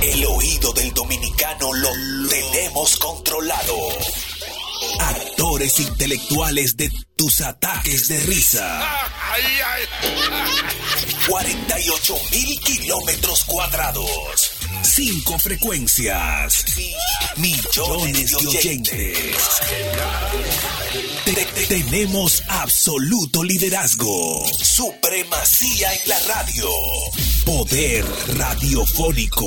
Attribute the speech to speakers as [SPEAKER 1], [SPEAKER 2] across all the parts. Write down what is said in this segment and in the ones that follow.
[SPEAKER 1] El oído del dominicano lo tenemos controlado. Actores intelectuales de tus ataques de risa.
[SPEAKER 2] Ay, ay.
[SPEAKER 1] 48 mil kilómetros cuadrados. Cinco frecuencias. Millones de oyentes. Te- te- tenemos absoluto liderazgo. Supremacía en la radio. Poder radiofónico.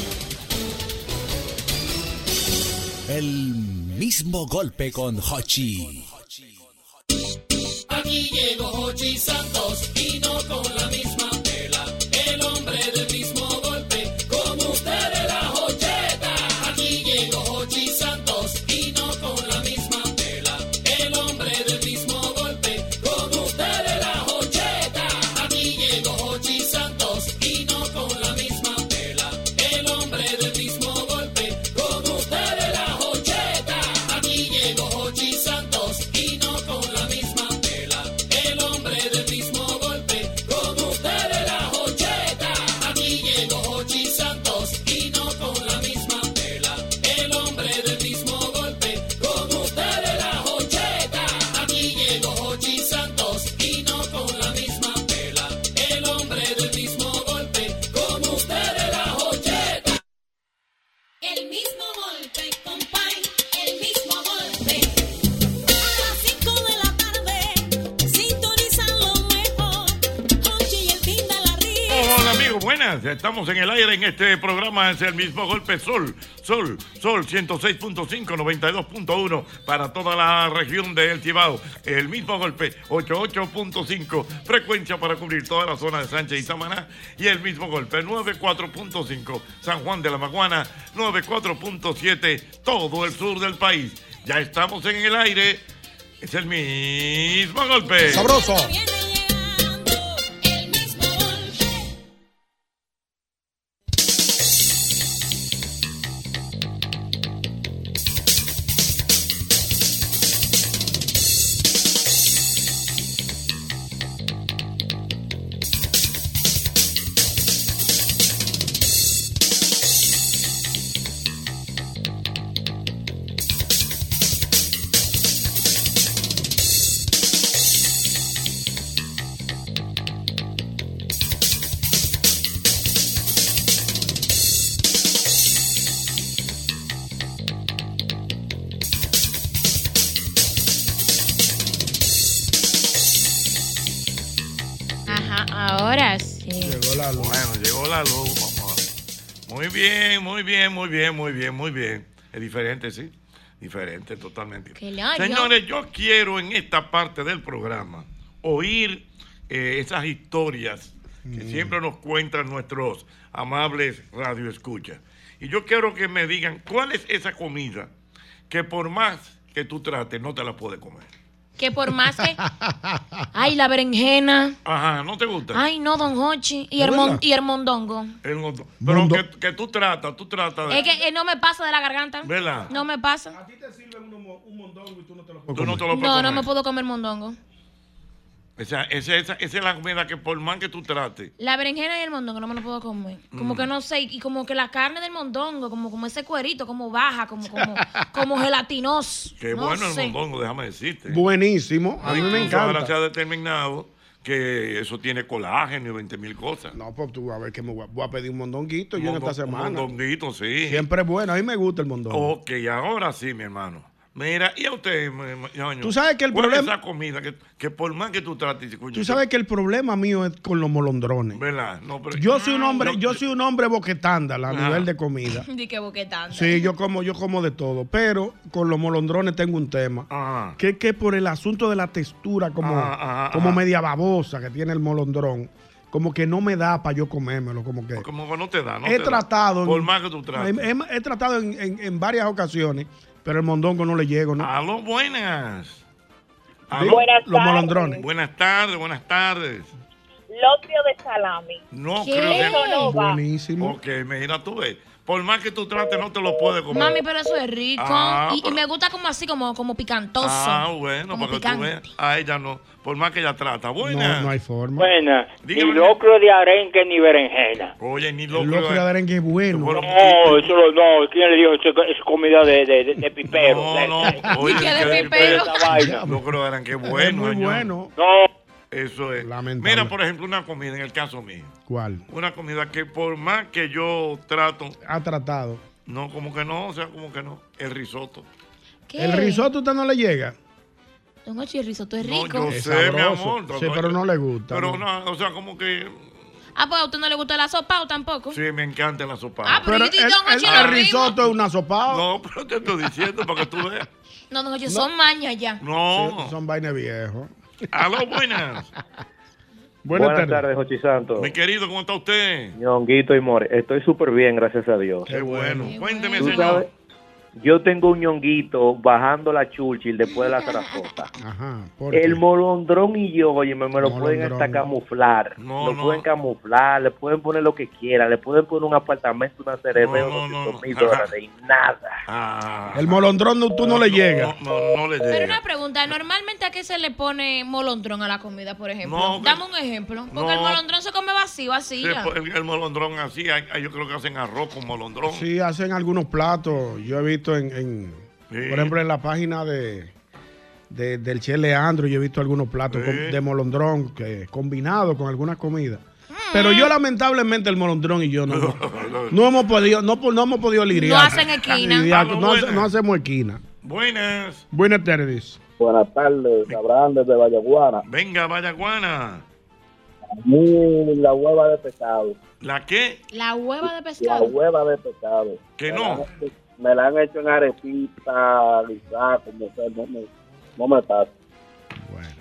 [SPEAKER 3] El mismo golpe con Hochi.
[SPEAKER 4] Aquí llegó Hochi Santos y no con la misma tela. El hombre del mismo golpe, como usted de la joyeta. Aquí llegó Hochi Santos y no con la misma tela. El hombre del mismo golpe, como usted de la joyeta. Aquí llegó Hochi Santos y no con la misma tela. El hombre del mismo golpe, como usted de la joyeta. Aquí llegó Hochi Santos y no con la misma tela. El hombre del mismo golpe, como usted de la joyeta. Aquí llegó Hochi Santos y no con la misma tela. El hombre del mismo golpe, como usted de la joyeta. Aquí llegó Hochi Santos y no con la misma tela. El hombre del mismo golpe, como usted de la joyeta.
[SPEAKER 5] El mismo golpe, compay, el mismo golpe. A las 5 de la tarde, sintonizan lo mejor. Hochi y el fin de la
[SPEAKER 2] Oh,
[SPEAKER 5] risa.
[SPEAKER 2] Hola amigos, buenas. Estamos en el aire en este programa. Es el mismo golpe Sol, Sol, Sol 106.5, 92.1 para toda la región de El Cibao. El mismo golpe 88.5, frecuencia para cubrir toda la zona de Sánchez y Samaná. Y el mismo golpe 94.5, San Juan de la Maguana, 94.7, todo el sur del país. Ya estamos en el aire. Es el mismo golpe.
[SPEAKER 6] Sabroso.
[SPEAKER 7] Ajá, ahora sí.
[SPEAKER 6] Llegó la luz.
[SPEAKER 2] Bueno, llegó la luz, vamos a ver. Muy bien, muy bien, muy bien, muy bien, muy bien. Es diferente, sí. Diferente, totalmente.
[SPEAKER 7] Claro.
[SPEAKER 2] Señores, yo quiero en esta parte del programa oír eh, esas historias que
[SPEAKER 6] Mm.
[SPEAKER 2] siempre nos cuentan nuestros amables radioescuchas. Y yo quiero que me digan cuál es esa comida que por más que tú trates no te la puedes comer.
[SPEAKER 7] Que por más que. Ay, la berenjena.
[SPEAKER 2] Ajá, ¿no te gusta?
[SPEAKER 7] Ay, no, don Hochi. Y
[SPEAKER 6] ¿Es
[SPEAKER 7] el, mon-
[SPEAKER 6] verdad?
[SPEAKER 7] y el mondongo.
[SPEAKER 2] El mundo- Pero
[SPEAKER 6] Mundo.
[SPEAKER 2] que, que tú tratas, tú tratas de...
[SPEAKER 7] Es que eh, no me pasa de la garganta.
[SPEAKER 2] ¿Verdad?
[SPEAKER 7] No me pasa.
[SPEAKER 2] tú no te lo puedes
[SPEAKER 7] No, no
[SPEAKER 2] comer.
[SPEAKER 7] me puedo comer mondongo.
[SPEAKER 2] O sea, esa, esa- esa es la comida que por más que tú trates.
[SPEAKER 7] La berenjena y el mondongo no me lo puedo comer.
[SPEAKER 2] Mm.
[SPEAKER 7] Como que no sé. Y como que la carne del mondongo, como, como ese cuerito, como baja, como, como, como gelatinoso.
[SPEAKER 2] Que
[SPEAKER 7] No
[SPEAKER 2] bueno
[SPEAKER 7] sé.
[SPEAKER 2] el mondongo, déjame decirte.
[SPEAKER 6] Buenísimo. Ah, A mí me
[SPEAKER 2] Ahora se ha
[SPEAKER 6] encanta.
[SPEAKER 2] determinado que eso tiene colágeno y 20 mil cosas.
[SPEAKER 6] No, pues tú a ver que me voy a, voy a pedir un mondonguito yo en
[SPEAKER 2] Mondo-
[SPEAKER 6] esta semana.
[SPEAKER 2] Mondonguito, sí.
[SPEAKER 6] Siempre es bueno. A mí me gusta el mondongo.
[SPEAKER 2] Ok, ahora sí, mi hermano. Mira, y a usted, mi- mi- ñoño,
[SPEAKER 6] Tú sabes que el
[SPEAKER 2] ¿cuál es
[SPEAKER 6] problema-
[SPEAKER 2] esa comida que, que por más que tú trates... coño,
[SPEAKER 6] Tú sabes que el problema mío es con los molondrones.
[SPEAKER 2] ¿Verdad? No, pero-
[SPEAKER 6] Yo soy un hombre,
[SPEAKER 2] No, Ah.
[SPEAKER 6] yo soy un hombre boquetándal a
[SPEAKER 2] Ajá.
[SPEAKER 6] nivel de comida.
[SPEAKER 7] Di que boquetando.
[SPEAKER 6] Sí, yo como, yo como de todo, pero con los molondrones tengo un tema.
[SPEAKER 2] Ajá.
[SPEAKER 6] Que es que por el asunto de la textura como,
[SPEAKER 2] Ajá, ajá,
[SPEAKER 6] como
[SPEAKER 2] ajá.
[SPEAKER 6] media babosa que tiene el molondrón, como que no me da para yo comérmelo, como que...
[SPEAKER 2] Como que no te da, ¿no? te
[SPEAKER 6] he
[SPEAKER 2] da.
[SPEAKER 6] tratado... en-
[SPEAKER 2] Por más que tú trates.
[SPEAKER 6] He, he- he tratado en, en- en varias ocasiones, pero el mondongo no le llego, ¿no?
[SPEAKER 2] Aló, buenas.
[SPEAKER 6] Digo,
[SPEAKER 2] Aló.
[SPEAKER 8] Buenas
[SPEAKER 6] los
[SPEAKER 8] tardes.
[SPEAKER 2] Ah,
[SPEAKER 6] molondrones.
[SPEAKER 2] Buenas tardes, buenas tardes.
[SPEAKER 8] Locrio de salami.
[SPEAKER 2] No
[SPEAKER 7] ¿Qué?
[SPEAKER 2] creo
[SPEAKER 8] Eso no va.
[SPEAKER 2] que.
[SPEAKER 6] Buenísimo.
[SPEAKER 2] Ok, mira, tú ves. Por más que tú trates, no te lo puedes comer.
[SPEAKER 7] Mami, pero eso es rico.
[SPEAKER 2] Ah,
[SPEAKER 7] y, y
[SPEAKER 2] pero-
[SPEAKER 7] me gusta como así, como, como picantoso.
[SPEAKER 2] Ah, bueno,
[SPEAKER 7] como
[SPEAKER 2] para que tú
[SPEAKER 7] picante.
[SPEAKER 2] veas. A ella no. Por más que ella trata. Buenas.
[SPEAKER 6] No, no hay forma.
[SPEAKER 9] Buena,
[SPEAKER 2] Dígame.
[SPEAKER 9] ni locro de arenque ni berenjena.
[SPEAKER 2] Oye, ni
[SPEAKER 6] el
[SPEAKER 2] loco.
[SPEAKER 6] locro de arenque es bueno.
[SPEAKER 2] Bueno,
[SPEAKER 9] No, eso lo- no, ¿quién le dijo? Eso es comida de, de, de, de pipero.
[SPEAKER 2] No, no.
[SPEAKER 7] Y que de
[SPEAKER 2] qué-
[SPEAKER 7] pipero.
[SPEAKER 9] Esa vaina.
[SPEAKER 2] Lo creo eran que bueno.
[SPEAKER 6] es muy
[SPEAKER 2] señor.
[SPEAKER 6] bueno.
[SPEAKER 9] No,
[SPEAKER 2] Eso es.
[SPEAKER 6] Lamentable.
[SPEAKER 2] Mira, por ejemplo, una comida, en el caso mío.
[SPEAKER 6] ¿Cuál?
[SPEAKER 2] Una comida que por más que yo trato,
[SPEAKER 6] Ha tratado.
[SPEAKER 2] no, como que no, o sea, como que no. El risotto.
[SPEAKER 7] ¿Qué?
[SPEAKER 6] ¿El risotto a usted no le llega?
[SPEAKER 7] Don Ochi, el risotto es
[SPEAKER 2] No,
[SPEAKER 7] rico.
[SPEAKER 2] yo
[SPEAKER 6] Es
[SPEAKER 2] sé,
[SPEAKER 6] sabroso.
[SPEAKER 2] mi amor.
[SPEAKER 6] Sí, pero no le gusta,
[SPEAKER 2] Pero
[SPEAKER 6] ¿no?
[SPEAKER 2] no, o sea, como que
[SPEAKER 7] Ah, pues a usted no le gustó la sopa o tampoco.
[SPEAKER 2] sí, me encanta la sopa.
[SPEAKER 7] Ah, pero-
[SPEAKER 6] Pero
[SPEAKER 7] yo
[SPEAKER 6] el,
[SPEAKER 7] te- yo no
[SPEAKER 6] el-
[SPEAKER 7] quiero
[SPEAKER 6] el
[SPEAKER 7] lo mismo.
[SPEAKER 6] risotto es una sopa.
[SPEAKER 2] No, pero te estoy diciendo para que tú veas.
[SPEAKER 7] No, Don Ochi, son mañas ya.
[SPEAKER 2] No.
[SPEAKER 6] Son vainas viejas.
[SPEAKER 2] Aló, buenas.
[SPEAKER 6] Buenas, tardes.
[SPEAKER 10] tardes, Jochi Santos.
[SPEAKER 2] Mi querido, ¿cómo está usted?
[SPEAKER 10] Ñonguito y More, estoy súper bien, gracias a Dios.
[SPEAKER 2] Qué bueno.
[SPEAKER 7] Qué
[SPEAKER 2] Cuénteme,
[SPEAKER 7] bueno.
[SPEAKER 10] Tú
[SPEAKER 2] señor.
[SPEAKER 10] sabes, yo tengo un ñonguito bajando la Churchill después de la trasota.
[SPEAKER 2] Ah,
[SPEAKER 6] Ajá. ¿por qué?
[SPEAKER 10] El molondrón y yo, oye, me, lo pueden
[SPEAKER 6] Molondrón.
[SPEAKER 10] hasta camuflar.
[SPEAKER 2] No,
[SPEAKER 10] lo
[SPEAKER 2] no.
[SPEAKER 10] pueden camuflar, le pueden poner lo que quieran, le pueden poner un apartamento, una cerveza,
[SPEAKER 2] No, no,
[SPEAKER 10] unos 500
[SPEAKER 2] no.
[SPEAKER 10] mil
[SPEAKER 2] Ajá.
[SPEAKER 10] dólares y nada.
[SPEAKER 2] Ah.
[SPEAKER 6] El molondrón no, tú no le llegas.
[SPEAKER 2] No, no, no le
[SPEAKER 7] Pero
[SPEAKER 2] llega.
[SPEAKER 7] una pregunta, ¿normalmente a qué se le pone molondrón a la comida, por ejemplo?
[SPEAKER 2] No, que-
[SPEAKER 7] Dame un ejemplo. Porque
[SPEAKER 2] No.
[SPEAKER 7] el molondrón se come vacío, así.
[SPEAKER 2] Sí,
[SPEAKER 7] ya.
[SPEAKER 2] el, el molondrón así, hay- hay- yo creo que hacen arroz con molondrón.
[SPEAKER 6] Sí, hacen algunos platos. Yo he visto en, en-
[SPEAKER 2] Sí.
[SPEAKER 6] por ejemplo, en la página de, de- del Che Leandro, yo he visto algunos platos con- de molondrón que combinado con algunas comidas.
[SPEAKER 7] Mm.
[SPEAKER 6] Pero yo lamentablemente el molondrón y yo no, no hemos podido, no, po- no hemos podido lidiar.
[SPEAKER 7] No hacen esquina.
[SPEAKER 6] Lidiar,
[SPEAKER 2] Ah, no,
[SPEAKER 6] no, hace-
[SPEAKER 2] buena.
[SPEAKER 6] no hacemos esquina.
[SPEAKER 2] Buenas.
[SPEAKER 6] Buenas tardes.
[SPEAKER 9] Eh, Buenas tardes, Abraham desde Vallaguana.
[SPEAKER 2] Venga, Vallaguana.
[SPEAKER 9] Muy la hueva de pescado.
[SPEAKER 2] ¿La qué?
[SPEAKER 7] La hueva de
[SPEAKER 9] La
[SPEAKER 7] pescado.
[SPEAKER 9] hueva de pescado.
[SPEAKER 2] Que
[SPEAKER 9] Me
[SPEAKER 2] no.
[SPEAKER 9] la han hecho- Me la han hecho en arepita, guisada, como sea, no me, no me pasa.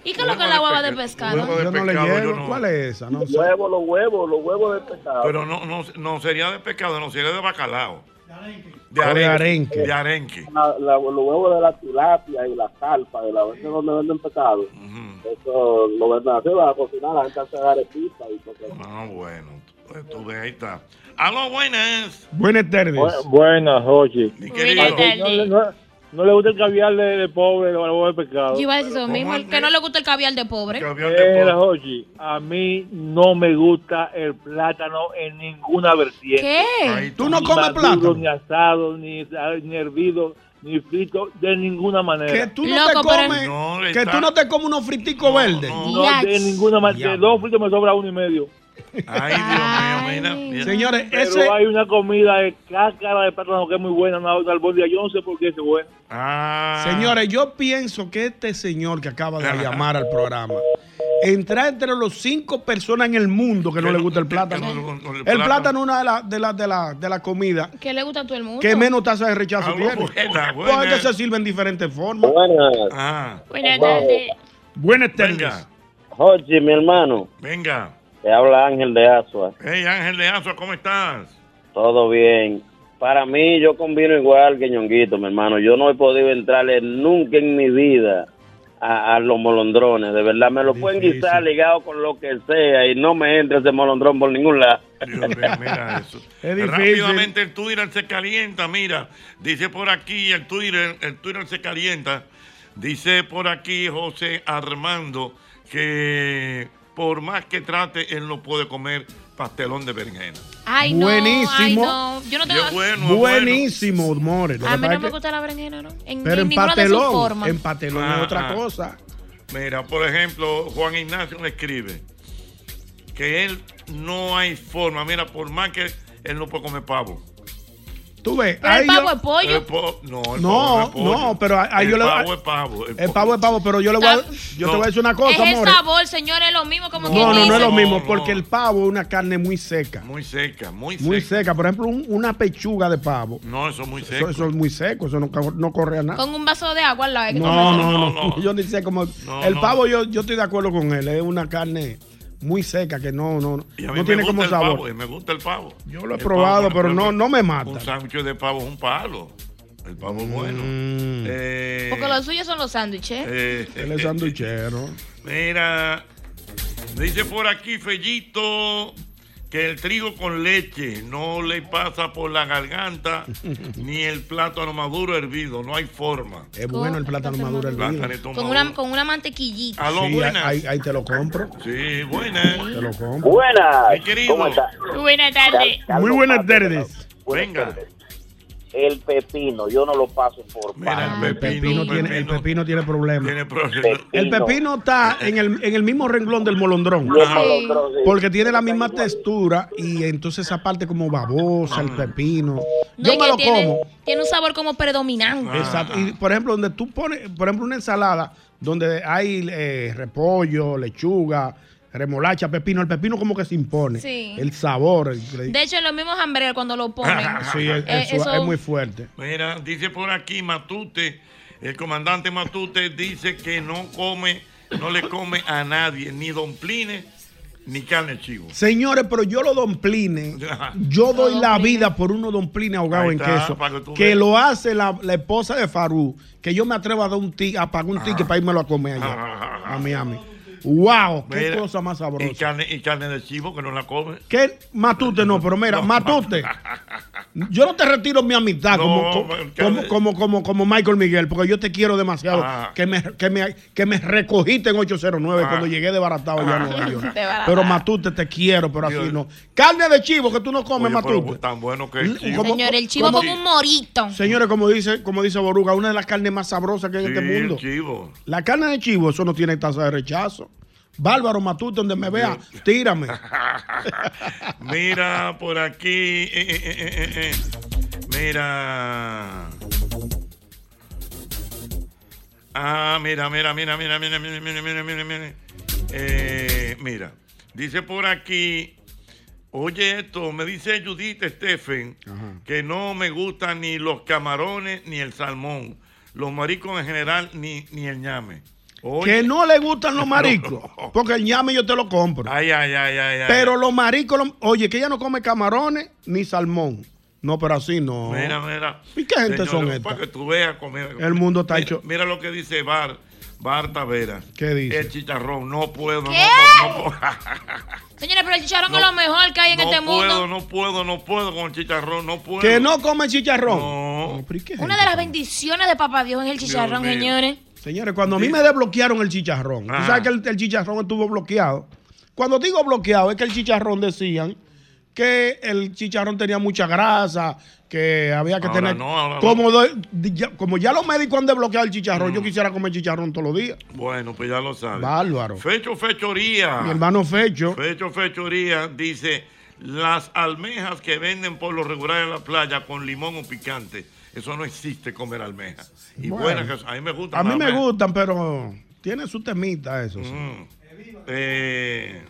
[SPEAKER 7] ¿Y qué es lo que es la hueva de pescado?
[SPEAKER 2] Huevo de
[SPEAKER 6] Yo no le
[SPEAKER 2] pescado, yo
[SPEAKER 6] llego.
[SPEAKER 2] no.
[SPEAKER 6] ¿Cuál es esa? No
[SPEAKER 9] Los
[SPEAKER 6] sé.
[SPEAKER 9] huevos, los huevos, los huevos de pescado.
[SPEAKER 2] Pero no, no, no sería de pescado, no sería de bacalao. De
[SPEAKER 6] O de
[SPEAKER 2] arenque.
[SPEAKER 6] arenque.
[SPEAKER 2] De arenque.
[SPEAKER 9] La- la- los huevos de la tilapia y la salpa de la vez donde venden pescado.
[SPEAKER 2] Ujú.
[SPEAKER 9] Eso lo venden así, va a cocinar, la gente hace arepita y cosas.
[SPEAKER 2] Ah, bueno. Pues tú ves, ahí está. Aló, buenas.
[SPEAKER 6] Buenas tardes.
[SPEAKER 9] Buenas, Jochi.
[SPEAKER 2] Mi
[SPEAKER 7] Buenas
[SPEAKER 2] querido.
[SPEAKER 7] tardes.
[SPEAKER 9] No le gusta el caviar de, pobre o la huevo de pescado.
[SPEAKER 7] Yo iba a decir eso
[SPEAKER 2] ¿Cómo
[SPEAKER 7] mismo, el
[SPEAKER 2] es?
[SPEAKER 7] que no le gusta el caviar de pobre.
[SPEAKER 2] Campeón de
[SPEAKER 9] Mira,
[SPEAKER 2] polo.
[SPEAKER 9] Jochi, a mí no me gusta el plátano en ninguna vertiente.
[SPEAKER 2] Ahí
[SPEAKER 7] ¿Qué?
[SPEAKER 2] está.
[SPEAKER 6] ¿Tú no comes
[SPEAKER 9] Maduro,
[SPEAKER 6] plátano?
[SPEAKER 9] Ni asado, ni, ni hervido, ni frito, de ninguna
[SPEAKER 6] Que
[SPEAKER 9] manera.
[SPEAKER 6] tú no te
[SPEAKER 7] Eh, Loco, pero-
[SPEAKER 6] comes,
[SPEAKER 2] No, le
[SPEAKER 6] que
[SPEAKER 2] está-
[SPEAKER 6] tú no te comes unos friticos verdes.
[SPEAKER 2] no.
[SPEAKER 9] No, de
[SPEAKER 7] Yach.
[SPEAKER 9] ninguna manera. De dos fritos me sobra uno y medio.
[SPEAKER 2] Ay, Dios mío, mira. mira.
[SPEAKER 6] Señores,
[SPEAKER 9] Pero
[SPEAKER 6] ese
[SPEAKER 9] hay una comida de cáscara de plátano que es muy buena, una otra albóndiga. Yo no sé por qué es buena.
[SPEAKER 2] Ah.
[SPEAKER 6] Señores, yo pienso que este señor que acaba de llamar al programa entra entre los cinco personas en el mundo que no
[SPEAKER 2] Que
[SPEAKER 6] le
[SPEAKER 2] no-
[SPEAKER 6] gusta el
[SPEAKER 2] que
[SPEAKER 6] plátano.
[SPEAKER 2] no le gusta el
[SPEAKER 6] El
[SPEAKER 2] plátano.
[SPEAKER 6] plátano es una de las de las de la, de la comida
[SPEAKER 7] ¿Qué le gusta a todo el mundo?
[SPEAKER 6] que menos tasa de rechazo
[SPEAKER 2] Aló,
[SPEAKER 6] tiene.
[SPEAKER 2] buena, buena.
[SPEAKER 6] Porque se sirve en diferentes formas.
[SPEAKER 2] Ah,
[SPEAKER 7] Buenas tardes.
[SPEAKER 6] Buenas tardes.
[SPEAKER 2] venga,
[SPEAKER 10] Jochi, mi hermano,
[SPEAKER 2] venga.
[SPEAKER 10] te habla Ángel de Asua.
[SPEAKER 2] Hey, Ángel de Azua, ¿cómo estás?
[SPEAKER 10] Todo bien. Para mí, yo combino igual que Ñonguito, mi hermano. Yo no he podido entrarle nunca en mi vida a, a los molondrones. De verdad, me lo pueden
[SPEAKER 6] Difícil.
[SPEAKER 10] guisar ligado con lo que sea y no me entra ese molondrón por ningún lado.
[SPEAKER 2] Dios mío, mira eso.
[SPEAKER 6] Es difícil.
[SPEAKER 2] Rápidamente el Twitter se calienta, mira. Dice por aquí el Twitter, el Twitter se calienta. Dice por aquí José Armando que por más que trate, él no puede comer pastelón de berenjena.
[SPEAKER 7] Ay, no. Ay,
[SPEAKER 6] Buenísimo.
[SPEAKER 7] no. Yo no
[SPEAKER 2] Y
[SPEAKER 7] tengo.
[SPEAKER 2] es bueno, es
[SPEAKER 6] Buenísimo, More. Lo que
[SPEAKER 7] A mí
[SPEAKER 6] pasa
[SPEAKER 7] no
[SPEAKER 6] es
[SPEAKER 7] me
[SPEAKER 6] que-
[SPEAKER 7] gusta la berenjena, ¿no? En,
[SPEAKER 6] pero
[SPEAKER 7] en
[SPEAKER 6] en
[SPEAKER 7] ninguna de sus
[SPEAKER 6] patelón,
[SPEAKER 7] formas.
[SPEAKER 6] en patelón
[SPEAKER 2] Ah,
[SPEAKER 6] es otra
[SPEAKER 2] ah.
[SPEAKER 6] cosa.
[SPEAKER 2] Mira, por ejemplo, Juan Ignacio le escribe que él no hay forma. Mira, por más que él no puede comer pavo.
[SPEAKER 6] Tú ves,
[SPEAKER 7] Pero el
[SPEAKER 6] ahí yo-
[SPEAKER 7] pavo es
[SPEAKER 2] El
[SPEAKER 7] pollo.
[SPEAKER 2] po- no, el
[SPEAKER 6] No,
[SPEAKER 2] pavo es pollo.
[SPEAKER 6] no, pero ahí
[SPEAKER 2] el
[SPEAKER 6] yo le-
[SPEAKER 2] pavo es pavo. El,
[SPEAKER 6] el
[SPEAKER 2] po-
[SPEAKER 6] pavo es pavo, pero yo le voy a, yo
[SPEAKER 2] No.
[SPEAKER 6] te voy a decir una
[SPEAKER 7] Es
[SPEAKER 6] cosa,
[SPEAKER 7] el
[SPEAKER 6] More.
[SPEAKER 7] sabor, señor, es lo mismo como quien
[SPEAKER 6] No, no, no
[SPEAKER 7] dice.
[SPEAKER 6] es lo
[SPEAKER 2] No,
[SPEAKER 6] mismo,
[SPEAKER 2] no.
[SPEAKER 6] porque el pavo es una carne muy seca.
[SPEAKER 2] Muy seca, muy seca.
[SPEAKER 6] Muy seca. Por ejemplo, un- una pechuga de pavo.
[SPEAKER 2] No, eso es muy seco.
[SPEAKER 6] Eso, eso es muy seco, eso no, co- no corre a nada.
[SPEAKER 7] Con un vaso de agua al lado. es que
[SPEAKER 6] No,
[SPEAKER 7] come eso.
[SPEAKER 6] no,
[SPEAKER 2] no,
[SPEAKER 6] no,
[SPEAKER 2] no.
[SPEAKER 6] Yo ni sé cómo.
[SPEAKER 2] No,
[SPEAKER 6] el
[SPEAKER 2] no.
[SPEAKER 6] pavo, yo, yo estoy de acuerdo con él. Es una carne muy seca que no, no,
[SPEAKER 2] Y a
[SPEAKER 6] no
[SPEAKER 2] mí me
[SPEAKER 6] tiene
[SPEAKER 2] gusta
[SPEAKER 6] como
[SPEAKER 2] el
[SPEAKER 6] sabor.
[SPEAKER 2] Pavo, eh, me gusta el pavo. Yo
[SPEAKER 6] lo he probado, pero no, no me mata.
[SPEAKER 2] Un sándwich de pavo es un palo. El pavo es bueno. Eh,
[SPEAKER 7] Porque los suyos son los sándwiches.
[SPEAKER 2] eh,
[SPEAKER 6] Mm. Él es sanduchero.
[SPEAKER 2] Mira, dice por aquí Fellito que el trigo con leche no le pasa por la garganta ni el plátano maduro hervido, no hay forma.
[SPEAKER 6] Es bueno el plátano maduro hervido.
[SPEAKER 2] Platanito
[SPEAKER 7] Con una, con una mantequillita.
[SPEAKER 2] Aló,
[SPEAKER 6] Sí,
[SPEAKER 2] buenas.
[SPEAKER 6] ahí, ahí te lo compro.
[SPEAKER 2] Sí, buenas.
[SPEAKER 6] Te lo compro.
[SPEAKER 11] Buenas.
[SPEAKER 2] Mi querido.
[SPEAKER 11] ¿Cómo estás?
[SPEAKER 7] Buenas tardes.
[SPEAKER 6] Muy buenas tardes.
[SPEAKER 2] Venga.
[SPEAKER 11] El pepino, yo no lo paso por pan.
[SPEAKER 2] El pepino,
[SPEAKER 6] pepino tiene, el pepino tiene problemas.
[SPEAKER 2] tiene problemas.
[SPEAKER 11] Pepino.
[SPEAKER 6] El pepino está en el, en el mismo renglón del molondrón.
[SPEAKER 11] Y el molondrón, sí.
[SPEAKER 6] Porque tiene la misma textura y entonces esa parte como babosa, el pepino.
[SPEAKER 7] No,
[SPEAKER 6] Yo
[SPEAKER 7] es
[SPEAKER 6] me
[SPEAKER 7] que
[SPEAKER 6] lo
[SPEAKER 7] tiene,
[SPEAKER 6] como.
[SPEAKER 7] tiene un sabor como
[SPEAKER 2] Ah.
[SPEAKER 7] predominante.
[SPEAKER 6] Exacto. Y por ejemplo, donde tú pones, por ejemplo, una ensalada donde hay eh, repollo, lechuga, remolacha, pepino, el pepino como que se impone.
[SPEAKER 7] Sí.
[SPEAKER 6] El sabor. el-
[SPEAKER 7] De hecho, en los mismos hamburguesas cuando lo ponen.
[SPEAKER 2] Ah,
[SPEAKER 6] sí, el-
[SPEAKER 7] Eh,
[SPEAKER 6] eso
[SPEAKER 7] eso-
[SPEAKER 6] es muy fuerte.
[SPEAKER 2] Mira, dice por aquí Matute, el comandante Matute dice que no come, no le come a nadie, ni domplines, ni carne de chivo.
[SPEAKER 6] Señores, pero yo los domplines, yo doy la vida por unos domplines ahogados
[SPEAKER 2] Ahí
[SPEAKER 6] en
[SPEAKER 2] está,
[SPEAKER 6] queso,
[SPEAKER 2] para que tú
[SPEAKER 6] que
[SPEAKER 2] veas.
[SPEAKER 6] lo hace la, la esposa de Farú, que yo me atrevo a dar un ti- a pagar
[SPEAKER 2] Ah.
[SPEAKER 6] un ticket para irme a comer allá, a Miami. ¡Wow! ¡Qué
[SPEAKER 2] Mira,
[SPEAKER 6] cosa más
[SPEAKER 2] Y
[SPEAKER 6] sabrosa!
[SPEAKER 2] carne, y carne de chivo que no la come.
[SPEAKER 6] ¿Qué? Matute no, pero mira, Matute, yo no te retiro mi amistad
[SPEAKER 2] No,
[SPEAKER 6] como, como,
[SPEAKER 2] pero que-
[SPEAKER 6] como, como, como- como Michael Miguel, porque yo te quiero demasiado,
[SPEAKER 2] Ah.
[SPEAKER 6] que, me, que, me, que me recogiste en 809
[SPEAKER 2] Ah.
[SPEAKER 6] cuando llegué de Baratado allá a Nueva York.
[SPEAKER 7] Te va a dar.
[SPEAKER 6] Pero Matute te quiero, pero
[SPEAKER 2] Dios.
[SPEAKER 6] así no. Carne de chivo que tú no comes,
[SPEAKER 2] Oye, pero
[SPEAKER 6] Matute.
[SPEAKER 2] tan bueno que el chivo.
[SPEAKER 6] ¿Cómo?
[SPEAKER 7] Señor, el chivo
[SPEAKER 6] ¿Cómo?
[SPEAKER 7] con un morito.
[SPEAKER 6] Señores, como dice, como dice Boruga, una de las carnes más sabrosas que hay
[SPEAKER 2] Sí,
[SPEAKER 6] en este mundo.
[SPEAKER 2] el chivo.
[SPEAKER 6] La carne de chivo, eso no tiene tasa de rechazo. Bárbaro Matute, donde me vea, tírame.
[SPEAKER 2] Mira por aquí. eh, eh, eh, eh, eh. Mira. Ah, mira, mira, mira, mira, mira, mira, mira, mira, mira, mira. Eh, mira. Dice por aquí. Oye esto, me dice Judith Stephen que no me gustan ni los camarones ni el salmón, los maricos en general ni, ni el ñame. Oye,
[SPEAKER 6] Que no le gustan Ah, los maricos, porque el ñame yo te lo compro.
[SPEAKER 2] Ay, ay, ay, ay, ay.
[SPEAKER 6] Pero los maricos, lo- oye, que ella no come camarones ni salmón. No, pero así no.
[SPEAKER 2] Mira, mira.
[SPEAKER 6] ¿Y qué gente son
[SPEAKER 2] para
[SPEAKER 6] estas?
[SPEAKER 2] que tú veas comer.
[SPEAKER 6] El mundo está
[SPEAKER 2] Mira-
[SPEAKER 6] hecho-
[SPEAKER 2] Mira lo que dice Bar, Bar Tavera.
[SPEAKER 6] ¿Qué dice?
[SPEAKER 2] El chicharrón. No puedo. No,
[SPEAKER 7] ¿Qué?
[SPEAKER 2] puedo, no, puedo.
[SPEAKER 7] Señores, pero el chicharrón
[SPEAKER 2] No,
[SPEAKER 7] es lo mejor que hay en
[SPEAKER 2] No
[SPEAKER 7] este
[SPEAKER 2] puedo,
[SPEAKER 7] mundo.
[SPEAKER 2] no puedo, no puedo con el chicharrón. No puedo.
[SPEAKER 6] Que no come chicharrón.
[SPEAKER 2] No.
[SPEAKER 6] No, pero ¿y qué
[SPEAKER 7] Una
[SPEAKER 6] gente?
[SPEAKER 7] de las bendiciones de Papá Dios es el chicharrón,
[SPEAKER 2] mío.
[SPEAKER 7] señores.
[SPEAKER 6] Señores, cuando a mí me desbloquearon el chicharrón, tú
[SPEAKER 2] Ajá.
[SPEAKER 6] sabes que el, el chicharrón estuvo bloqueado. Cuando digo bloqueado, es que el chicharrón decían que el chicharrón tenía mucha grasa, que había que
[SPEAKER 2] Ahora
[SPEAKER 6] tener.
[SPEAKER 2] no, ahora no.
[SPEAKER 6] como, doy- di- ya, como ya los médicos han desbloqueado el chicharrón,
[SPEAKER 2] Mm.
[SPEAKER 6] yo quisiera comer chicharrón todos los días.
[SPEAKER 2] Bueno, pues ya lo sabes.
[SPEAKER 6] Bárbaro.
[SPEAKER 2] Fecho, fechoría.
[SPEAKER 6] Mi hermano Fecho.
[SPEAKER 2] Fecho Fechoría dice, las almejas que venden por lo regular en la playa con limón o picante, eso no existe comer almejas. Y
[SPEAKER 6] Bueno.
[SPEAKER 2] buenas que son. a mí me gustan.
[SPEAKER 6] A mí
[SPEAKER 2] las
[SPEAKER 6] me
[SPEAKER 2] almejas.
[SPEAKER 6] gustan, pero tiene su temita eso. sí.
[SPEAKER 2] Mm. Eh,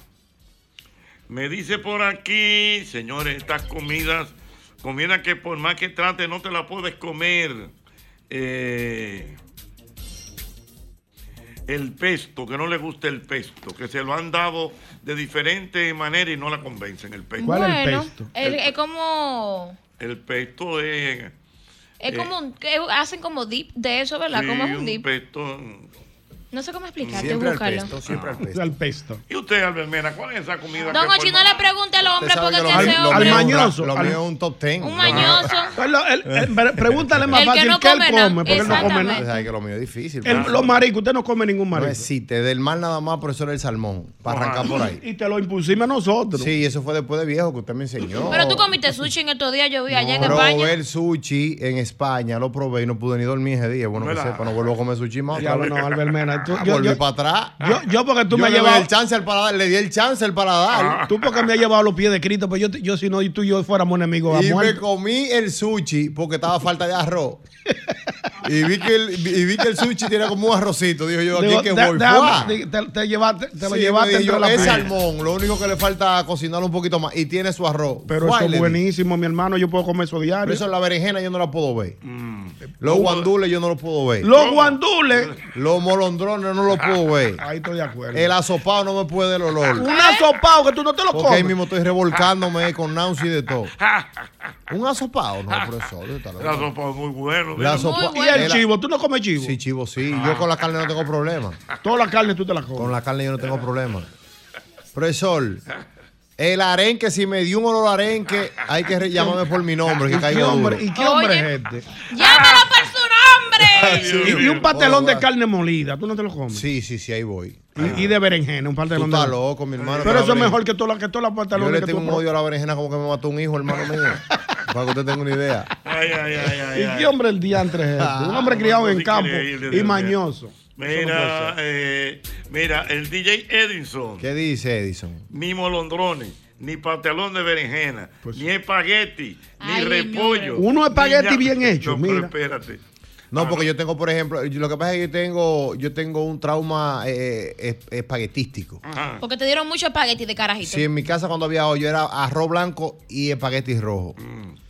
[SPEAKER 2] me dice por aquí, señores, estas comidas, comida que por más que trate no te la puedes comer. Eh, el pesto, que no le gusta el pesto, que se lo han dado de diferentes maneras y no la convencen. El pesto,
[SPEAKER 6] ¿Cuál es el
[SPEAKER 7] bueno,
[SPEAKER 6] pesto?
[SPEAKER 7] el- es como.
[SPEAKER 2] el pesto es,
[SPEAKER 7] Es
[SPEAKER 2] Eh.
[SPEAKER 7] como un- que hacen como dip de eso, ¿verdad?
[SPEAKER 2] sí,
[SPEAKER 7] como es un
[SPEAKER 2] un
[SPEAKER 7] dip.
[SPEAKER 2] pesto. mm.
[SPEAKER 7] No sé cómo explicarte,
[SPEAKER 12] Siempre al
[SPEAKER 7] búscalo.
[SPEAKER 12] pesto, siempre al
[SPEAKER 6] Es
[SPEAKER 12] pesto.
[SPEAKER 6] Ah, al pesto.
[SPEAKER 2] ¿Y usted, Albert Mena, cuál es esa comida?
[SPEAKER 7] Don
[SPEAKER 2] que
[SPEAKER 7] Ochi,
[SPEAKER 2] por
[SPEAKER 7] no
[SPEAKER 2] más-
[SPEAKER 7] le pregunte al hombre
[SPEAKER 12] Usted sabe
[SPEAKER 7] porque
[SPEAKER 12] que
[SPEAKER 7] es
[SPEAKER 12] lo
[SPEAKER 7] que
[SPEAKER 12] mío-
[SPEAKER 7] ese
[SPEAKER 12] lo
[SPEAKER 7] hombre
[SPEAKER 12] mío es un-
[SPEAKER 6] mañoso,
[SPEAKER 12] Lo
[SPEAKER 6] al-
[SPEAKER 12] mío es un top ten.
[SPEAKER 7] un
[SPEAKER 12] mañoso.
[SPEAKER 7] mañoso.
[SPEAKER 6] Él- él- él- pre- pregúntale más
[SPEAKER 7] El que
[SPEAKER 6] fácil
[SPEAKER 7] no
[SPEAKER 6] qué él
[SPEAKER 7] come nada.
[SPEAKER 6] come, porque él no come
[SPEAKER 12] Usted
[SPEAKER 6] nada.
[SPEAKER 12] sabe que lo mío es difícil.
[SPEAKER 6] El-
[SPEAKER 12] pero Pues
[SPEAKER 6] Los maricos, usted no come ningún
[SPEAKER 12] No
[SPEAKER 6] marico.
[SPEAKER 12] existe. Del mar nada más, profesor, el salmón. Para arrancar por ahí.
[SPEAKER 6] Y te lo impusimos a nosotros.
[SPEAKER 12] Sí, eso fue después de viejo que usted me enseñó.
[SPEAKER 7] Pero tú comiste sushi en estos días, yo vi allá en
[SPEAKER 12] Probé
[SPEAKER 7] España.
[SPEAKER 12] el sushi en España, lo probé y no pude ni dormir ese día. Bueno, que
[SPEAKER 2] ¿Verdad?
[SPEAKER 12] sepa, no vuelvo a comer sushi más. otra
[SPEAKER 6] Ya lo
[SPEAKER 12] vez.
[SPEAKER 6] no, Albert Mena. Tú,
[SPEAKER 12] Ah,
[SPEAKER 6] yo,
[SPEAKER 12] volví
[SPEAKER 6] yo-
[SPEAKER 12] para atrás.
[SPEAKER 6] yo- yo porque tú
[SPEAKER 12] Yo
[SPEAKER 6] me has
[SPEAKER 12] le doy
[SPEAKER 6] llevado. Ah,
[SPEAKER 12] el chance al paladar, le di el chance al paladar.
[SPEAKER 6] Tú porque me has llevado los pies de Cristo, pues yo, te- yo si no, y tú y yo fuéramos enemigos a
[SPEAKER 12] Y me
[SPEAKER 6] muerte.
[SPEAKER 12] comí el sushi porque estaba a falta de arroz. Y vi que el, y vi que el sushi tiene como un arrocito. Dijo yo, aquí
[SPEAKER 6] Digo,
[SPEAKER 12] que
[SPEAKER 6] da-
[SPEAKER 12] voy.
[SPEAKER 6] déjame-
[SPEAKER 12] ¡Fua!
[SPEAKER 6] di- te, te llevaste, te lo
[SPEAKER 12] Sí,
[SPEAKER 6] llevaste
[SPEAKER 12] me
[SPEAKER 6] entre
[SPEAKER 12] dijo,
[SPEAKER 6] las
[SPEAKER 12] Es
[SPEAKER 6] piernas.
[SPEAKER 12] salmón, lo único que le falta cocinarlo un poquito más. Y tiene su arroz.
[SPEAKER 6] Pero
[SPEAKER 12] ¡Fua!
[SPEAKER 6] eso
[SPEAKER 12] Y le
[SPEAKER 6] es
[SPEAKER 12] di.
[SPEAKER 6] buenísimo, mi hermano. Yo puedo comer eso
[SPEAKER 12] Pero
[SPEAKER 6] diario.
[SPEAKER 12] eso es la
[SPEAKER 2] Mm.
[SPEAKER 12] berenjena, yo no la puedo ver. Los guandules, yo no los puedo ver.
[SPEAKER 6] Los guandules.
[SPEAKER 12] Los molondrones, molondrones no lo puedo ver.
[SPEAKER 6] Ahí estoy de acuerdo.
[SPEAKER 12] El asopado no me puede el olor.
[SPEAKER 6] Un asopado que tú no te lo
[SPEAKER 12] Porque
[SPEAKER 6] comes.
[SPEAKER 12] ahí mismo estoy revolcándome con náusea y de todo.
[SPEAKER 2] Ah,
[SPEAKER 12] Un asopado,
[SPEAKER 6] Ah.
[SPEAKER 12] no, profesor.
[SPEAKER 2] La sopa es muy buena.
[SPEAKER 12] La
[SPEAKER 2] mira.
[SPEAKER 12] sopa-
[SPEAKER 6] Y el
[SPEAKER 12] la-
[SPEAKER 6] chivo, tú no comes chivo.
[SPEAKER 12] Sí, chivo, sí. Yo con la carne no tengo problema.
[SPEAKER 6] Toda la carne tú te la comes.
[SPEAKER 12] Con la carne yo no tengo problema. Profesor, el arenque, si me dio un olor a arenque, hay que re- llamarme por mi nombre, que
[SPEAKER 6] ¿Y qué
[SPEAKER 12] caiga duro.
[SPEAKER 6] hombre, ¿y qué hombre es este?
[SPEAKER 7] ¡Llámalo por su nombre!
[SPEAKER 12] Sí.
[SPEAKER 6] Y- y, un pastelón de
[SPEAKER 12] Bueno,
[SPEAKER 6] carne molida, tú no te lo comes.
[SPEAKER 12] Sí, sí, sí, ahí voy.
[SPEAKER 6] Y, y de berenjena, un
[SPEAKER 12] Tú
[SPEAKER 6] pastelón de
[SPEAKER 12] estás loco, mi hermano.
[SPEAKER 6] Pero eso es
[SPEAKER 12] abre-
[SPEAKER 6] mejor que todas las que todas las
[SPEAKER 12] Yo
[SPEAKER 6] pantalones
[SPEAKER 12] le
[SPEAKER 6] que
[SPEAKER 12] tengo
[SPEAKER 6] tú
[SPEAKER 12] un
[SPEAKER 6] comes.
[SPEAKER 12] odio a la berenjena como que me mató un hijo, hermano mío. Para que usted tenga una idea.
[SPEAKER 2] Ay, ay, ay, ay,
[SPEAKER 6] ¿Y
[SPEAKER 2] ay.
[SPEAKER 6] qué hombre el diantre es este? Un hombre
[SPEAKER 2] Ah,
[SPEAKER 6] criado
[SPEAKER 2] no,
[SPEAKER 6] en
[SPEAKER 2] sí
[SPEAKER 6] campo
[SPEAKER 2] quiere ir, Dios
[SPEAKER 6] y
[SPEAKER 2] mío.
[SPEAKER 6] mañoso.
[SPEAKER 2] Mira, eh, mira, el DJ Edison,
[SPEAKER 12] ¿Qué dice Edison?
[SPEAKER 2] ni molondrones, ni pastelón de berenjena, ni espagueti, ni repollo.
[SPEAKER 6] Pues Uno
[SPEAKER 2] ni
[SPEAKER 6] espagueti
[SPEAKER 2] ña-
[SPEAKER 6] bien hecho,
[SPEAKER 2] No, pero
[SPEAKER 6] mira.
[SPEAKER 2] espérate.
[SPEAKER 6] Ah,
[SPEAKER 12] No, porque yo tengo, por ejemplo, yo- lo que pasa es que yo tengo, yo tengo un trauma eh, eh, es- espaguetístico.
[SPEAKER 6] Ah.
[SPEAKER 7] Porque te dieron mucho espagueti de carajito.
[SPEAKER 12] Sí, en mi casa cuando había hoyo era arroz blanco y espagueti rojo.
[SPEAKER 6] Mm.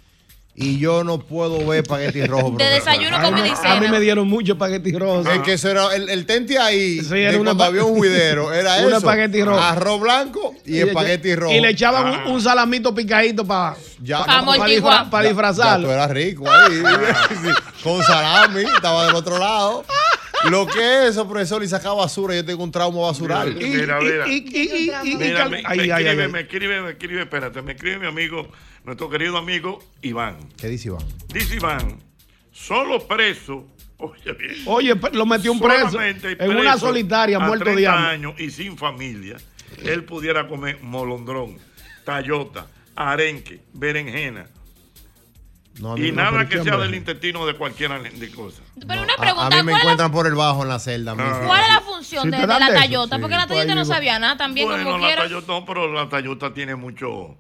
[SPEAKER 12] Y yo no puedo ver espagueti rojo.
[SPEAKER 7] De desayuno, comida y
[SPEAKER 6] A mí me
[SPEAKER 7] cena.
[SPEAKER 6] dieron mucho espagueti rojo.
[SPEAKER 12] Es que eso era el, el tente ahí.
[SPEAKER 6] Sí, era
[SPEAKER 12] de
[SPEAKER 6] una
[SPEAKER 12] cuando
[SPEAKER 6] pa-
[SPEAKER 12] había un juidero, era
[SPEAKER 6] Un
[SPEAKER 12] eso.
[SPEAKER 6] espagueti rojo.
[SPEAKER 12] Arroz blanco y,
[SPEAKER 6] le echa-
[SPEAKER 12] espagueti rojo. Ah.
[SPEAKER 6] Y le echaban un- un, salamito picadito para
[SPEAKER 12] Ya,
[SPEAKER 7] Pa' amortiguar.
[SPEAKER 12] Ya- ya
[SPEAKER 6] disfrazarlo.
[SPEAKER 12] tú eras rico ahí. sí, con salami, estaba del otro lado. Lo que es eso, profesor, y sacaba basura. Yo tengo un trauma basural.
[SPEAKER 6] y,
[SPEAKER 2] Mira,
[SPEAKER 6] y-
[SPEAKER 2] mira.
[SPEAKER 6] y- y- y- y- y-
[SPEAKER 2] Mira,
[SPEAKER 6] cal-
[SPEAKER 2] me,
[SPEAKER 6] ay,
[SPEAKER 2] me
[SPEAKER 6] ay, ay,
[SPEAKER 2] escribe,
[SPEAKER 6] ay.
[SPEAKER 2] me escribe, me escribe, espérate, me escribe mi amigo, nuestro querido amigo Iván.
[SPEAKER 12] ¿Qué dice Iván?
[SPEAKER 2] Dice Iván, solo preso, oye bien,
[SPEAKER 6] Oye, pe- lo metió un preso
[SPEAKER 2] solamente
[SPEAKER 6] en una
[SPEAKER 2] preso
[SPEAKER 6] solitaria,
[SPEAKER 2] a
[SPEAKER 6] muerto
[SPEAKER 2] 30
[SPEAKER 6] de hambre.
[SPEAKER 2] años y sin familia, él pudiera comer molondrón, tallota, arenque, berenjena
[SPEAKER 12] No, a mí
[SPEAKER 2] y
[SPEAKER 12] no,
[SPEAKER 2] nada
[SPEAKER 12] pero
[SPEAKER 2] que
[SPEAKER 12] ¿qué
[SPEAKER 2] sea
[SPEAKER 12] hombre?
[SPEAKER 2] del intestino de cualquier ane- de cosa.
[SPEAKER 7] Pero una
[SPEAKER 12] A, a
[SPEAKER 7] pregunta,
[SPEAKER 12] mí me
[SPEAKER 7] ¿cuál, es la,
[SPEAKER 12] encuentran por el bajo en la celda. mismo.
[SPEAKER 7] cuál es la función
[SPEAKER 6] Si
[SPEAKER 7] de,
[SPEAKER 6] te
[SPEAKER 7] de
[SPEAKER 6] dan
[SPEAKER 7] la
[SPEAKER 6] de eso,
[SPEAKER 7] tallota?
[SPEAKER 6] sí,
[SPEAKER 7] Porque la
[SPEAKER 6] pues ahí
[SPEAKER 7] tallota no
[SPEAKER 6] digo.
[SPEAKER 7] sabía nada, también
[SPEAKER 2] bueno,
[SPEAKER 7] como
[SPEAKER 2] la
[SPEAKER 7] quiera.
[SPEAKER 2] tallota, no, pero la tallota tiene mucho...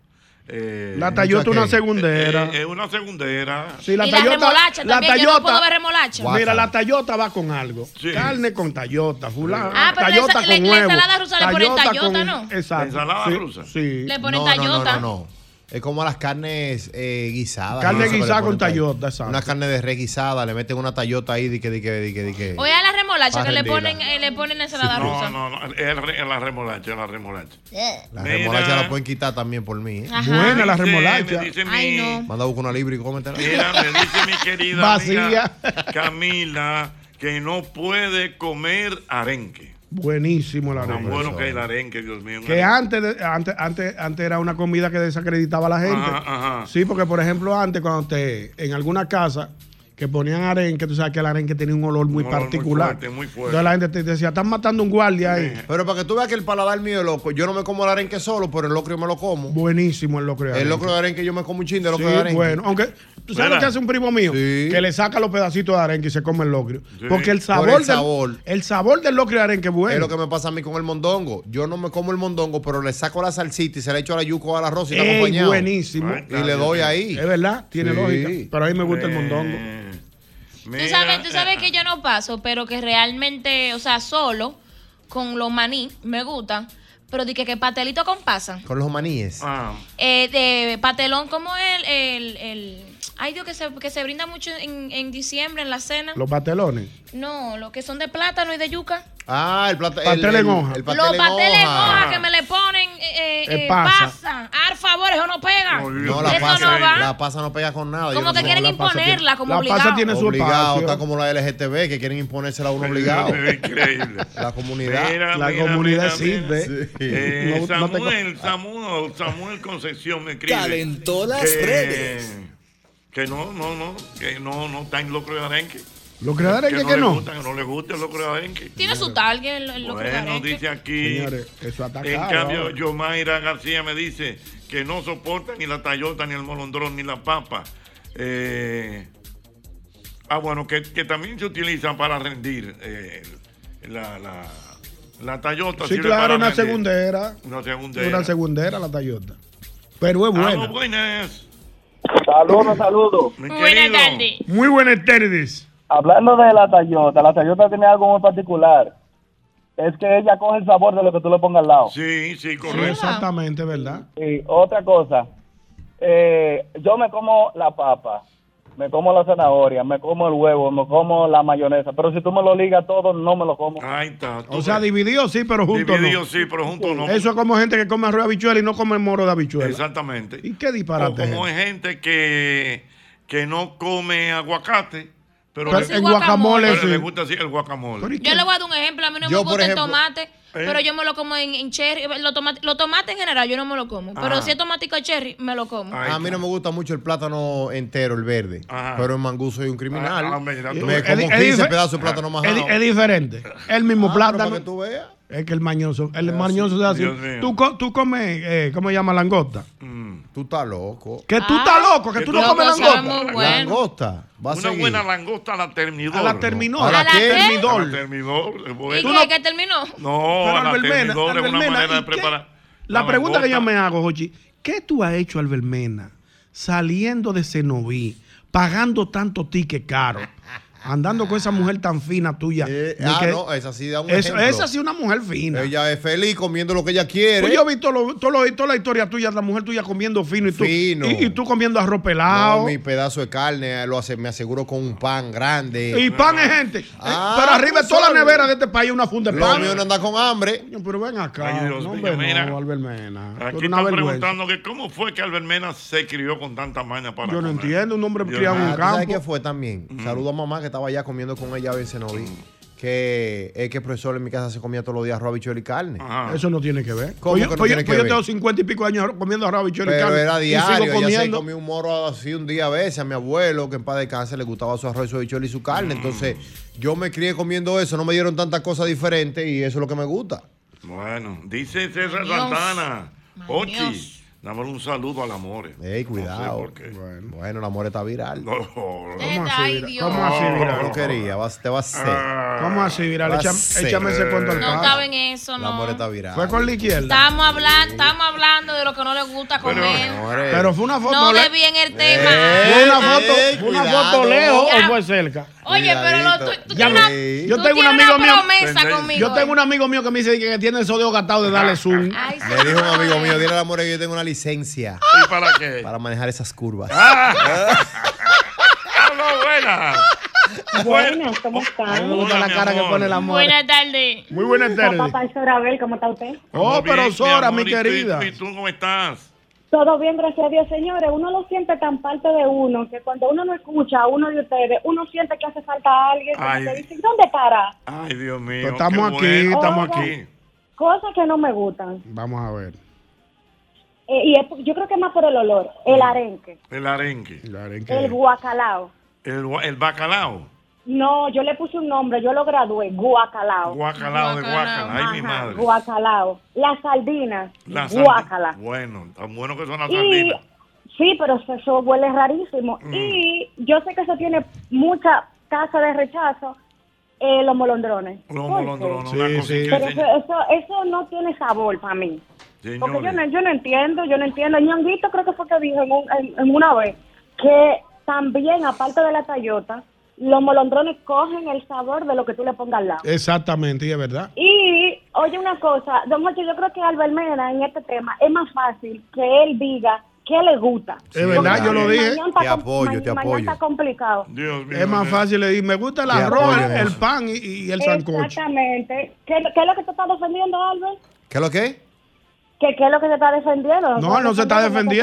[SPEAKER 2] eh,
[SPEAKER 6] La Tayota
[SPEAKER 12] mucha
[SPEAKER 6] una
[SPEAKER 12] que-
[SPEAKER 6] segundera.
[SPEAKER 2] eh, es una segundera.
[SPEAKER 6] Sí, la
[SPEAKER 7] y la
[SPEAKER 6] Tayota-
[SPEAKER 7] remolacha
[SPEAKER 6] la
[SPEAKER 7] también, yo no puedo
[SPEAKER 6] Tayota-
[SPEAKER 7] ver remolacha.
[SPEAKER 12] Guau.
[SPEAKER 6] Mira, la Tayota va con algo.
[SPEAKER 2] Sí.
[SPEAKER 6] Carne con Tayota, fulano.
[SPEAKER 7] Ah, pero la
[SPEAKER 6] Tayota
[SPEAKER 7] ensa- le-
[SPEAKER 6] con
[SPEAKER 7] la
[SPEAKER 6] huevo.
[SPEAKER 7] ensalada rusa le ponen Tayota,
[SPEAKER 6] con-
[SPEAKER 7] ¿no?
[SPEAKER 6] Exacto.
[SPEAKER 2] La ensalada
[SPEAKER 6] sí,
[SPEAKER 2] rusa.
[SPEAKER 6] Sí.
[SPEAKER 7] Le ponen
[SPEAKER 12] no, no, no,
[SPEAKER 7] tallota.
[SPEAKER 12] no, no. Es como las carnes eh, guisadas.
[SPEAKER 6] Carne
[SPEAKER 12] ¿no? Eso que le
[SPEAKER 6] guisada
[SPEAKER 12] ponen
[SPEAKER 6] con
[SPEAKER 12] ahí.
[SPEAKER 6] tallota, exacto.
[SPEAKER 12] Una carne de res guisada, le meten una tallota ahí, di que, di que, di que, di que.
[SPEAKER 7] Oye, a la remolacha
[SPEAKER 12] Pa'
[SPEAKER 7] que le
[SPEAKER 12] rendirla.
[SPEAKER 7] ponen, eh, le ponen la ensalada
[SPEAKER 2] No,
[SPEAKER 7] rusa. Eh.
[SPEAKER 2] no, no, es la re- la remolacha, la remolacha.
[SPEAKER 12] La
[SPEAKER 2] Mira.
[SPEAKER 12] remolacha la pueden quitar también por mí. ¿eh?
[SPEAKER 7] Ajá.
[SPEAKER 6] Buena la
[SPEAKER 2] Dice-
[SPEAKER 6] remolacha.
[SPEAKER 2] me dice mi-
[SPEAKER 7] Ay, no.
[SPEAKER 12] Manda a buscar una libra y cómetela.
[SPEAKER 2] Mira, me dice mi querida
[SPEAKER 6] Vacía.
[SPEAKER 2] amiga Camila que no puede comer arenque.
[SPEAKER 6] Buenísimo la
[SPEAKER 2] Tan
[SPEAKER 6] arepa.
[SPEAKER 2] bueno que es el arenque, Dios mío. un
[SPEAKER 6] Que
[SPEAKER 2] arenque.
[SPEAKER 6] antes, de- antes, antes, antes era una comida que desacreditaba a la gente.
[SPEAKER 2] Ajá, ajá.
[SPEAKER 6] Sí, porque por ejemplo, antes, cuando te, en alguna casa que ponían arenque, tú sabes que el arenque tenía un olor muy
[SPEAKER 2] olor muy
[SPEAKER 6] particular.
[SPEAKER 2] fuerte, muy fuerte.
[SPEAKER 6] Entonces la gente te decía, están matando un guardia ahí.
[SPEAKER 12] Pero para que tú veas que el paladar mío es loco, yo no me como el arenque solo, pero el locro yo me lo como.
[SPEAKER 6] Buenísimo el locro de
[SPEAKER 12] El
[SPEAKER 6] arenque.
[SPEAKER 12] locro de arenque yo me como un chin de locro de
[SPEAKER 6] Sí,
[SPEAKER 12] arenque.
[SPEAKER 6] bueno, aunque tú sabes
[SPEAKER 2] ¿Verdad?
[SPEAKER 6] lo que hace un primo mío,
[SPEAKER 12] Sí.
[SPEAKER 6] que le saca los pedacitos de arenque y se come el locrio.
[SPEAKER 2] Sí.
[SPEAKER 6] Porque el
[SPEAKER 12] Por el
[SPEAKER 6] sabor, del,
[SPEAKER 12] sabor.
[SPEAKER 6] el sabor del locrio de arenque es
[SPEAKER 12] Es
[SPEAKER 6] bueno.
[SPEAKER 12] lo que me pasa a mí con el mondongo. Yo no me como el mondongo, pero le saco la salsita y se la echo a la yuco al arroz y está
[SPEAKER 6] Ey,
[SPEAKER 12] acompañado.
[SPEAKER 6] buenísimo.
[SPEAKER 2] Ay,
[SPEAKER 12] Y le doy ahí.
[SPEAKER 6] Es verdad, tiene
[SPEAKER 12] Sí.
[SPEAKER 6] lógica. Pero a mí me gusta el
[SPEAKER 2] Eh,
[SPEAKER 6] mondongo.
[SPEAKER 2] mira,
[SPEAKER 6] Eh,
[SPEAKER 2] eh.
[SPEAKER 7] Tú sabes, tú sabes que yo no paso, pero que realmente, o sea, solo con los maní me gustan. Pero dije que, que pastelito con pasa.
[SPEAKER 12] Con los maníes.
[SPEAKER 2] Ah,
[SPEAKER 7] Eh, de patelón como el, el, el- ay Dios, que se, que se brinda mucho en, en diciembre en la cena.
[SPEAKER 6] Los pastelones.
[SPEAKER 7] No, los que son de plátano y de yuca.
[SPEAKER 12] Ah, el plata- el-
[SPEAKER 6] Pastel en
[SPEAKER 12] el-
[SPEAKER 6] hoja.
[SPEAKER 12] El
[SPEAKER 7] Los
[SPEAKER 12] pastel en
[SPEAKER 7] pasteles en
[SPEAKER 12] hoja.
[SPEAKER 7] hoja que me le ponen eh, eh,
[SPEAKER 6] Eh,
[SPEAKER 7] eh,
[SPEAKER 6] pasa.
[SPEAKER 7] pasa. Al favor, eso no pega.
[SPEAKER 2] Muy bien.
[SPEAKER 12] No, la
[SPEAKER 7] eso no
[SPEAKER 12] pasa,
[SPEAKER 7] va.
[SPEAKER 12] la pasa no pega con nada. Yo
[SPEAKER 7] como
[SPEAKER 12] no
[SPEAKER 7] que
[SPEAKER 12] sé.
[SPEAKER 7] quieren
[SPEAKER 6] la pasa tiene-
[SPEAKER 7] imponerla, como
[SPEAKER 6] la pasa
[SPEAKER 7] obligado.
[SPEAKER 6] tiene- en su
[SPEAKER 12] Obligado,
[SPEAKER 6] espacio.
[SPEAKER 12] está como la LGTB que quieren imponérsela a uno obligado.
[SPEAKER 2] Increíble.
[SPEAKER 12] La comunidad.
[SPEAKER 6] La comunidad existe.
[SPEAKER 12] Sí.
[SPEAKER 2] Eh,
[SPEAKER 6] No- no te co-
[SPEAKER 2] Samuel, Samuel, Samuel Concepción me escribe.
[SPEAKER 3] Calentó las
[SPEAKER 2] que-
[SPEAKER 3] redes.
[SPEAKER 2] Que no, no, no, que no, no está en locro de arenque.
[SPEAKER 6] Los creadores que, que
[SPEAKER 2] le
[SPEAKER 6] no.
[SPEAKER 2] gusta, que no le gusta el locro de arenque.
[SPEAKER 7] Tiene su target el, el locro de
[SPEAKER 2] Bueno,
[SPEAKER 7] arenque.
[SPEAKER 2] dice aquí.
[SPEAKER 6] Señores, eso está
[SPEAKER 2] En
[SPEAKER 6] caro
[SPEAKER 2] cambio,
[SPEAKER 6] ahora.
[SPEAKER 2] Yomaira García me dice que no soporta ni la tallota, ni el molondrón, ni la papa. Eh, ah, bueno, que, que también se utilizan para rendir eh, la, la, la tallota.
[SPEAKER 6] Sí,
[SPEAKER 2] sirve
[SPEAKER 6] claro,
[SPEAKER 2] para
[SPEAKER 6] una
[SPEAKER 2] rendir.
[SPEAKER 6] segundera.
[SPEAKER 2] Una segundera.
[SPEAKER 6] Una segundera la Tayota. Pero es
[SPEAKER 2] Ah, no,
[SPEAKER 6] buena.
[SPEAKER 2] buenas.
[SPEAKER 11] Saludos, saludos.
[SPEAKER 2] mi
[SPEAKER 7] Buenas
[SPEAKER 2] querido.
[SPEAKER 7] tardes.
[SPEAKER 6] Muy buenas tardes.
[SPEAKER 11] Hablando de la Tayota, la Tayota tiene algo muy particular. Es que ella coge el sabor de lo que tú le pongas al lado.
[SPEAKER 2] Sí, sí, correcto.
[SPEAKER 6] Exactamente, ¿verdad?
[SPEAKER 11] Y otra cosa, eh, yo me como la papa, me como la zanahoria, me como el huevo, me como la mayonesa. Pero si tú me lo ligas todo, no me lo como.
[SPEAKER 2] Ahí está.
[SPEAKER 6] O sea, dividido sí, pero juntos
[SPEAKER 2] Dividido
[SPEAKER 6] no.
[SPEAKER 2] sí, pero juntos no.
[SPEAKER 6] Eso es como gente que come arroz de habichuela y no come moro de habichuela.
[SPEAKER 2] Exactamente.
[SPEAKER 6] ¿Y qué disparate?
[SPEAKER 2] O
[SPEAKER 6] es
[SPEAKER 2] como hay gente que, que no come aguacate, pero,
[SPEAKER 6] Pero
[SPEAKER 2] le-
[SPEAKER 6] el guacamole,
[SPEAKER 2] pero
[SPEAKER 6] sí.
[SPEAKER 2] le gusta así el guacamole.
[SPEAKER 7] Yo le voy a dar un ejemplo. A mí no
[SPEAKER 2] Yo,
[SPEAKER 7] me
[SPEAKER 2] por
[SPEAKER 7] gusta
[SPEAKER 2] ejemplo,
[SPEAKER 7] el tomate, pero
[SPEAKER 2] ¿eh?
[SPEAKER 7] yo me lo como en, en cherry. Los tomates los tomates en general yo no me lo como. Pero
[SPEAKER 12] Ah.
[SPEAKER 7] si es tomatico cherry, me lo como.
[SPEAKER 12] a mí no me gusta mucho el plátano entero, el verde. Pero en mangú soy un criminal.
[SPEAKER 2] Ah, ah, mira,
[SPEAKER 6] Eh,
[SPEAKER 2] tú
[SPEAKER 12] me
[SPEAKER 2] ves.
[SPEAKER 12] como
[SPEAKER 2] Es di- es
[SPEAKER 12] 15
[SPEAKER 2] dife-
[SPEAKER 12] pedazos de plátano más.
[SPEAKER 6] di- es diferente. El mismo
[SPEAKER 12] Ah, pero
[SPEAKER 6] plátano.
[SPEAKER 12] para que tú veas.
[SPEAKER 6] Es que el mañoso, el mañoso se hace.
[SPEAKER 12] Dios mío.
[SPEAKER 6] Tú, co- tú comes, eh, ¿cómo se llama? Langosta.
[SPEAKER 2] Mm.
[SPEAKER 12] Tú estás loco.
[SPEAKER 6] Que tú estás loco, que tú no comes langosta.
[SPEAKER 12] Langosta. Va a
[SPEAKER 2] Una
[SPEAKER 12] seguir.
[SPEAKER 2] buena langosta a la termidor.
[SPEAKER 6] A la terminó. ¿A la qué?
[SPEAKER 2] termidor. A la
[SPEAKER 7] ¿Y
[SPEAKER 2] termidor.
[SPEAKER 7] qué, qué terminó?
[SPEAKER 2] No,
[SPEAKER 6] Pero
[SPEAKER 2] a la
[SPEAKER 6] Albermena,
[SPEAKER 2] termidor es una
[SPEAKER 6] Albermena,
[SPEAKER 2] manera de
[SPEAKER 6] ¿y qué?
[SPEAKER 2] preparar.
[SPEAKER 6] La pregunta que yo
[SPEAKER 2] langosta.
[SPEAKER 6] me hago, Jochi, ¿qué tú has hecho, Albermena, saliendo de Cenoví, pagando tanto ticket caro, andando con esa mujer tan fina tuya? de
[SPEAKER 12] Ah,
[SPEAKER 6] que-
[SPEAKER 12] no, esa sí da un
[SPEAKER 6] Eso-
[SPEAKER 12] ejemplo.
[SPEAKER 6] esa sí una mujer fina.
[SPEAKER 12] Ella es feliz comiendo lo que ella quiere.
[SPEAKER 6] Pues yo he visto lo- todo lo- toda la historia tuya, la mujer tuya comiendo fino y tú,
[SPEAKER 12] Fino.
[SPEAKER 6] Y, y tú comiendo arroz
[SPEAKER 12] No,
[SPEAKER 6] pelado.
[SPEAKER 12] mi pedazo de carne eh, lo hace, me aseguro con un pan grande.
[SPEAKER 2] Mm.
[SPEAKER 6] y pan es gente. Eh,
[SPEAKER 12] Ah,
[SPEAKER 6] pero arriba de toda la
[SPEAKER 12] solo.
[SPEAKER 6] nevera de este país una funda de
[SPEAKER 12] Lo
[SPEAKER 6] pan.
[SPEAKER 12] mío no anda con hambre.
[SPEAKER 6] Coño, Pero ven acá.
[SPEAKER 2] Ay, Dios mío,
[SPEAKER 6] no, hombre,
[SPEAKER 2] mira.
[SPEAKER 6] no, Albermena.
[SPEAKER 2] Aquí
[SPEAKER 6] Tú eres una
[SPEAKER 2] están
[SPEAKER 6] vergüenza.
[SPEAKER 2] preguntando que cómo fue que Albermena se crió con tanta maña para
[SPEAKER 6] Yo no
[SPEAKER 2] comer.
[SPEAKER 6] entiendo, un hombre
[SPEAKER 2] Dios
[SPEAKER 6] criado en
[SPEAKER 2] mío.
[SPEAKER 6] un
[SPEAKER 12] Ah, ¿tú ¿Sabes
[SPEAKER 6] campo.
[SPEAKER 12] qué fue también? Saludo a mamá que estaba allá comiendo con ella en Cenoví. Que es que el profesor en mi casa se comía todos los días arroz, habichuela y carne.
[SPEAKER 6] Eso no tiene que ver.
[SPEAKER 12] ¿Cómo
[SPEAKER 6] Pues yo,
[SPEAKER 12] que no
[SPEAKER 6] pues yo-
[SPEAKER 12] tiene que
[SPEAKER 6] pues yo
[SPEAKER 12] ver?
[SPEAKER 6] tengo 50 y pico años comiendo arroz, bichuelo y
[SPEAKER 12] Pero
[SPEAKER 6] carne,
[SPEAKER 12] era
[SPEAKER 6] y
[SPEAKER 12] diario,
[SPEAKER 6] sigo
[SPEAKER 12] ella se
[SPEAKER 6] comiendo.
[SPEAKER 12] comía un moro así un día a veces. A mi abuelo, que en paz descanse, le gustaba su arroz, su habichuela y su carne. Entonces, yo me crié comiendo eso, no me dieron tantas cosas diferentes y eso es lo que me gusta.
[SPEAKER 2] Bueno, dice César
[SPEAKER 12] Dios.
[SPEAKER 2] Santana. Ochi,
[SPEAKER 12] Dios.
[SPEAKER 2] dame un saludo al amor.
[SPEAKER 12] Ey, cuidado. bueno. el amor está viral.
[SPEAKER 6] ¿Cómo así,
[SPEAKER 12] Ay,
[SPEAKER 6] viral?
[SPEAKER 12] Dios.
[SPEAKER 6] ¿Cómo así,
[SPEAKER 12] No,
[SPEAKER 6] viral?
[SPEAKER 12] no quería, vas- te vas a hacer.
[SPEAKER 6] ¿Cómo así, viral?
[SPEAKER 12] Va a
[SPEAKER 6] Échame,
[SPEAKER 12] ser.
[SPEAKER 6] échame ese cuento al
[SPEAKER 7] No
[SPEAKER 6] caso.
[SPEAKER 7] estaba en eso,
[SPEAKER 12] El amor
[SPEAKER 7] no.
[SPEAKER 12] está viral.
[SPEAKER 6] Fue con la izquierda.
[SPEAKER 7] Estábamos hablando, estábamos hablando de lo que no le gusta comer.
[SPEAKER 6] Pero fue una foto.
[SPEAKER 7] No
[SPEAKER 6] le-
[SPEAKER 7] ve bien el
[SPEAKER 12] Eh,
[SPEAKER 7] tema.
[SPEAKER 6] Fue una foto, fue una
[SPEAKER 7] cuidado.
[SPEAKER 6] foto lejos o
[SPEAKER 7] Ya.
[SPEAKER 6] fue cerca.
[SPEAKER 7] Oye, pero lo, tú, tú
[SPEAKER 6] Ya
[SPEAKER 7] tienes una-
[SPEAKER 6] me-
[SPEAKER 7] tú tienes una promesa conmigo. ¿eh?
[SPEAKER 6] Yo tengo un amigo mío que me dice que tiene el dedos gastado de darle zoom.
[SPEAKER 12] Me dijo un amigo mío, dile al amor que yo tengo una licencia.
[SPEAKER 2] ¿Y para qué?
[SPEAKER 12] Para manejar esas curvas.
[SPEAKER 9] Ah.
[SPEAKER 2] ¡Hola, buenas!
[SPEAKER 8] Buenas, ¿cómo están?
[SPEAKER 6] Me gusta la cara que pone el amor.
[SPEAKER 8] Buenas tardes.
[SPEAKER 6] Muy buenas tardes.
[SPEAKER 8] Papá Sorabel, ¿cómo está usted?
[SPEAKER 6] Oh, pero Sora, mi querida.
[SPEAKER 2] ¿Y tú cómo estás?
[SPEAKER 8] Todo bien, gracias a Dios, señores. Uno lo siente tan parte de uno que cuando uno no escucha a uno de ustedes, uno siente que hace falta a alguien. como
[SPEAKER 2] Ay.
[SPEAKER 8] que dicen, ¿Dónde para?
[SPEAKER 2] Ay, Dios mío.
[SPEAKER 6] Pues estamos
[SPEAKER 2] qué
[SPEAKER 6] aquí,
[SPEAKER 2] bueno.
[SPEAKER 6] estamos aquí.
[SPEAKER 7] Oh,
[SPEAKER 8] Cosas que no me gustan.
[SPEAKER 6] Vamos a ver.
[SPEAKER 8] Eh, y es- yo creo que es más por el olor. El arenque,
[SPEAKER 2] El arenque.
[SPEAKER 6] El
[SPEAKER 8] el guacalao.
[SPEAKER 2] El, gua- el bacalao.
[SPEAKER 8] No, yo le puse un nombre, yo lo gradué, guacalao.
[SPEAKER 2] Guacalao de guacala. Ay, mi madre.
[SPEAKER 8] Guacalao. Las sardinas,
[SPEAKER 2] La sardina.
[SPEAKER 8] guacala.
[SPEAKER 2] Bueno, tan bueno que son las
[SPEAKER 8] Y-
[SPEAKER 2] sardinas.
[SPEAKER 8] Sí, pero eso, eso huele rarísimo.
[SPEAKER 2] Mm.
[SPEAKER 8] Y yo sé que eso tiene mucha tasa de rechazo, eh, los molondrones.
[SPEAKER 2] Los
[SPEAKER 8] ¿Por qué?
[SPEAKER 2] molondrones, una cosa
[SPEAKER 8] Pero
[SPEAKER 2] increíble.
[SPEAKER 8] eso, eso, eso no tiene sabor para mí. Porque yo
[SPEAKER 2] Señores,
[SPEAKER 8] no, yo no entiendo, yo no entiendo. El ñonguito creo que fue que dijo en, un- en- en una vez que también, aparte de la tayota, los molondrones cogen el sabor de lo que tú le pongas al lado.
[SPEAKER 6] Exactamente, y es verdad.
[SPEAKER 8] Y oye una cosa, don Jorge, yo creo que Albert Mena en este tema es más fácil que él diga qué le gusta.
[SPEAKER 6] Es verdad, yo lo dije.
[SPEAKER 8] Mañana está
[SPEAKER 6] Te
[SPEAKER 8] com-
[SPEAKER 6] apoyo,
[SPEAKER 8] ma-
[SPEAKER 6] te
[SPEAKER 8] mañana
[SPEAKER 6] apoyo.
[SPEAKER 8] está complicado.
[SPEAKER 6] Es más fácil le decir, me gusta el
[SPEAKER 12] Te
[SPEAKER 6] arroz,
[SPEAKER 12] apoyo en
[SPEAKER 6] el
[SPEAKER 12] eso.
[SPEAKER 6] pan y, y el sancocho.
[SPEAKER 8] Exactamente. ¿Qué, qué es lo que te está defendiendo, Albert?
[SPEAKER 12] ¿Qué es lo que? es?
[SPEAKER 8] ¿Qué, qué es lo que te está defendiendo?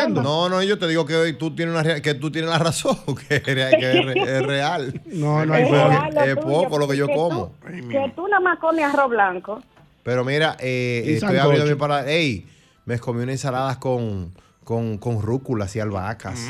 [SPEAKER 12] No, no, yo te digo que hoy tú tienes, una rea- que tú tienes la razón, que, es re- que es, re- es real.
[SPEAKER 6] No,
[SPEAKER 8] no hay
[SPEAKER 12] es,
[SPEAKER 8] forma.
[SPEAKER 12] poco, es
[SPEAKER 8] Lo tuyo,
[SPEAKER 12] poco lo que yo
[SPEAKER 8] que tú-
[SPEAKER 12] como.
[SPEAKER 8] Que tú nada más comes arroz blanco.
[SPEAKER 12] Pero mira, eh,
[SPEAKER 6] Y
[SPEAKER 12] estoy
[SPEAKER 6] sancocho.
[SPEAKER 12] abriendo mi para. Ey, me comí unas ensaladas con, con, con rúculas y albahacas.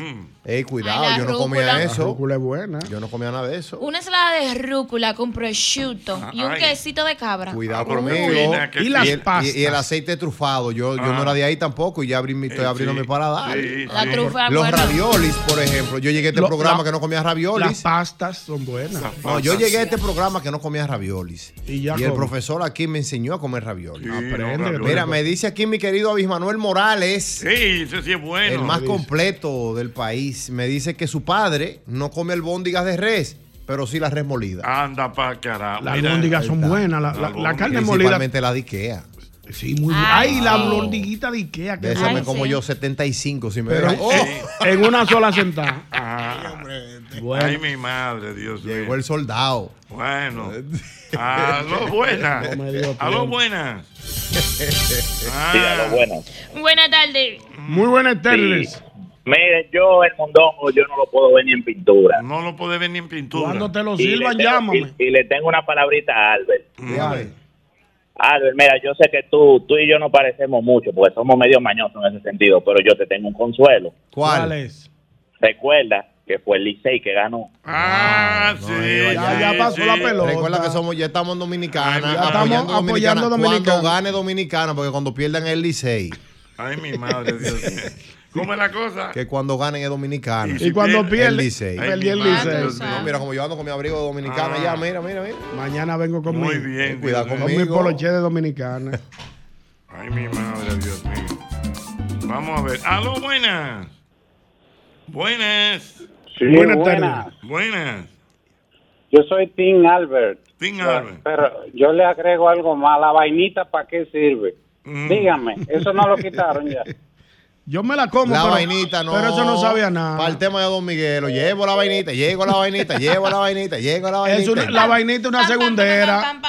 [SPEAKER 12] Ey, cuidado,
[SPEAKER 7] Ay, la
[SPEAKER 12] yo no
[SPEAKER 7] rúcula.
[SPEAKER 12] comía eso.
[SPEAKER 6] La rúcula es buena.
[SPEAKER 12] Yo no comía nada de eso.
[SPEAKER 7] Una ensalada de rúcula con prosciutto y un
[SPEAKER 12] Ay.
[SPEAKER 7] quesito de
[SPEAKER 6] Ah,
[SPEAKER 7] cabra.
[SPEAKER 12] Cuidado
[SPEAKER 7] Uy.
[SPEAKER 12] conmigo.
[SPEAKER 6] que Y las
[SPEAKER 12] el-
[SPEAKER 6] pastas.
[SPEAKER 12] y el aceite trufado. Yo, yo
[SPEAKER 6] Ah. Eh,
[SPEAKER 12] no era de ahí tampoco y ya abrí mi- estoy abriendo mi paladar.
[SPEAKER 6] sí,
[SPEAKER 7] La sí. trufa,
[SPEAKER 12] Los
[SPEAKER 7] bueno.
[SPEAKER 12] raviolis, por ejemplo. Yo llegué a este
[SPEAKER 6] Lo-
[SPEAKER 12] programa
[SPEAKER 6] la-
[SPEAKER 12] que no comía
[SPEAKER 6] Las
[SPEAKER 12] raviolis.
[SPEAKER 6] pastas son buenas.
[SPEAKER 12] No, yo llegué a este programa que no comía raviolis. Y,
[SPEAKER 6] ya
[SPEAKER 12] el
[SPEAKER 6] come.
[SPEAKER 12] profesor aquí me enseñó a comer raviolis.
[SPEAKER 6] Aprende no, que tú
[SPEAKER 12] Mira,
[SPEAKER 6] eres-
[SPEAKER 12] me dice aquí mi querido Abismanuel Morales.
[SPEAKER 2] Sí, ese sí es bueno.
[SPEAKER 12] El más
[SPEAKER 2] Dice.
[SPEAKER 12] completo del país. Me dice que su padre no come albóndigas de res, pero sí las res molidas.
[SPEAKER 2] Anda para carajo.
[SPEAKER 6] Las
[SPEAKER 2] Mira,
[SPEAKER 6] albóndigas son buenas. La, la- la carne molida.
[SPEAKER 12] Principalmente la de Ikea.
[SPEAKER 6] Sí, muy Ay, la blondiguita de Ikea.
[SPEAKER 12] De
[SPEAKER 6] que
[SPEAKER 12] esa me como yo 75 si me
[SPEAKER 6] Pero
[SPEAKER 12] dejan. ¡Oh!
[SPEAKER 6] en una sola sentada.
[SPEAKER 2] Ajá. este. Ay, mi madre, Dios mío.
[SPEAKER 12] Llegó el soldado.
[SPEAKER 2] Bueno. Aló, buenas.
[SPEAKER 12] No me dio
[SPEAKER 2] Aló,
[SPEAKER 12] tiempo.
[SPEAKER 2] buenas.
[SPEAKER 13] Sí, a
[SPEAKER 2] Ah,
[SPEAKER 13] lo bueno.
[SPEAKER 7] Buenas tardes.
[SPEAKER 6] Muy buenas
[SPEAKER 13] tardes. Mire, yo el mondongo yo no lo puedo ver ni en pintura.
[SPEAKER 2] No lo puede ver ni en pintura.
[SPEAKER 6] Cuando te lo
[SPEAKER 13] Y le
[SPEAKER 6] sirvan,
[SPEAKER 13] tengo-
[SPEAKER 6] llámame.
[SPEAKER 13] Y, y le tengo una palabrita a Albert.
[SPEAKER 6] Dígame.
[SPEAKER 13] Albert, mira, yo sé que tú, tú y yo no parecemos mucho porque somos medio mañosos en ese sentido, pero yo te tengo un consuelo.
[SPEAKER 12] ¿Cuál?
[SPEAKER 6] es?
[SPEAKER 13] Recuerda que fue el Licey que ganó.
[SPEAKER 2] Ah, sí.
[SPEAKER 12] ya,
[SPEAKER 13] sí,
[SPEAKER 12] pasó la
[SPEAKER 13] sí.
[SPEAKER 12] pelota. Recuerda que somos, ya estamos en Dominicana.
[SPEAKER 2] ya estamos apoyando a Dominicana.
[SPEAKER 12] Cuando gane Dominicana, porque cuando pierdan es el Licey.
[SPEAKER 2] Ay, mi madre, Dios mío. ¿Cómo es la cosa?
[SPEAKER 12] Que cuando ganen es Dominicana.
[SPEAKER 6] Y si cuando pierde-
[SPEAKER 12] el Licey.
[SPEAKER 6] Ay, perdí el mi madre, Licey. Dios mío.
[SPEAKER 12] No, mira, como yo ando con mi abrigo de Dominicana
[SPEAKER 6] Ah.
[SPEAKER 12] ya, mira, mira, mira.
[SPEAKER 6] Mañana vengo conmigo.
[SPEAKER 12] Muy bien, Ten cuidado Dios mío.
[SPEAKER 6] Con mi
[SPEAKER 12] conmigo.
[SPEAKER 6] poloche de dominicana.
[SPEAKER 2] Ay, mi madre, Dios mío. Vamos a ver. Aló, buenas. Buenas.
[SPEAKER 14] Sí, Buenas buenas. tardes.
[SPEAKER 2] Buenas.
[SPEAKER 14] Yo soy Tim Albert.
[SPEAKER 2] Tim
[SPEAKER 14] Pero-
[SPEAKER 2] Albert.
[SPEAKER 14] Pero yo le agrego algo más. La vainita, ¿para qué sirve? Dígame, eso no lo quitaron ya.
[SPEAKER 6] Yo me la como,
[SPEAKER 12] La
[SPEAKER 6] pero,
[SPEAKER 12] vainita, no.
[SPEAKER 6] pero eso no sabía nada.
[SPEAKER 12] Para el tema de Don Miguelo, llevo la vainita, llevo la vainita, llevo la vainita, llevo la vainita.
[SPEAKER 6] Es una- la vainita es una segundera.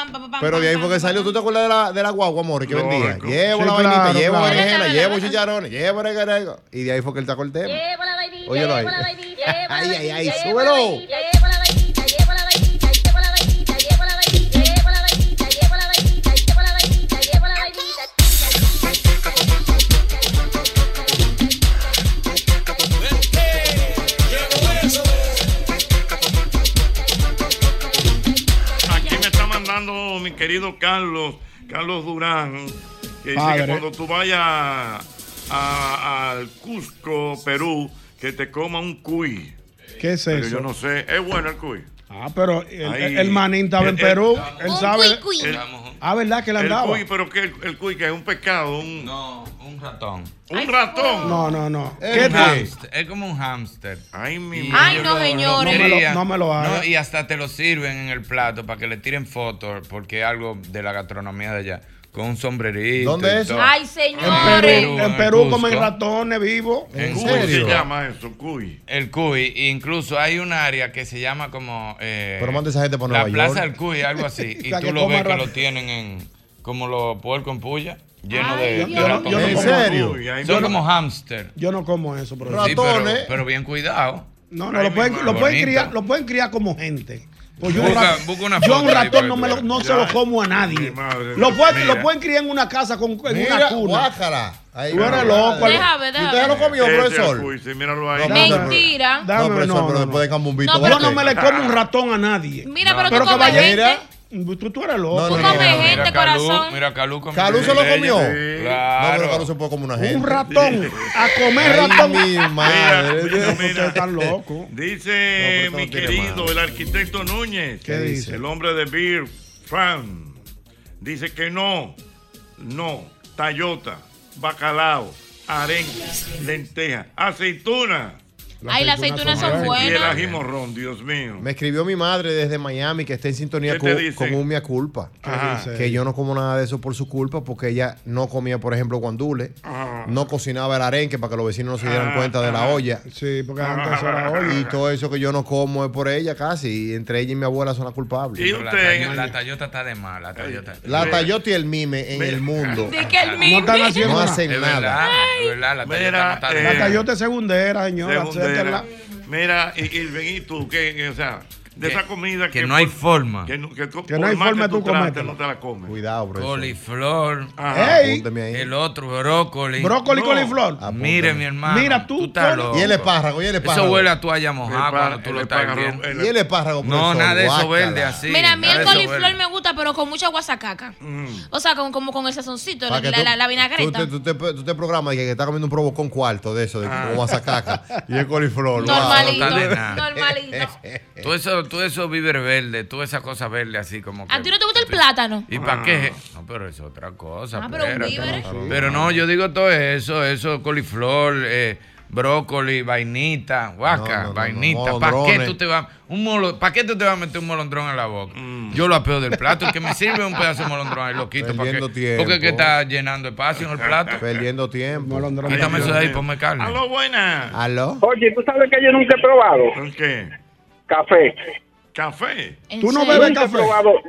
[SPEAKER 12] Pero de ahí fue que salió. ¿Tú te acuerdas de la, de la guagua, amor? Que vendía. Llevo
[SPEAKER 6] Sí,
[SPEAKER 12] la vainita,
[SPEAKER 6] claro,
[SPEAKER 12] llevo
[SPEAKER 6] claro.
[SPEAKER 12] berenjena, llevo chicharrones, llevo reguerego. Y de ahí fue que él sacó el tema.
[SPEAKER 15] Llevo la vainilla,
[SPEAKER 12] Óyelo ahí.
[SPEAKER 15] llevo la vainilla, llevo la
[SPEAKER 12] Ay, ay, ay,
[SPEAKER 15] vainilla, llevo la
[SPEAKER 12] súbelo.
[SPEAKER 15] vainilla, llevo la vainilla, llevo la vainilla, llevo la vainilla, llevo la vainilla, llevo la vainilla, llevo la vainilla, llevo la vainilla, llevo la vainilla.
[SPEAKER 2] Aquí me está mandando mi querido Carlos, Carlos Durán, que dice
[SPEAKER 6] Padre.
[SPEAKER 2] que cuando tú vayas a- a- al Cusco, Perú, que te coma un cuy.
[SPEAKER 6] ¿Qué es
[SPEAKER 2] Pero yo
[SPEAKER 6] eso?
[SPEAKER 2] no sé, es bueno el cuy.
[SPEAKER 6] Ah, pero el,
[SPEAKER 2] Ahí.
[SPEAKER 6] el manín estaba en
[SPEAKER 2] El-
[SPEAKER 6] Perú.
[SPEAKER 2] el-
[SPEAKER 6] él
[SPEAKER 2] Un
[SPEAKER 6] sabe.
[SPEAKER 2] cuy, cuy.
[SPEAKER 6] El- ah, ¿verdad? Que le
[SPEAKER 2] El
[SPEAKER 6] andaba.
[SPEAKER 2] cuy, pero que el, el cuy que es un pescado, un no, un ratón. Un
[SPEAKER 6] Ay,
[SPEAKER 2] ratón.
[SPEAKER 6] No, no, no.
[SPEAKER 16] Es,
[SPEAKER 12] Eh,
[SPEAKER 6] ¿Qué
[SPEAKER 16] un
[SPEAKER 6] tal?
[SPEAKER 16] hámster, es como un hámster.
[SPEAKER 2] Ay, mi
[SPEAKER 7] Ay, no, señores.
[SPEAKER 6] No me lo- no me lo haga.
[SPEAKER 16] y hasta te lo sirven en el plato para que le tiren fotos, porque es algo de la gastronomía de allá. Con un sombrerito.
[SPEAKER 6] ¿Dónde
[SPEAKER 16] y
[SPEAKER 6] es eso?
[SPEAKER 16] todo.
[SPEAKER 7] Ay,
[SPEAKER 6] En
[SPEAKER 7] señores.
[SPEAKER 6] Perú,
[SPEAKER 16] en
[SPEAKER 6] en
[SPEAKER 16] el
[SPEAKER 6] Perú
[SPEAKER 16] Cusco.
[SPEAKER 6] comen ratones vivos.
[SPEAKER 2] eso? Cuy.
[SPEAKER 16] El Cuy. Incluso hay un área que se llama como. eh,
[SPEAKER 12] Pero manda esa gente para
[SPEAKER 16] La
[SPEAKER 12] Nueva York.
[SPEAKER 16] Plaza del Cuy, algo así. Y
[SPEAKER 12] O sea,
[SPEAKER 16] tú
[SPEAKER 12] que
[SPEAKER 16] lo ves
[SPEAKER 12] coma
[SPEAKER 16] que
[SPEAKER 12] rat-
[SPEAKER 16] lo tienen en. Como los puercos en puya. Lleno
[SPEAKER 6] Ay,
[SPEAKER 16] de,
[SPEAKER 6] yo-
[SPEAKER 16] de
[SPEAKER 6] yo no-
[SPEAKER 16] ratones.
[SPEAKER 6] yo no ¿En como serio? cuy, ahí
[SPEAKER 16] Son
[SPEAKER 6] no-
[SPEAKER 16] como hámster.
[SPEAKER 6] Yo no como eso, pero
[SPEAKER 16] Sí, pero- pero, bien cuidado.
[SPEAKER 6] No, no, lo pueden, lo, pueden
[SPEAKER 16] Bonito.
[SPEAKER 6] criar, lo pueden criar como gente. Pues yo,
[SPEAKER 16] Busca-
[SPEAKER 6] un rat-
[SPEAKER 16] busca una
[SPEAKER 6] yo
[SPEAKER 16] foto ahí
[SPEAKER 6] un
[SPEAKER 16] para
[SPEAKER 6] ratón no,
[SPEAKER 16] que tú
[SPEAKER 6] me lo-
[SPEAKER 16] veas.
[SPEAKER 6] no se lo como a nadie. Lo pueden, lo pueden criar en una casa con en una
[SPEAKER 12] Mira,
[SPEAKER 6] cuna.
[SPEAKER 12] guácala. Ahí
[SPEAKER 6] Tú
[SPEAKER 12] va.
[SPEAKER 6] eres loco.
[SPEAKER 7] Deja ver, deja
[SPEAKER 12] ¿Y usted
[SPEAKER 7] ver.
[SPEAKER 12] lo comió,
[SPEAKER 2] Ese es el
[SPEAKER 12] profesor?
[SPEAKER 2] cuy, sí, míralo ahí.
[SPEAKER 12] No,
[SPEAKER 7] Mentira.
[SPEAKER 12] no, profesor, pero después de Cambumbito.
[SPEAKER 7] No,
[SPEAKER 12] ¿va
[SPEAKER 7] pero-
[SPEAKER 12] a qué?
[SPEAKER 6] Yo no me le como un ratón a nadie.
[SPEAKER 7] Mira, pero tú
[SPEAKER 6] que
[SPEAKER 7] comes
[SPEAKER 6] vaya-
[SPEAKER 7] gente.
[SPEAKER 6] Mira, Tú, tú eres loco.
[SPEAKER 12] No, no,
[SPEAKER 7] Tú
[SPEAKER 12] no,
[SPEAKER 7] comes
[SPEAKER 12] no.
[SPEAKER 7] gente,
[SPEAKER 16] Mira, Calú,
[SPEAKER 7] corazón.
[SPEAKER 16] mira, Calú comió.
[SPEAKER 12] ¿Calú se lo
[SPEAKER 16] leña.
[SPEAKER 12] comió? No,
[SPEAKER 16] Claro.
[SPEAKER 12] pero Calú se puede como una gente.
[SPEAKER 6] Un ratón. A comer
[SPEAKER 12] Ay,
[SPEAKER 6] ratón.
[SPEAKER 12] mi madre.
[SPEAKER 6] Ustedes están locos.
[SPEAKER 2] Dice mi querido, el arquitecto Núñez.
[SPEAKER 6] ¿Qué dice?
[SPEAKER 2] El hombre de Beer Fan. Dice que no, no, Tayota, bacalao, arenque, lenteja, aceituna.
[SPEAKER 7] Ay, las aceitunas son
[SPEAKER 2] Y el
[SPEAKER 7] buenas.
[SPEAKER 2] ají morrón, Dios mío.
[SPEAKER 12] Me escribió mi madre desde Miami que está en sintonía
[SPEAKER 2] ¿Qué
[SPEAKER 12] con,
[SPEAKER 2] te dice?
[SPEAKER 12] con un mea culpa.
[SPEAKER 2] Ajá. dice?
[SPEAKER 12] Que yo no como nada de eso por su culpa porque ella no comía, por ejemplo, guandule.
[SPEAKER 2] Ah.
[SPEAKER 12] No cocinaba el arenque para que los vecinos no se dieran
[SPEAKER 6] Ah,
[SPEAKER 12] cuenta de la
[SPEAKER 6] ah.
[SPEAKER 12] olla.
[SPEAKER 6] Sí, porque antes era hoy.
[SPEAKER 12] Y todo eso que yo no como es por ella casi. Y entre ella y mi abuela son las culpables.
[SPEAKER 16] Pero La, Toyo- la Toyota está de mal, la Toyota.
[SPEAKER 12] La Toyota y el Mime en el mundo.
[SPEAKER 16] Sí, que el
[SPEAKER 12] No
[SPEAKER 16] Mime.
[SPEAKER 12] están haciendo
[SPEAKER 16] No
[SPEAKER 12] nada.
[SPEAKER 16] hacen
[SPEAKER 12] Es
[SPEAKER 16] nada.
[SPEAKER 12] verdad.
[SPEAKER 16] Es verdad, la Toyota
[SPEAKER 2] Mira,
[SPEAKER 16] no está de
[SPEAKER 2] eh,
[SPEAKER 6] La cayota es segundera, señora.
[SPEAKER 2] Segundera.
[SPEAKER 6] acéptenla.
[SPEAKER 2] Mira, y, y ven, y tú, que, que, o sea, de esa comida que,
[SPEAKER 16] que no hay
[SPEAKER 2] por-
[SPEAKER 16] forma.
[SPEAKER 2] Que no, que,
[SPEAKER 16] Que no hay forma de tú
[SPEAKER 2] comerte,
[SPEAKER 16] comértela.
[SPEAKER 2] no te la comes.
[SPEAKER 12] Cuidado,
[SPEAKER 16] Coliflor.
[SPEAKER 2] Ajá.
[SPEAKER 12] Ey.
[SPEAKER 16] El otro, brócoli.
[SPEAKER 12] Brócoli, coliflor.
[SPEAKER 16] Mire, mi hermano.
[SPEAKER 12] Mira, tú,
[SPEAKER 16] estás
[SPEAKER 12] tú-
[SPEAKER 16] loco.
[SPEAKER 12] Y el espárrago, y el espárrago.
[SPEAKER 16] Eso huele a toalla
[SPEAKER 12] El
[SPEAKER 16] mojada
[SPEAKER 12] espárrago,
[SPEAKER 16] cuando tú lo
[SPEAKER 12] el
[SPEAKER 16] estás
[SPEAKER 12] espárrago,
[SPEAKER 16] viendo.
[SPEAKER 12] el- Y el espárrago,
[SPEAKER 16] No,
[SPEAKER 12] profesor,
[SPEAKER 16] nada de eso
[SPEAKER 12] guácala.
[SPEAKER 16] verde así.
[SPEAKER 7] Mira, a mí
[SPEAKER 16] nada
[SPEAKER 7] el
[SPEAKER 16] de eso Mm.
[SPEAKER 7] coliflor
[SPEAKER 16] verde.
[SPEAKER 7] me gusta, pero con mucha guasacaca. O sea, con, como con el sazoncito, la,
[SPEAKER 12] Pa' que
[SPEAKER 7] la,
[SPEAKER 12] tú-
[SPEAKER 7] la- la
[SPEAKER 12] Tú
[SPEAKER 7] vinagreta.
[SPEAKER 12] te, tú te- tú te programas y que está comiendo un provocón cuarto de eso, de
[SPEAKER 16] Ah.
[SPEAKER 12] como masacaca. y el coliflor. guau.
[SPEAKER 7] Normalito,
[SPEAKER 16] No está de nada.
[SPEAKER 7] normalito.
[SPEAKER 16] Todo eso, todo eso viver verde, toda esa cosa verde así como que.
[SPEAKER 7] ¿A ti no te gusta el plátano?
[SPEAKER 12] Mm.
[SPEAKER 16] ¿Y para qué?
[SPEAKER 12] Ah.
[SPEAKER 16] No, pero es otra cosa.
[SPEAKER 7] Ah, pero un
[SPEAKER 16] espérate.
[SPEAKER 7] víveres.
[SPEAKER 16] Pero no, yo digo todo eso, eso, coliflor, eh, brócoli, vainita, Ah, guaca, vainita. ¿Para qué
[SPEAKER 12] molondrones.
[SPEAKER 16] tú te vas, un molo- ¿para qué tú te vas a meter un molondrón en la boca?
[SPEAKER 12] Mm.
[SPEAKER 16] Yo lo apeo del plato, el que me sirve un pedazo de molondrón ahí lo quito. ¿para qué?
[SPEAKER 12] Perdiendo tiempo.
[SPEAKER 16] Porque es que está llenando espacio en el plato.
[SPEAKER 12] Perdiendo tiempo.
[SPEAKER 16] Quítame eso de ahí, ponme carne.
[SPEAKER 2] Aló, buena.
[SPEAKER 12] Aló.
[SPEAKER 14] Oye, ¿tú sabes que yo nunca he probado?
[SPEAKER 2] ¿Qué?
[SPEAKER 9] Café.
[SPEAKER 2] ¿Café?
[SPEAKER 9] ¿Tú no
[SPEAKER 2] serio?
[SPEAKER 9] bebes
[SPEAKER 2] Nunca he
[SPEAKER 9] café?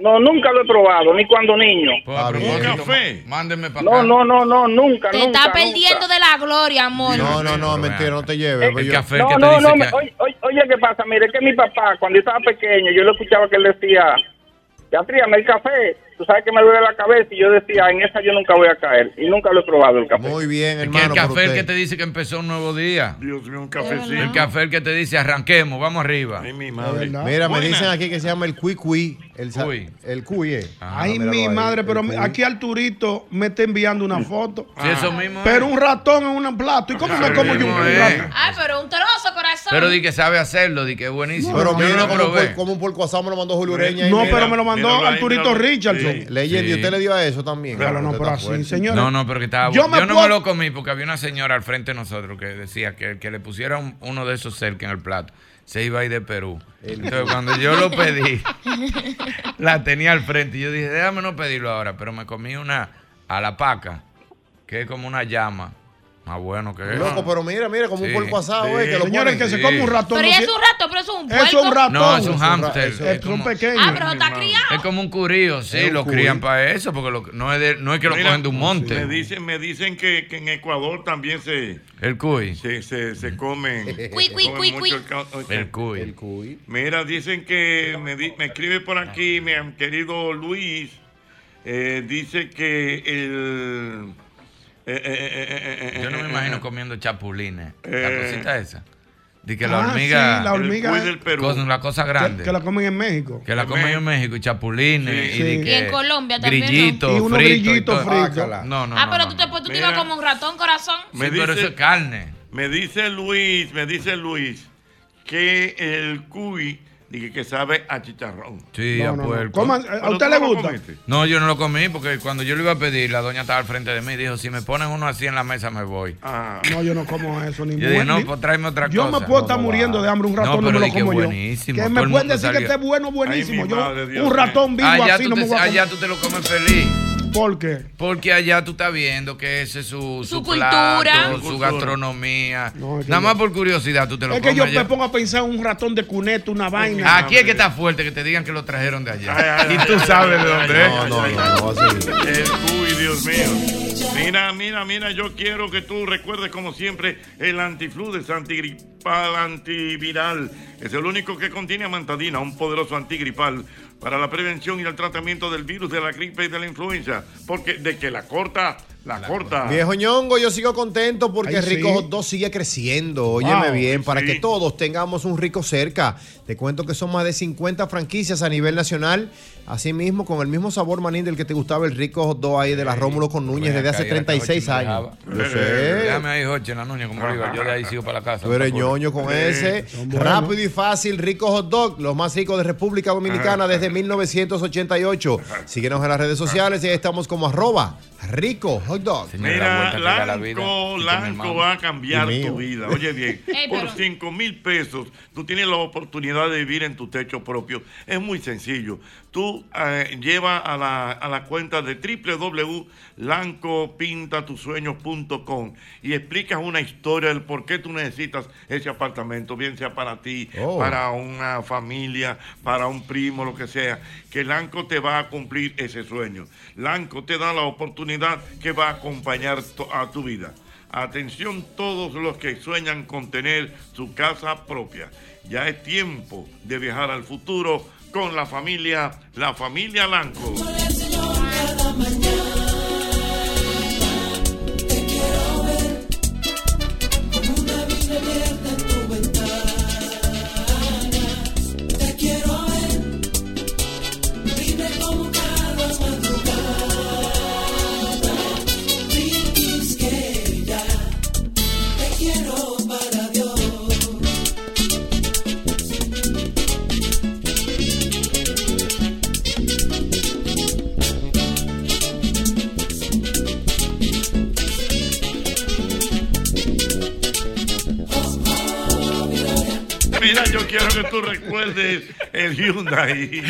[SPEAKER 9] no, nunca lo he probado, ni cuando niño.
[SPEAKER 2] Ah,
[SPEAKER 16] ¿Un café? Mándeme para
[SPEAKER 9] No, no, no, no, nunca,
[SPEAKER 7] Te está perdiendo de la gloria, amor.
[SPEAKER 12] No, no, no, mentira, no te lleves. pues yo-
[SPEAKER 9] no, no, no, me- oye, oye, oye, ¿qué pasa? Mire, es que mi papá, cuando yo estaba pequeño, yo le escuchaba que él decía, ya tríame el café, tú sabes que me duele la cabeza, y yo decía, en esa yo nunca voy a caer, y nunca lo he probado el café.
[SPEAKER 12] Muy bien,
[SPEAKER 16] Que el café el que te dice que empezó un nuevo día.
[SPEAKER 2] Dios mío, un cafecito.
[SPEAKER 16] El café el que te dice arranquemos, vamos arriba.
[SPEAKER 2] Ay, mi
[SPEAKER 12] Mira, me dicen aquí que se llama el cuy cuy. El, sa- el cuy, eh.
[SPEAKER 6] Ay,
[SPEAKER 12] míralo
[SPEAKER 6] mi
[SPEAKER 12] ahí,
[SPEAKER 6] madre,
[SPEAKER 12] el
[SPEAKER 6] pero
[SPEAKER 12] cuy.
[SPEAKER 6] aquí Arturito me está enviando una foto.
[SPEAKER 16] Sí, eso mismo
[SPEAKER 6] Pero un ratón en un plato. ¿Y cómo me como yo un ratón?
[SPEAKER 7] Ay, pero un trozo, corazón.
[SPEAKER 16] Pero di que sabe hacerlo, di que es buenísimo.
[SPEAKER 12] Pero
[SPEAKER 16] Yo
[SPEAKER 12] mira
[SPEAKER 16] no lo
[SPEAKER 12] como, un
[SPEAKER 16] probé.
[SPEAKER 12] puer- como un puerco asado me lo mandó Julio Ureña. ahí,
[SPEAKER 6] No,
[SPEAKER 12] mira.
[SPEAKER 6] pero me lo mandó
[SPEAKER 12] Míralo ahí,
[SPEAKER 6] Arturito
[SPEAKER 12] míralo ahí.
[SPEAKER 6] Richardson.
[SPEAKER 12] Sí. Legend,
[SPEAKER 16] Sí.
[SPEAKER 12] ¿y usted le dio a eso también?
[SPEAKER 6] Claro, no,
[SPEAKER 12] Usted
[SPEAKER 6] pero
[SPEAKER 12] está
[SPEAKER 6] así,
[SPEAKER 12] fuerte.
[SPEAKER 6] señores.
[SPEAKER 16] No, no, pero que estaba
[SPEAKER 6] Yo
[SPEAKER 16] bueno.
[SPEAKER 6] me
[SPEAKER 16] Yo no
[SPEAKER 6] puedo-
[SPEAKER 16] me lo comí porque había una señora al frente de nosotros que decía que el que le pusiera un- uno de esos cerca en el plato se iba a ir de Perú. Entonces, cuando yo lo pedí, la tenía al frente. Y yo dije, déjame no pedirlo ahora, pero me comí una a la paca, que es como una llama. Más bueno que eso.
[SPEAKER 12] Loco, pero mira, mira, como
[SPEAKER 16] Sí.
[SPEAKER 12] un puerco asado, eh, que lo
[SPEAKER 6] Señores,
[SPEAKER 12] ponen.
[SPEAKER 6] que se come un ratón.
[SPEAKER 7] Pero
[SPEAKER 6] no
[SPEAKER 7] ya
[SPEAKER 6] tiene-
[SPEAKER 7] es un rato, pero eso es un puerco.
[SPEAKER 6] Eso es un ratón.
[SPEAKER 16] No, es un hámster.
[SPEAKER 6] Es, un pequeño.
[SPEAKER 7] Ah, pero está criado.
[SPEAKER 16] Es como un curío, sí,
[SPEAKER 6] Es un
[SPEAKER 16] lo crían para eso, porque lo- no, es de- no es que lo
[SPEAKER 2] Mira,
[SPEAKER 16] cogen de un
[SPEAKER 2] Me
[SPEAKER 16] monte.
[SPEAKER 2] dicen, me dicen que, que en Ecuador también se,
[SPEAKER 16] El cuy.
[SPEAKER 2] se, se, se comen.
[SPEAKER 16] Cuy, cuy,
[SPEAKER 2] comen
[SPEAKER 16] cuy,
[SPEAKER 2] mucho
[SPEAKER 16] cuy.
[SPEAKER 2] el ca- ok.
[SPEAKER 16] El cuy. El
[SPEAKER 12] cuy.
[SPEAKER 2] Mira, dicen que me, di- me escribe por aquí, mi am- querido Luis, eh, dice que el...
[SPEAKER 16] Yo no me
[SPEAKER 6] Eh,
[SPEAKER 16] imagino comiendo chapulines.
[SPEAKER 2] Eh.
[SPEAKER 16] La cosita esa. De que la
[SPEAKER 6] Ah,
[SPEAKER 16] hormiga.
[SPEAKER 6] sí, la hormiga. El cuy del Perú.
[SPEAKER 16] cosa- la cosa grande.
[SPEAKER 6] Que, que la comen en México.
[SPEAKER 16] Que la comen en México y chapulines.
[SPEAKER 6] Sí.
[SPEAKER 16] Y, de
[SPEAKER 6] Sí.
[SPEAKER 16] que
[SPEAKER 7] Y en Colombia también, ¿no?
[SPEAKER 16] Grillitos,
[SPEAKER 6] Y unos
[SPEAKER 16] fritos y
[SPEAKER 6] grillitos
[SPEAKER 16] todo.
[SPEAKER 6] fritos.
[SPEAKER 16] No, no.
[SPEAKER 7] ah,
[SPEAKER 16] no,
[SPEAKER 7] pero
[SPEAKER 16] no,
[SPEAKER 7] tú, te, pues, tú te
[SPEAKER 2] Mira.
[SPEAKER 7] ibas como un ratón, corazón.
[SPEAKER 16] no. Sí, pero eso es carne.
[SPEAKER 2] Me dice Luis, me dice Luis, que el cuy, dije que sabe a chicharrón.
[SPEAKER 16] Sí, a puerco.
[SPEAKER 6] Coman- eh, ¿A usted le gusta?
[SPEAKER 16] No, yo no lo comí porque cuando yo lo iba a pedir, la doña estaba al frente de mí y dijo: Si me ponen uno así en la mesa, me voy.
[SPEAKER 6] No, yo no como eso. Ni
[SPEAKER 16] Yo dije,
[SPEAKER 6] bueno,
[SPEAKER 16] no,
[SPEAKER 6] ni-
[SPEAKER 16] pues tráeme otra
[SPEAKER 6] yo
[SPEAKER 16] cosa.
[SPEAKER 6] me puedo estar muriendo de hambre. Un ratón no,
[SPEAKER 16] pero
[SPEAKER 6] me
[SPEAKER 16] di
[SPEAKER 6] lo
[SPEAKER 16] que
[SPEAKER 6] como yo.
[SPEAKER 16] buenísimo,
[SPEAKER 6] Que
[SPEAKER 16] todo
[SPEAKER 6] me
[SPEAKER 16] el
[SPEAKER 6] pueden
[SPEAKER 16] mundo
[SPEAKER 6] decir que
[SPEAKER 16] salió.
[SPEAKER 6] esté bueno, buenísimo.
[SPEAKER 16] mi
[SPEAKER 6] yo,
[SPEAKER 16] madre, Dios
[SPEAKER 6] un
[SPEAKER 16] mío.
[SPEAKER 6] ratón vivo
[SPEAKER 16] allá
[SPEAKER 6] así
[SPEAKER 16] tú
[SPEAKER 6] no me
[SPEAKER 16] te-
[SPEAKER 6] voy a
[SPEAKER 16] Allá
[SPEAKER 6] comer.
[SPEAKER 16] tú te lo comes feliz.
[SPEAKER 6] ¿Por qué?
[SPEAKER 16] Porque allá tú estás viendo que ese es su,
[SPEAKER 7] Su
[SPEAKER 16] plato,
[SPEAKER 7] cultura.
[SPEAKER 16] su
[SPEAKER 7] Cultura.
[SPEAKER 16] gastronomía.
[SPEAKER 6] es que
[SPEAKER 16] Nada
[SPEAKER 6] yo-
[SPEAKER 16] más por curiosidad tú te lo
[SPEAKER 6] Es que
[SPEAKER 16] comes.
[SPEAKER 6] yo
[SPEAKER 16] allá.
[SPEAKER 6] me pongo a pensar en un ratón de cuneto, una vaina.
[SPEAKER 16] Aquí es que está fuerte que te digan que lo trajeron de allá.
[SPEAKER 2] ay,
[SPEAKER 16] y tú
[SPEAKER 2] ay,
[SPEAKER 16] sabes
[SPEAKER 2] ay,
[SPEAKER 16] de
[SPEAKER 2] ay,
[SPEAKER 16] dónde
[SPEAKER 2] ay,
[SPEAKER 16] es.
[SPEAKER 2] no, no,
[SPEAKER 12] no,
[SPEAKER 2] El cuy, Dios mío. Mira, mira, mira, yo quiero que tú recuerdes como siempre el antifludes antigripal antiviral. Es el único que contiene amantadina, un poderoso antigripal para la prevención y el tratamiento del virus de la gripe y de la influenza, porque de que la corta, la, corta.
[SPEAKER 12] Viejo ñongo, yo sigo contento porque
[SPEAKER 2] Ay, sí.
[SPEAKER 12] Rico Hot Dog sigue creciendo. Óyeme
[SPEAKER 2] Wow, pues
[SPEAKER 12] bien,
[SPEAKER 2] sí.
[SPEAKER 12] para que todos tengamos un rico cerca. Te cuento que son más de 50 franquicias a nivel nacional. Asimismo, con el mismo sabor manín del que te gustaba el Rico Hot Dog ahí de la Rómulo
[SPEAKER 2] pues
[SPEAKER 12] con Núñez desde hace 36 años. Yo sé.
[SPEAKER 16] Déjame ahí, Jorge, en la nuña, como digo. Yo de ahí sigo para la casa.
[SPEAKER 12] Tú eres
[SPEAKER 16] Por favor.
[SPEAKER 12] ñoño con ese.
[SPEAKER 16] buenos.
[SPEAKER 12] Rápido y fácil, Rico Hot Dog, los más ricos de República Dominicana desde 1988. Síguenos en las redes sociales y ahí estamos como arroba Rico Hot Dog.
[SPEAKER 2] Mira, Lanco, Lanco va a cambiar
[SPEAKER 12] Y mío.
[SPEAKER 2] tu vida. Oye bien,
[SPEAKER 12] Ey,
[SPEAKER 2] por
[SPEAKER 12] pero-
[SPEAKER 2] 5 mil pesos tú tienes la oportunidad de vivir en tu techo propio. Es muy sencillo. Tú eh, lleva a la, a la cuenta de www.lancopintatusueños.com y explicas una historia del por qué tú necesitas ese apartamento, bien sea para ti,
[SPEAKER 12] Oh.
[SPEAKER 2] para una familia, para un primo, lo que sea, que Lanco te va a cumplir ese sueño. Lanco te da la oportunidad que va a acompañar to- a tu vida. Atención todos los que sueñan con tener su casa propia. Ya es tiempo de viajar al futuro con la familia, la familia Lanco.
[SPEAKER 5] Te quiero ver, dime cómo cada madrugada Dices que ya te quiero para Dios
[SPEAKER 2] Mira, yo quiero que tú recuerdes el Hyundai,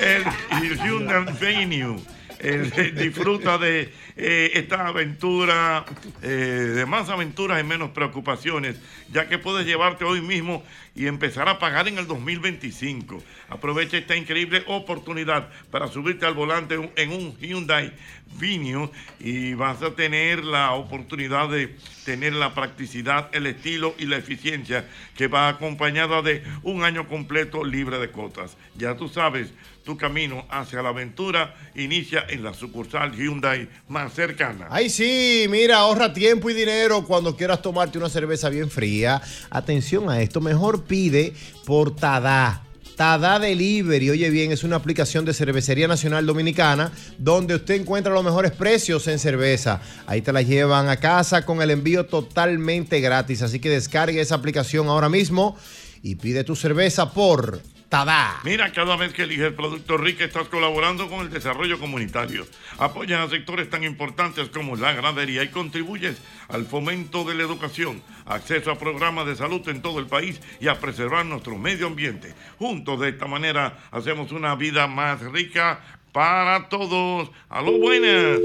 [SPEAKER 2] el, el Hyundai Venue. El- el disfruta de eh, esta aventura, eh, de más aventuras y menos preocupaciones, ya que puedes llevarte hoy mismo y empezar a pagar en el 2025. Aprovecha esta increíble oportunidad para subirte al volante en un Hyundai Venue y vas a tener la oportunidad de tener la practicidad, el estilo y la eficiencia que va acompañada de un año completo libre de cotas. Ya tú sabes, tu camino hacia la aventura inicia en la sucursal Hyundai más cercana.
[SPEAKER 12] Ay, sí, mira, ahorra tiempo y dinero cuando quieras tomarte una cerveza bien fría. Atención a esto, mejor pide por Tadá. Tadá Delivery, oye bien, es una aplicación de Cervecería Nacional Dominicana donde usted encuentra los mejores precios en cerveza. Ahí te la llevan a casa con el envío totalmente gratis. Así que descargue esa aplicación ahora mismo y pide tu cerveza por Tadá.
[SPEAKER 2] Mira, cada vez que eliges el producto rica estás colaborando con el desarrollo comunitario. Apoyas a sectores tan importantes como la ganadería y contribuyes al fomento de la educación, acceso a programas de salud en todo el país y a preservar nuestro medio ambiente. Juntos de esta manera hacemos una vida más rica para todos. ¡Aló, buenas!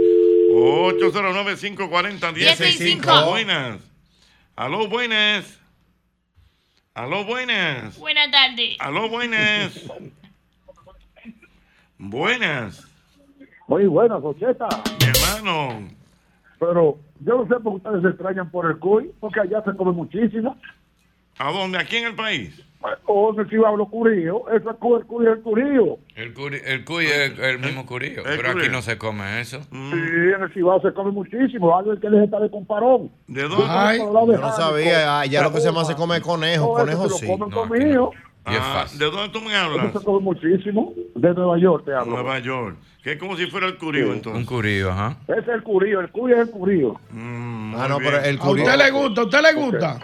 [SPEAKER 2] 809-540-165. Buenas. ¡Aló, buenas! ¡Aló, buenas!
[SPEAKER 17] Buenas tardes.
[SPEAKER 2] Aló, buenas. buenas.
[SPEAKER 10] Muy buenas, Ocheta.
[SPEAKER 2] Mi hermano.
[SPEAKER 10] Pero yo no sé por qué ustedes se extrañan por el cuy, porque allá se come muchísimo.
[SPEAKER 2] ¿A dónde? ¿Aquí en el país?
[SPEAKER 10] O si yo hablo curío, eso es cu- el cuy, el curío.
[SPEAKER 16] El, curi- el cuy es el, el mismo curío, pero aquí no se come eso.
[SPEAKER 2] Mm.
[SPEAKER 10] Sí, en el Cibao se come muchísimo. Algo que les está de comparón.
[SPEAKER 2] ¿De
[SPEAKER 10] dónde?
[SPEAKER 12] Ay, yo no sabía. Allá lo que se más se come es conejo. Conejo sí. No, aquí no.
[SPEAKER 2] Ah, ¿De dónde tú me hablas?
[SPEAKER 10] Se come muchísimo. De Nueva York te hablo.
[SPEAKER 2] Nueva York. Que es como si fuera el curío, entonces.
[SPEAKER 16] Un curío, ajá.
[SPEAKER 10] Ese es el curío, el cuy es el curío.
[SPEAKER 12] Ah, no, pero el
[SPEAKER 6] ¿A
[SPEAKER 12] curío.
[SPEAKER 6] usted le gusta? ¿A usted le gusta?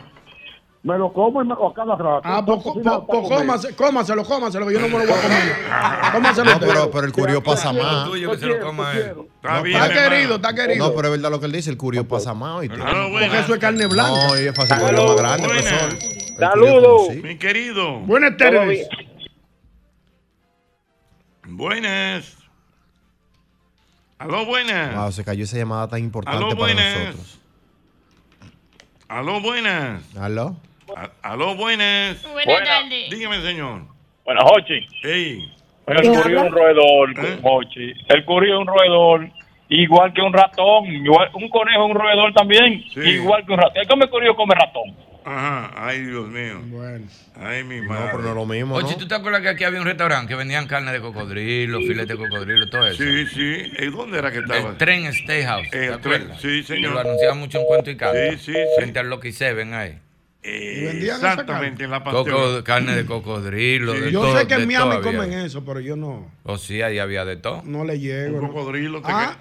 [SPEAKER 10] Me lo como y me lo a cada rato.
[SPEAKER 6] Ah, pues co- po- po- cómase- cómaselo, cómaselo, que yo no me lo voy a comer. Cómaselo.
[SPEAKER 12] No, pero, pero el curio pasa más.
[SPEAKER 16] Tuyo que se lo coma él.
[SPEAKER 12] No,
[SPEAKER 6] bien, Está hermano. querido, está querido.
[SPEAKER 12] No, pero es verdad lo que él dice, el curio pasa más. ¿oíste?
[SPEAKER 6] Porque eso es carne blanca.
[SPEAKER 12] No, y es fácil, el curio más grande, profesor.
[SPEAKER 2] Saludos. Mi querido.
[SPEAKER 6] Buenas tardes.
[SPEAKER 2] Buenas. Aló, buenas.
[SPEAKER 12] Wow, se cayó esa llamada tan importante
[SPEAKER 2] Aló,
[SPEAKER 12] para
[SPEAKER 2] buenas.
[SPEAKER 12] nosotros.
[SPEAKER 2] Aló, buenas.
[SPEAKER 12] ¿Aló?
[SPEAKER 2] A- aló, buenas.
[SPEAKER 17] Buenas Buenas. tardes.
[SPEAKER 2] Dígame, señor.
[SPEAKER 9] Bueno, Hochi.
[SPEAKER 2] Ey.
[SPEAKER 9] El curío es un roedor,
[SPEAKER 2] ¿Eh?
[SPEAKER 9] Hochi. El curío es un roedor, igual que un ratón. Igual, un conejo es un roedor también, igual que un ratón. El come curío come ratón.
[SPEAKER 2] Ajá, ay, Dios mío. Bueno. Ay, mi madre.
[SPEAKER 12] pero no es lo mismo,
[SPEAKER 16] Oye, ¿tú te acuerdas que aquí había un restaurante que vendían carne de cocodrilo, filete de cocodrilo, todo eso?
[SPEAKER 2] Sí, sí. ¿Y dónde era que estaba?
[SPEAKER 16] El tren Steakhouse. ¿te
[SPEAKER 2] El tren,
[SPEAKER 16] acuerdas?
[SPEAKER 2] sí, señor.
[SPEAKER 16] Que Lo anunciaban mucho en cuento y carne.
[SPEAKER 2] Sí, sí,
[SPEAKER 16] Frente al Lucky Seven ahí.
[SPEAKER 6] vendían esa
[SPEAKER 2] Exactamente, en la
[SPEAKER 16] Coco, carne de cocodrilo. de
[SPEAKER 6] Yo
[SPEAKER 16] todo-
[SPEAKER 6] sé que
[SPEAKER 16] de
[SPEAKER 6] en Miami
[SPEAKER 16] todo había.
[SPEAKER 6] comen eso, pero yo no,
[SPEAKER 16] O sí, ahí había de todo.
[SPEAKER 6] no le llego.
[SPEAKER 2] Un cocodrilo.
[SPEAKER 6] te Ah.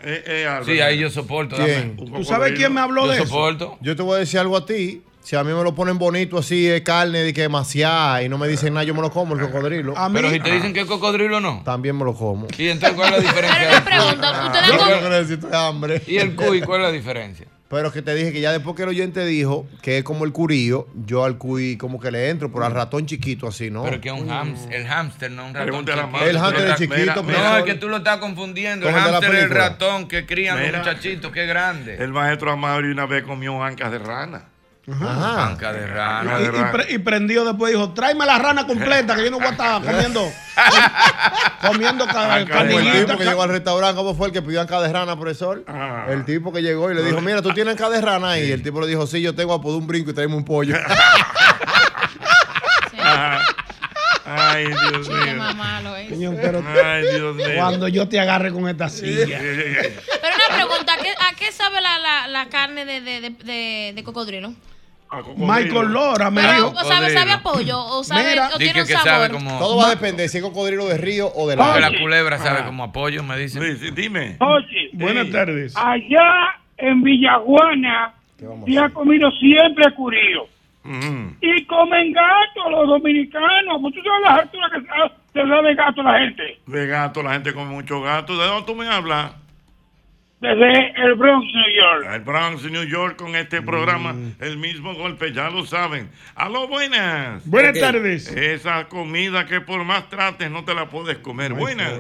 [SPEAKER 16] Sí, ahí yo soporto.
[SPEAKER 12] ¿Quién?
[SPEAKER 16] dame.
[SPEAKER 6] ¿Tú sabes quién me habló
[SPEAKER 16] Yo
[SPEAKER 6] de eso?
[SPEAKER 16] soporto.
[SPEAKER 12] Yo te voy a decir algo a ti. Si a mí me lo ponen bonito así, de carne, de que demasiada, y no me dicen nada, yo me lo como, el cocodrilo. Ah,
[SPEAKER 6] A Ah.
[SPEAKER 16] Pero si te dicen que es cocodrilo, no.
[SPEAKER 12] También me lo como.
[SPEAKER 16] ¿Y entonces cuál es la diferencia?
[SPEAKER 12] Pero me
[SPEAKER 16] pregunto,
[SPEAKER 12] Yo creo que necesito hambre.
[SPEAKER 16] ¿Y el cuy cuál es la diferencia?
[SPEAKER 12] Pero que te dije que ya después que el oyente dijo que es como el curío, yo al cuy como que le entro, pero al ratón chiquito así, ¿no?
[SPEAKER 16] Mm. Pero que un hamster, el hámster no un ratón.
[SPEAKER 12] Pregúntale a la
[SPEAKER 16] chiquito.
[SPEAKER 12] madre. El hámster es
[SPEAKER 16] Mira,
[SPEAKER 12] chiquito,
[SPEAKER 16] mira, No,
[SPEAKER 12] profesor.
[SPEAKER 16] es que tú lo estás confundiendo. El
[SPEAKER 2] Con el de la
[SPEAKER 16] hámster es el
[SPEAKER 2] película.
[SPEAKER 16] ratón que crían los
[SPEAKER 2] Mira.
[SPEAKER 16] muchachitos, qué grande.
[SPEAKER 2] El maestro Amaury una vez comió ancas de rana.
[SPEAKER 12] Ajá.
[SPEAKER 16] Anca de
[SPEAKER 2] Anca
[SPEAKER 16] rana.
[SPEAKER 2] de rana.
[SPEAKER 6] Pre- Y prendió después dijo, tráeme la rana completa, que yo no voy a estar comiendo. comiendo ca-
[SPEAKER 12] Como el
[SPEAKER 6] canillita.
[SPEAKER 12] tipo que llegó al restaurante, ¿cómo fue el que pidió anca de rana, profesor?
[SPEAKER 16] Ah.
[SPEAKER 12] El tipo que llegó y le dijo, mira, tú tienes anca de rana ahí. Y el tipo le dijo, sí, yo tengo a poder un brinco y tráeme un pollo.
[SPEAKER 2] Ay, Dios mío.
[SPEAKER 6] Señor, pero-
[SPEAKER 2] Ay, Dios mío.
[SPEAKER 6] Cuando yo te agarre con esta silla.
[SPEAKER 7] Pero una pregunta, ¿a qué, a qué sabe la, la, la carne de, de, de, de- de cocodrilo?
[SPEAKER 6] Michael Lora me
[SPEAKER 7] Pero,
[SPEAKER 6] dijo.
[SPEAKER 7] o sabe, ¿Sabe a pollo? ¿O, sabe,
[SPEAKER 6] Mira.
[SPEAKER 7] o
[SPEAKER 16] Di
[SPEAKER 7] tiene un
[SPEAKER 16] que
[SPEAKER 7] sabor?
[SPEAKER 16] sabe como-
[SPEAKER 12] Todo va a depender si es cocodrilo de río o de
[SPEAKER 16] Porque
[SPEAKER 12] la...
[SPEAKER 16] la culebra sabe como apoyo, me dicen.
[SPEAKER 2] Dime.
[SPEAKER 18] Oye,
[SPEAKER 6] Buenas tardes.
[SPEAKER 18] allá en Villaguana se ha comido siempre curío.
[SPEAKER 2] Mm.
[SPEAKER 18] Y comen gato los dominicanos. Pues tú sabes las alturas que sa- se da de gato la gente.
[SPEAKER 2] De gato, la gente come mucho gato. ¿De dónde tú me hablas?
[SPEAKER 18] Desde el Bronx, New York.
[SPEAKER 2] El Bronx, New York, con este
[SPEAKER 6] Mm.
[SPEAKER 2] programa, el mismo golpe, ya lo saben. Aló, buenas.
[SPEAKER 6] Buenas Ok. tardes.
[SPEAKER 2] Esa comida que por más trates no te la puedes comer. buenas,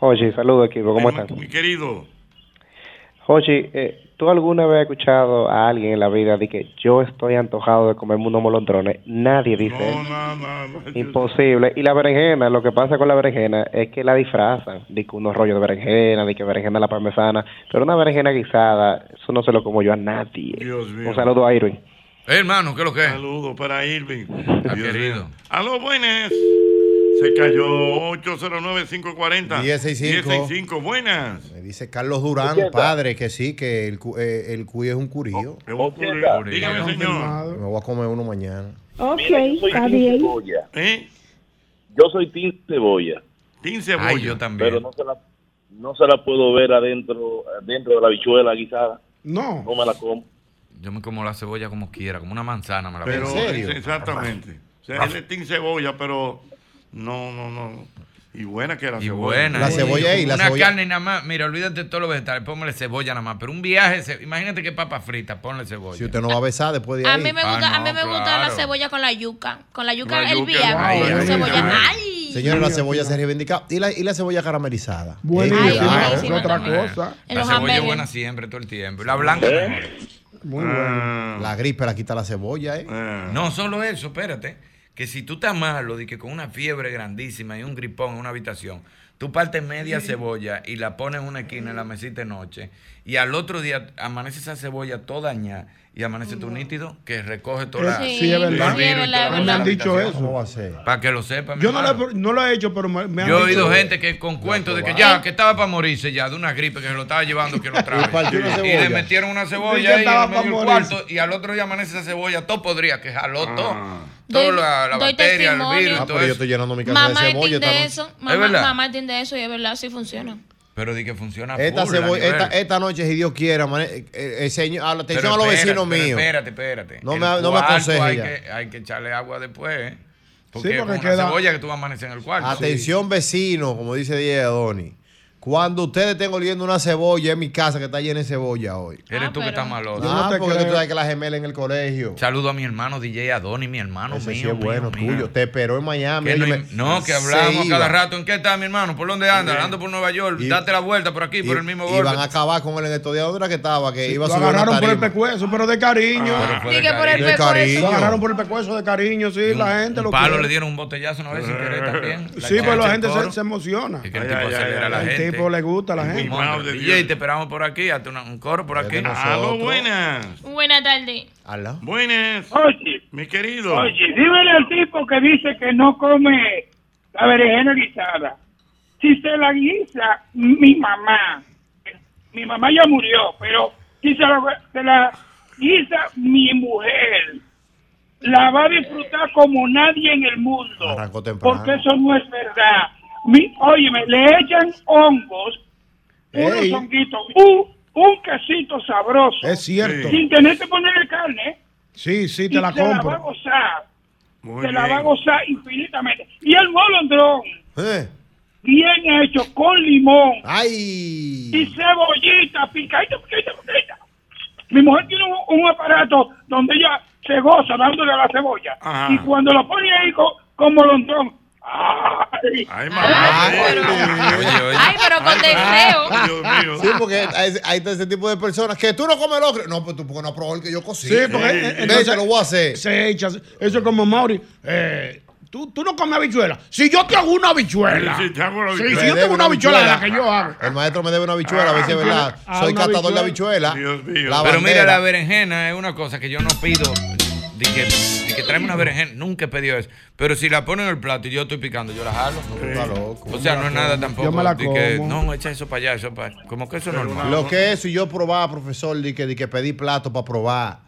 [SPEAKER 19] Oye, saludos equipo, ¿cómo están?
[SPEAKER 2] mi querido.
[SPEAKER 17] Jochi, eh, ¿tú alguna vez has escuchado a alguien en la vida de que yo estoy antojado de comerme unos molondrones? Nadie dice eso. Imposible. Y la berenjena, lo que pasa con la berenjena es que la disfrazan. De que unos rollos de berenjena, de que berenjena a la parmesana. Pero una berenjena guisada, eso no se lo como yo a nadie.
[SPEAKER 2] Dios mío.
[SPEAKER 17] Un saludo a Irwin.
[SPEAKER 16] Eh, hermano, ¿qué es lo que es? Ah,
[SPEAKER 2] Saludos para Irving.
[SPEAKER 16] querido.
[SPEAKER 2] A los buenos. Se cayó
[SPEAKER 12] 1065.
[SPEAKER 2] 809-540. 1065. Buenas.
[SPEAKER 12] Me dice Carlos Durán,
[SPEAKER 2] Ochenta.
[SPEAKER 12] padre, que sí, que el, cu- eh, el cuy Oh, es un curío.
[SPEAKER 2] Dígame, señor.
[SPEAKER 12] Me voy a comer uno mañana.
[SPEAKER 8] Ok,
[SPEAKER 12] está
[SPEAKER 9] Team
[SPEAKER 12] bien.
[SPEAKER 9] Cebolla. Yo soy Team Cebolla.
[SPEAKER 2] ¿Eh? Team
[SPEAKER 16] Cebolla. Ay, yo también.
[SPEAKER 9] Pero no se la, no se la puedo ver adentro, dentro de la bichuela guisada.
[SPEAKER 6] No.
[SPEAKER 9] No me la como.
[SPEAKER 16] Yo me como la cebolla como quiera, como una manzana me la
[SPEAKER 2] Pero,
[SPEAKER 16] como.
[SPEAKER 2] es- exactamente.
[SPEAKER 16] Ah.
[SPEAKER 2] O sea, él es Team Cebolla, pero no, no, no. Y buena que la
[SPEAKER 16] Y
[SPEAKER 2] cebolla.
[SPEAKER 16] buena.
[SPEAKER 12] La
[SPEAKER 16] eh.
[SPEAKER 12] cebolla ahí, la
[SPEAKER 16] Una
[SPEAKER 12] cebolla.
[SPEAKER 16] carne nada más. Mira, olvídate de todos los vegetales, póngale cebolla nada más. Pero un viaje, ce- imagínate que papa frita, ponle cebolla.
[SPEAKER 12] Si usted no va a besar después de
[SPEAKER 7] A
[SPEAKER 12] ahí.
[SPEAKER 7] mí me
[SPEAKER 16] Ah,
[SPEAKER 7] gusta, a mí me gusta la cebolla con la yuca. Con la yuca,
[SPEAKER 12] La
[SPEAKER 7] el
[SPEAKER 12] yuca,
[SPEAKER 7] viejo.
[SPEAKER 12] ay,
[SPEAKER 7] con
[SPEAKER 12] ay,
[SPEAKER 7] cebolla.
[SPEAKER 12] ay.
[SPEAKER 7] Ay.
[SPEAKER 12] Señores, la cebolla se reivindica. Y la, y la cebolla caramelizada.
[SPEAKER 6] Buenísima,
[SPEAKER 12] Eh, cuidado.
[SPEAKER 6] buenísima ¿qué otra también. cosa?
[SPEAKER 16] La
[SPEAKER 12] Los
[SPEAKER 16] cebolla es
[SPEAKER 12] hamburgues.
[SPEAKER 16] buena siempre, todo el tiempo. Y La blanca
[SPEAKER 12] ¿Eh?
[SPEAKER 16] mejor.
[SPEAKER 12] Muy bueno. La gripe la quita la cebolla, ¿eh?
[SPEAKER 16] No solo eso, espérate. Que si tú estás malo, de que con una fiebre grandísima y un gripón en una habitación, tú partes media cebolla y la pones en una esquina en la mesita de noche, y al otro día amanece esa cebolla toda dañada y amanece tu nítido que recoge toda la.
[SPEAKER 6] Sí, sí, es verdad. Sí, es verdad, es Me verdad. han dicho eso.
[SPEAKER 12] ¿Cómo va a ser?
[SPEAKER 16] Para que lo sepan. mi
[SPEAKER 6] Yo no
[SPEAKER 16] hermano.
[SPEAKER 6] lo, he, no lo he hecho, pero me, me han
[SPEAKER 16] Yo he
[SPEAKER 6] dicho-
[SPEAKER 16] oído gente que con cuentos de que ya, que estaba para morirse ya, de una gripe que se lo estaba llevando, que lo trajo.
[SPEAKER 12] partió una
[SPEAKER 16] y le
[SPEAKER 12] cebolla.
[SPEAKER 16] metieron una
[SPEAKER 12] Y ya
[SPEAKER 16] cebolla ahí
[SPEAKER 12] estaba
[SPEAKER 16] en medio
[SPEAKER 12] pa'
[SPEAKER 16] del
[SPEAKER 12] morirse.
[SPEAKER 16] cuarto y al otro día amanece esa cebolla, todo podría, que jaló todo. Toda la, la
[SPEAKER 7] doy
[SPEAKER 16] bacteria, el
[SPEAKER 7] testimonio.
[SPEAKER 16] virus,
[SPEAKER 12] Ah,
[SPEAKER 16] y todo
[SPEAKER 12] pero yo
[SPEAKER 16] eso.
[SPEAKER 12] estoy llenando mi casa
[SPEAKER 7] Mamá
[SPEAKER 12] de cebolla. esta
[SPEAKER 7] entiende
[SPEAKER 12] noche.
[SPEAKER 7] eso.
[SPEAKER 16] Es
[SPEAKER 7] Mamá,
[SPEAKER 16] verdad.
[SPEAKER 7] mamá entiende eso y es verdad, sí funciona.
[SPEAKER 16] Pero di que funciona
[SPEAKER 12] Esta,
[SPEAKER 16] full,
[SPEAKER 12] cebolla-
[SPEAKER 16] Daniel.
[SPEAKER 12] esta, esta noche, si Dios quiere, amane- eh, eh, eh, señor, a la-
[SPEAKER 16] Pero
[SPEAKER 12] atención a los
[SPEAKER 16] espérate,
[SPEAKER 12] vecinos
[SPEAKER 16] pero
[SPEAKER 12] míos.
[SPEAKER 16] Espérate, espérate.
[SPEAKER 12] No
[SPEAKER 16] El
[SPEAKER 12] me- no me
[SPEAKER 16] cuarto
[SPEAKER 12] aconseje
[SPEAKER 16] Hay
[SPEAKER 12] ya.
[SPEAKER 16] que, hay que echarle agua después, ¿eh? Porque,
[SPEAKER 12] Sí,
[SPEAKER 16] es
[SPEAKER 12] porque
[SPEAKER 16] una
[SPEAKER 12] queda-
[SPEAKER 16] cebolla que tú vas a amanecer en el cuarto.
[SPEAKER 12] Atención, vecino, como dice Diego Adoni. Cuando ustedes estén oliendo una cebolla en mi casa que está llena de cebolla hoy.
[SPEAKER 16] Eres tú que estás malo.
[SPEAKER 12] Ah, Yo no te porque tú creo. sabes que la gemela en el colegio.
[SPEAKER 16] Saludo a mi hermano DJ Adoni, mi hermano
[SPEAKER 12] Ese sí
[SPEAKER 16] Ah, mío.
[SPEAKER 12] es bueno
[SPEAKER 16] mío, mío.
[SPEAKER 12] tuyo. Te esperó en Miami.
[SPEAKER 16] Que
[SPEAKER 12] Él
[SPEAKER 16] no,
[SPEAKER 12] me-
[SPEAKER 16] no, que
[SPEAKER 12] se
[SPEAKER 16] hablábamos
[SPEAKER 12] iba.
[SPEAKER 16] cada rato. ¿En qué está mi hermano? ¿Por dónde anda? Ando por Nueva York. Date la vuelta por aquí, por el mismo
[SPEAKER 12] Y van a
[SPEAKER 16] golpe.
[SPEAKER 12] acabar con el en estos días. ¿Dónde era que estaba? Que iba a
[SPEAKER 6] Lo
[SPEAKER 12] subir una
[SPEAKER 6] agarraron por el
[SPEAKER 12] tarima.
[SPEAKER 6] pecuezo, pero de cariño.
[SPEAKER 12] Ah, pero fue de Dije por el cariño.
[SPEAKER 6] De
[SPEAKER 12] pecuezo.
[SPEAKER 6] cariño. Lo agarraron por el pecuezo de cariño, sí, la gente lo
[SPEAKER 16] Palo
[SPEAKER 6] quiere.
[SPEAKER 16] le dieron un botellazo una vez sin querer también.
[SPEAKER 6] Sí, pues la
[SPEAKER 16] chacha
[SPEAKER 6] gente
[SPEAKER 16] del
[SPEAKER 6] se,
[SPEAKER 16] coro.
[SPEAKER 6] se emociona.
[SPEAKER 16] Que el tipo acelera a la
[SPEAKER 6] Al
[SPEAKER 16] gente.
[SPEAKER 6] tipo le gusta a la gente.
[SPEAKER 16] DJ, te esperamos por aquí, hazte una- un coro por aquí.
[SPEAKER 2] Aló, buenas.
[SPEAKER 7] Buena tarde.
[SPEAKER 12] Aló.
[SPEAKER 2] Buenas. Mi querido.
[SPEAKER 18] Oye, dímele al tipo que dice que no come la berenjena guisada. Si se la guisa mi mamá, mi mamá ya murió, pero si se la, se la guisa mi mujer, la va a disfrutar como nadie en el mundo.
[SPEAKER 12] Arrancó temprano.
[SPEAKER 18] Porque eso no es verdad. Mi, óyeme, le echan hongos,
[SPEAKER 6] Ey.
[SPEAKER 18] unos honguitos, un, un quesito sabroso.
[SPEAKER 6] Es cierto.
[SPEAKER 18] Sin tener que ponerle carne, ¿eh?
[SPEAKER 6] Sí, sí,
[SPEAKER 18] y
[SPEAKER 6] te la
[SPEAKER 18] se la va a
[SPEAKER 6] compro.
[SPEAKER 18] gozar.
[SPEAKER 6] Muy
[SPEAKER 18] se la
[SPEAKER 6] bien.
[SPEAKER 18] va a gozar infinitamente. Y el molondrón,
[SPEAKER 12] Eh,
[SPEAKER 18] bien hecho, con limón.
[SPEAKER 12] ¡Ay!
[SPEAKER 18] Y cebollita, picadita, picadita, picadita. Mi mujer tiene un, un aparato donde ella se goza dándole a la cebolla.
[SPEAKER 2] Ajá.
[SPEAKER 18] Y cuando lo pone ahí con, con molondrón, ¡ay!
[SPEAKER 7] Ay, pero
[SPEAKER 4] Ah,
[SPEAKER 7] con deseo.
[SPEAKER 12] Sí, porque hay, hay ese tipo de personas que tú no comes locro. No, pues tú porque no has probado el que yo cocino.
[SPEAKER 6] Sí, porque eh,
[SPEAKER 12] Ve,
[SPEAKER 6] entonces
[SPEAKER 12] te lo voy a hacer.
[SPEAKER 6] se echa. Eso es como Mauri. eh, tú, tú no comes habichuela. Si yo te hago una habichuela.
[SPEAKER 12] Sí, sí, te hago una
[SPEAKER 6] Sí,
[SPEAKER 12] habichuela.
[SPEAKER 6] si
[SPEAKER 12] Me
[SPEAKER 6] yo te hago
[SPEAKER 12] debe
[SPEAKER 6] una
[SPEAKER 12] una
[SPEAKER 6] habichuela de la que
[SPEAKER 12] habichuela.
[SPEAKER 6] yo hago.
[SPEAKER 12] El maestro me debe una bichuela, a ver si es verdad.
[SPEAKER 6] Ah,
[SPEAKER 12] Soy
[SPEAKER 6] una
[SPEAKER 12] catador de
[SPEAKER 6] habichuela.
[SPEAKER 12] habichuela. La
[SPEAKER 16] Pero mira,
[SPEAKER 12] bandera.
[SPEAKER 16] la berenjena es una cosa que yo no pido. De que, de que tráeme una berenjena, nunca he pedido eso. Pero si la ponen en el plato y yo estoy picando, yo la jalo. O sea, no es nada tampoco.
[SPEAKER 12] Yo me la
[SPEAKER 16] de que,
[SPEAKER 12] como.
[SPEAKER 16] no, echa eso para allá, eso para. Como que eso es normal.
[SPEAKER 12] Lo que es, si yo probaba, profesor, de que, de que pedí plato para probar,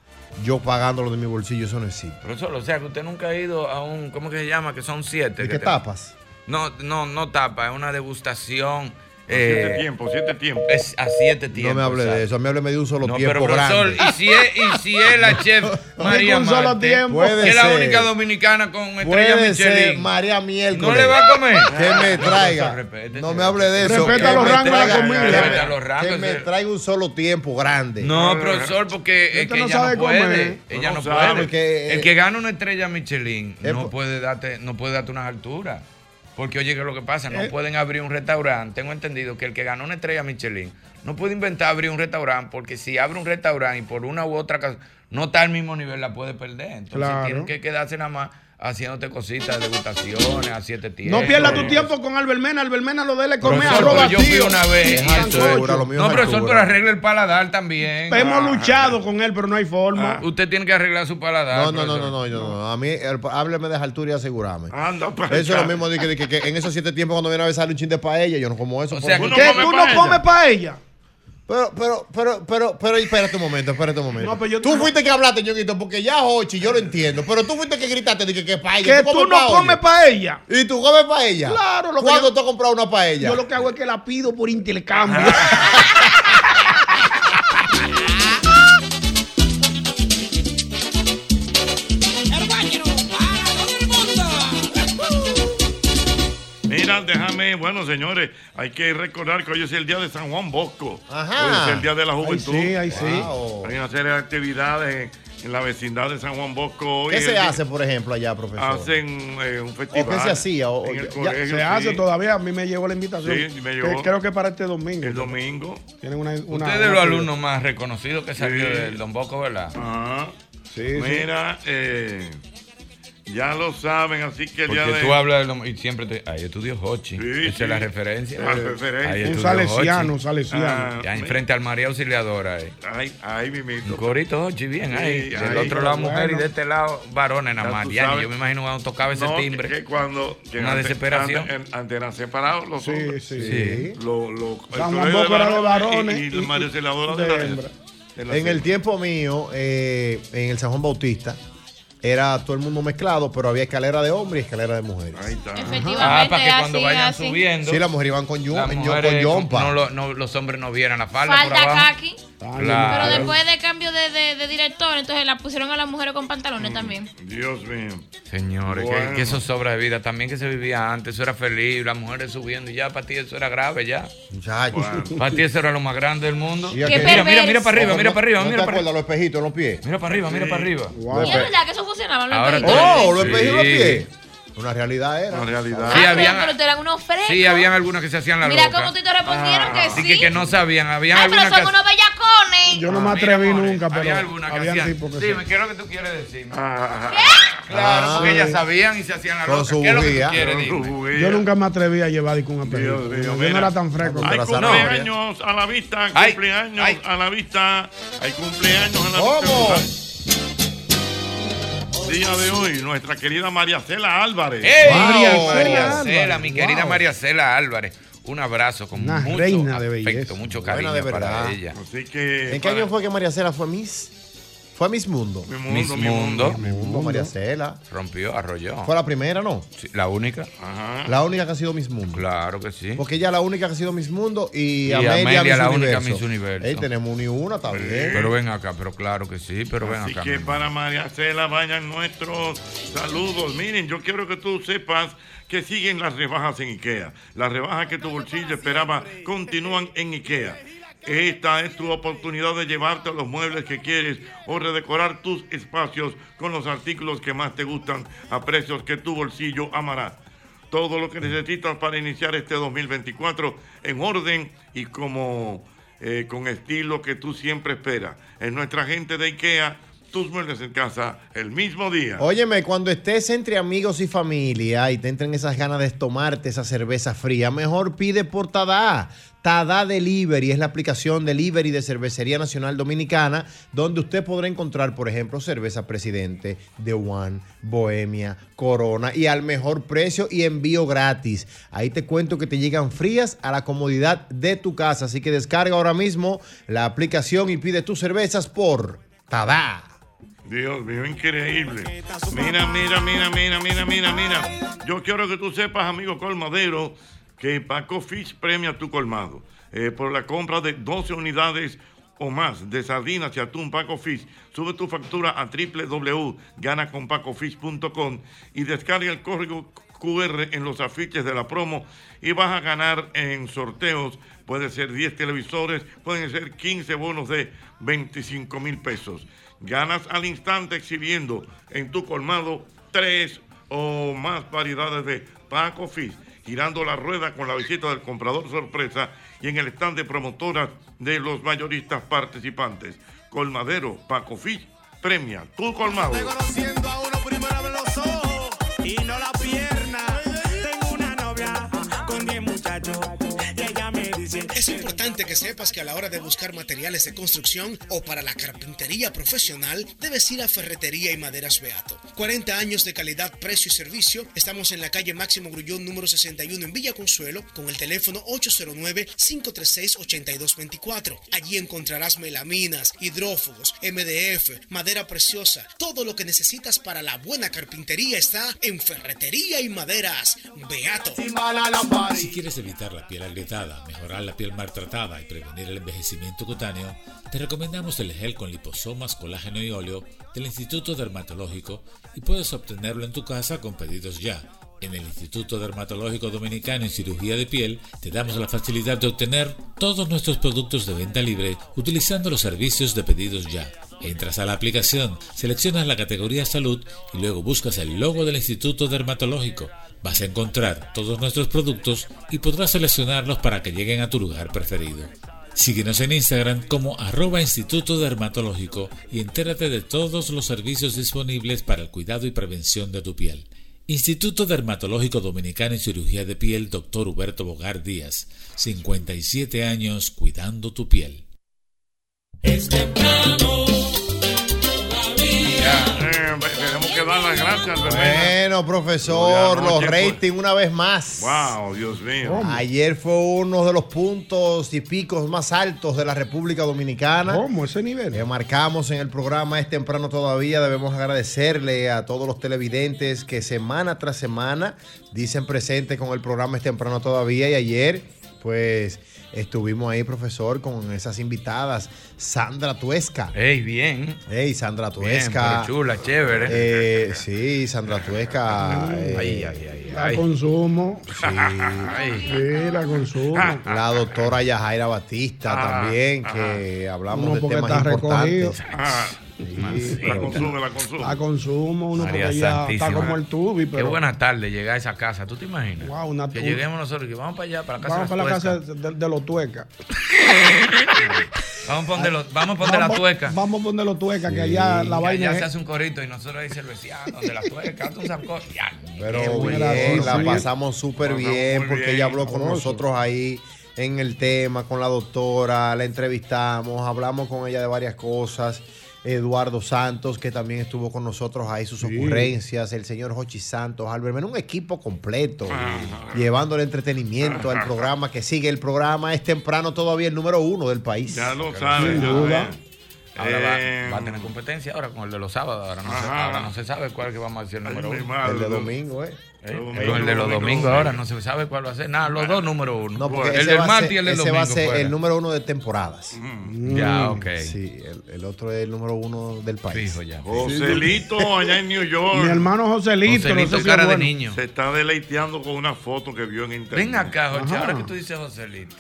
[SPEAKER 12] yo pagándolo de mi bolsillo, eso no existe.
[SPEAKER 16] Pero solo, o sea, que usted nunca ha ido a un. ¿Cómo que se llama? Que son siete.
[SPEAKER 12] ¿De
[SPEAKER 16] que
[SPEAKER 12] qué
[SPEAKER 16] te-
[SPEAKER 12] tapas?
[SPEAKER 16] No, no, no tapa, es una degustación.
[SPEAKER 2] siete
[SPEAKER 16] eh,
[SPEAKER 2] tiempos, siete tiempos.
[SPEAKER 16] Es a siete
[SPEAKER 12] No
[SPEAKER 16] tiempos.
[SPEAKER 12] me hable de
[SPEAKER 16] ¿sabes?
[SPEAKER 12] eso, a mí hábleme de un solo
[SPEAKER 16] No,
[SPEAKER 12] tiempo
[SPEAKER 16] pero profesor,
[SPEAKER 12] grande.
[SPEAKER 16] y si, es, y si es la chef María
[SPEAKER 12] un solo
[SPEAKER 16] Marte,
[SPEAKER 12] tiempo.
[SPEAKER 16] que
[SPEAKER 12] Puede
[SPEAKER 16] es la
[SPEAKER 12] ser.
[SPEAKER 16] única dominicana con estrella
[SPEAKER 12] Puede ser
[SPEAKER 16] Michelin.
[SPEAKER 12] María Miel.
[SPEAKER 16] ¿No le va a comer?
[SPEAKER 12] Que me
[SPEAKER 16] No,
[SPEAKER 12] traiga.
[SPEAKER 16] profesor, respete.
[SPEAKER 12] No me hable de eso.
[SPEAKER 16] Respeta
[SPEAKER 12] que
[SPEAKER 16] los
[SPEAKER 12] me
[SPEAKER 16] rangos de la
[SPEAKER 12] traiga-
[SPEAKER 16] comida.
[SPEAKER 12] que me-
[SPEAKER 16] Respeta los rangos,
[SPEAKER 12] Que me
[SPEAKER 16] señor.
[SPEAKER 12] traiga un solo tiempo grande.
[SPEAKER 16] No, profesor, porque es
[SPEAKER 12] Usted
[SPEAKER 16] que
[SPEAKER 12] no
[SPEAKER 16] ella
[SPEAKER 12] sabe
[SPEAKER 16] no puede.
[SPEAKER 12] comer.
[SPEAKER 16] Ella
[SPEAKER 12] No
[SPEAKER 16] no
[SPEAKER 12] sabe.
[SPEAKER 16] puede.
[SPEAKER 12] Porque, eh,
[SPEAKER 16] El que gana una estrella Michelin
[SPEAKER 12] es
[SPEAKER 16] no
[SPEAKER 12] po-
[SPEAKER 16] puede darte, no puede darte unas alturas. Porque oye, ¿qué es lo que pasa? No
[SPEAKER 2] Eh.
[SPEAKER 16] pueden abrir un restaurante. Tengo entendido que el que ganó una estrella Michelin no puede inventar abrir un restaurante porque si abre un restaurante y por una u otra cosa no está al mismo nivel, la puede perder. Entonces
[SPEAKER 6] Claro.
[SPEAKER 16] tienen que quedarse nada más haciéndote cositas, degustaciones, a siete tiempos.
[SPEAKER 6] No pierdas tu tiempo con Albermena. Albermena lo dele comer
[SPEAKER 16] Profesor,
[SPEAKER 6] arroba
[SPEAKER 16] pero yo fui
[SPEAKER 6] tío.
[SPEAKER 16] una vez. y eso es-
[SPEAKER 12] altura, lo mío
[SPEAKER 16] no,
[SPEAKER 12] es
[SPEAKER 16] profesor,
[SPEAKER 12] altura.
[SPEAKER 16] pero arregle el paladar también.
[SPEAKER 6] Hemos
[SPEAKER 16] Ah,
[SPEAKER 6] luchado con él, pero no hay forma.
[SPEAKER 16] ah, Usted tiene que arreglar su paladar.
[SPEAKER 12] No, no, no,
[SPEAKER 16] profesor.
[SPEAKER 12] no, no, yo
[SPEAKER 16] Ah.
[SPEAKER 12] no. A mí, el- hábleme de altura y asegúrame.
[SPEAKER 2] Anda, pa'
[SPEAKER 12] Eso es
[SPEAKER 2] allá.
[SPEAKER 12] lo mismo de que, de que- que en esos siete tiempos cuando viene a besar un chin de paella, yo no como eso.
[SPEAKER 16] O
[SPEAKER 12] por
[SPEAKER 16] sea,
[SPEAKER 12] favor.
[SPEAKER 16] que ¿Qué? ¿Tú no comes
[SPEAKER 6] paella?
[SPEAKER 12] Pero, pero, pero, pero, pero, espérate un momento, espérate un momento. tú fuiste que hablaste, ñonguito, porque ya, Hochi, yo lo entiendo. Pero tú fuiste que gritaste de que, que paella.
[SPEAKER 6] Que tú no comes paella.
[SPEAKER 12] ¿Y tú comes paella?
[SPEAKER 6] Claro, lo que
[SPEAKER 12] ¿Cuándo
[SPEAKER 6] yo-
[SPEAKER 12] tú has comprado una paella?
[SPEAKER 6] Yo lo que hago es que la pido por intercambio.
[SPEAKER 5] Ah.
[SPEAKER 2] Mira, déjame, bueno, señores, hay que recordar que hoy es el día de San Juan Bosco.
[SPEAKER 12] Ajá.
[SPEAKER 2] Hoy es el día de la juventud.
[SPEAKER 12] Ay, sí, ay, sí. Wow.
[SPEAKER 2] Hay una serie de actividades en, en la vecindad de San Juan Bosco. Hoy
[SPEAKER 12] ¿Qué
[SPEAKER 2] es
[SPEAKER 12] se
[SPEAKER 2] el día-
[SPEAKER 12] hace, por ejemplo, allá, profesor?
[SPEAKER 2] Hacen eh, un
[SPEAKER 12] ¿O
[SPEAKER 2] festival.
[SPEAKER 12] qué pues,
[SPEAKER 16] Ah,
[SPEAKER 12] se hacía? O- o-
[SPEAKER 2] en el
[SPEAKER 12] ya-
[SPEAKER 2] colegio,
[SPEAKER 6] Se
[SPEAKER 2] sí.
[SPEAKER 6] hace todavía. A mí me llegó la invitación.
[SPEAKER 2] Sí, me
[SPEAKER 6] Que
[SPEAKER 2] llegó.
[SPEAKER 6] creo que para este domingo.
[SPEAKER 2] El domingo.
[SPEAKER 6] Tienen una, una-
[SPEAKER 16] Usted es de los
[SPEAKER 6] una-
[SPEAKER 16] alumnos más reconocidos que salió
[SPEAKER 2] Sí.
[SPEAKER 16] del Don Bosco, ¿verdad?
[SPEAKER 12] Ah.
[SPEAKER 2] Ajá.
[SPEAKER 6] Sí,
[SPEAKER 2] Mira, eh, ya lo saben, así que el día
[SPEAKER 16] Porque
[SPEAKER 2] de.
[SPEAKER 16] tú hablas de lo- y siempre te. Ahí estudió Hochi. Esa
[SPEAKER 2] sí.
[SPEAKER 16] es la referencia.
[SPEAKER 2] La referencia.
[SPEAKER 16] Ahí
[SPEAKER 2] Un
[SPEAKER 16] estudió
[SPEAKER 6] salesiano,
[SPEAKER 16] Hochi.
[SPEAKER 6] salesiano.
[SPEAKER 16] Ah, ya enfrente al María Auxiliadora. Ahí.
[SPEAKER 2] Ay, ay, mi
[SPEAKER 16] Un corito Hochi, bien. ahí.
[SPEAKER 2] Sí,
[SPEAKER 16] Del
[SPEAKER 2] ahí.
[SPEAKER 16] otro lado, mujer, y
[SPEAKER 2] Bueno.
[SPEAKER 16] de este lado, varones nada
[SPEAKER 2] Ya
[SPEAKER 16] más.
[SPEAKER 2] tú
[SPEAKER 16] Ya,
[SPEAKER 2] sabes.
[SPEAKER 16] yo me imagino cuando tocaba ese
[SPEAKER 2] No, que-
[SPEAKER 16] timbre.
[SPEAKER 2] que cuando que
[SPEAKER 16] una
[SPEAKER 2] antes-
[SPEAKER 16] desesperación.
[SPEAKER 2] Antes, antes eran separados los hombres.
[SPEAKER 12] sí.
[SPEAKER 16] Sí.
[SPEAKER 2] Lo, lo, el
[SPEAKER 12] San Juan
[SPEAKER 2] colegio
[SPEAKER 12] Bosco era de varones
[SPEAKER 2] Y, y,
[SPEAKER 12] y-
[SPEAKER 2] la María
[SPEAKER 12] y-
[SPEAKER 2] Auxiliadora
[SPEAKER 12] de
[SPEAKER 2] de, la
[SPEAKER 12] hembra.
[SPEAKER 2] de la-
[SPEAKER 12] En el tiempo mío, eh, en el San Juan Bautista, era todo el mundo mezclado, pero había escalera de hombres y escalera de mujeres. Ahí
[SPEAKER 2] está.
[SPEAKER 16] Efectivamente, Ah, para que cuando así, vayan así. subiendo,
[SPEAKER 12] Sí, las mujeres iban con, yo,
[SPEAKER 16] Las
[SPEAKER 12] yo- con
[SPEAKER 16] mujeres
[SPEAKER 12] yompa.
[SPEAKER 16] no lo- no- los hombres no vieran la falda, por
[SPEAKER 7] Falda
[SPEAKER 16] abajo.
[SPEAKER 7] kaki.
[SPEAKER 16] Claro.
[SPEAKER 7] Pero después de cambio de, de- de director, entonces la pusieron a las mujeres con
[SPEAKER 16] Mm.
[SPEAKER 7] pantalones también.
[SPEAKER 2] Dios mío.
[SPEAKER 16] Señores, que-
[SPEAKER 2] Bueno.
[SPEAKER 16] que, eso sobra de vida. También que se vivía antes, eso era feliz, las mujeres subiendo y ya, para ti eso era grave ya. Para ti eso era lo más grande del mundo.
[SPEAKER 12] Sí, aquel-
[SPEAKER 16] mira, mira, mira para arriba, mira para arriba,
[SPEAKER 12] ¿No
[SPEAKER 16] mira
[SPEAKER 12] te
[SPEAKER 16] para
[SPEAKER 12] acuerdas
[SPEAKER 16] arriba.
[SPEAKER 12] los espejitos en los pies?
[SPEAKER 16] Mira para arriba, mira para arriba.
[SPEAKER 12] Wow.
[SPEAKER 7] Y es verdad que eso funcionaba. los
[SPEAKER 16] Ahora
[SPEAKER 7] pelitos.
[SPEAKER 12] ¡Oh, los
[SPEAKER 16] Sí.
[SPEAKER 12] espejitos en los pies! Una realidad era. Una
[SPEAKER 16] realidad.
[SPEAKER 7] Ah,
[SPEAKER 16] Sí,
[SPEAKER 7] pero,
[SPEAKER 16] habían-
[SPEAKER 7] pero te eran unos frescos.
[SPEAKER 16] Sí, habían algunas que se hacían la
[SPEAKER 7] Mira
[SPEAKER 16] loca.
[SPEAKER 7] cómo tú te respondieron que
[SPEAKER 16] Así
[SPEAKER 7] sí.
[SPEAKER 16] que, que no sabían, habían
[SPEAKER 7] Ay, pero
[SPEAKER 16] algunas
[SPEAKER 7] son
[SPEAKER 16] que Ah,
[SPEAKER 7] unos bellacones.
[SPEAKER 6] Yo no me atreví nunca, pero.
[SPEAKER 16] había algunas que
[SPEAKER 6] habían
[SPEAKER 16] hacían.
[SPEAKER 6] tipos que
[SPEAKER 16] Dime,
[SPEAKER 6] sí.
[SPEAKER 16] ¿qué es lo que tú quieres decirme?
[SPEAKER 2] ¿Qué?
[SPEAKER 16] Claro,
[SPEAKER 6] Ah.
[SPEAKER 16] porque ellas sabían y se hacían la
[SPEAKER 12] Con
[SPEAKER 16] loca.
[SPEAKER 12] su
[SPEAKER 16] ¿Qué es lo que
[SPEAKER 12] bujía.
[SPEAKER 16] tú quieres
[SPEAKER 12] Con
[SPEAKER 16] dime?
[SPEAKER 6] Yo nunca me atreví a llevar con un apellido.
[SPEAKER 2] Dios mío,
[SPEAKER 6] Yo no
[SPEAKER 2] mira.
[SPEAKER 6] era tan fresco.
[SPEAKER 2] Hay
[SPEAKER 6] No.
[SPEAKER 2] cumpleaños a la vista, cumpleaños a la vista, hay cumpleaños a la vista. Día de hoy, nuestra querida María Cela Álvarez.
[SPEAKER 16] ¡Ey! María
[SPEAKER 2] María
[SPEAKER 16] Cela, mi querida María Cela Álvarez. Un abrazo con
[SPEAKER 6] Una
[SPEAKER 16] mucho
[SPEAKER 6] reina de
[SPEAKER 16] afecto, mucho cariño
[SPEAKER 12] Buena de
[SPEAKER 16] para
[SPEAKER 12] verdad.
[SPEAKER 16] ella.
[SPEAKER 2] Así que
[SPEAKER 12] ¿En qué año fue que María Cela fue Miss? Fue Miss Mundo.
[SPEAKER 16] Miss Mundo.
[SPEAKER 12] Miss Mundo, María Cela.
[SPEAKER 16] Rompió, arrolló.
[SPEAKER 12] Fue la primera, ¿no?
[SPEAKER 16] Sí, la única.
[SPEAKER 12] La única que ha sido Miss Mundo.
[SPEAKER 16] Ah. Claro que sí.
[SPEAKER 12] Porque ella es la única que ha sido Miss Mundo y,
[SPEAKER 16] Y
[SPEAKER 12] Amelia,
[SPEAKER 16] Amelia,
[SPEAKER 12] Miss
[SPEAKER 16] la única
[SPEAKER 12] Universo.
[SPEAKER 16] Miss Universo.
[SPEAKER 12] Ey, tenemos ni una también.
[SPEAKER 16] Pero ven acá, pero claro que sí, pero ven
[SPEAKER 2] Así
[SPEAKER 16] acá.
[SPEAKER 2] que para María Cela vayan nuestros saludos. Miren, yo quiero que tú sepas que siguen las rebajas en IKEA. Las rebajas que tu bolsillo esperaba continúan en IKEA. Esta es tu oportunidad de llevarte los muebles que quieres o redecorar tus espacios con los artículos que más te gustan a precios que tu bolsillo amará. Todo lo que necesitas para iniciar este 2024 en orden y como eh, con estilo que tú siempre esperas. En nuestra gente de IKEA, tus muebles en casa el mismo día.
[SPEAKER 12] Óyeme, cuando estés entre amigos y familia y te entren esas ganas de tomarte esa cerveza fría, mejor pide por Tadá. Tadá Delivery es la aplicación delivery de Cervecería Nacional Dominicana, donde usted podrá encontrar, por ejemplo, cerveza Presidente, The One, Bohemia, Corona y al mejor precio y envío gratis. Ahí te cuento que te llegan frías a la comodidad de tu casa, así que descarga ahora mismo la aplicación y pide tus cervezas por Tadá.
[SPEAKER 2] Dios mío, increíble. Mira, mira, mira, mira, mira, mira, mira. Yo quiero que tú sepas, amigo colmadero, que Paco Fish premia tu colmado. Eh, por la compra de 12 unidades o más de sardinas y atún Paco Fish, sube tu factura a www.ganaconpacofish.com y descarga el código QR en los afiches de la promo y vas a ganar en sorteos. Puede ser 10 televisores, pueden ser 15 bonos de 25 mil pesos. Ganas al instante exhibiendo en tu colmado tres o más variedades de Paco Fish. girando la rueda con la visita del comprador sorpresa y en el stand de promotoras de los mayoristas participantes. Colmadero, Paco Fish, premia, tu colmado.
[SPEAKER 5] Y no la pierna. Tengo una novia con 10 muchachos. Y ella me dice.
[SPEAKER 19] Es importante que sepas que a la hora de buscar materiales de construcción o para la carpintería profesional, debes ir a Ferretería y Maderas Beato. 40 años de calidad, precio y servicio. Estamos en la calle Máximo Grullón número 61 en Villa Consuelo con el teléfono 809-536-8224. Allí encontrarás melaminas, hidrófugos, MDF, madera preciosa. Todo lo que necesitas para la buena carpintería está en Ferretería y Maderas Beato.
[SPEAKER 20] Si quieres evitar la piel agrietada, mejorar la piel maltratada y prevenir el envejecimiento cutáneo, te recomendamos el gel con liposomas, colágeno y óleo del Instituto Dermatológico y puedes obtenerlo en tu casa con pedidos ya. En el Instituto Dermatológico Dominicano en Cirugía de Piel te damos la facilidad de obtener todos nuestros productos de venta libre utilizando los servicios de pedidos ya. Entras a la aplicación, seleccionas la categoría salud y luego buscas el logo del Instituto Dermatológico. Vas a encontrar todos nuestros productos y podrás seleccionarlos para que lleguen a tu lugar preferido. Síguenos en Instagram como arroba Instituto Dermatológico y entérate de todos los servicios disponibles para el cuidado y prevención de tu piel. Instituto Dermatológico Dominicano en Cirugía de Piel, Dr. Huberto Bogar Díaz, 57 años cuidando tu piel.
[SPEAKER 4] este
[SPEAKER 2] Eh, tenemos que dar las gracias, Bermena.
[SPEAKER 12] Bueno, profesor,
[SPEAKER 2] Lo
[SPEAKER 12] los
[SPEAKER 2] de anoche,
[SPEAKER 12] ratings una vez más.
[SPEAKER 2] Wow, Dios mío.
[SPEAKER 12] Ayer fue uno de los puntos y picos más altos de la República Dominicana. ¿Cómo ese nivel? Que marcamos en el programa es temprano todavía. Debemos agradecerle a todos los televidentes que semana tras semana dicen presente con el programa es temprano todavía. Y ayer, pues, estuvimos ahí, profesor, con esas invitadas. Sandra Tuesca.
[SPEAKER 16] Ey, bien.
[SPEAKER 12] Ey, Sandra
[SPEAKER 16] Bien,
[SPEAKER 12] Tuesca.
[SPEAKER 16] pero chula, chévere.
[SPEAKER 12] Eh, sí, Sandra Tuesca. eh,
[SPEAKER 16] Ay, ay, ay,
[SPEAKER 6] La consumo.
[SPEAKER 12] Sí.
[SPEAKER 6] Sí, la consumo.
[SPEAKER 12] La doctora Yajaira Batista
[SPEAKER 6] Ah,
[SPEAKER 12] también, que
[SPEAKER 6] Uno
[SPEAKER 12] hablamos de
[SPEAKER 6] porque
[SPEAKER 12] temas
[SPEAKER 6] está recogido. Ah.
[SPEAKER 12] importantes.
[SPEAKER 2] La consume, la consume.
[SPEAKER 6] La consumo, uno
[SPEAKER 16] María
[SPEAKER 6] porque ya está
[SPEAKER 16] Santísima.
[SPEAKER 6] como el tubi,
[SPEAKER 16] Qué
[SPEAKER 6] pero
[SPEAKER 16] buena tarde llegar a esa casa, ¿tú te imaginas?
[SPEAKER 6] Wow, una
[SPEAKER 16] que
[SPEAKER 6] tu-
[SPEAKER 16] lleguemos nosotros, que vamos para allá, para la casa
[SPEAKER 6] vamos
[SPEAKER 16] de
[SPEAKER 6] para la
[SPEAKER 16] las
[SPEAKER 6] casa de, de los tuecas.
[SPEAKER 16] tuercas. Vamos a poner los- vamos a poner la
[SPEAKER 6] Vamos-
[SPEAKER 16] tueca.
[SPEAKER 6] Vamos a poner los tuecas, que allá la
[SPEAKER 16] Que
[SPEAKER 6] vaina
[SPEAKER 16] allá se
[SPEAKER 6] es...
[SPEAKER 16] hace un corito y nosotros ahí cervecianos de la tuerca, tú sabes cosas. Ya, qué
[SPEAKER 12] Pero
[SPEAKER 16] bueno.
[SPEAKER 12] bien, la
[SPEAKER 16] Sí.
[SPEAKER 12] pasamos súper bien porque ella habló con nosotros ahí en el tema, con la doctora, la entrevistamos, hablamos con ella de varias cosas. Eduardo Santos, que también estuvo con nosotros ahí, sus ocurrencias, el señor Jochi Santos, Albert, Mena, un equipo completo, llevándole entretenimiento al programa que sigue. El programa es temprano todavía el número uno del país.
[SPEAKER 2] Ya lo saben,
[SPEAKER 12] Sin
[SPEAKER 2] ya
[SPEAKER 12] duda.
[SPEAKER 2] saben.
[SPEAKER 16] Ahora va-
[SPEAKER 2] Eh,
[SPEAKER 16] va, a tener competencia ahora con el de los sábados. Ahora no, se,
[SPEAKER 2] Ajá.
[SPEAKER 16] ahora no se sabe cuál que vamos a decir el número
[SPEAKER 2] mi
[SPEAKER 16] uno.
[SPEAKER 2] madre. El de
[SPEAKER 12] domingo, ¿eh?
[SPEAKER 16] Eh,
[SPEAKER 12] El
[SPEAKER 16] Con el de los
[SPEAKER 12] domingo,
[SPEAKER 16] domingos
[SPEAKER 12] domingo.
[SPEAKER 16] ahora no se sabe cuál va a ser. Nada, los dos número uno.
[SPEAKER 12] No, porque
[SPEAKER 16] el
[SPEAKER 12] ese
[SPEAKER 16] del
[SPEAKER 12] va a
[SPEAKER 16] martes
[SPEAKER 12] ser-
[SPEAKER 16] y el del
[SPEAKER 12] ese
[SPEAKER 16] domingo. pues.
[SPEAKER 12] va a ser
[SPEAKER 16] fuera.
[SPEAKER 12] el número uno de temporadas.
[SPEAKER 16] Ya,
[SPEAKER 12] Mm.
[SPEAKER 16] ok.
[SPEAKER 12] Sí, el, el otro es el número uno del país.
[SPEAKER 2] Joselito allá en New York.
[SPEAKER 6] Mi hermano Joselito, no sé si es bueno.
[SPEAKER 2] Se está deleiteando con una foto que vio en internet.
[SPEAKER 16] Ven acá, Jorge,
[SPEAKER 2] Ajá.
[SPEAKER 16] ahora que tú dices Joselito.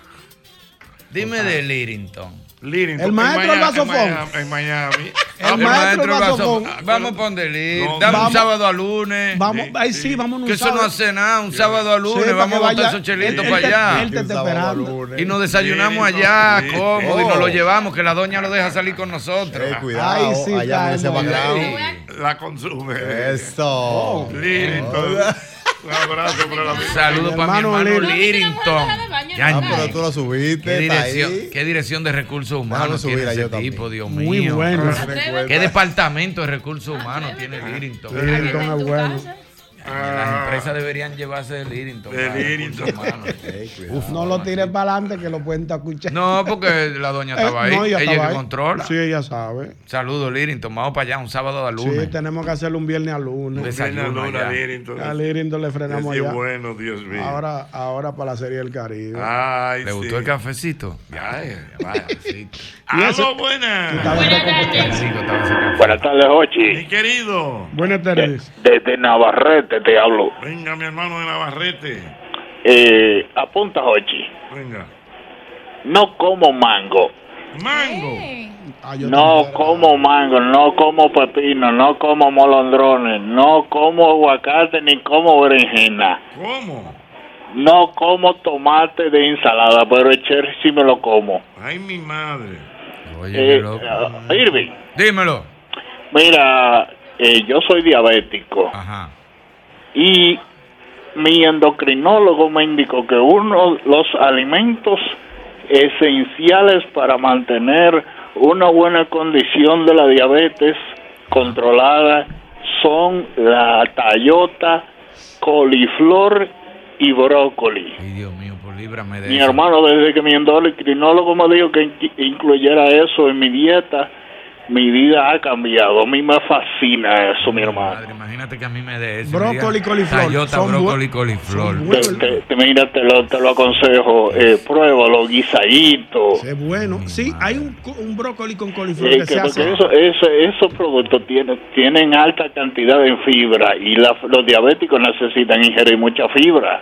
[SPEAKER 16] Dime de Lirington.
[SPEAKER 2] Lirington,
[SPEAKER 16] El
[SPEAKER 2] en
[SPEAKER 16] maestro del
[SPEAKER 2] Miami- en
[SPEAKER 16] vasofón.
[SPEAKER 2] Miami- En Miami.
[SPEAKER 16] El maestro del vasofón. Vamos a poner Lirington.
[SPEAKER 2] No,
[SPEAKER 16] Eh, Dame
[SPEAKER 2] vamos.
[SPEAKER 16] un sábado a lunes.
[SPEAKER 6] Vamos, ahí sí, vamos
[SPEAKER 16] Que eso no hace nada, un sábado a lunes, vamos a botar esos chelitos para allá.
[SPEAKER 6] Él te está esperando.
[SPEAKER 16] Y nos desayunamos allá, cómodo, y nos lo llevamos, que la doña lo deja salir con nosotros.
[SPEAKER 12] cuidado, Ay, Oh. sí, allá en ese calma. background.
[SPEAKER 2] La consume.
[SPEAKER 12] Eso.
[SPEAKER 2] Lirington. Un abrazo para la
[SPEAKER 16] Saludos para mi hermano Lirington. Ya,
[SPEAKER 12] Ah,
[SPEAKER 16] ya.
[SPEAKER 12] pero tú lo subiste.
[SPEAKER 16] ¿Qué
[SPEAKER 12] está
[SPEAKER 16] dirección,
[SPEAKER 12] ahí.
[SPEAKER 16] qué dirección de recursos
[SPEAKER 12] Déjame
[SPEAKER 16] humanos tiene
[SPEAKER 12] subirla
[SPEAKER 16] ese
[SPEAKER 12] yo también.
[SPEAKER 16] tipo, Dios mío?
[SPEAKER 12] Muy bueno.
[SPEAKER 16] ¿Qué departamento de recursos humanos tiene Lirington?
[SPEAKER 6] Lirington es bueno.
[SPEAKER 2] Ah.
[SPEAKER 16] Las empresas deberían llevarse de Lirington. para recursos humanos. Uf,
[SPEAKER 6] No lo tires para adelante que lo pueden estar escuchando.
[SPEAKER 16] No, porque la doña
[SPEAKER 6] Eh,
[SPEAKER 16] estaba ahí.
[SPEAKER 6] no,
[SPEAKER 16] ella
[SPEAKER 6] ella
[SPEAKER 16] que
[SPEAKER 6] estaba ahí.
[SPEAKER 16] controla.
[SPEAKER 6] Sí, ella sabe.
[SPEAKER 16] Saludos, Lirington. Vamos para allá un sábado a
[SPEAKER 6] Sí,
[SPEAKER 16] lunes.
[SPEAKER 6] tenemos que hacerlo un viernes a lunes.
[SPEAKER 16] Desayuno Viernes a lunes, allá. Lirington.
[SPEAKER 6] A Lirington le frenamos
[SPEAKER 2] Qué
[SPEAKER 6] allá.
[SPEAKER 2] bueno, Dios mío.
[SPEAKER 6] Ahora, ahora para la Serie del Caribe.
[SPEAKER 2] Ay,
[SPEAKER 16] ¿Le
[SPEAKER 2] sí.
[SPEAKER 16] gustó el cafecito?
[SPEAKER 2] Ay,
[SPEAKER 16] vaya,
[SPEAKER 2] Aló, buenas.
[SPEAKER 21] Buenas tardes,
[SPEAKER 2] Mi
[SPEAKER 21] Jochi.
[SPEAKER 2] querido.
[SPEAKER 6] Buenas tardes.
[SPEAKER 21] Desde Navarrete te hablo.
[SPEAKER 2] Venga, mi hermano de Navarrete.
[SPEAKER 21] Eh, apunta, Jochi.
[SPEAKER 2] Venga.
[SPEAKER 21] No como mango.
[SPEAKER 2] Mango.
[SPEAKER 6] Ah,
[SPEAKER 21] No como mango, no como pepino, no como molondrones, no como aguacate ni como berenjena.
[SPEAKER 2] ¿Cómo?
[SPEAKER 21] No como tomate de ensalada, pero el cherry sí me lo como.
[SPEAKER 2] Ay, mi madre.
[SPEAKER 16] Oye, qué loco.
[SPEAKER 21] ah, Irving.
[SPEAKER 16] Dímelo.
[SPEAKER 21] Mira, eh, yo soy diabético.
[SPEAKER 16] Ajá.
[SPEAKER 21] Y mi endocrinólogo me indicó que uno de los alimentos esenciales para mantener una buena condición de la diabetes controlada son la tallota, coliflor y brócoli.
[SPEAKER 16] Líbrame de
[SPEAKER 21] Mi
[SPEAKER 16] eso.
[SPEAKER 21] hermano, desde que mi endocrinólogo me dijo que in- incluyera eso en mi dieta, mi vida ha cambiado. A mí me fascina eso, mi hermano.
[SPEAKER 16] Imagínate que a mí me dé eso.
[SPEAKER 21] Brócoli,
[SPEAKER 16] Me digan,
[SPEAKER 21] coliflor,
[SPEAKER 16] Tallota,
[SPEAKER 21] son bu-
[SPEAKER 16] brócoli, coliflor.
[SPEAKER 21] Te, te- te- mira, te lo, te lo aconsejo. Eh, pruébalo, guisadito.
[SPEAKER 6] Es bueno. Sí, hay un, co- un brócoli con coliflor
[SPEAKER 21] Eh,
[SPEAKER 6] que
[SPEAKER 21] que-
[SPEAKER 6] se
[SPEAKER 21] porque
[SPEAKER 6] hace.
[SPEAKER 21] eso- eso- esos productos tienen, tienen alta cantidad de fibra y la- los diabéticos necesitan ingerir mucha fibra.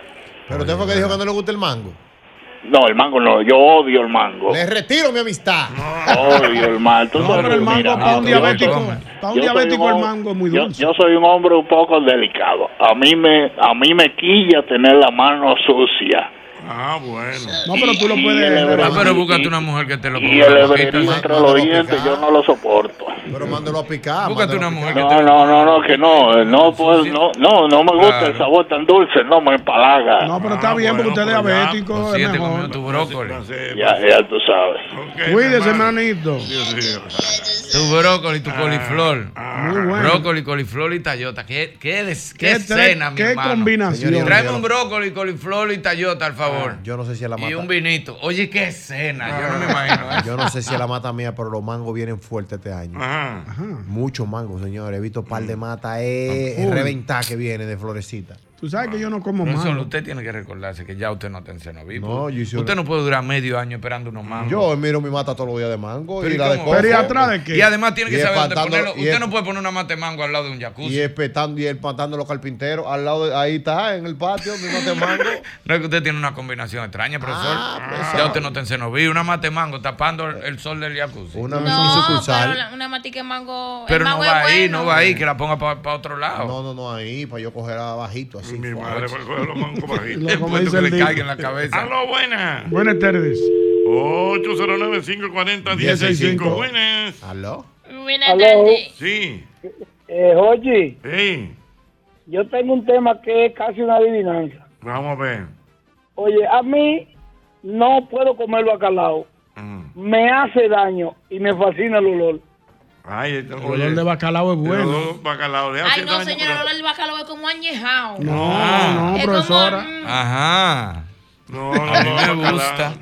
[SPEAKER 12] Pero usted fue que dijo que no le gusta el mango.
[SPEAKER 21] No, el mango no, yo odio el mango.
[SPEAKER 12] Le retiro mi amistad.
[SPEAKER 21] Odio el mango.
[SPEAKER 12] No, pero el mango
[SPEAKER 6] para un diabético, para un diabético el mango es muy
[SPEAKER 21] Yo,
[SPEAKER 6] dulce.
[SPEAKER 21] yo soy un hombre un poco delicado. A mí me a mí me quilla tener la mano sucia.
[SPEAKER 2] Ah, bueno.
[SPEAKER 6] No, pero tú lo
[SPEAKER 21] Y- y
[SPEAKER 6] puedes-
[SPEAKER 21] el
[SPEAKER 16] Ah, pero
[SPEAKER 21] hebreísmo-
[SPEAKER 16] búscate una mujer que te lo
[SPEAKER 21] Y el
[SPEAKER 16] ponga.
[SPEAKER 21] hebreísmo entre los dientes yo no lo soporto.
[SPEAKER 12] Pero mándelo a picar.
[SPEAKER 16] Búscate una mujer que
[SPEAKER 21] No, no, no, no, que no, eh, no, pues, no, no, no me gusta el sabor tan dulce, no me empalaga.
[SPEAKER 6] No, pero
[SPEAKER 2] Ah,
[SPEAKER 6] está bien porque usted es diabético, es mejor.
[SPEAKER 16] Pues tu brócoli.
[SPEAKER 21] Ya, ya tú sabes.
[SPEAKER 6] Cuídese, hermanito.
[SPEAKER 16] Tu brócoli, tu
[SPEAKER 12] Ah,
[SPEAKER 16] coliflor.
[SPEAKER 6] Muy bueno.
[SPEAKER 16] Brócoli, coliflor y tallota. Qué, qué, des- qué
[SPEAKER 12] Qué tre-
[SPEAKER 16] escena, mi
[SPEAKER 12] qué
[SPEAKER 16] hermano.
[SPEAKER 12] combinación. Señor,
[SPEAKER 16] Tráeme
[SPEAKER 12] yo
[SPEAKER 16] un
[SPEAKER 12] no-
[SPEAKER 16] brócoli, coliflor y tallota, al favor.
[SPEAKER 12] Ah, Yo no sé si es la mata.
[SPEAKER 16] y un vinito. Oye, qué escena. Yo
[SPEAKER 12] Ah.
[SPEAKER 16] no me imagino. eso.
[SPEAKER 12] Yo no sé si es la mata mía, pero los mangos vienen fuertes este año.
[SPEAKER 16] Ajá. Mm.
[SPEAKER 12] Muchos mangos, señores. He visto un par de mata eh,
[SPEAKER 6] Uy.
[SPEAKER 12] eh, reventar que viene de florecita.
[SPEAKER 6] Tú sabes que yo no como
[SPEAKER 16] Pero
[SPEAKER 6] mango.
[SPEAKER 16] solo usted tiene que recordarse que ya usted no está en seno vivo.
[SPEAKER 12] No, yo hice
[SPEAKER 16] usted
[SPEAKER 12] una-
[SPEAKER 16] no puede durar medio año esperando unos mangos.
[SPEAKER 12] Yo miro mi mata todos los días de mango y
[SPEAKER 16] ¿y
[SPEAKER 12] la de
[SPEAKER 16] cómo?
[SPEAKER 12] coco.
[SPEAKER 16] Y además tiene que
[SPEAKER 12] Y
[SPEAKER 16] saber dónde
[SPEAKER 12] espantando-
[SPEAKER 16] ponerlo.
[SPEAKER 12] y
[SPEAKER 16] Usted
[SPEAKER 12] es-
[SPEAKER 16] no puede poner una mata de mango al lado de un jacuzzi.
[SPEAKER 12] Y espetando y espantando los carpinteros. Al lado de, ahí está, en el patio, mi mata de mango.
[SPEAKER 16] No es que usted tiene una combinación extraña, profesor.
[SPEAKER 6] Ah,
[SPEAKER 16] ya usted no está en Cenoví. Una mate mango tapando el, el sol del jacuzzi.
[SPEAKER 12] Una
[SPEAKER 7] No, pero la- una matica de mango. el
[SPEAKER 16] Pero no
[SPEAKER 7] mango
[SPEAKER 16] va
[SPEAKER 7] es
[SPEAKER 16] ahí,
[SPEAKER 7] bueno.
[SPEAKER 16] no va ahí, que la ponga para otro lado.
[SPEAKER 12] No, no, no, ahí, para yo coger abajito así. Mi
[SPEAKER 2] madre, para coger los mangos bajitos.
[SPEAKER 16] Lo como dice
[SPEAKER 2] que le
[SPEAKER 16] el
[SPEAKER 2] caiga
[SPEAKER 16] libro.
[SPEAKER 2] en la cabeza. ¡Aló, buenas!
[SPEAKER 6] Buenas tardes.
[SPEAKER 2] 809-540-165. Buenas.
[SPEAKER 12] ¿Aló?
[SPEAKER 7] Buenas
[SPEAKER 14] Aló.
[SPEAKER 7] tardes.
[SPEAKER 2] Sí.
[SPEAKER 14] Eh, oye,
[SPEAKER 2] Sí.
[SPEAKER 14] yo tengo un tema que es casi una adivinanza.
[SPEAKER 2] Vamos a ver.
[SPEAKER 14] Oye, a mí no puedo comer bacalao.
[SPEAKER 2] Mm.
[SPEAKER 14] Me hace daño y me fascina el olor.
[SPEAKER 2] Ay, este,
[SPEAKER 6] El olor de bacalao es
[SPEAKER 2] El
[SPEAKER 6] bueno.
[SPEAKER 2] olor de bacalao le hace
[SPEAKER 7] Ay, no,
[SPEAKER 2] daño,
[SPEAKER 7] señora, el olor del bacalao es como añejado.
[SPEAKER 2] No, no,
[SPEAKER 7] es
[SPEAKER 2] profesora.
[SPEAKER 7] Como, mm,
[SPEAKER 16] Ajá.
[SPEAKER 2] No,
[SPEAKER 16] a mí me
[SPEAKER 2] no, bacalao.
[SPEAKER 16] gusta.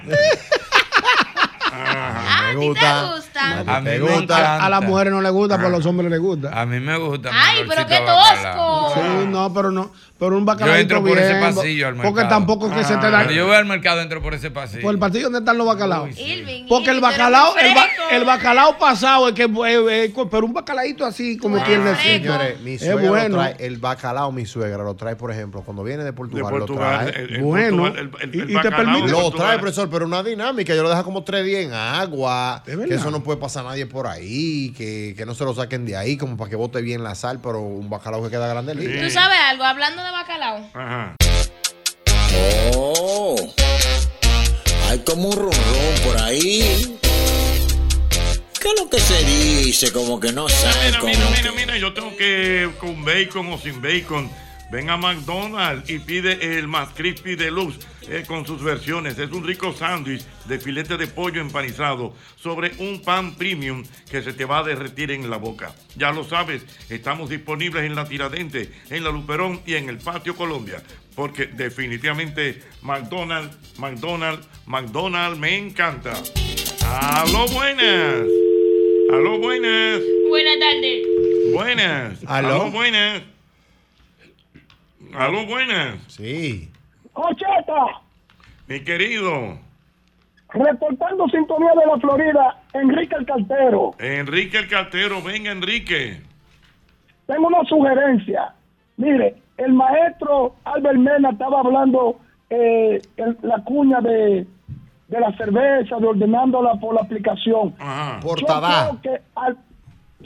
[SPEAKER 12] Ah, me gusta.
[SPEAKER 7] te gusta.
[SPEAKER 12] A
[SPEAKER 16] A
[SPEAKER 12] ti te
[SPEAKER 16] mí me
[SPEAKER 12] gusta.
[SPEAKER 6] A las
[SPEAKER 16] encanta. Ah.
[SPEAKER 6] mujeres no les gusta, pero a los hombres les gusta.
[SPEAKER 16] A mí me gusta. mi
[SPEAKER 7] Ay, pero
[SPEAKER 16] olorcito
[SPEAKER 7] qué
[SPEAKER 16] a bacalao.
[SPEAKER 7] tosco.
[SPEAKER 6] Sí, no, pero no. Pero un
[SPEAKER 16] Yo
[SPEAKER 6] bacalaito
[SPEAKER 16] entro por
[SPEAKER 6] bien.
[SPEAKER 16] ese pasillo al mercado.
[SPEAKER 6] porque tampoco que se te da.
[SPEAKER 16] Cuando yo voy al mercado, entro por ese pasillo.
[SPEAKER 6] Por el pasillo donde están los bacalaos.
[SPEAKER 7] Irving,
[SPEAKER 6] Porque el
[SPEAKER 7] Irving, tú eres
[SPEAKER 6] bacalao,
[SPEAKER 7] muy
[SPEAKER 6] el, ba-
[SPEAKER 7] fresco.
[SPEAKER 6] el bacalao pasado es que es bu- es- es- pero un bacalaito así como
[SPEAKER 12] Ah,
[SPEAKER 6] tiene
[SPEAKER 12] Señores, mi
[SPEAKER 6] Es
[SPEAKER 12] suegra
[SPEAKER 6] bueno.
[SPEAKER 12] lo trae, el bacalao, mi suegra lo trae, por ejemplo, cuando viene de Portugal,
[SPEAKER 2] De Portugal,
[SPEAKER 12] lo trae.
[SPEAKER 2] el- el Bueno, Portugal, el- el- y- el y te bacalao permite- de
[SPEAKER 12] Lo
[SPEAKER 2] Portugal.
[SPEAKER 12] trae, profesor, pero una dinámica. Yo lo dejo como tres días en agua. Que
[SPEAKER 6] verdad.
[SPEAKER 12] eso no puede pasar a nadie por ahí. Que, que no se lo saquen de ahí, como para que bote bien la sal, pero un bacalao que queda grande.
[SPEAKER 7] Tú sabes algo, hablando de bacalao.
[SPEAKER 2] Ajá.
[SPEAKER 5] Oh, hay como un ronrón por ahí. ¿Qué es lo que se dice? Como que no saben
[SPEAKER 2] Mira,
[SPEAKER 5] cómo.
[SPEAKER 2] mira, mira, mira, yo tengo que con bacon o sin bacon. Ven a McDonald's y pide el más crispy deluxe eh, con sus versiones. Es un rico sándwich de filete de pollo empanizado sobre un pan premium que se te va a derretir en la boca. Ya lo sabes, estamos disponibles en la Tiradente, en la Luperón y en el Patio Colombia. Porque definitivamente McDonald's, McDonald's, McDonald's me encanta. ¡Aló, buenas! ¡Aló, buenas!
[SPEAKER 7] Buenas tardes.
[SPEAKER 2] Buenas.
[SPEAKER 12] Aló.
[SPEAKER 2] buenas. Aló, buenas.
[SPEAKER 12] Sí.
[SPEAKER 22] Ocheta,
[SPEAKER 2] Mi querido
[SPEAKER 22] reportando sintonía de la Florida, Enrique el Cartero.
[SPEAKER 2] Enrique el Cartero, venga, Enrique.
[SPEAKER 22] Tengo una sugerencia. Mire, el maestro Albert Mena estaba hablando eh, el- la cuña de, de la cerveza, de ordenándola por la aplicación.
[SPEAKER 12] Por
[SPEAKER 22] Yo
[SPEAKER 12] Tabá.
[SPEAKER 22] creo que al-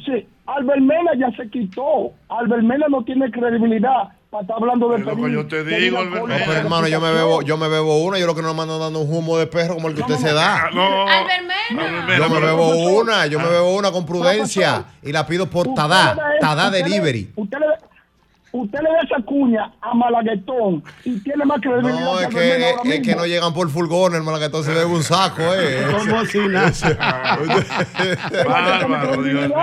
[SPEAKER 22] sí, Albert Mena ya se quitó. Albert Mena no tiene credibilidad.
[SPEAKER 18] para estar hablando de pedir- de vida
[SPEAKER 12] No,
[SPEAKER 18] pública.
[SPEAKER 12] pero hermano, yo me bebo, yo me bebo una, yo lo que no me ando dando un humo de perro como el que usted se
[SPEAKER 16] Ah,
[SPEAKER 7] Ah,
[SPEAKER 12] da. Yo me bebo una, yo me bebo una con prudencia y la pido por Tadá, Tadá Delivery.
[SPEAKER 18] Usted le, usted le da esa cuña a Malaguetón y tiene más credibilidad
[SPEAKER 12] No, es
[SPEAKER 18] que Albermena
[SPEAKER 12] que,
[SPEAKER 18] ahora
[SPEAKER 12] es que
[SPEAKER 18] mismo.
[SPEAKER 12] no llegan por furgón, hermano, que entonces bebe un saco, eh.
[SPEAKER 6] ¿Cómo así, Nacho?
[SPEAKER 2] Bárbaro, Dios mío.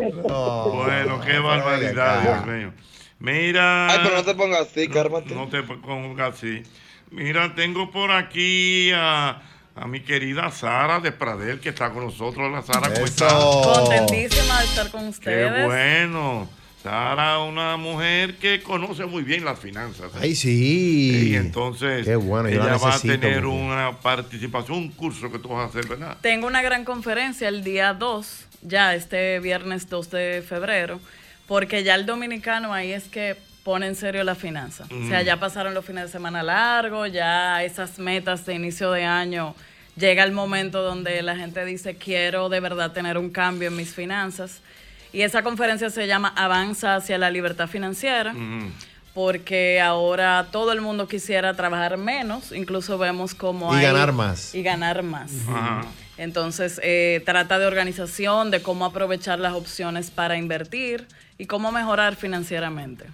[SPEAKER 2] Bueno, qué barbaridad, Dios mío. Mira. Ay, pero no te pongas así, cármate. No te pongas así. Mira, tengo por aquí a, a mi querida Sara de Pradel, que está con nosotros. La Sara, ¿cómo estás?
[SPEAKER 23] Contentísima de estar con ustedes.
[SPEAKER 2] Qué bueno. Sara, una mujer que conoce muy bien las finanzas. ¿eh?
[SPEAKER 12] Ay, sí.
[SPEAKER 2] Y entonces
[SPEAKER 12] Qué bueno, yo la
[SPEAKER 2] ella va a
[SPEAKER 12] necesito,
[SPEAKER 2] tener
[SPEAKER 12] mujer.
[SPEAKER 2] una participación, un curso que tú vas a hacer, ¿verdad?
[SPEAKER 23] Tengo una gran conferencia el día 2, ya este viernes 2 de febrero, porque ya el dominicano ahí es que pone en serio la finanza. O sea,
[SPEAKER 22] Mm.
[SPEAKER 23] ya pasaron los fines de semana largos, ya esas metas de inicio de año, llega el momento donde la gente dice, quiero de verdad tener un cambio en mis finanzas. Y esa conferencia se llama Avanza hacia la libertad financiera.
[SPEAKER 2] Mm.
[SPEAKER 23] porque ahora todo el mundo quisiera trabajar menos, incluso vemos como
[SPEAKER 12] Y
[SPEAKER 23] hay-
[SPEAKER 12] ganar más.
[SPEAKER 23] Y ganar más.
[SPEAKER 12] Ajá.
[SPEAKER 23] Entonces, eh, trata de organización, de cómo aprovechar las opciones para invertir y cómo mejorar financieramente.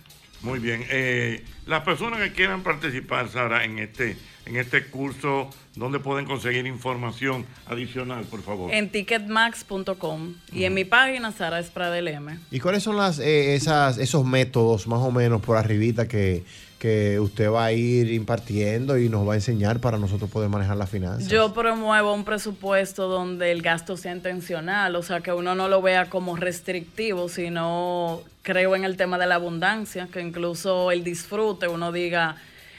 [SPEAKER 2] Muy bien. Eh, las personas que quieran participar, Sara, en este, en este curso, ¿dónde pueden conseguir información adicional, por favor?
[SPEAKER 23] En ticketmax.com y en mi página Sara Espradel M.
[SPEAKER 12] ¿Y cuáles son las, eh, esas, esos métodos más o menos por arribita que, que usted va a ir impartiendo y nos va a enseñar para nosotros poder manejar las finanzas?
[SPEAKER 23] Yo promuevo un presupuesto donde el gasto sea intencional, o sea, que uno no lo vea como restrictivo, sino creo en el tema de la abundancia, que incluso el disfrute, uno diga,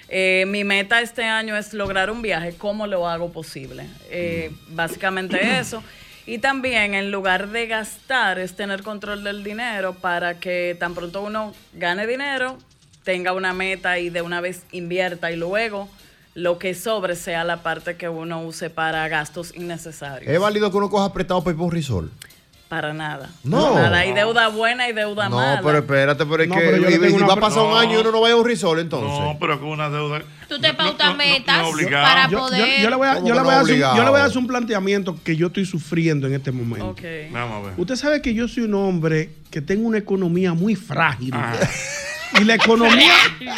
[SPEAKER 23] eh, mi meta este año es lograr un viaje, ¿cómo lo hago posible? Eh, Básicamente eso. Y también en lugar de gastar es tener control del dinero para que tan pronto uno gane dinero, tenga una meta y de una vez invierta y luego lo que sobre sea la parte que uno use para gastos innecesarios.
[SPEAKER 12] ¿Es válido que uno coja prestado para ir por un risol?
[SPEAKER 23] Para nada.
[SPEAKER 12] No.
[SPEAKER 23] Para nada. Hay deuda buena y deuda
[SPEAKER 12] No,
[SPEAKER 23] mala.
[SPEAKER 12] pero espérate, pero es
[SPEAKER 2] No,
[SPEAKER 12] que
[SPEAKER 2] pero yo le
[SPEAKER 12] y-
[SPEAKER 2] tengo
[SPEAKER 12] y
[SPEAKER 2] una
[SPEAKER 12] va a pasar un
[SPEAKER 2] pregunta.
[SPEAKER 12] año y uno no vaya a un risol entonces.
[SPEAKER 2] No, pero con una deuda.
[SPEAKER 7] Tú te pautas metas
[SPEAKER 2] obligado.
[SPEAKER 7] para
[SPEAKER 6] Yo, yo-
[SPEAKER 7] poder.
[SPEAKER 6] yo le voy a,
[SPEAKER 12] ¿Cómo
[SPEAKER 6] yo
[SPEAKER 12] que
[SPEAKER 6] le
[SPEAKER 12] no
[SPEAKER 6] voy a hacer, un-
[SPEAKER 12] obligado?
[SPEAKER 6] yo le voy a hacer un planteamiento que yo estoy sufriendo en este momento.
[SPEAKER 2] Vamos a ver.
[SPEAKER 6] Usted sabe que yo soy un hombre que tengo una economía muy frágil.
[SPEAKER 2] Ah.
[SPEAKER 6] Y la economía,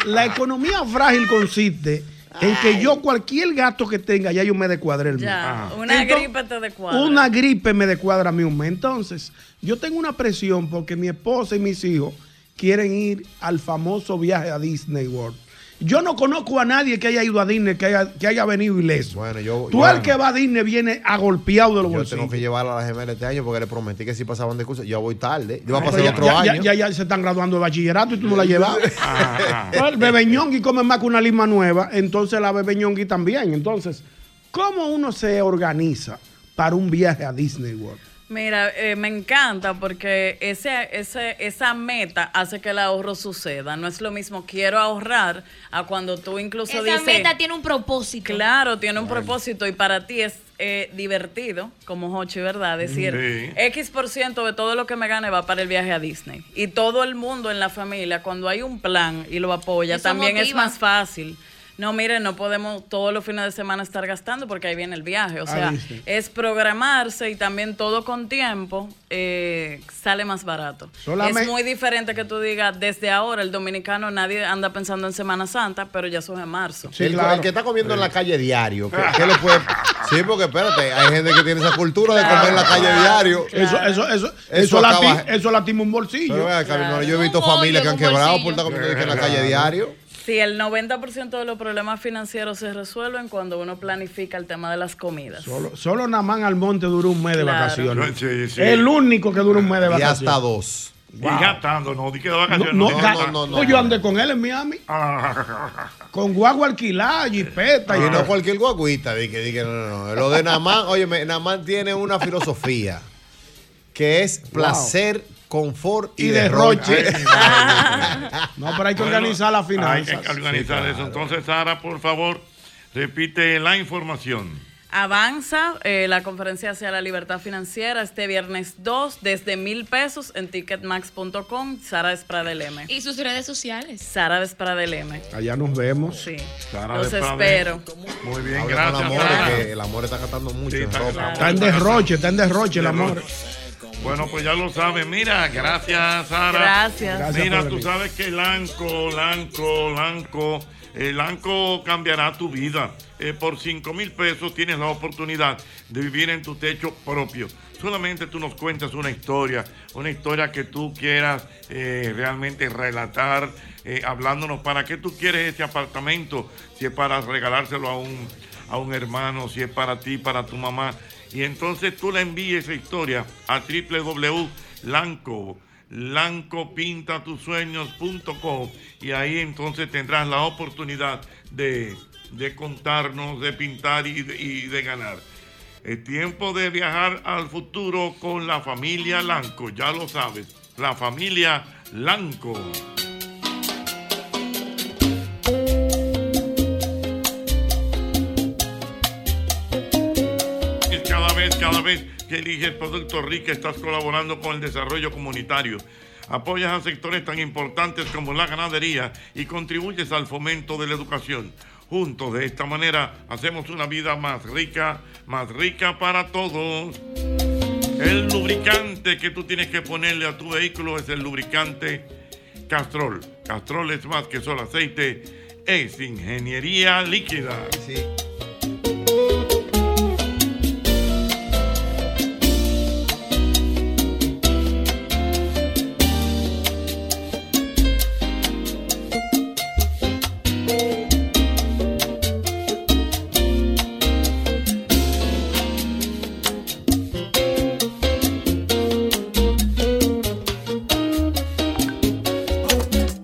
[SPEAKER 6] la economía frágil consiste en que yo cualquier gasto que tenga, ya yo me descuadré el mío.
[SPEAKER 12] Ah.
[SPEAKER 23] Ya, una
[SPEAKER 6] Entonces,
[SPEAKER 23] gripe te descuadra.
[SPEAKER 6] Una gripe me descuadra a mí un mes. Entonces, yo tengo una presión porque mi esposa y mis hijos quieren ir al famoso viaje a Disney World. Yo no conozco a nadie que haya ido a Disney, que haya, que haya venido ileso.
[SPEAKER 12] Bueno, yo,
[SPEAKER 6] Tú
[SPEAKER 12] yo-
[SPEAKER 6] al que va a Disney viene agolpeado de los
[SPEAKER 12] Pues yo
[SPEAKER 6] bolsillos.
[SPEAKER 12] tengo que llevar a las gemelas este año porque le prometí que si pasaban de curso, yo voy tarde. Yo voy a
[SPEAKER 6] Ah, Pero
[SPEAKER 12] pasar ya otro
[SPEAKER 6] ya,
[SPEAKER 12] año. Ah.
[SPEAKER 6] ya, ya se están graduando de bachillerato y tú no la llevas. Pues, Bebe Ñongui come más que una lima nueva, entonces la Bebe Ñongui también. Entonces, ¿cómo uno se organiza para un viaje a Disney World?
[SPEAKER 23] Mira, eh, me encanta porque ese, ese, esa meta hace que el ahorro suceda. No es lo mismo quiero ahorrar a cuando tú incluso
[SPEAKER 7] Esa
[SPEAKER 23] dices...
[SPEAKER 7] meta tiene un propósito.
[SPEAKER 23] Claro, tiene un propósito y para ti es eh, divertido, como Hochi, ¿verdad? Decir,
[SPEAKER 7] Sí.
[SPEAKER 23] X por ciento de todo lo que me gane va para el viaje a Disney. Y todo el mundo en la familia, cuando hay un plan y lo apoya,
[SPEAKER 7] Eso
[SPEAKER 23] también es
[SPEAKER 7] motiva.
[SPEAKER 23] más fácil. No, miren, no podemos todos los fines de semana estar gastando porque ahí viene el viaje. O
[SPEAKER 7] Ah,
[SPEAKER 23] sea,
[SPEAKER 7] ¿viste?
[SPEAKER 23] es programarse y también todo con tiempo eh, sale más barato.
[SPEAKER 6] Solamente-
[SPEAKER 23] Es muy diferente que tú digas, desde ahora el dominicano nadie anda pensando en Semana Santa, pero ya eso es en marzo.
[SPEAKER 12] el, el que está comiendo en la calle diario, ¿qué, qué le puede.? Sí, porque espérate, hay gente que tiene esa cultura de comer en la calle diario.
[SPEAKER 6] Eso, eso, eso, eso,
[SPEAKER 12] Eso
[SPEAKER 6] lati-
[SPEAKER 12] acaba-
[SPEAKER 6] eso latima un bolsillo.
[SPEAKER 12] Pero vea, Carmen, no, yo he visto familias que han quebrado por estar comiendo en la calle diario.
[SPEAKER 23] Sí, el 90% de los problemas financieros se resuelven cuando uno planifica el tema de las comidas.
[SPEAKER 6] Solo, solo Namán Almonte duró un mes de
[SPEAKER 23] Claro.
[SPEAKER 6] vacaciones.
[SPEAKER 2] Sí, sí.
[SPEAKER 6] El único que duró un mes de vacaciones.
[SPEAKER 12] hasta dos.
[SPEAKER 2] Y gastando, no, di que de
[SPEAKER 6] No,
[SPEAKER 2] vacaciones.
[SPEAKER 6] no,
[SPEAKER 2] di que-
[SPEAKER 6] ga- Pues yo andé con él en Miami. Con guagua alquilada, jipeta.
[SPEAKER 12] Y no cualquier guaguita, di que, di que no, no, no. Lo de Namán, oye, Namán tiene una filosofía que es placer, confort y,
[SPEAKER 6] Y
[SPEAKER 12] derroche.
[SPEAKER 6] derroche. No, pero hay que organizar la finanzas.
[SPEAKER 2] Hay que organizar eso. Entonces, Sara, por favor, repite la información.
[SPEAKER 24] Avanza eh, la conferencia hacia la libertad financiera este viernes 2 desde mil pesos en ticketmax.com. Sara Despra del M.
[SPEAKER 7] Y sus redes sociales.
[SPEAKER 24] Sara Despra del M.
[SPEAKER 6] Allá nos vemos.
[SPEAKER 24] Sí.
[SPEAKER 6] Sara
[SPEAKER 24] Los
[SPEAKER 6] de Prado.
[SPEAKER 24] espero.
[SPEAKER 2] Muy bien,
[SPEAKER 12] Habla
[SPEAKER 2] gracias.
[SPEAKER 12] con el amor,
[SPEAKER 2] Sara.
[SPEAKER 12] que el amor está gastando mucho.
[SPEAKER 2] Sí,
[SPEAKER 12] en
[SPEAKER 2] está
[SPEAKER 12] ropa.
[SPEAKER 2] gastando.
[SPEAKER 6] Está en derroche, está en derroche el amor.
[SPEAKER 2] Bueno, pues ya lo saben. Mira, gracias, Sara.
[SPEAKER 6] Gracias. Gracias
[SPEAKER 2] Mira,
[SPEAKER 6] por
[SPEAKER 2] tú
[SPEAKER 6] venir.
[SPEAKER 2] sabes que Lanco, Lanco, Lanco, eh, Lanco cambiará tu vida. Eh, por 5 mil pesos tienes la oportunidad de vivir en tu techo propio. Solamente tú nos cuentas una historia, una historia que tú quieras eh, realmente relatar, eh, hablándonos para qué tú quieres este apartamento, si es para regalárselo a un, a un hermano, si es para ti, para tu mamá. Y entonces tú le envíes esa historia a www.lanco blancopintatusueños.com y ahí entonces tendrás la oportunidad de, de contarnos, de pintar y de, y de ganar. Es tiempo de viajar al futuro con la familia Lanco, ya lo sabes, la familia Lanco. Y Cada vez, cada vez que eliges Producto Rica, estás colaborando con el desarrollo comunitario. Apoyas a sectores tan importantes como la ganadería y contribuyes al fomento de la educación. Juntos, de esta manera, hacemos una vida más rica, más rica para todos. El lubricante que tú tienes que ponerle a tu vehículo es el lubricante Castrol. Castrol es más que solo aceite, es ingeniería líquida.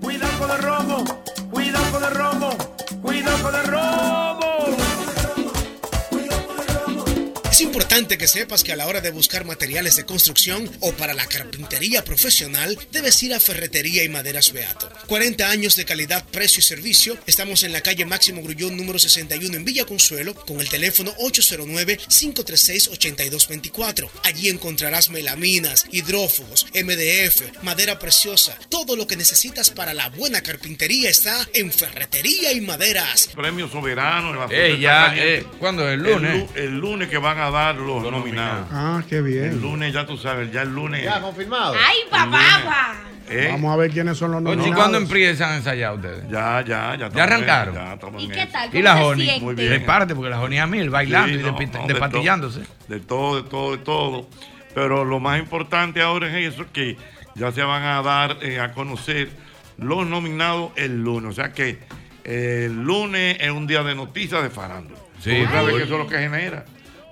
[SPEAKER 3] Cuidado con el robo, cuidado con el robo, cuidado con el robo.
[SPEAKER 19] Es importante que sepas que a la hora de buscar materiales de construcción o para la carpintería profesional, debes ir a Ferretería y Maderas Beato. 40 años de calidad, precio y servicio. Estamos en la calle Máximo Grullón número 61 en Villa Consuelo con el teléfono 809-536-8224. Allí encontrarás melaminas, hidrófugos, MDF, madera preciosa. Todo lo que necesitas para la buena carpintería está en Ferretería y Maderas.
[SPEAKER 2] Premio Soberano. la
[SPEAKER 16] Eh,
[SPEAKER 2] Fiesta
[SPEAKER 16] ya,
[SPEAKER 2] Caliente.
[SPEAKER 16] eh, ¿cuándo es? ¿El
[SPEAKER 2] lu-
[SPEAKER 16] lunes?
[SPEAKER 2] El, lunes que van a dar los, nominados.
[SPEAKER 6] Ah, qué
[SPEAKER 2] El
[SPEAKER 6] bien.
[SPEAKER 2] lunes, ya tú sabes, ya el lunes. ¿eh?
[SPEAKER 12] Ya, confirmado.
[SPEAKER 7] ¡Ay, papá!
[SPEAKER 6] Vamos a ver quiénes son los
[SPEAKER 16] ¿Y cuándo
[SPEAKER 6] nominados.
[SPEAKER 16] empiezan a ensayar ustedes?
[SPEAKER 2] Ya, ya, ya.
[SPEAKER 16] ¿Ya
[SPEAKER 2] estamos
[SPEAKER 16] arrancaron?
[SPEAKER 2] en- ya estamos
[SPEAKER 7] ¿Y
[SPEAKER 2] en
[SPEAKER 7] qué
[SPEAKER 2] eso.
[SPEAKER 7] tal?
[SPEAKER 16] Y
[SPEAKER 7] ¿Cómo
[SPEAKER 16] la
[SPEAKER 7] se
[SPEAKER 16] Joni.
[SPEAKER 7] siente?
[SPEAKER 16] Reparte, porque la Joni es a mil, bailando
[SPEAKER 2] Sí,
[SPEAKER 16] y
[SPEAKER 2] no,
[SPEAKER 16] despit-
[SPEAKER 2] no,
[SPEAKER 16] despatillándose.
[SPEAKER 2] De todo, de todo, de todo. Pero lo más importante ahora es eso, que ya se van a dar eh, a conocer los nominados el lunes. O sea que eh, el lunes es un día de noticias de farándula.
[SPEAKER 16] Sí,
[SPEAKER 2] Tú sabes
[SPEAKER 16] full.
[SPEAKER 2] que eso es lo que genera.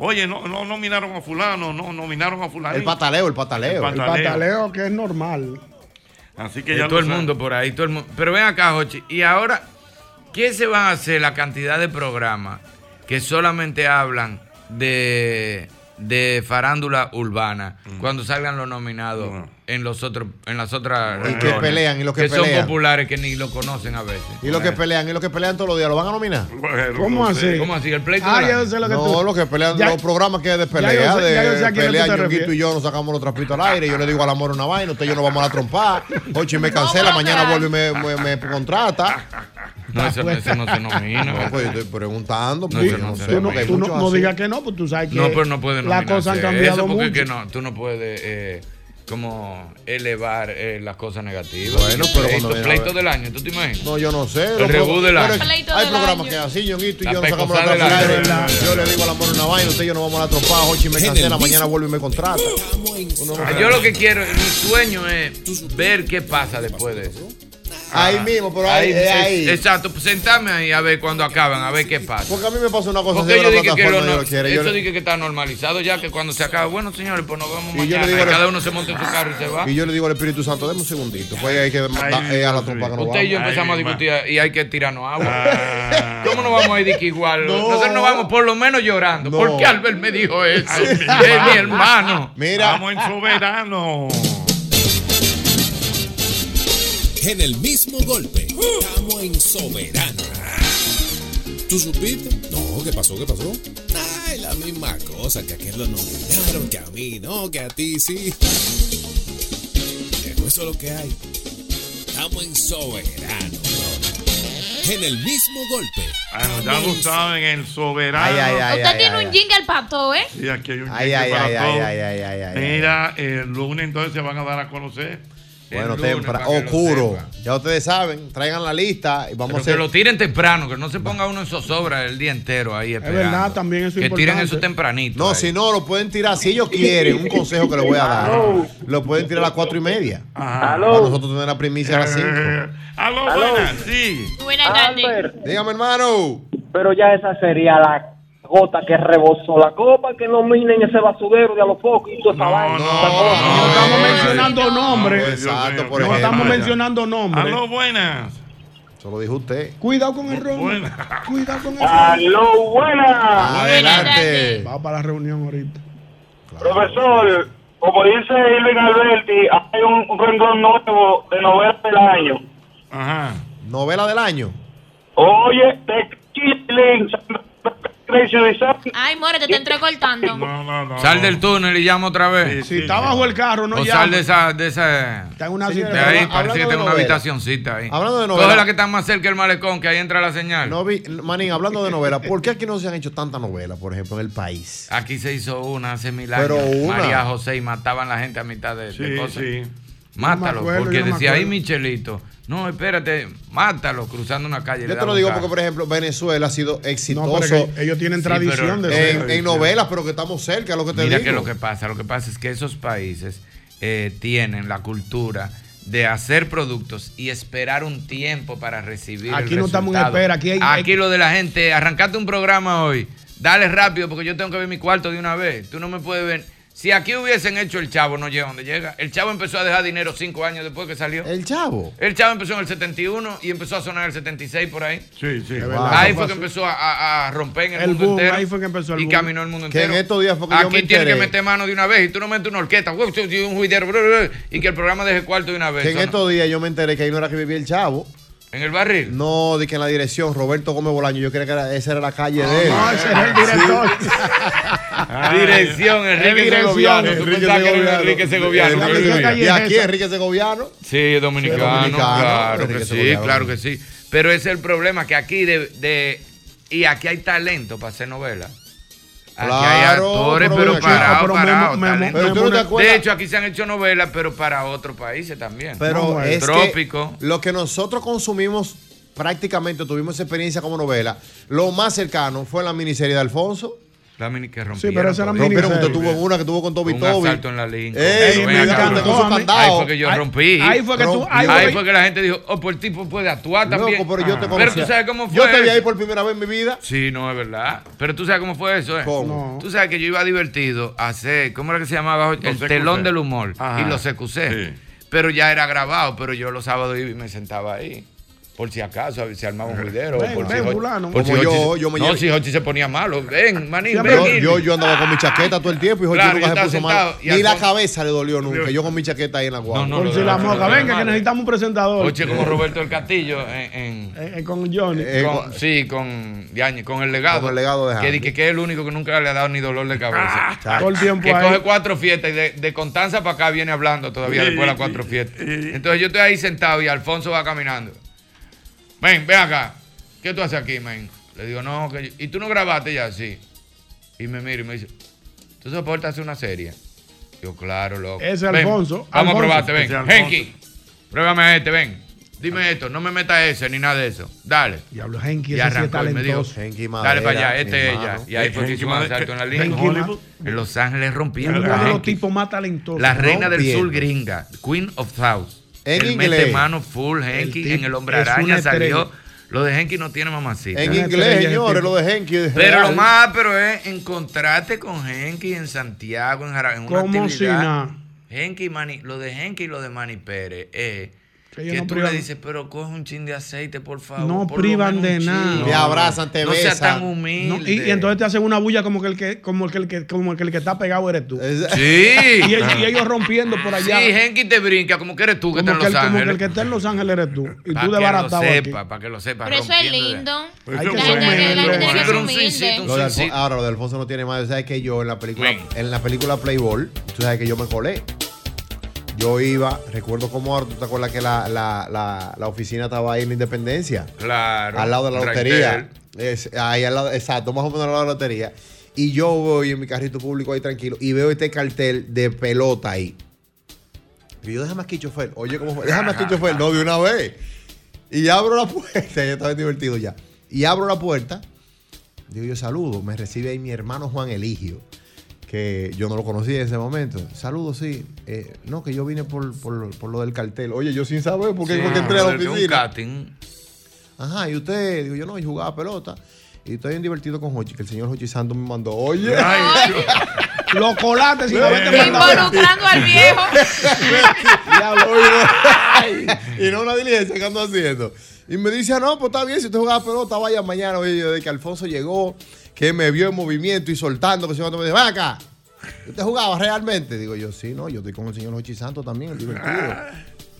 [SPEAKER 2] Oye, no, no nominaron a fulano, no nominaron a fulano.
[SPEAKER 12] El pataleo, el pataleo.
[SPEAKER 6] El pataleo que es normal.
[SPEAKER 2] Así
[SPEAKER 16] Y
[SPEAKER 2] que ya
[SPEAKER 16] todo
[SPEAKER 2] lo
[SPEAKER 16] el
[SPEAKER 2] saben.
[SPEAKER 16] mundo por ahí, todo el mundo. Pero ven acá, Jochi. Y ahora, ¿qué se van a hacer la cantidad de programas que solamente hablan de, de farándula urbana
[SPEAKER 12] Mm.
[SPEAKER 16] cuando salgan los nominados en los otros, en las otras
[SPEAKER 12] Y que
[SPEAKER 16] reuniones?
[SPEAKER 12] pelean, y los que
[SPEAKER 16] son
[SPEAKER 12] pelean.
[SPEAKER 16] populares que ni lo conocen a veces.
[SPEAKER 12] Y los que pelean, y los que pelean todos los días, ¿lo van a nominar?
[SPEAKER 16] ¿Cómo no sé. así? ¿Cómo así? ¿El pleito Ah, grande? ya yo sé lo que
[SPEAKER 12] no,
[SPEAKER 16] tú-
[SPEAKER 12] los que pelean,
[SPEAKER 16] Ya-
[SPEAKER 12] los programas que es de
[SPEAKER 16] yo
[SPEAKER 12] pelea,
[SPEAKER 16] sé- ya yo sé
[SPEAKER 12] de
[SPEAKER 16] a quién tú
[SPEAKER 12] pelea,
[SPEAKER 16] te
[SPEAKER 12] Ñonguito
[SPEAKER 16] refieres.
[SPEAKER 12] y yo nos sacamos los trapitos al aire, yo le digo al amor una vaina, usted y yo nos vamos a la trompar, Ochi me cancela, mañana vuelve y me, me- me contrata.
[SPEAKER 16] No, eso, eso no se nomina.
[SPEAKER 12] No, pues yo estoy preguntando,
[SPEAKER 16] No,
[SPEAKER 12] pues,
[SPEAKER 16] eso
[SPEAKER 12] yo
[SPEAKER 16] no
[SPEAKER 12] no
[SPEAKER 16] se
[SPEAKER 12] sé,
[SPEAKER 16] nomina.
[SPEAKER 12] porque hay
[SPEAKER 6] Tú no,
[SPEAKER 12] muchos
[SPEAKER 6] no
[SPEAKER 12] así.
[SPEAKER 6] digas que no, pues tú sabes que
[SPEAKER 16] No, pero no puede
[SPEAKER 6] las
[SPEAKER 16] nominarse.
[SPEAKER 6] cosas han cambiado
[SPEAKER 16] Eso porque
[SPEAKER 6] mucho.
[SPEAKER 16] es que no, tú no puedes eh, como elevar eh, las cosas negativas.
[SPEAKER 12] Bueno, pero
[SPEAKER 16] Pleito,
[SPEAKER 12] cuando viene a
[SPEAKER 16] pleito
[SPEAKER 12] ver.
[SPEAKER 16] del año, ¿tú te imaginas?
[SPEAKER 12] No, yo no sé.
[SPEAKER 16] El
[SPEAKER 12] los pro-
[SPEAKER 16] rebú del
[SPEAKER 12] pero
[SPEAKER 16] año.
[SPEAKER 12] hay-
[SPEAKER 16] Pleito
[SPEAKER 12] Hay
[SPEAKER 16] del
[SPEAKER 12] programas
[SPEAKER 16] año.
[SPEAKER 12] que así, Ñonguito y
[SPEAKER 16] La
[SPEAKER 12] yo nos sacamos los
[SPEAKER 16] pecosada
[SPEAKER 12] trapitos al aire.
[SPEAKER 16] del año.
[SPEAKER 12] Yo le digo al amor una vaina, usted y yo nos vamos a la trompada, Ochi me
[SPEAKER 16] En el
[SPEAKER 12] cancela,
[SPEAKER 16] mismo-
[SPEAKER 12] mañana vuelve y me contrata. Uno no
[SPEAKER 16] Ah,
[SPEAKER 12] sabe.
[SPEAKER 16] Yo lo que quiero, mi sueño es ver qué pasa después de eso.
[SPEAKER 12] Ahí
[SPEAKER 16] Ah,
[SPEAKER 12] mismo, pero ahí,
[SPEAKER 16] es-
[SPEAKER 12] eh, ahí.
[SPEAKER 16] Exacto, pues, sentarme ahí a ver cuando acaban, a ver qué pasa.
[SPEAKER 12] Porque a mí me pasa una cosa
[SPEAKER 16] Porque
[SPEAKER 12] así de
[SPEAKER 16] yo
[SPEAKER 12] la
[SPEAKER 16] dije que lo
[SPEAKER 12] plataforma, yo
[SPEAKER 16] no-
[SPEAKER 12] lo quiero, yo
[SPEAKER 16] eso
[SPEAKER 12] le-
[SPEAKER 16] dije que está normalizado ya, que cuando se acaba, bueno señores, pues nos vamos
[SPEAKER 12] Y yo le
[SPEAKER 16] mañana.
[SPEAKER 12] digo
[SPEAKER 16] y
[SPEAKER 12] a la-
[SPEAKER 16] cada uno se monta en su carro y se va.
[SPEAKER 12] Y yo le digo al Espíritu Santo, deme un segundito. Pues hay que da- eh, a la trompa que nos
[SPEAKER 16] Usted y yo
[SPEAKER 12] vamos.
[SPEAKER 16] empezamos a discutir y hay que tirarnos
[SPEAKER 12] Ah.
[SPEAKER 16] agua. ¿Cómo no vamos a ir de que igual? Nosotros no vamos por lo menos llorando.
[SPEAKER 12] No.
[SPEAKER 16] ¿Por qué Albert me dijo eso? es mi hermano.
[SPEAKER 12] Mira.
[SPEAKER 2] Vamos en soberano.
[SPEAKER 25] En el mismo golpe, estamos en soberano. ¿Tú supiste? No, ¿qué pasó? ¿Qué pasó? Es la misma cosa que a aquel lo nominaron, que a mí no, que a ti sí. Pero eso es lo que hay. Estamos en soberano, bro. En el mismo golpe.
[SPEAKER 2] Ah, Ya lo saben, el soberano.
[SPEAKER 12] Ay, ay, ay,
[SPEAKER 7] Usted tiene un jingle para todo, ¿eh?
[SPEAKER 2] Sí, aquí hay un
[SPEAKER 12] Ay,
[SPEAKER 2] chiste
[SPEAKER 12] ay,
[SPEAKER 2] para
[SPEAKER 12] ay,
[SPEAKER 2] todo.
[SPEAKER 12] ay, ay, ay, ay, ay, ay.
[SPEAKER 2] Mira, el lunes entonces se van a dar a conocer. El
[SPEAKER 12] Bueno,
[SPEAKER 2] lunes,
[SPEAKER 12] temprano.
[SPEAKER 2] para que lo
[SPEAKER 12] Oscuro.
[SPEAKER 2] sepa.
[SPEAKER 12] Ya ustedes saben, traigan la lista y vamos
[SPEAKER 16] Pero
[SPEAKER 12] a hacer.
[SPEAKER 16] que lo tiren temprano, que no se ponga uno en zozobra el día entero ahí esperando.
[SPEAKER 12] verdad, también eso es
[SPEAKER 16] Que tiren
[SPEAKER 12] importante.
[SPEAKER 16] eso tempranito.
[SPEAKER 12] No,
[SPEAKER 16] ahí.
[SPEAKER 12] si no, lo pueden tirar. Si ellos quieren, un consejo que les voy a dar. Lo pueden tirar a las cuatro y media. Para nosotros tener la primicia a las cinco.
[SPEAKER 2] Aló,
[SPEAKER 12] Aló.
[SPEAKER 2] buenas, sí.
[SPEAKER 7] Buenas
[SPEAKER 12] Dígame, hermano.
[SPEAKER 11] Pero ya esa sería la gota que rebosó la copa, que nominen ese basurero de a los pocos y toda esa vaina.
[SPEAKER 6] Estamos mencionando nombres.
[SPEAKER 12] Exacto, por
[SPEAKER 6] No
[SPEAKER 12] ejemplo.
[SPEAKER 6] estamos mencionando nombres.
[SPEAKER 12] Aló,
[SPEAKER 2] buenas.
[SPEAKER 12] Eso lo dijo usted.
[SPEAKER 6] Cuidado con el romo. Cuidado con el
[SPEAKER 11] Aló, buenas.
[SPEAKER 12] Adelante.
[SPEAKER 6] Vamos para la reunión ahorita.
[SPEAKER 11] Profesor, como dice Irving Alberti, hay un, un renglón nuevo de novela del año.
[SPEAKER 2] Ajá.
[SPEAKER 12] Novela del año.
[SPEAKER 11] Oye, de Chilling, Crazy Disaster.
[SPEAKER 7] Ay, more, te está cortando.
[SPEAKER 16] Sal del túnel y llama otra vez.
[SPEAKER 6] Si está bajo el carro, no
[SPEAKER 16] o
[SPEAKER 6] llama.
[SPEAKER 16] sal de esa. De esa
[SPEAKER 6] Está en una
[SPEAKER 16] de
[SPEAKER 6] situación-
[SPEAKER 16] ahí, parece
[SPEAKER 6] Habla-
[SPEAKER 16] que
[SPEAKER 6] hablando
[SPEAKER 16] tengo
[SPEAKER 6] de
[SPEAKER 16] una
[SPEAKER 6] novela.
[SPEAKER 16] habitacioncita ahí.
[SPEAKER 12] Hablando de
[SPEAKER 16] Coge
[SPEAKER 12] novela.
[SPEAKER 16] la que está más cerca del malecón, que ahí entra la señal.
[SPEAKER 12] No vi, Manín, hablando de novelas, ¿por qué aquí no se han hecho tantas novelas, por ejemplo, en el país?
[SPEAKER 16] Aquí se hizo una hace mil años.
[SPEAKER 12] Pero una.
[SPEAKER 16] María José y mataban la gente a mitad de, de
[SPEAKER 12] Sí,
[SPEAKER 16] cosas.
[SPEAKER 12] sí.
[SPEAKER 16] Mátalo,
[SPEAKER 12] Yo me acuerdo,
[SPEAKER 16] porque
[SPEAKER 12] yo me
[SPEAKER 16] decía ahí
[SPEAKER 12] acuerdo.
[SPEAKER 16] Michelito. No, espérate, mátalo cruzando una calle.
[SPEAKER 12] Yo te lo digo porque, por ejemplo, Venezuela ha sido exitoso.
[SPEAKER 16] pero que ellos tienen Sí, tradición pero- de
[SPEAKER 12] en,
[SPEAKER 16] ser-
[SPEAKER 12] en novelas, pero que estamos cerca, lo que te
[SPEAKER 16] Mira
[SPEAKER 12] digo.
[SPEAKER 16] que lo que pasa, lo que pasa es que esos países eh, tienen la cultura de hacer productos y esperar un tiempo para recibir.
[SPEAKER 6] Aquí
[SPEAKER 16] el
[SPEAKER 6] no estamos en
[SPEAKER 16] resultado.
[SPEAKER 6] espera, aquí hay-
[SPEAKER 16] aquí lo de la gente, arrancate un programa hoy, dale rápido porque yo tengo que ver mi cuarto de una vez. Tú no me puedes ver. Si aquí hubiesen hecho el chavo, no llega donde llega. El chavo empezó a dejar dinero cinco años después que salió.
[SPEAKER 12] El chavo.
[SPEAKER 16] El chavo empezó en el 71 y empezó a sonar en el 76 por ahí.
[SPEAKER 2] Sí, sí.
[SPEAKER 6] verdad.
[SPEAKER 16] Ahí fue que empezó a, a- a romper en el,
[SPEAKER 6] El
[SPEAKER 16] mundo
[SPEAKER 6] boom,
[SPEAKER 16] entero.
[SPEAKER 6] ahí fue que empezó el
[SPEAKER 16] Y
[SPEAKER 6] boom.
[SPEAKER 16] caminó el mundo
[SPEAKER 12] Que en
[SPEAKER 16] entero.
[SPEAKER 12] estos días fue que yo
[SPEAKER 16] Aquí
[SPEAKER 12] me
[SPEAKER 16] tiene que
[SPEAKER 12] enteré.
[SPEAKER 16] meter mano de una vez y tú no metes una orquesta, guau, tú, tú, un juidero, bru, bru, bru, y que el programa deje cuarto de una vez.
[SPEAKER 12] Que en
[SPEAKER 16] Eso no.
[SPEAKER 12] estos días yo me enteré que ahí no era que vivía el chavo.
[SPEAKER 16] ¿En el barril?
[SPEAKER 12] No, de que en la dirección, Roberto Gómez Bolaño. Yo creía que era- esa era la calle de él.
[SPEAKER 6] No, ese es el director.
[SPEAKER 16] Ah, Dirección, Enrique Segoviano. Tú pensabas que era Enrique Segoviano.
[SPEAKER 12] Enrique
[SPEAKER 16] que vivía.
[SPEAKER 12] Eh, Y aquí Enrique Segoviano.
[SPEAKER 16] Sí, dominicano,
[SPEAKER 12] Dominicano,
[SPEAKER 16] claro que
[SPEAKER 12] Enrique
[SPEAKER 16] sí,
[SPEAKER 12] Segoviano.
[SPEAKER 16] claro que sí. Pero ese es el problema, que aquí de, de- y aquí hay talento para hacer novelas. Aquí hay
[SPEAKER 12] Claro,
[SPEAKER 16] actores,
[SPEAKER 12] pero
[SPEAKER 16] Ah, pero
[SPEAKER 12] ven acá.
[SPEAKER 16] parado,
[SPEAKER 12] Pero Memo-
[SPEAKER 16] parado,
[SPEAKER 12] Memo-
[SPEAKER 16] talento.
[SPEAKER 12] Pero tú no te acuerdas-
[SPEAKER 16] De hecho, aquí se han hecho novelas, pero para otros países también.
[SPEAKER 12] Pero
[SPEAKER 16] el
[SPEAKER 12] es que
[SPEAKER 16] trópico.
[SPEAKER 12] lo que nosotros consumimos prácticamente, tuvimos esa experiencia como novela, lo más cercano fue la miniserie de Alfonso.
[SPEAKER 16] La mini que rompieron.
[SPEAKER 12] Sí, pero esa era miniserie. Rompieron, usted tuvo una que tuvo con Toby
[SPEAKER 16] Un
[SPEAKER 12] Toby.
[SPEAKER 16] asalto en la Lincoln.
[SPEAKER 12] Ey,
[SPEAKER 16] Pero ven
[SPEAKER 12] me
[SPEAKER 16] acá,
[SPEAKER 12] encanta, con su
[SPEAKER 16] Tommy.
[SPEAKER 12] candado.
[SPEAKER 16] Ahí fue que yo
[SPEAKER 12] Ahí-
[SPEAKER 16] rompí.
[SPEAKER 12] ahí fue que tú- ahí
[SPEAKER 16] Ahí,
[SPEAKER 12] fue que-
[SPEAKER 16] fue que la gente dijo, oh, por tipo puede actuar también.
[SPEAKER 12] Loco, pero yo te
[SPEAKER 16] Ah.
[SPEAKER 12] conocía.
[SPEAKER 16] Pero tú sabes cómo fue.
[SPEAKER 12] Yo te vi ahí por primera vez en mi vida.
[SPEAKER 16] Sí, no, es verdad. Pero tú sabes cómo fue eso, ¿eh?
[SPEAKER 12] ¿Cómo?
[SPEAKER 16] Tú sabes que yo iba divertido a hacer, ¿cómo era que se llamaba? el
[SPEAKER 2] CQC.
[SPEAKER 16] telón del humor
[SPEAKER 2] Ajá.
[SPEAKER 16] y los CQC. Pero ya era grabado, pero yo los sábados iba y me sentaba ahí. Por si acaso, a ver si armaba un juidero.
[SPEAKER 12] Ven,
[SPEAKER 16] o por
[SPEAKER 12] ven,
[SPEAKER 16] si Hochi-
[SPEAKER 12] fulano.
[SPEAKER 16] por si
[SPEAKER 12] Como
[SPEAKER 16] Hochi
[SPEAKER 12] yo,
[SPEAKER 16] se-
[SPEAKER 12] yo me
[SPEAKER 16] No,
[SPEAKER 12] llevé-
[SPEAKER 16] si Hochi se ponía malo. Ven, manín,
[SPEAKER 12] Yo,
[SPEAKER 16] ven.
[SPEAKER 12] yo,
[SPEAKER 16] Irving.
[SPEAKER 12] yo andaba con mi chaqueta todo el tiempo y Jorge
[SPEAKER 16] Claro,
[SPEAKER 12] nunca
[SPEAKER 16] yo
[SPEAKER 12] se
[SPEAKER 16] estaba
[SPEAKER 12] puso
[SPEAKER 16] sentado
[SPEAKER 12] mal.
[SPEAKER 16] y
[SPEAKER 12] Ni la
[SPEAKER 16] Alfonso-
[SPEAKER 12] cabeza le dolió nunca. Yo con mi chaqueta ahí en la guagua.
[SPEAKER 16] No, no,
[SPEAKER 6] Por si la moca. Venga, que necesitamos un presentador.
[SPEAKER 16] Oche como Roberto del Castillo en, en-
[SPEAKER 6] Eh, eh, con Johnny.
[SPEAKER 16] con- sí, con Diagne, con el legado.
[SPEAKER 12] Con el legado de
[SPEAKER 16] que,
[SPEAKER 12] Jaime.
[SPEAKER 16] di que, que es el único que nunca le ha dado ni dolor de cabeza.
[SPEAKER 12] chacho. Todo el tiempo
[SPEAKER 16] Ah, que
[SPEAKER 12] ahí.
[SPEAKER 16] coge cuatro fiestas y de, de Constanza para acá viene hablando todavía
[SPEAKER 2] Sí,
[SPEAKER 16] después de las
[SPEAKER 2] sí,
[SPEAKER 16] cuatro fiestas. Entonces yo estoy ahí sentado y Alfonso va caminando. Ven, ven acá. ¿Qué tú haces aquí, men? Le digo, no, que yo- ¿y tú no grabaste ya? Sí. Y me mira y me dice, ¿tú soportas hacer una serie? Yo, claro, loco.
[SPEAKER 6] Ese
[SPEAKER 16] Ven,
[SPEAKER 6] Alfonso,
[SPEAKER 16] Vamos
[SPEAKER 6] Alfonso.
[SPEAKER 16] a probarte,
[SPEAKER 6] Ese
[SPEAKER 16] ven.
[SPEAKER 6] Alfonso.
[SPEAKER 16] Henky, pruébame a este, ven. Dime esto, no me metas ese ni nada de eso. Dale.
[SPEAKER 6] Ah. Diablo, Henky,
[SPEAKER 16] Y
[SPEAKER 6] ese sí es
[SPEAKER 16] arrancó y me dijo,
[SPEAKER 6] talentoso.
[SPEAKER 16] dale para allá, este es ella. Y ahí fue que
[SPEAKER 6] Henky
[SPEAKER 16] hicimos el
[SPEAKER 6] Madera.
[SPEAKER 16] salto en la
[SPEAKER 6] Henky
[SPEAKER 16] línea.
[SPEAKER 6] Madera.
[SPEAKER 16] En Los Ángeles rompieron.
[SPEAKER 6] Uno de
[SPEAKER 16] la
[SPEAKER 6] los
[SPEAKER 16] Henky.
[SPEAKER 6] tipos más talentosos.
[SPEAKER 16] La reina del sur
[SPEAKER 6] Rompiendo.
[SPEAKER 16] gringa, Queen of South.
[SPEAKER 6] En
[SPEAKER 16] Él
[SPEAKER 6] inglés.
[SPEAKER 16] mete mano full
[SPEAKER 6] El
[SPEAKER 16] Henky
[SPEAKER 6] tipo
[SPEAKER 16] en el hombre
[SPEAKER 6] es una
[SPEAKER 16] araña
[SPEAKER 6] estrella.
[SPEAKER 16] salió. Lo de Henky no tiene mamacita.
[SPEAKER 12] En inglés, señores, lo de Henky. es
[SPEAKER 16] Pero lo
[SPEAKER 12] real.
[SPEAKER 16] más, pero es encontrarte con Henky en Santiago, en Jara- en una
[SPEAKER 6] Como si
[SPEAKER 16] actividad.
[SPEAKER 6] nada.
[SPEAKER 16] Henky y Manny- lo de Henky y lo de Manny Pérez es
[SPEAKER 6] Que ellos
[SPEAKER 16] que
[SPEAKER 6] no
[SPEAKER 16] tú
[SPEAKER 6] privan-
[SPEAKER 16] le dices, pero coge un chin de aceite, por favor.
[SPEAKER 6] No
[SPEAKER 16] por lo
[SPEAKER 6] privan
[SPEAKER 16] menos
[SPEAKER 6] de
[SPEAKER 16] un chin".
[SPEAKER 6] nada.
[SPEAKER 16] No sea tan humilde.
[SPEAKER 6] No, y, y entonces te hacen una bulla como que el que, como el que, el que- como el que, el que está pegado eres tú.
[SPEAKER 16] Sí. Ah.
[SPEAKER 6] Y, ellos- y ellos rompiendo por allá.
[SPEAKER 16] Sí, Henky te brinca, como que eres tú que
[SPEAKER 6] como,
[SPEAKER 16] estás en
[SPEAKER 6] que
[SPEAKER 16] Los
[SPEAKER 6] el, como que el
[SPEAKER 16] Ángeles.
[SPEAKER 6] que está en Los Ángeles eres tú. Y
[SPEAKER 16] Para
[SPEAKER 6] tú
[SPEAKER 16] que lo
[SPEAKER 6] desbaratado aquí.
[SPEAKER 16] sepa, para que lo sepa.
[SPEAKER 7] Pero eso es lindo.
[SPEAKER 6] Hay que
[SPEAKER 7] La gente- la gente
[SPEAKER 6] comerlo.
[SPEAKER 7] tiene que ser
[SPEAKER 16] un
[SPEAKER 7] humilde.
[SPEAKER 16] sincito,
[SPEAKER 12] Lo de Alfon- ahora, lo de Alfonso no tiene más. Tú sabes que yo en la película, en la película Playboy, tú sabes que yo me colé. Yo iba, recuerdo como ahora, ¿tú te acuerdas que la, la- la- la oficina estaba ahí en la Independencia?
[SPEAKER 16] Claro.
[SPEAKER 12] Al lado de la
[SPEAKER 16] Raitel.
[SPEAKER 12] lotería. Es- ahí al lado, exacto, más o menos al lado de la lotería. Y yo voy en mi carrito público ahí tranquilo y veo este cartel de pelota ahí. Y yo, déjame aquí, chofer. Oye, ¿cómo fue? Déjame aquí, chofer. No, de una vez. Y abro la puerta. Ya estaba divertido ya. Y abro la puerta. Digo, yo saludo. Me recibe ahí mi hermano Juan Eligio. Que yo no lo conocía en ese momento. Saludo, sí. Eh, no, que yo vine por, por- por lo del cartel. Oye, yo sin saber porque
[SPEAKER 16] Sí,
[SPEAKER 12] fue que entré a la
[SPEAKER 16] de un
[SPEAKER 12] oficina.
[SPEAKER 16] casting.
[SPEAKER 12] Ajá, y usted, digo, yo no, yo jugaba pelota. Y estoy bien divertido con Hochi, que el señor Hochi Santos me mandó. Oye,
[SPEAKER 6] los colates sin haberte mandado.
[SPEAKER 12] Involucrando
[SPEAKER 7] al viejo.
[SPEAKER 12] y no una diligencia que ando haciendo. Y me dice, ah, no, pues está bien, si usted jugaba pelota, vaya mañana. Oye, yo, de que Alfonso llegó, que me vio en movimiento y soltando, que se me dice, ven acá. ¿Usted jugaba realmente? Digo yo, sí, no, yo estoy con el señor Hochi Santos también, el divertido.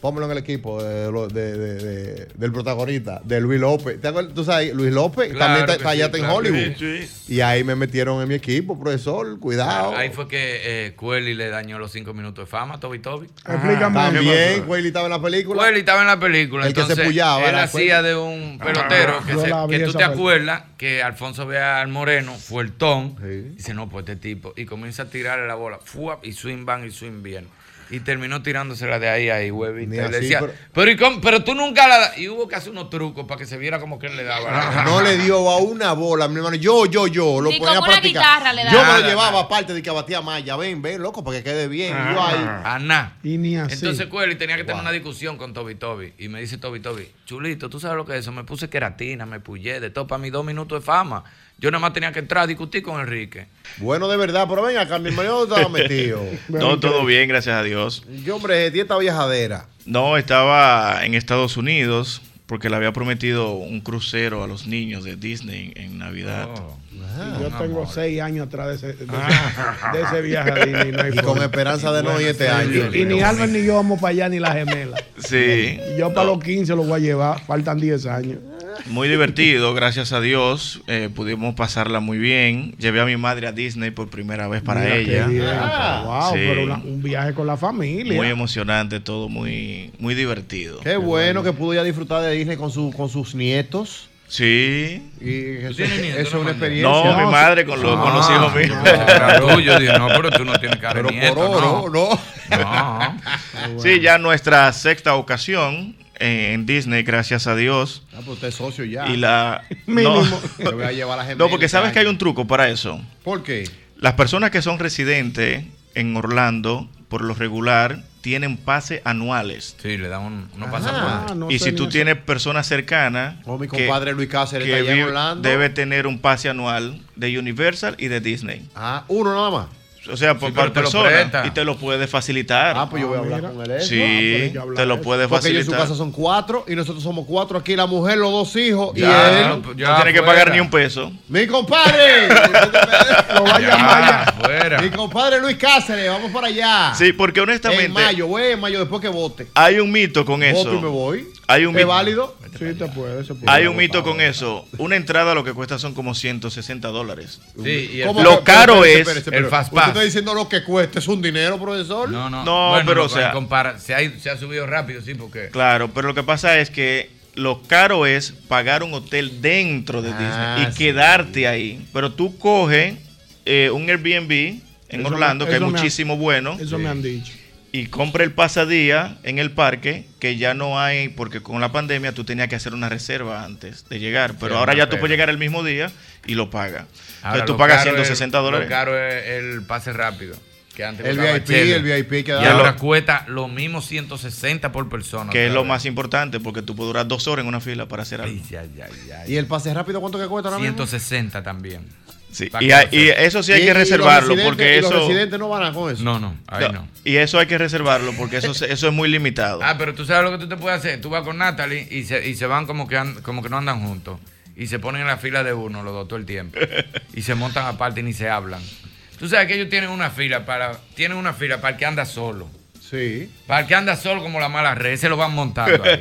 [SPEAKER 12] Pómelo en el equipo de lo- de- de- de- del protagonista, de Luis López. ¿Te acuerdas? ¿Tú sabes? Luis López también está,
[SPEAKER 16] que
[SPEAKER 12] está allá
[SPEAKER 16] sí,
[SPEAKER 12] en
[SPEAKER 16] claro.
[SPEAKER 12] Hollywood.
[SPEAKER 16] Sí, sí.
[SPEAKER 12] Y ahí me metieron en mi equipo, profesor, cuidado.
[SPEAKER 16] Ahí fue que eh, Quelly le dañó los cinco minutos de fama a Toby Toby.
[SPEAKER 12] Ah, Explícame. También, Cueli estaba en la película.
[SPEAKER 16] Quelly estaba en la película.
[SPEAKER 12] El que se
[SPEAKER 16] entonces,
[SPEAKER 12] pullaba,
[SPEAKER 16] Él
[SPEAKER 12] era
[SPEAKER 16] hacía
[SPEAKER 12] Quelly.
[SPEAKER 16] de un pelotero
[SPEAKER 12] Ah,
[SPEAKER 16] que,
[SPEAKER 12] yo
[SPEAKER 16] se-
[SPEAKER 12] la vi
[SPEAKER 16] que tú
[SPEAKER 12] esa
[SPEAKER 16] te
[SPEAKER 12] película.
[SPEAKER 16] acuerdas que Alfonso Veal Moreno, fuertón, dice, no, pues este tipo. Y comienza a tirarle la bola. Fuap, y swing van y swing bien. Y terminó tirándosela de ahí a ahí, huevita.
[SPEAKER 12] Ni
[SPEAKER 16] Y le
[SPEAKER 12] así,
[SPEAKER 16] decía, pero,
[SPEAKER 12] pero-
[SPEAKER 16] ¿y cómo? Pero tú nunca la... da-". Y hubo que hacer unos trucos para que se viera como que él le daba.
[SPEAKER 12] No le dio a una bola, mi hermano. Yo, yo, yo. Lo
[SPEAKER 16] Ni
[SPEAKER 12] ponía
[SPEAKER 16] como
[SPEAKER 12] a
[SPEAKER 16] una
[SPEAKER 12] practicar.
[SPEAKER 16] guitarra le daba.
[SPEAKER 12] Yo me
[SPEAKER 16] Nada,
[SPEAKER 12] lo llevaba
[SPEAKER 16] nada.
[SPEAKER 12] aparte de que batía más. Ya ven, ven, loco, para que quede bien.
[SPEAKER 16] Ah.
[SPEAKER 12] Yo ahí.
[SPEAKER 16] Ana.
[SPEAKER 6] Y ni así.
[SPEAKER 16] Entonces Quelly tenía que tener una discusión con Toby Toby. Y me dice Toby Toby, chulito, tú sabes lo que es eso. Me puse queratina, me pullé, de todo para mis dos minutos de fama. Yo nada más tenía que entrar a discutir con Enrique.
[SPEAKER 12] Bueno, de verdad, pero ven acá, mi hermano, ¿dónde estaba metido?
[SPEAKER 15] No, todo bien, gracias a Dios.
[SPEAKER 12] Yo, hombre, dieta viajadera.
[SPEAKER 15] No, estaba en Estados Unidos porque le había prometido un crucero a los niños de Disney en Navidad.
[SPEAKER 16] Oh.
[SPEAKER 6] Yo tengo seis años atrás de ese, de ese- de ese viaje. a Disney, no hay
[SPEAKER 12] Y con
[SPEAKER 6] forma.
[SPEAKER 12] esperanza de no
[SPEAKER 6] Bueno,
[SPEAKER 12] ir este
[SPEAKER 6] sí.
[SPEAKER 12] año.
[SPEAKER 6] Y, ni Albert ni yo vamos para allá, ni la gemela.
[SPEAKER 15] Sí,
[SPEAKER 6] Y yo para los 15 lo voy a llevar. Faltan 10 años.
[SPEAKER 15] muy divertido, gracias a Dios. eh, pudimos pasarla muy bien. Llevé a mi madre a Disney por primera vez para
[SPEAKER 6] Mira qué
[SPEAKER 15] ella. Ah.
[SPEAKER 6] bien. wow,
[SPEAKER 16] Ah.
[SPEAKER 15] Sí,
[SPEAKER 6] pero una- un viaje con la familia.
[SPEAKER 15] muy emocionante, todo muy, muy divertido.
[SPEAKER 12] Qué bueno que pudo ya disfrutar de Disney con, su, con sus nietos.
[SPEAKER 15] Sí.
[SPEAKER 12] Y eso,
[SPEAKER 15] tienes nietos,
[SPEAKER 12] eso es
[SPEAKER 15] no,
[SPEAKER 12] una
[SPEAKER 15] Manuel?
[SPEAKER 12] experiencia. Ah,
[SPEAKER 15] No, mi madre con los- con los hijos míos.
[SPEAKER 16] Era tuyo, dije, no, pero tú no tienes cara de
[SPEAKER 15] Pero
[SPEAKER 16] nieto,
[SPEAKER 15] por oro,
[SPEAKER 16] no. No.
[SPEAKER 12] Ah,
[SPEAKER 15] Sí, ya nuestra sexta ocasión eh, en Disney, gracias a Dios.
[SPEAKER 12] Ah, pues usted es socio ya.
[SPEAKER 15] Y la.
[SPEAKER 12] Mínimo. Yo
[SPEAKER 15] No,
[SPEAKER 12] voy a llevar a las
[SPEAKER 15] No, porque
[SPEAKER 12] gemelas
[SPEAKER 15] sabes
[SPEAKER 12] este
[SPEAKER 15] que hay un truco para eso.
[SPEAKER 12] ¿Por qué?
[SPEAKER 15] Las personas que son residentes en Orlando, por lo regular, tienen pase anuales.
[SPEAKER 16] Sí, le dan un, unos
[SPEAKER 12] pasaportes. Ah, no
[SPEAKER 15] y
[SPEAKER 12] sé
[SPEAKER 15] si
[SPEAKER 12] ni
[SPEAKER 15] tú
[SPEAKER 12] eso.
[SPEAKER 15] tienes personas cercanas.
[SPEAKER 12] O mi
[SPEAKER 15] que-
[SPEAKER 12] compadre Luis Cáceres
[SPEAKER 15] que
[SPEAKER 12] está allá en
[SPEAKER 15] vive-
[SPEAKER 12] Orlando.
[SPEAKER 15] debe tener un pase anual de Universal y de Disney.
[SPEAKER 12] Ah, uno nada más.
[SPEAKER 15] O sea, por,
[SPEAKER 12] Sí, pero
[SPEAKER 15] por
[SPEAKER 12] te lo
[SPEAKER 15] persona.
[SPEAKER 12] presta.
[SPEAKER 15] Y te lo puede facilitar.
[SPEAKER 12] Ah, pues yo voy a hablar con él. eso. Ah, pues hay
[SPEAKER 15] Sí,
[SPEAKER 12] que hablar
[SPEAKER 15] te lo
[SPEAKER 12] eso.
[SPEAKER 15] puede
[SPEAKER 12] Porque ellos en su
[SPEAKER 15] facilitar.
[SPEAKER 12] casa son cuatro y nosotros somos cuatro aquí, la mujer, los dos hijos y
[SPEAKER 15] Ya,
[SPEAKER 12] él.
[SPEAKER 15] no, no tiene que pagar ni un peso.
[SPEAKER 12] Mi compadre. Lo va a llamar ya. Mi compadre Luis Cáceres, vamos para allá.
[SPEAKER 15] Sí, porque
[SPEAKER 12] En
[SPEAKER 15] honestamente
[SPEAKER 12] mayo, güey, en mayo después que vote.
[SPEAKER 15] hay un mito con
[SPEAKER 12] Voto y me
[SPEAKER 15] eso.
[SPEAKER 12] voy.
[SPEAKER 15] Hay un
[SPEAKER 12] ¿Es
[SPEAKER 15] mito.
[SPEAKER 12] válido?
[SPEAKER 16] Este
[SPEAKER 12] Sí, te puede,
[SPEAKER 15] Hay un mito con eso. Una entrada lo que cuesta son como 160 dólares.
[SPEAKER 16] Sí, y el-
[SPEAKER 15] lo caro es
[SPEAKER 16] el fast
[SPEAKER 12] Usted
[SPEAKER 16] pass.
[SPEAKER 12] está diciendo lo que cuesta, es un dinero, profesor.
[SPEAKER 16] No, no.
[SPEAKER 15] No,
[SPEAKER 16] Bueno,
[SPEAKER 15] pero,
[SPEAKER 16] lo-
[SPEAKER 15] o sea-
[SPEAKER 16] compara- se, ha, ido- se ha subido rápido, sí, porque...
[SPEAKER 15] Claro, pero lo que pasa es que lo caro es pagar un hotel dentro de
[SPEAKER 16] Ah,
[SPEAKER 15] Disney y
[SPEAKER 16] sí.
[SPEAKER 15] quedarte ahí. Pero tú coges eh, un Airbnb en
[SPEAKER 6] Eso
[SPEAKER 15] Orlando,
[SPEAKER 6] me-
[SPEAKER 15] que hay
[SPEAKER 6] eso me han-
[SPEAKER 15] muchísimo bueno.
[SPEAKER 6] Eso me han dicho.
[SPEAKER 15] y compra el pasadía en el parque, que ya no hay, porque con la pandemia tú tenías que hacer una reserva antes de llegar, pero
[SPEAKER 16] Sí,
[SPEAKER 15] ahora
[SPEAKER 16] una
[SPEAKER 15] ya tú
[SPEAKER 16] pena.
[SPEAKER 15] puedes llegar el mismo día y lo pagas.
[SPEAKER 16] Ahora,
[SPEAKER 15] Entonces tú
[SPEAKER 16] lo
[SPEAKER 15] pagas
[SPEAKER 16] caro es-
[SPEAKER 15] 160 dólares.
[SPEAKER 16] Lo caro es el pase rápido. Que antes
[SPEAKER 12] El
[SPEAKER 16] costaba
[SPEAKER 12] VIP,
[SPEAKER 16] chele.
[SPEAKER 12] el VIP que
[SPEAKER 16] Y
[SPEAKER 12] da-
[SPEAKER 16] ahora
[SPEAKER 12] lo-
[SPEAKER 16] cuesta lo mismo 160 por persona.
[SPEAKER 15] Que es lo
[SPEAKER 16] ¿sabes?
[SPEAKER 15] más importante, porque tú puedes durar dos horas en una fila para hacer algo.
[SPEAKER 12] ¿Y el pase rápido cuánto que cuesta ahora mismo?
[SPEAKER 16] 160 también.
[SPEAKER 15] Sí, y, hay- y eso sí hay
[SPEAKER 12] Y-
[SPEAKER 15] que
[SPEAKER 12] y los
[SPEAKER 15] reservarlo
[SPEAKER 12] residentes-
[SPEAKER 15] porque
[SPEAKER 12] y los
[SPEAKER 15] eso.
[SPEAKER 12] residentes no van a con eso.
[SPEAKER 16] No, no, ahí no.
[SPEAKER 15] Y eso hay que reservarlo porque eso, se- eso es muy limitado.
[SPEAKER 16] Ah, pero tú sabes lo que tú te puedes hacer. Tú vas con Natalie y se, y se van como que, an- como que no andan juntos. Y se ponen en la fila de uno los dos todo el tiempo. Y se montan aparte y ni se hablan. Tú sabes que ellos tienen una fila para tienen una fila para el que anda solo.
[SPEAKER 12] Sí.
[SPEAKER 16] Para el que anda solo como la mala red, se lo van montando. ahí.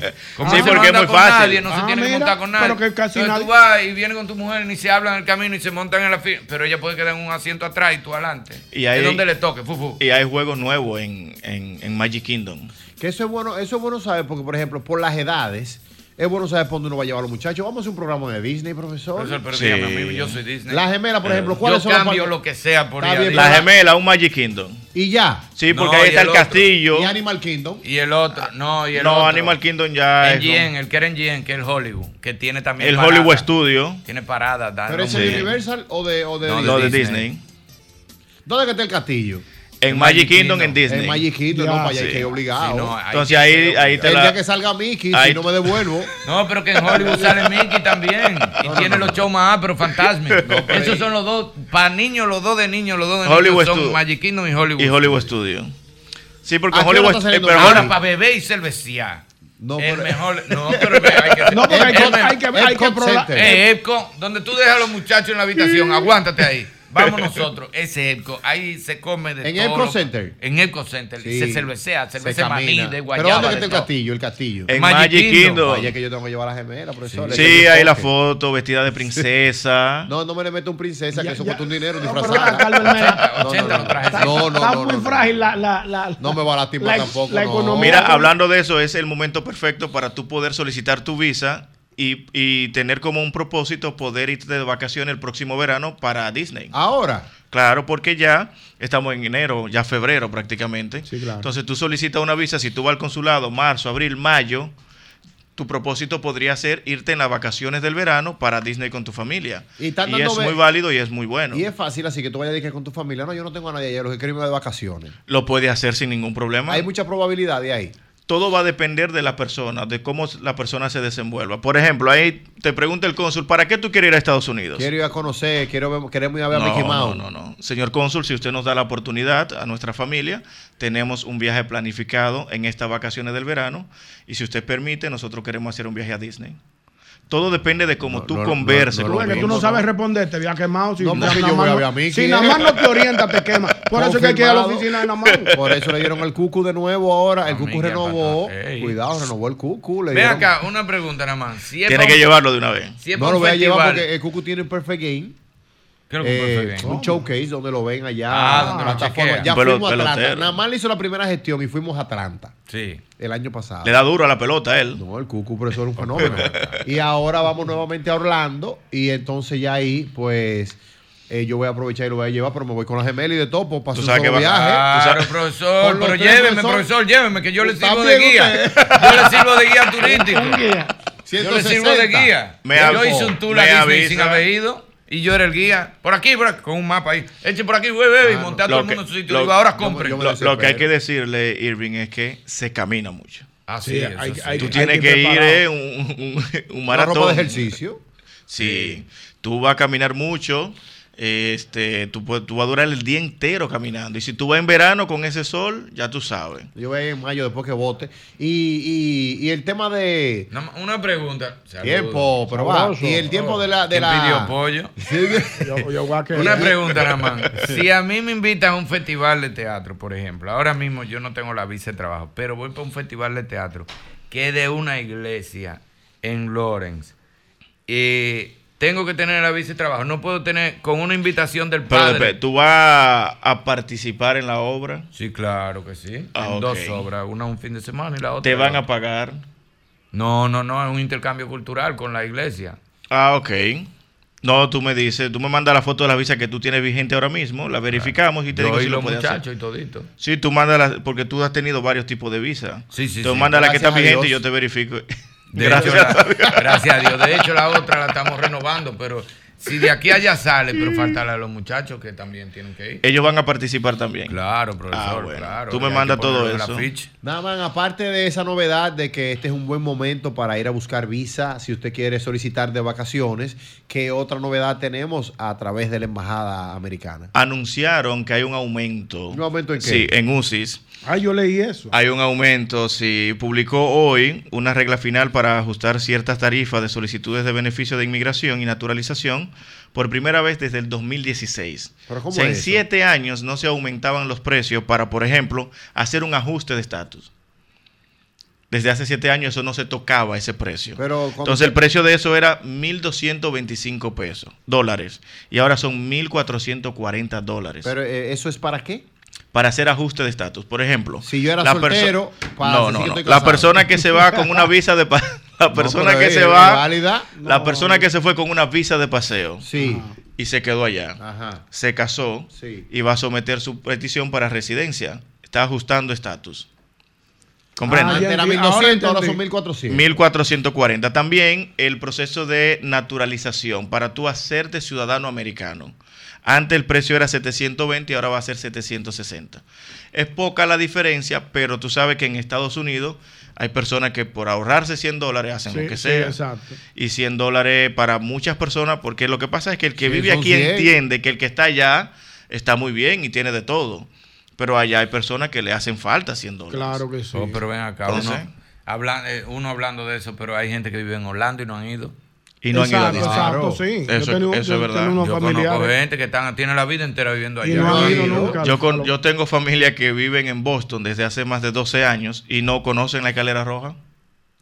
[SPEAKER 16] Como
[SPEAKER 15] Sí,
[SPEAKER 16] ese no
[SPEAKER 15] porque es
[SPEAKER 16] anda
[SPEAKER 15] muy
[SPEAKER 16] con
[SPEAKER 15] fácil.
[SPEAKER 16] nadie, no se
[SPEAKER 15] Ah,
[SPEAKER 16] tiene que
[SPEAKER 15] mira,
[SPEAKER 16] montar con nadie.
[SPEAKER 15] pero que casi
[SPEAKER 16] Entonces tú vas y vienes con tu mujer y ni se hablan en el camino y se montan en la fila. Pero ella puede quedar en un asiento atrás y tú adelante.
[SPEAKER 15] Y hay,
[SPEAKER 16] es donde le toque, fufu.
[SPEAKER 15] Y hay juegos nuevos en, en, en Magic Kingdom.
[SPEAKER 12] Que eso es bueno, eso es bueno saber, porque por ejemplo, por las edades, es bueno saber por dónde uno va a llevar a los muchachos. Vamos a hacer un programa de Disney, profesor.
[SPEAKER 16] Profesor, pero
[SPEAKER 15] Sí.
[SPEAKER 16] dígame, amigo, yo soy Disney.
[SPEAKER 12] Las gemelas, por ejemplo,
[SPEAKER 16] Yo
[SPEAKER 12] ¿cuáles son las
[SPEAKER 16] cambio
[SPEAKER 12] partes?
[SPEAKER 16] lo que sea por
[SPEAKER 12] Está
[SPEAKER 16] ir a
[SPEAKER 12] bien,
[SPEAKER 16] Disney.
[SPEAKER 15] La gemela, un Magic Kingdom.
[SPEAKER 12] Y ya.
[SPEAKER 15] Sí, porque
[SPEAKER 16] No,
[SPEAKER 15] ahí
[SPEAKER 16] y
[SPEAKER 15] está
[SPEAKER 16] el
[SPEAKER 15] el,
[SPEAKER 16] otro.
[SPEAKER 15] castillo.
[SPEAKER 12] Y Animal Kingdom.
[SPEAKER 16] Y el otro, no, y el
[SPEAKER 15] No,
[SPEAKER 16] otro.
[SPEAKER 15] Animal Kingdom ya es
[SPEAKER 16] NGN, el que era NGN, que es el Hollywood, que tiene también
[SPEAKER 15] el
[SPEAKER 16] parada.
[SPEAKER 15] Hollywood Studio.
[SPEAKER 16] Tiene parada. da-
[SPEAKER 12] ¿Pero es de
[SPEAKER 15] Sí.
[SPEAKER 12] Universal o de, o de
[SPEAKER 15] No,
[SPEAKER 12] Disney?
[SPEAKER 15] de Disney.
[SPEAKER 12] ¿Dónde que está el castillo?
[SPEAKER 15] En Magic Kingdom, en Disney.
[SPEAKER 12] En Magic Kingdom, no,
[SPEAKER 15] Ya.
[SPEAKER 12] para allá hay
[SPEAKER 15] Sí.
[SPEAKER 12] que ir obligado.
[SPEAKER 15] Sí, no, ahí Entonces, sí ahí- hay que ir ahí te
[SPEAKER 12] El
[SPEAKER 15] la-
[SPEAKER 12] día que salga Mickey,
[SPEAKER 15] ahí-
[SPEAKER 12] si no me devuelvo.
[SPEAKER 16] No, pero que en Hollywood sale Mickey también. Y tiene los shows más ah, pero fantásticos. Esos son los dos, para niños, los dos de niños, los dos de
[SPEAKER 15] Hollywood
[SPEAKER 16] niños son
[SPEAKER 15] Studio.
[SPEAKER 16] Magic Kingdom y Hollywood.
[SPEAKER 15] Y Hollywood Studio. Sí, porque
[SPEAKER 12] Ah,
[SPEAKER 16] ¿A qué hora
[SPEAKER 15] Hollywood.
[SPEAKER 16] está
[SPEAKER 15] eh,
[SPEAKER 16] saliendo
[SPEAKER 15] pero
[SPEAKER 16] Mickey?
[SPEAKER 15] Hollywood-
[SPEAKER 16] Ahora, para beber y cerveciar. No, el mejor, no, pero hay que
[SPEAKER 6] No, porque hay que- hay que- hay que
[SPEAKER 16] Epcot
[SPEAKER 6] probar-
[SPEAKER 16] Center. Eh, Epcot, donde tú dejas a los muchachos en la habitación, aguántate ahí. Vamos nosotros, ese Epcot, ahí se come de
[SPEAKER 12] En
[SPEAKER 16] todo.
[SPEAKER 12] Epcot Center.
[SPEAKER 16] En Epcot Center,
[SPEAKER 12] Sí.
[SPEAKER 16] se cervecea, cerveza
[SPEAKER 12] Se
[SPEAKER 16] maní,
[SPEAKER 12] camina.
[SPEAKER 16] de
[SPEAKER 12] ¿Pero
[SPEAKER 16] guayaba.
[SPEAKER 12] dónde que
[SPEAKER 16] de
[SPEAKER 12] está el
[SPEAKER 16] todo.
[SPEAKER 12] castillo? El castillo.
[SPEAKER 15] En Magic Kingdom.
[SPEAKER 12] Vaya que yo tengo que llevar a la gemela, profesor. Es que
[SPEAKER 15] Sí,
[SPEAKER 12] yo
[SPEAKER 15] ahí la
[SPEAKER 12] toque.
[SPEAKER 15] foto, vestida de princesa.
[SPEAKER 12] No, no me le meto un princesa, que eso cuesta un dinero
[SPEAKER 6] Carlos Herrera.
[SPEAKER 12] disfrazada. No, no, no. No, no,
[SPEAKER 6] Está
[SPEAKER 12] no,
[SPEAKER 6] muy
[SPEAKER 12] no.
[SPEAKER 6] frágil la, la, la-
[SPEAKER 12] No me va la tipa
[SPEAKER 6] la-
[SPEAKER 12] pues, tampoco.
[SPEAKER 6] la
[SPEAKER 12] no.
[SPEAKER 6] economía.
[SPEAKER 15] Mira, hablando de eso, es el momento perfecto para tú poder solicitar tu visa y, y tener como un propósito poder irte de vacaciones el próximo verano para Disney.
[SPEAKER 12] pues. Ahora.
[SPEAKER 15] Claro, porque ya estamos en enero, ya febrero prácticamente. Entonces tú solicitas una visa, si tú vas al consulado, marzo, abril, mayo, tu propósito podría ser irte en las vacaciones del verano para Disney con tu familia.
[SPEAKER 12] Y,
[SPEAKER 15] Y,
[SPEAKER 12] están dando
[SPEAKER 15] es
[SPEAKER 12] ve-
[SPEAKER 15] muy válido y es muy bueno.
[SPEAKER 12] Y es fácil, así que tú vayas a decir con tu familia. No, yo no tengo a nadie allá, los que quiero irme de vacaciones.
[SPEAKER 15] Lo puedes hacer sin ningún problema.
[SPEAKER 12] Hay mucha probabilidad de ahí.
[SPEAKER 15] todo va a depender de la persona, de cómo la persona se desenvuelva. Por ejemplo, ahí te pregunta el cónsul, ¿para qué tú quieres ir a Estados Unidos?
[SPEAKER 12] Quiero ir a conocer, quiero ver, queremos ir a ver
[SPEAKER 15] no,
[SPEAKER 12] a Mickey Mouse.
[SPEAKER 15] No, no, no. Señor cónsul, si usted nos da la oportunidad a nuestra familia, tenemos un viaje planificado en estas vacaciones del verano y si usted permite, nosotros queremos hacer un viaje a Disney. Todo depende de cómo tú converses.
[SPEAKER 6] Tú ves que tú no sabes responderte, había quemado. Si
[SPEAKER 15] No,
[SPEAKER 6] nada
[SPEAKER 15] porque yo
[SPEAKER 6] más
[SPEAKER 15] voy a
[SPEAKER 6] no-
[SPEAKER 15] ver a Mickey.
[SPEAKER 6] Si nada más no te orientas, te quema. Por eso es que hay que ir a la
[SPEAKER 12] Confirmado.
[SPEAKER 6] oficina de nada más.
[SPEAKER 12] Por eso le dieron el cucu de nuevo ahora. El cucu
[SPEAKER 16] qué
[SPEAKER 12] renovó.
[SPEAKER 16] pata- Ey.
[SPEAKER 12] Cuidado, renovó el cucu. Le
[SPEAKER 16] Ven
[SPEAKER 12] dieron-
[SPEAKER 16] acá, una pregunta nada más. Si es
[SPEAKER 15] Tiene
[SPEAKER 16] pa'
[SPEAKER 15] que
[SPEAKER 16] un-
[SPEAKER 15] llevarlo de una vez.
[SPEAKER 16] Si es
[SPEAKER 12] no
[SPEAKER 16] pa'
[SPEAKER 12] lo
[SPEAKER 16] un
[SPEAKER 12] voy a llevar
[SPEAKER 16] festival,
[SPEAKER 12] porque el cucu tiene un perfect game.
[SPEAKER 16] ¿Qué es lo
[SPEAKER 12] Eh,
[SPEAKER 16] que un perfect game?
[SPEAKER 12] un showcase donde lo ven allá.
[SPEAKER 16] Ah, donde lo
[SPEAKER 12] plataforma.
[SPEAKER 16] chequean.
[SPEAKER 12] Ya
[SPEAKER 15] Pelo-
[SPEAKER 12] fuimos a Atlanta.
[SPEAKER 15] pelotero.
[SPEAKER 12] Nada más le hizo la primera gestión y fuimos a Atlanta
[SPEAKER 16] Sí.
[SPEAKER 12] el año pasado.
[SPEAKER 15] Le da duro a la pelota él.
[SPEAKER 12] No, el cucu, pero eso era un fenómeno. y ahora vamos nuevamente a Orlando y entonces ya ahí, pues, eh, yo voy a aprovechar y lo voy a llevar, pero me voy con la gemela y de pues, topo para
[SPEAKER 15] Tú
[SPEAKER 12] un
[SPEAKER 15] sabes que
[SPEAKER 12] solo
[SPEAKER 15] va-
[SPEAKER 12] viaje.
[SPEAKER 16] Claro,
[SPEAKER 12] Por
[SPEAKER 16] profesor,
[SPEAKER 12] los
[SPEAKER 16] pero
[SPEAKER 12] tres,
[SPEAKER 16] lléveme,
[SPEAKER 12] profesor.
[SPEAKER 16] profesor, lléveme, que yo le
[SPEAKER 12] Está
[SPEAKER 16] sirvo de
[SPEAKER 12] bien
[SPEAKER 16] guía.
[SPEAKER 12] usted.
[SPEAKER 16] Yo le sirvo de guía turístico. Yo le
[SPEAKER 12] 160.
[SPEAKER 16] sirvo de guía.
[SPEAKER 15] Me
[SPEAKER 16] yo
[SPEAKER 15] av-
[SPEAKER 16] hice un tour
[SPEAKER 15] me
[SPEAKER 16] a Disney
[SPEAKER 15] avisa.
[SPEAKER 16] sin haber ido y yo era el guía. Por aquí, por aquí, con un mapa ahí. Eche por aquí, güey, güey, y monté a todo el mundo en su sitio. Digo, ahora compren.
[SPEAKER 15] lo- lo que hay que decirle, Irving, es que se camina mucho.
[SPEAKER 16] Así es, hay- eso Ah, sí. hay-
[SPEAKER 15] Tú
[SPEAKER 16] hay
[SPEAKER 15] tienes
[SPEAKER 16] que ir
[SPEAKER 15] que ir
[SPEAKER 16] preparado.
[SPEAKER 15] eh, un, un- un maratón.
[SPEAKER 12] ropa de ejercicio.
[SPEAKER 15] Sí. Tú vas a caminar mucho. Este, tú, pu- tú vas a durar el día entero caminando. Y si tú vas en verano con ese sol, ya tú sabes.
[SPEAKER 12] Yo voy a ir en mayo después que vote. Y, y, y el tema de.
[SPEAKER 16] Nada más, Una pregunta. Saludos.
[SPEAKER 12] Tiempo, pero va. Y el tiempo de la. De
[SPEAKER 16] ¿Quién
[SPEAKER 12] la...
[SPEAKER 16] pidió pollo? Una pregunta nada más. Si a mí me invitan a un festival de teatro, por ejemplo, ahora mismo yo no tengo la visa de trabajo, pero voy para un festival de teatro que es de una iglesia en Lawrence. Y tengo que tener la visa de trabajo. No puedo tener con una invitación del
[SPEAKER 15] Pero
[SPEAKER 16] padre.
[SPEAKER 15] después, tú vas a participar en la obra.
[SPEAKER 16] Sí, claro que sí.
[SPEAKER 15] Ah,
[SPEAKER 16] en
[SPEAKER 15] ok.
[SPEAKER 16] dos obras, una un fin de semana y la otra.
[SPEAKER 15] Te van a pagar.
[SPEAKER 16] No, no, no, es un intercambio cultural con la iglesia.
[SPEAKER 15] Ah, ok. No, tú me dices, tú me mandas la foto de la visa que tú tienes vigente ahora mismo, la verificamos y te
[SPEAKER 16] Ah, Yo
[SPEAKER 15] digo
[SPEAKER 16] y
[SPEAKER 15] si lo
[SPEAKER 16] los
[SPEAKER 15] puedes hacer.
[SPEAKER 16] muchachos y todito.
[SPEAKER 15] Sí, tú mandas la- porque tú has tenido varios tipos de visa.
[SPEAKER 16] Sí, sí,
[SPEAKER 15] Tú
[SPEAKER 16] sí.
[SPEAKER 15] mandas la que está
[SPEAKER 16] Gracias a
[SPEAKER 15] vigente y
[SPEAKER 16] Dios.
[SPEAKER 15] yo te verifico.
[SPEAKER 16] De hecho, la- gracias a Dios. De hecho, la otra la estamos renovando, pero Si de aquí a allá sale,
[SPEAKER 15] Mm.
[SPEAKER 16] pero falta la de los muchachos que también tienen que ir.
[SPEAKER 15] Ellos van a participar también. Ah,
[SPEAKER 16] Claro, profesor, claro.
[SPEAKER 15] Tú me
[SPEAKER 16] Hay
[SPEAKER 15] mandas
[SPEAKER 16] que
[SPEAKER 15] todo
[SPEAKER 16] ponerlo en la
[SPEAKER 15] eso.
[SPEAKER 16] ficha.
[SPEAKER 12] Nada más, aparte de esa novedad de que este es un buen momento para ir a buscar visa si usted quiere solicitar de vacaciones, ¿qué otra novedad tenemos a través de la Embajada Americana?
[SPEAKER 15] Anunciaron que hay un aumento. ¿Un
[SPEAKER 12] aumento en qué?
[SPEAKER 15] Sí, en UCIS.
[SPEAKER 6] Ah, yo leí eso.
[SPEAKER 15] Hay un aumento, sí. Publicó hoy una regla final para ajustar ciertas tarifas de solicitudes de beneficio de inmigración y naturalización por primera vez desde el 2016.
[SPEAKER 12] ¿Pero cómo
[SPEAKER 15] O sea,
[SPEAKER 12] es
[SPEAKER 15] en
[SPEAKER 12] eso?
[SPEAKER 15] siete años no se aumentaban los precios para, por ejemplo, hacer un ajuste de estatus. Desde hace siete años eso no se tocaba, ese precio.
[SPEAKER 12] Pero cuando-
[SPEAKER 15] Entonces el precio de eso era 1.225 pesos, dólares. Y ahora son 1.440 dólares
[SPEAKER 12] Pero eh, eso es para qué?
[SPEAKER 15] para hacer ajuste de estatus. Por ejemplo, si yo
[SPEAKER 12] era soltero, para
[SPEAKER 15] no,
[SPEAKER 12] decir
[SPEAKER 15] no,
[SPEAKER 12] que
[SPEAKER 15] no.
[SPEAKER 12] estoy
[SPEAKER 15] la
[SPEAKER 12] casado.
[SPEAKER 15] persona que se va con una visa de pa- la persona
[SPEAKER 12] pero
[SPEAKER 15] que
[SPEAKER 12] es
[SPEAKER 15] se va
[SPEAKER 12] válida.
[SPEAKER 15] la persona que se fue con una visa de paseo
[SPEAKER 12] sí.
[SPEAKER 15] y se quedó allá.
[SPEAKER 12] Ajá.
[SPEAKER 15] Se casó
[SPEAKER 12] Sí.
[SPEAKER 15] y va a someter su petición para residencia. Está ajustando estatus. ¿Comprende?
[SPEAKER 12] Ah, antes era 1200, ahora son 1400.
[SPEAKER 15] 1440. También el proceso de naturalización para tú hacerte ciudadano americano. Antes el precio era 720 y ahora va a ser 760. Es poca la diferencia, pero tú sabes que en Estados Unidos hay personas que por ahorrarse 100 dólares hacen
[SPEAKER 6] Sí,
[SPEAKER 15] lo que
[SPEAKER 6] sí,
[SPEAKER 15] sea.
[SPEAKER 6] exacto.
[SPEAKER 15] Y 100 dólares para muchas personas, porque lo que pasa es que el que
[SPEAKER 6] Sí,
[SPEAKER 15] vive
[SPEAKER 6] son
[SPEAKER 15] aquí
[SPEAKER 6] 100.
[SPEAKER 15] entiende que el que está allá está muy bien y tiene de todo. Pero allá hay personas que le hacen falta 100 dólares.
[SPEAKER 6] Claro que sí.
[SPEAKER 16] Oh, pero ven acá,
[SPEAKER 15] Entonces-
[SPEAKER 16] uno, habla- eh, uno hablando de eso, pero hay gente que vive en Orlando y no han ido.
[SPEAKER 15] Y no han ido a Disney.
[SPEAKER 6] exacto, sí. Yo
[SPEAKER 15] Eso,
[SPEAKER 6] tengo-
[SPEAKER 15] eso
[SPEAKER 6] yo
[SPEAKER 15] es verdad.
[SPEAKER 6] tengo unos
[SPEAKER 15] Yo
[SPEAKER 16] Yo conozco
[SPEAKER 15] conozco-
[SPEAKER 16] gente que están, tiene la vida entera viviendo allá.
[SPEAKER 15] yo,
[SPEAKER 16] han
[SPEAKER 15] yo con- yo tengo familia que viven en Boston desde hace más de 12 años y no conocen la escalera roja.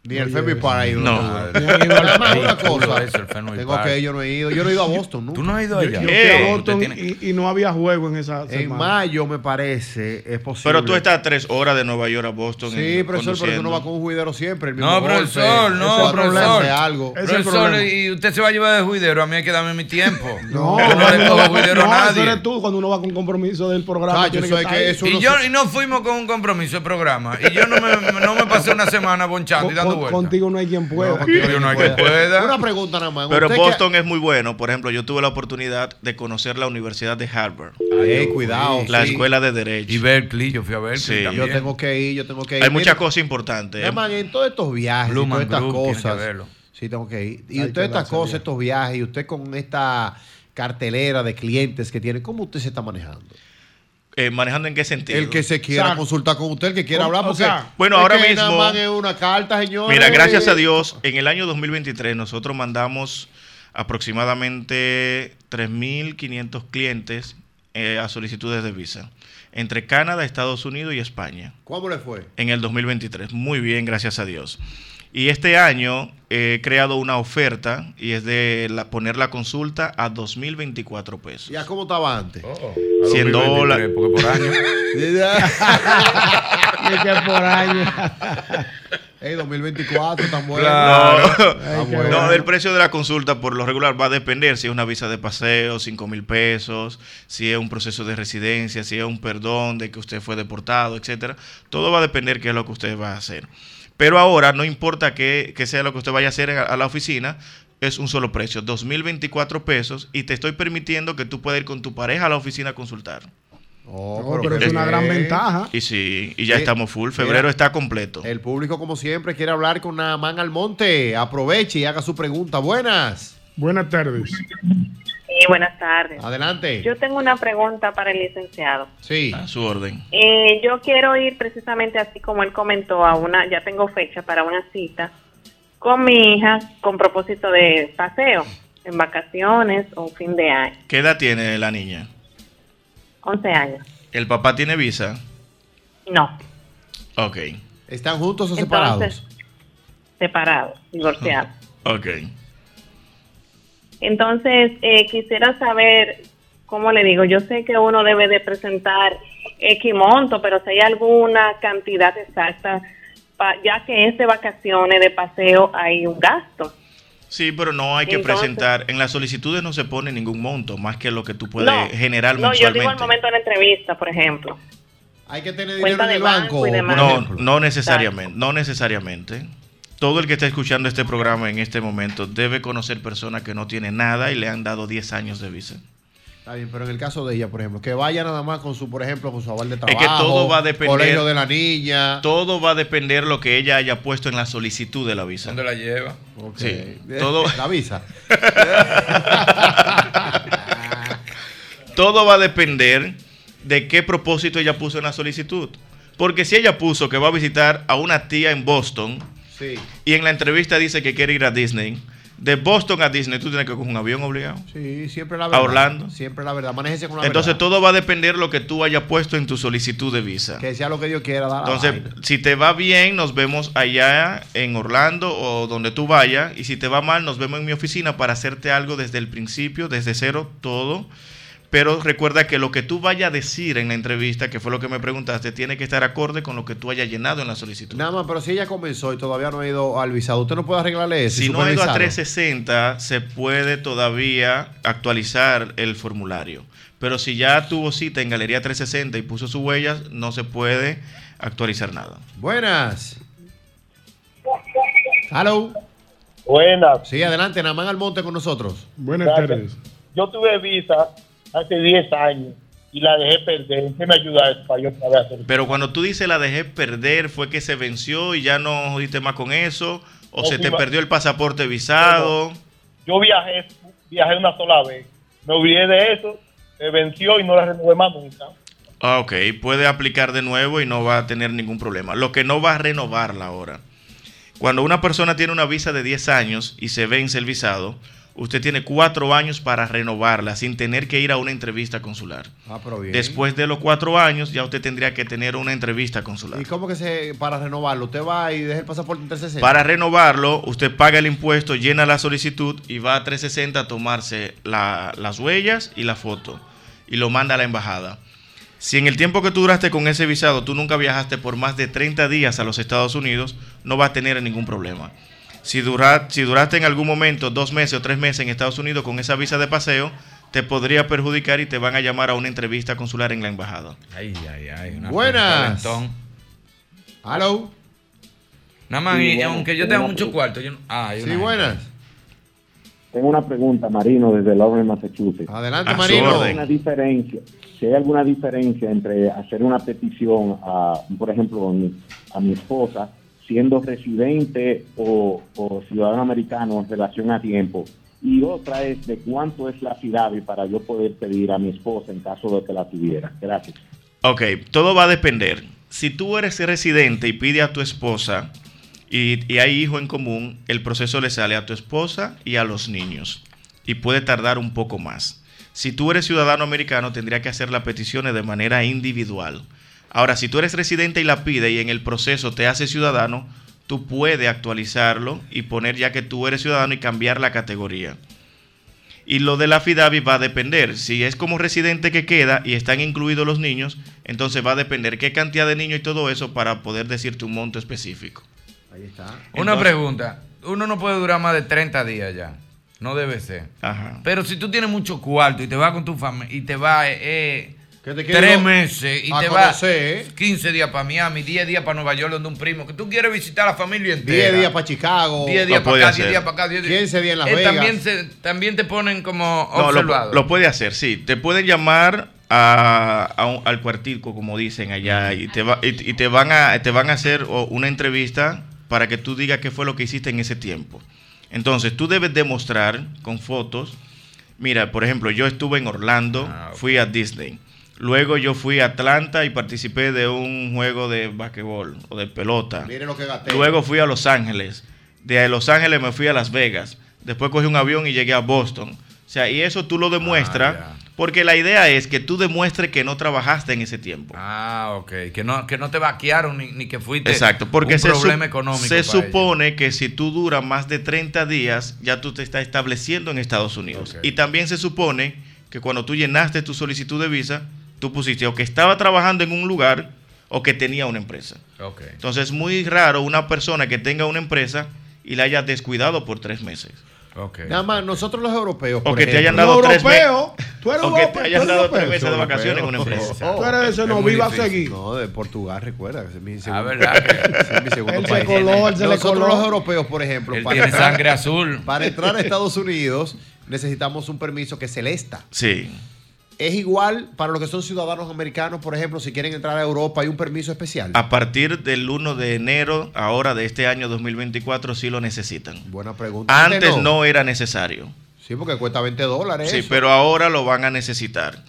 [SPEAKER 12] Ni el Fenway Park ha ido.
[SPEAKER 15] No.
[SPEAKER 12] Ni han ido. Nada más una cosa. Tengo que ir, yo no he ido. Yo no he ido a Boston nunca.
[SPEAKER 6] Yo, yo fui a Boston y, y no había juego en esa
[SPEAKER 12] En
[SPEAKER 6] semana.
[SPEAKER 12] mayo, me parece, es posible.
[SPEAKER 15] Pero tú estás a tres horas de Nueva York a Boston.
[SPEAKER 12] Sí, profesor,
[SPEAKER 15] en-
[SPEAKER 12] pero tú
[SPEAKER 15] conduciendo.
[SPEAKER 12] no vas con un juidero siempre. El mismo
[SPEAKER 16] No,
[SPEAKER 12] golpe.
[SPEAKER 16] profesor,
[SPEAKER 12] Ese
[SPEAKER 16] no,
[SPEAKER 12] es el problema
[SPEAKER 16] profesor.
[SPEAKER 12] de algo.
[SPEAKER 16] Profesor, y usted se va a llevar de juidero, a mí hay que darme mi tiempo.
[SPEAKER 6] No,
[SPEAKER 16] yo no le
[SPEAKER 6] cuando uno
[SPEAKER 16] cojo
[SPEAKER 6] va-
[SPEAKER 16] juidero
[SPEAKER 6] no,
[SPEAKER 16] a
[SPEAKER 6] eso
[SPEAKER 16] nadie.
[SPEAKER 6] eres tú cuando uno va con compromiso del programa.
[SPEAKER 16] Cacho,
[SPEAKER 6] tiene
[SPEAKER 16] eso es
[SPEAKER 6] estar
[SPEAKER 16] que
[SPEAKER 6] ahí.
[SPEAKER 16] eso y, yo, y no fuimos con un compromiso de programa. Y yo no me, no me pasé una semana bonchando y dando
[SPEAKER 6] Con-
[SPEAKER 16] vueltas.
[SPEAKER 6] Contigo no hay quien pueda.
[SPEAKER 16] Yo no hay que pueda.
[SPEAKER 12] Una pregunta nada más.
[SPEAKER 15] Pero
[SPEAKER 12] ¿Usted
[SPEAKER 15] Boston es muy bueno. Por ejemplo, yo tuve la oportunidad de conocer la Universidad de Harvard.
[SPEAKER 12] Eh, cuidado,
[SPEAKER 15] La
[SPEAKER 12] sí.
[SPEAKER 15] escuela de Derecho.
[SPEAKER 16] Y Berkeley, yo fui a Berkeley
[SPEAKER 15] Sí.
[SPEAKER 12] Yo tengo que ir, yo tengo que ir.
[SPEAKER 15] Hay muchas
[SPEAKER 12] Mire,
[SPEAKER 15] cosas importantes. ¿eh?
[SPEAKER 12] nada más, en todos estos viajes,
[SPEAKER 15] Blue
[SPEAKER 12] y todas
[SPEAKER 15] Man
[SPEAKER 12] estas
[SPEAKER 15] Group, tiene que
[SPEAKER 12] cosas.
[SPEAKER 15] verlo.
[SPEAKER 12] Sí, tengo que ir. Y
[SPEAKER 15] Hay que
[SPEAKER 12] usted estas
[SPEAKER 15] darse
[SPEAKER 12] cosas,
[SPEAKER 15] bien.
[SPEAKER 12] estos viajes, y usted con esta cartelera de clientes que tiene, ¿cómo usted se está manejando?
[SPEAKER 15] Eh, ¿Manejando en qué sentido?
[SPEAKER 12] El que se quiera consultar con usted, el que quiera
[SPEAKER 15] o-
[SPEAKER 12] hablar,
[SPEAKER 15] o
[SPEAKER 12] porque
[SPEAKER 15] sea, Bueno,
[SPEAKER 12] es
[SPEAKER 15] ahora
[SPEAKER 12] que nada
[SPEAKER 15] mismo-
[SPEAKER 12] más es una carta, señores.
[SPEAKER 15] Mira, gracias a Dios, en el año 2023 nosotros mandamos aproximadamente 3.500 clientes eh, a solicitudes de visa entre Canadá, Estados Unidos y España
[SPEAKER 12] ¿Cómo le fue?
[SPEAKER 15] en el 2023. Muy bien, gracias a Dios. Y este año he creado una oferta y es de la- poner la consulta a 2.024 pesos.
[SPEAKER 12] ¿Ya cómo estaba antes?
[SPEAKER 6] Oh,
[SPEAKER 15] 100 dólares.
[SPEAKER 16] Porque por año.
[SPEAKER 6] que por año.
[SPEAKER 12] Ey, 2024, tan bueno.
[SPEAKER 15] Claro.
[SPEAKER 12] Ay, qué
[SPEAKER 15] No,
[SPEAKER 12] bueno.
[SPEAKER 15] el precio de la consulta por lo regular va a depender si es una visa de paseo, 5 mil pesos, si es un proceso de residencia, si es un perdón de que usted fue deportado, etcétera. Todo va a depender qué es lo que usted va a hacer. Pero ahora, no importa qué, qué sea lo que usted vaya a hacer a, a la oficina, es un solo precio, 2.024 pesos, y te estoy permitiendo que tú puedas ir con tu pareja a la oficina a consultar.
[SPEAKER 12] Oh, pero
[SPEAKER 6] pero es una gran ventaja.
[SPEAKER 15] Y sí, y ya
[SPEAKER 12] Sí.
[SPEAKER 15] estamos full.
[SPEAKER 12] Mira.
[SPEAKER 15] Febrero está completo.
[SPEAKER 12] El público, como siempre, quiere hablar con Naamán Almonte. Aproveche y haga su pregunta. Buenas.
[SPEAKER 6] Buenas tardes.
[SPEAKER 13] Sí, buenas tardes.
[SPEAKER 12] Adelante.
[SPEAKER 13] Yo tengo una pregunta para el licenciado.
[SPEAKER 12] Sí.
[SPEAKER 15] A su orden.
[SPEAKER 13] Eh, yo quiero ir precisamente así como él comentó a una, ya tengo fecha para una cita con mi hija con propósito de paseo, en vacaciones o fin de año,
[SPEAKER 15] ¿Qué edad tiene la niña?
[SPEAKER 13] 11 años.
[SPEAKER 15] ¿El papá tiene visa?
[SPEAKER 13] No,
[SPEAKER 15] Ok.
[SPEAKER 12] ¿Están juntos o
[SPEAKER 13] Entonces-
[SPEAKER 12] separados?
[SPEAKER 13] separados, divorciados.
[SPEAKER 15] Ok.
[SPEAKER 13] Entonces, eh, quisiera saber, ¿cómo le digo? Yo sé que uno debe de presentar X monto, pero si hay alguna cantidad exacta, pa- ya que es de vacaciones, de paseo, hay un gasto.
[SPEAKER 15] Sí, pero no hay que
[SPEAKER 13] Entonces-
[SPEAKER 15] presentar. En las solicitudes no se pone ningún monto más que lo que tú puedes
[SPEAKER 13] No,
[SPEAKER 15] generar
[SPEAKER 13] No, yo digo al
[SPEAKER 15] mensualmente.
[SPEAKER 13] momento de la entrevista, por ejemplo.
[SPEAKER 12] Hay que tener
[SPEAKER 13] Cuenta de banco y demás.
[SPEAKER 15] No, no necesariamente. No necesariamente. Todo el que está escuchando este programa en este momento debe conocer personas que no tienen nada y le han dado 10 años de visa.
[SPEAKER 12] Está bien, pero en el caso de ella, por ejemplo, que vaya nada más con su, por ejemplo, con su aval de
[SPEAKER 15] Es
[SPEAKER 12] trabajo.
[SPEAKER 15] que todo va a depender.
[SPEAKER 12] colegio de la niña.
[SPEAKER 15] Todo va a depender lo que ella haya puesto en la solicitud de la visa.
[SPEAKER 16] ¿Dónde la lleva?
[SPEAKER 15] Sí.
[SPEAKER 12] Eh,
[SPEAKER 15] Todo,
[SPEAKER 12] La visa.
[SPEAKER 15] todo va a depender de qué propósito ella puso en la solicitud. Porque si ella puso que va a visitar a una tía en Boston
[SPEAKER 12] Sí.
[SPEAKER 15] y en la entrevista dice que quiere ir a Disney, de Boston a Disney tú tienes que coger un avión obligado.
[SPEAKER 12] Sí, siempre la verdad.
[SPEAKER 15] Orlando?
[SPEAKER 12] Siempre la verdad. Manéjese con la
[SPEAKER 15] Entonces
[SPEAKER 12] verdad.
[SPEAKER 15] todo va a depender lo que tú hayas puesto en tu solicitud de visa.
[SPEAKER 12] Que sea lo que Dios quiera dar.
[SPEAKER 15] Entonces, si te va bien, nos vemos allá en Orlando o donde tú vayas. Y si te va mal, nos vemos en mi oficina para hacerte algo desde el principio, desde cero, todo. Pero recuerda que lo que tú vayas a decir en la entrevista, que fue lo que me preguntaste, tiene que estar acorde con lo que tú hayas llenado en la solicitud.
[SPEAKER 12] Nada más, pero si ella comenzó y todavía no ha ido al visado, usted no puede arreglarle eso. y
[SPEAKER 15] Si no ha ido a
[SPEAKER 12] supervisarlo?
[SPEAKER 15] 360, se puede todavía actualizar el formulario. Pero si ya tuvo cita en Galería 360 y puso sus huellas, no se puede actualizar nada.
[SPEAKER 12] Buenas. Hello. Buenas. Sí, adelante, Namán Almonte con nosotros.
[SPEAKER 6] Buenas tardes.
[SPEAKER 17] Yo tuve visa hace 10 años y la dejé perder. ¿Qué me ayuda para yo saber hacer?
[SPEAKER 15] Pero cuando tú dices la dejé perder, ¿fue que se venció y ya no jodiste más con eso? ¿O
[SPEAKER 17] No,
[SPEAKER 15] se
[SPEAKER 17] sí,
[SPEAKER 15] te
[SPEAKER 17] ma-
[SPEAKER 15] perdió el pasaporte visado?
[SPEAKER 17] Yo viajé, viajé una sola vez. Me olvidé de eso, me venció y no la renové más nunca.
[SPEAKER 15] Ah, ok, puede aplicar de nuevo y no va a tener ningún problema. Lo que no va a renovarla ahora. Cuando una persona tiene una visa de 10 años y se vence el visado, usted tiene 4 años para renovarla sin tener que ir a una entrevista consular.
[SPEAKER 12] Ah, pero bien.
[SPEAKER 15] Después de los 4 años ya usted tendría que tener una entrevista consular.
[SPEAKER 12] ¿Y cómo que se para renovarlo? Usted va y deja el pasaporte en 360.
[SPEAKER 15] Para renovarlo, usted paga el impuesto, llena la solicitud y va a 360 a tomarse la- las huellas y la foto y lo manda a la embajada. Si en el tiempo que tú duraste con ese visado tú nunca viajaste por más de 30 días a los Estados Unidos, no vas a tener ningún problema. Si, dura- si duraste en algún momento dos meses o tres meses en Estados Unidos con esa visa de paseo, te podría perjudicar y te van a llamar a una entrevista consular en la embajada.
[SPEAKER 16] Ay, ay, ay. una
[SPEAKER 15] Buenas.
[SPEAKER 16] pregunta,
[SPEAKER 12] Hello.
[SPEAKER 16] Nada más,
[SPEAKER 10] Sí,
[SPEAKER 16] y
[SPEAKER 10] buenas.
[SPEAKER 16] aunque yo
[SPEAKER 10] Buenas
[SPEAKER 16] tenga mucho
[SPEAKER 10] preguntas.
[SPEAKER 16] cuarto, yo no. Ah, hay
[SPEAKER 10] Sí,
[SPEAKER 16] una gente.
[SPEAKER 10] buenas. Tengo una pregunta, Marino, desde Lawrence, Massachusetts.
[SPEAKER 12] Adelante,
[SPEAKER 10] ¿Hay
[SPEAKER 12] Marino.
[SPEAKER 10] alguna diferencia, si hay alguna diferencia entre hacer una petición a, por ejemplo, a mi, a mi esposa, siendo residente o, o ciudadano americano en relación a tiempo, y otra es de cuánto es la FIDAVI para yo poder pedir a mi esposa en caso de que la tuviera. Gracias.
[SPEAKER 15] Ok, todo va a depender. Si tú eres residente y pide a tu esposa y, y hay hijo en común, el proceso le sale a tu esposa y a los niños y puede tardar un poco más. Si tú eres ciudadano americano, tendría que hacer las peticiones de manera individual. Ahora, si tú eres residente y la pide y en el proceso te hace ciudadano, tú puedes actualizarlo y poner ya que tú eres ciudadano y cambiar la categoría. Y lo de la FIDAVI va a depender. Si es como residente que queda y están incluidos los niños, entonces va a depender qué cantidad de niños y todo eso para poder decirte un monto específico.
[SPEAKER 12] Ahí está.
[SPEAKER 16] Una
[SPEAKER 15] Entonces-
[SPEAKER 16] pregunta. Uno no puede durar más de 30 días ya. No debe ser.
[SPEAKER 15] Ajá.
[SPEAKER 16] Pero si tú tienes mucho cuarto y te vas con tu familia y te vas eh, eh,
[SPEAKER 12] te quiero
[SPEAKER 16] tres meses y
[SPEAKER 12] a
[SPEAKER 16] te vas
[SPEAKER 12] conocer, ¿eh?
[SPEAKER 16] 15 días para Miami, 10 días para Nueva York donde un primo, que tú quieres visitar a la familia
[SPEAKER 12] 10
[SPEAKER 16] entera.
[SPEAKER 12] días para Chicago.
[SPEAKER 16] 10 días para acá, 10 días para acá, 10 días.
[SPEAKER 12] 15 días en Las
[SPEAKER 16] Eh,
[SPEAKER 12] Vegas.
[SPEAKER 16] También, se- también te ponen como
[SPEAKER 15] No, lo,
[SPEAKER 16] observado.
[SPEAKER 15] lo puede hacer, sí. Te pueden llamar a- a un- al cuartico, como dicen allá, y te, va- y- y te van a, te van a hacer o, una entrevista para que tú digas qué fue lo que hiciste en ese tiempo. Entonces, tú debes demostrar con fotos. Mira, por ejemplo, yo estuve en Orlando, fui a Disney. Luego yo fui a Atlanta y participé de un juego de basquetbol o de pelota.
[SPEAKER 12] Mire lo que gasté.
[SPEAKER 15] Luego fui a Los Ángeles. De Los Ángeles me fui a Las Vegas. Después cogí un avión y llegué a Boston. O sea, y eso tú lo demuestras.
[SPEAKER 16] Ah,
[SPEAKER 15] porque la idea es que tú demuestres que no trabajaste en ese tiempo.
[SPEAKER 16] Ah, ok. Que no, que no te vaquearon ni, ni que fuiste
[SPEAKER 15] Exacto. Porque
[SPEAKER 16] un
[SPEAKER 15] se, su-
[SPEAKER 16] problema económico.
[SPEAKER 15] se
[SPEAKER 16] para ellos.
[SPEAKER 15] supone que si tú duras más de 30 días, ya tú te estás estableciendo en Estados Unidos. Y también se supone que cuando tú llenaste tu solicitud de visa, tú pusiste o que estaba trabajando en un lugar o que tenía una empresa.
[SPEAKER 16] Ok.
[SPEAKER 15] Entonces es muy raro una persona que tenga una empresa y la haya descuidado por tres meses.
[SPEAKER 12] Nada más, nosotros los europeos.
[SPEAKER 15] O
[SPEAKER 12] por
[SPEAKER 15] que te hayan
[SPEAKER 12] ejemplo.
[SPEAKER 15] dado tres
[SPEAKER 6] Europeo,
[SPEAKER 15] meses.
[SPEAKER 6] tú eres
[SPEAKER 15] O que
[SPEAKER 6] europeo,
[SPEAKER 15] te hayan
[SPEAKER 6] tú eres
[SPEAKER 15] dado tres
[SPEAKER 12] europeo.
[SPEAKER 15] meses de vacaciones en una
[SPEAKER 12] Europeo.
[SPEAKER 15] empresa.
[SPEAKER 12] Oh, es muy difícil.
[SPEAKER 15] seguir.
[SPEAKER 12] No, de Portugal, recuerda. que ese Es mi segundo,
[SPEAKER 16] Ah, ¿verdad?
[SPEAKER 12] ese es mi segundo
[SPEAKER 16] Él se
[SPEAKER 12] país.
[SPEAKER 16] coló, él se le
[SPEAKER 12] Nosotros
[SPEAKER 16] coló.
[SPEAKER 12] los europeos, por ejemplo,
[SPEAKER 16] Él tiene sangre azul.
[SPEAKER 12] Para entrar a Estados Unidos necesitamos un permiso que es el ESTA.
[SPEAKER 15] Sí.
[SPEAKER 12] Es igual para los que son ciudadanos americanos, por ejemplo, si quieren entrar a Europa, hay un permiso especial.
[SPEAKER 15] A partir del 1 de enero, ahora de este año 2024, sí lo necesitan.
[SPEAKER 12] Buena pregunta.
[SPEAKER 15] Antes
[SPEAKER 12] no.
[SPEAKER 15] no era necesario.
[SPEAKER 12] Sí, porque cuesta 20 dólares.
[SPEAKER 15] Sí,
[SPEAKER 12] eso.
[SPEAKER 15] pero ahora lo van a necesitar.